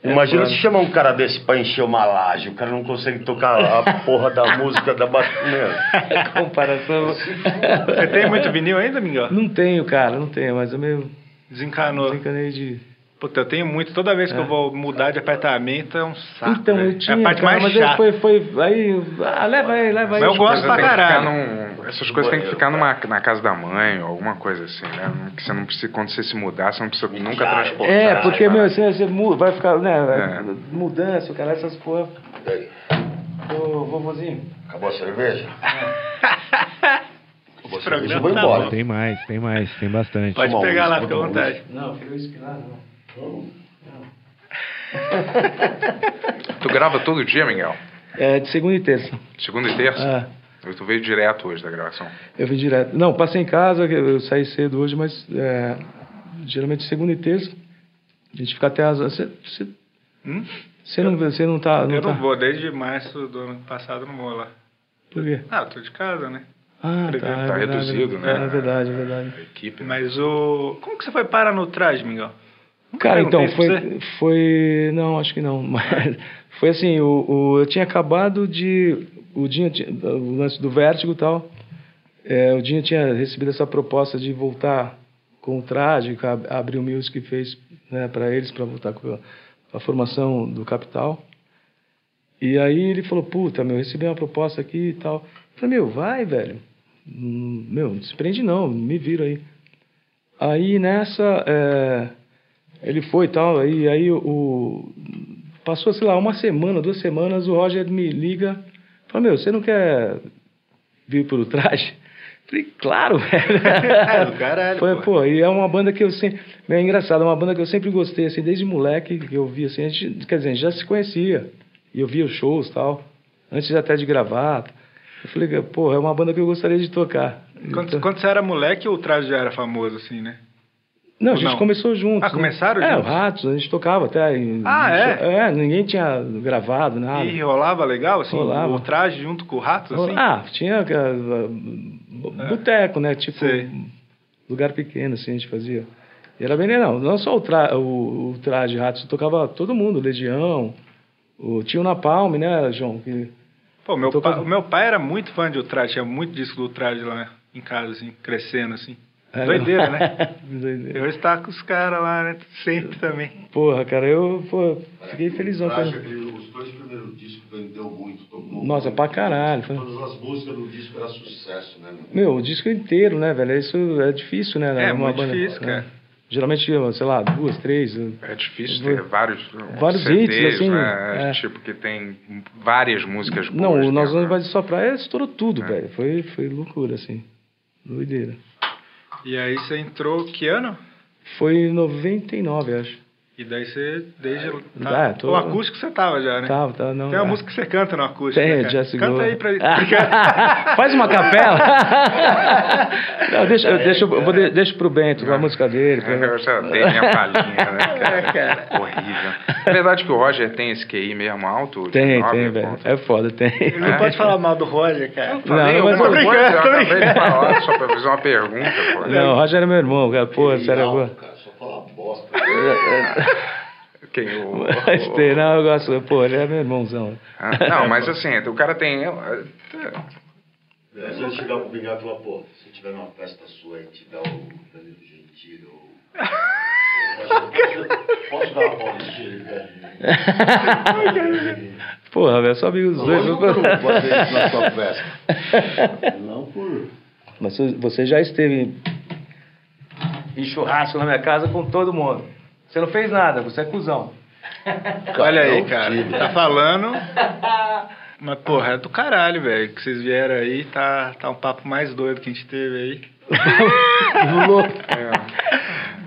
Speaker 2: É,
Speaker 4: caralho. Imagina
Speaker 2: foda.
Speaker 4: se chamar um cara desse pra encher uma laje, o cara não consegue tocar a porra da música da né? bateria.
Speaker 2: Comparação.
Speaker 3: Você tem muito vinil ainda, Miguel?
Speaker 2: Não tenho, cara, não tenho, mas eu meio
Speaker 3: Desencanou.
Speaker 2: desencanei de.
Speaker 3: Puta, eu tenho muito. Toda vez que
Speaker 2: É.
Speaker 3: eu vou mudar de apartamento é um saco.
Speaker 2: então,
Speaker 3: velho.
Speaker 2: eu tinha,
Speaker 3: é a parte
Speaker 2: cara,
Speaker 3: mais
Speaker 2: mas
Speaker 3: chata.
Speaker 2: ele foi, foi. Aí. Ah, leva aí, leva aí.
Speaker 3: Mas é eu gosto
Speaker 1: Coisa
Speaker 3: pra
Speaker 1: tem que
Speaker 3: caralho.
Speaker 1: ficar num- essas coisas têm que ficar numa, na casa da mãe ou alguma coisa assim, né? Que você não precisa, quando você se mudar, você não precisa nunca transportar.
Speaker 2: É,
Speaker 1: essas
Speaker 2: porque, meu,
Speaker 1: paradas.
Speaker 2: assim, você mu- vai ficar, né?
Speaker 1: É.
Speaker 2: Mudança, o cara, essas porra.
Speaker 4: E aí,
Speaker 2: Ô, vovozinho.
Speaker 4: Acabou a cerveja? Acabou a
Speaker 3: Esse
Speaker 4: cerveja,
Speaker 3: programa
Speaker 4: eu vou
Speaker 3: tá
Speaker 4: embora.
Speaker 3: bom.
Speaker 7: Tem mais, tem mais, tem bastante.
Speaker 3: Pode
Speaker 4: Uma
Speaker 3: pegar lá,
Speaker 2: é
Speaker 4: música,
Speaker 3: fica à
Speaker 4: uma
Speaker 3: vontade.
Speaker 2: Não, fica espinado, não.
Speaker 1: Tu grava todo dia, Miguel?
Speaker 2: É, de segunda e terça.
Speaker 1: Segunda e terça?
Speaker 2: Ah,
Speaker 1: Eu Tu veio direto hoje da gravação.
Speaker 2: É, eu vim direto. Não, passei em casa, que eu saí cedo hoje, mas é, geralmente segunda e terça. A gente fica até as. Você
Speaker 3: Hum?
Speaker 2: não, você não tá. Não
Speaker 3: Eu
Speaker 2: tá.
Speaker 3: não vou, desde março do ano passado eu não vou lá.
Speaker 2: Por quê?
Speaker 3: Ah, eu tô de casa, né?
Speaker 2: Ah,
Speaker 1: Ele
Speaker 2: tá,
Speaker 1: tá
Speaker 2: é verdade,
Speaker 1: reduzido, né?
Speaker 2: É verdade, é verdade.
Speaker 1: A equipe, né?
Speaker 3: Mas o. Como que você foi parar no traje, Miguel? Nunca
Speaker 2: Cara, então,
Speaker 3: perguntei isso pra você.
Speaker 2: foi, foi. Não, acho que não. Mas foi assim, o, o- eu tinha acabado de. O Dinho tinha. O lance do vértigo e tal. é, o Dinho tinha recebido essa proposta de voltar com o traje, que a, a Abril Music fez né, para eles, para voltar com a, a formação do Capital. E aí ele falou: Puta, meu, recebi uma proposta aqui e tal. Eu falei: Meu, vai, velho. Hum, Meu, não se prende não, me vira aí. Aí nessa. é, ele foi e tal, aí, aí o. Passou, sei lá, uma semana, duas semanas, o Roger me liga. Fala, meu, você não quer vir por trás? Falei, claro, velho.
Speaker 3: Cara, do caralho,
Speaker 2: Foi,
Speaker 3: pô.
Speaker 2: pô, e é uma banda que eu sempre. É engraçado, é uma banda que eu sempre gostei, assim, desde moleque que eu vi, assim, a gente, quer dizer, a gente já se conhecia. E eu via os shows e tal, antes até de gravar. Eu falei, pô, é uma banda que eu gostaria de tocar.
Speaker 3: Quando,
Speaker 2: Então-
Speaker 3: quando você era moleque, o traje já era famoso, assim, né?
Speaker 2: não, a
Speaker 3: Ou
Speaker 2: gente
Speaker 3: não?
Speaker 2: começou juntos.
Speaker 3: Ah, começaram
Speaker 2: né? É, o
Speaker 3: juntos?
Speaker 2: Ratos, a gente tocava até. Em,
Speaker 3: Ah, é?
Speaker 2: É, ninguém tinha gravado nada.
Speaker 3: E rolava legal, assim,
Speaker 2: Rolava.
Speaker 3: o traje junto com o rato, assim? É.
Speaker 2: Ah, tinha ah, boteco, né? Tipo,
Speaker 3: Sei.
Speaker 2: lugar pequeno, assim, a gente fazia. E era bem legal. Não só o, tra o, o traje Ratos, tocava todo mundo, Legião, o tio Napalm, né, João? Que,
Speaker 3: Pô, meu,
Speaker 2: Tô
Speaker 3: pa-
Speaker 2: com-
Speaker 3: o meu pai era muito fã de Ultraje, tinha muito disco do Ultraje lá em casa, assim, crescendo, assim.
Speaker 2: É
Speaker 3: Doideira, né?
Speaker 2: Doideira.
Speaker 3: Eu estava com os caras lá, né? Sempre também.
Speaker 2: Porra, cara, eu pô, fiquei felizão.
Speaker 4: Acho
Speaker 2: cara.
Speaker 4: que os dois primeiros discos vendeu muito, tocou
Speaker 2: Nossa,
Speaker 4: muito.
Speaker 2: pra caralho, foi-
Speaker 4: Todas as músicas do disco era sucesso, né? meu?
Speaker 2: Meu, o disco inteiro, né, velho? Isso é difícil, né?
Speaker 3: É,
Speaker 2: uma
Speaker 3: muito difícil, cara.
Speaker 2: Geralmente, sei lá, duas, três.
Speaker 1: É difícil ter vários,
Speaker 2: Vários
Speaker 1: CDs,
Speaker 2: hits, assim,
Speaker 1: né?
Speaker 2: é.
Speaker 1: Tipo, que tem várias músicas boas.
Speaker 2: Não, o Nós
Speaker 1: dentro,
Speaker 2: Vamos
Speaker 1: né?
Speaker 2: Vai Soprar é, estourou tudo, velho. Foi, foi loucura, assim. Doideira.
Speaker 3: E aí você entrou que ano?
Speaker 2: Foi em 99, acho.
Speaker 3: E daí você,
Speaker 1: É,
Speaker 3: desde...
Speaker 2: Ah, tô-
Speaker 3: O acústico você tava já, né?
Speaker 2: Tava, tava, não.
Speaker 3: Tem uma
Speaker 2: ah.
Speaker 3: música que você canta no acústico, né,
Speaker 2: Tem,
Speaker 3: cara?
Speaker 2: Jesse
Speaker 3: Canta
Speaker 2: Go.
Speaker 3: aí pra...
Speaker 2: Faz uma capela. não, deixa, eu, deixa, eu, vou de, deixa pro Bento, a música dele. pra-
Speaker 1: Eu já dei minha palhinha, né, cara?
Speaker 3: É, cara.
Speaker 1: Horrível. É verdade que o Roger tem esse QI mesmo alto?
Speaker 2: Tem,
Speaker 1: 19,
Speaker 2: tem,
Speaker 1: pô.
Speaker 2: velho. É foda, tem.
Speaker 3: Não pode falar mal do Roger,
Speaker 1: tá.
Speaker 3: cara.
Speaker 1: Falei
Speaker 2: Não, mas
Speaker 1: alguma
Speaker 2: tô
Speaker 1: coisa?
Speaker 3: brincando,
Speaker 1: Eu
Speaker 3: tô
Speaker 1: acabei de
Speaker 3: brincando.
Speaker 1: falar só pra fazer uma pergunta, pô.
Speaker 2: Não, o Roger é meu irmão, cara. Pô, sério,
Speaker 4: Não,
Speaker 2: boa.
Speaker 4: cara, só fala bosta.
Speaker 1: Quem, o,
Speaker 2: Mas tem, não, eu gosto. Pô, ele é meu irmãozão.
Speaker 1: Ah, Não, mas assim, o cara tem...
Speaker 4: É só chegar pro Miguel e falar, pô, se tiver numa festa sua aí, te dá o Danilo Gentili ou... Posso- Posso dar uma paulistinha aí, cara?
Speaker 2: Porra, velho, sou amigo dos dois.
Speaker 4: Eu não vou fazer isso na sua festa. Não por...
Speaker 2: Mas você- você já esteve em- em churrasco na minha casa com todo mundo. Você não fez nada, você é cuzão.
Speaker 3: Olha
Speaker 4: Não
Speaker 3: aí, cara.
Speaker 4: tive.
Speaker 3: Tá falando. Mas, porra, é do caralho, velho. Que vocês vieram aí, tá, tá um papo mais doido que a gente teve aí.
Speaker 2: Louco.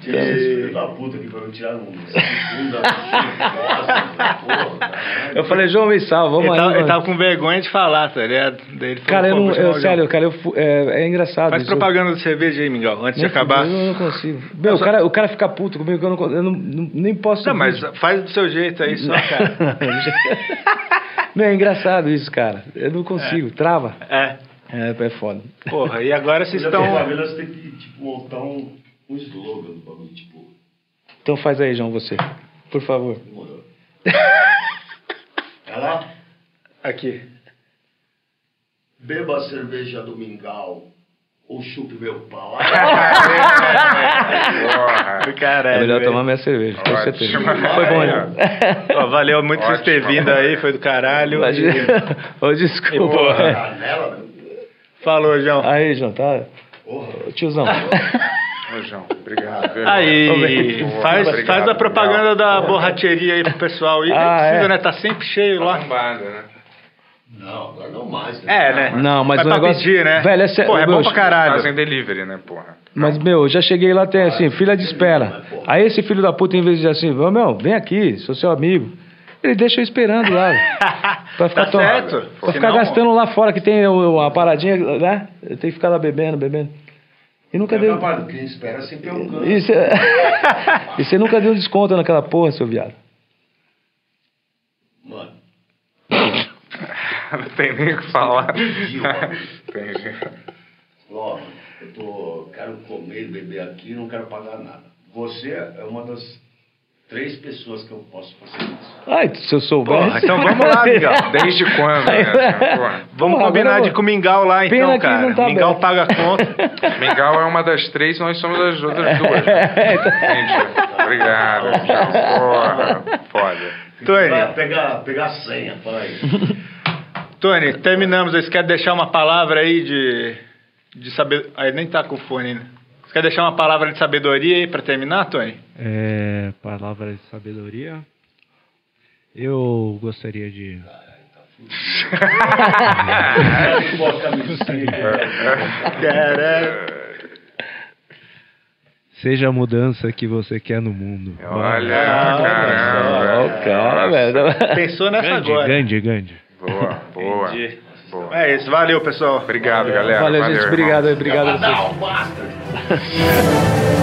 Speaker 4: Tinha esse filho da puta que foram tirar um segundo da Nossa, tá, né? porra, cara.
Speaker 2: Eu falei, João, me salva, vamos
Speaker 3: Ele
Speaker 2: aí.
Speaker 3: tava, ele
Speaker 2: mano.
Speaker 3: tava com vergonha de falar, tá ligado? Daí ele falou,
Speaker 2: Cara, eu
Speaker 3: pô,
Speaker 2: não.
Speaker 3: vou um chamar
Speaker 2: Eu,
Speaker 3: o
Speaker 2: sério,
Speaker 3: João.
Speaker 2: cara, eu fu- é, é engraçado.
Speaker 3: Faz
Speaker 2: isso.
Speaker 3: propaganda de cerveja aí, Miguel, antes de
Speaker 2: Nem
Speaker 3: acabar.
Speaker 2: fudeu, Eu não consigo. Meu, o, cara, o cara fica puto comigo que eu não, con- eu não- não- nem posso.
Speaker 3: Não, mas faz do seu jeito aí só, cara.
Speaker 2: Meu, é engraçado isso, cara. Eu não consigo, trava.
Speaker 3: É.
Speaker 2: É, é foda.
Speaker 3: Porra, e agora vocês
Speaker 4: Então,
Speaker 3: estão.
Speaker 2: É
Speaker 4: a família você tem que tipo, montar um, um slogan do bagulho, tipo,
Speaker 2: Então faz aí, João, você. Por favor.
Speaker 4: demorou. Vai lá,
Speaker 3: Aqui.
Speaker 4: beba a cerveja do mingau ou chupe meu pau. Ah,
Speaker 1: Porra.
Speaker 3: Do Caralho.
Speaker 2: É melhor
Speaker 3: velho.
Speaker 2: tomar minha cerveja, com
Speaker 1: Ótimo.
Speaker 2: certeza. Foi bom, né?
Speaker 3: Ó, valeu muito vocês terem
Speaker 1: Ótimo.
Speaker 3: vindo aí, foi do caralho.
Speaker 2: Imagina. Ô, desculpa.
Speaker 4: Canela,
Speaker 3: E- Falou, João.
Speaker 2: Aí, João, tá? Ô, Tiozão.
Speaker 1: Ô, João, obrigado. viu,
Speaker 3: Aí,
Speaker 1: João?
Speaker 3: faz,
Speaker 1: Obrigado,
Speaker 3: faz a
Speaker 1: Miguel.
Speaker 3: propaganda da borracheria aí pro pessoal aí.
Speaker 2: Ah,
Speaker 3: Nem precisa,
Speaker 2: é.
Speaker 3: né? Tá sempre cheio
Speaker 1: Tá
Speaker 3: lá.
Speaker 1: bombado, né?
Speaker 4: Não, agora não mais. Né?
Speaker 3: É, né?
Speaker 2: Não, mas
Speaker 3: Mas
Speaker 2: o
Speaker 3: pra
Speaker 2: negócio.
Speaker 3: pedir, né?
Speaker 2: Velho, é sério.
Speaker 3: Pô, é
Speaker 2: meu,
Speaker 3: bom pra caralho.
Speaker 1: Fazem delivery, né, porra?
Speaker 2: Mas, meu, eu já cheguei lá, tem assim, fila de espera. Aí esse filho da puta, em vez de dizer assim, "Ô, meu, vem aqui, sou seu amigo. Ele deixa eu esperando lá. pra ficar
Speaker 3: Tá
Speaker 2: tom-
Speaker 3: certo.
Speaker 2: Pra ficar
Speaker 3: Senão-
Speaker 2: gastando lá fora, que tem o- a paradinha, né? Tem que ficar lá bebendo, bebendo. E nunca deu.
Speaker 4: Trabalho, quem espera sempre é um ganho.
Speaker 2: E você e você nunca deu desconto naquela porra, seu viado.
Speaker 4: Mano,
Speaker 1: Não tem nem o que falar.
Speaker 4: pediu, mano.
Speaker 1: Tem-
Speaker 4: Ó, eu tô, quero comer, beber aqui, não quero pagar nada. Você é uma das três pessoas que eu posso fazer isso.
Speaker 2: Ai, se eu souber.
Speaker 3: Porra, então vamos lá, Miguel.
Speaker 1: Desde quando? Né? Porra.
Speaker 3: Vamos
Speaker 2: Porra,
Speaker 3: combinar
Speaker 2: agora
Speaker 3: de
Speaker 2: eu-
Speaker 3: ir com o Mingau lá,
Speaker 2: Pena
Speaker 3: então,
Speaker 2: que
Speaker 3: cara.
Speaker 2: não tá
Speaker 3: Mingau
Speaker 2: aberto.
Speaker 3: paga a conta.
Speaker 1: Mingau é uma das três, nós somos as outras duas. né? Entendi. Obrigado. Porra, foda.
Speaker 4: Vai
Speaker 3: Tony,
Speaker 4: pegar, pegar a senha, fala aí.
Speaker 3: Tony, terminamos. Vocês querem deixar uma palavra aí de, de saber... Aí nem tá com o fone ainda. Você quer deixar uma palavra de sabedoria aí pra terminar, Tony?
Speaker 7: É, palavra de sabedoria. Eu gostaria de.
Speaker 4: Pô, camisinha.
Speaker 3: Caralho.
Speaker 7: Seja a mudança que você quer no mundo.
Speaker 1: Olha,
Speaker 2: Ó,
Speaker 1: caramba.
Speaker 2: calma, velho.
Speaker 3: Pensou nessa
Speaker 7: Gandhi,
Speaker 3: agora.
Speaker 7: Gandhi, Gandhi.
Speaker 1: Boa, boa. boa.
Speaker 3: É isso. Valeu, pessoal.
Speaker 1: Obrigado, galera.
Speaker 2: Valeu, gente.
Speaker 1: irmão.
Speaker 2: Obrigado, obrigado a vocês.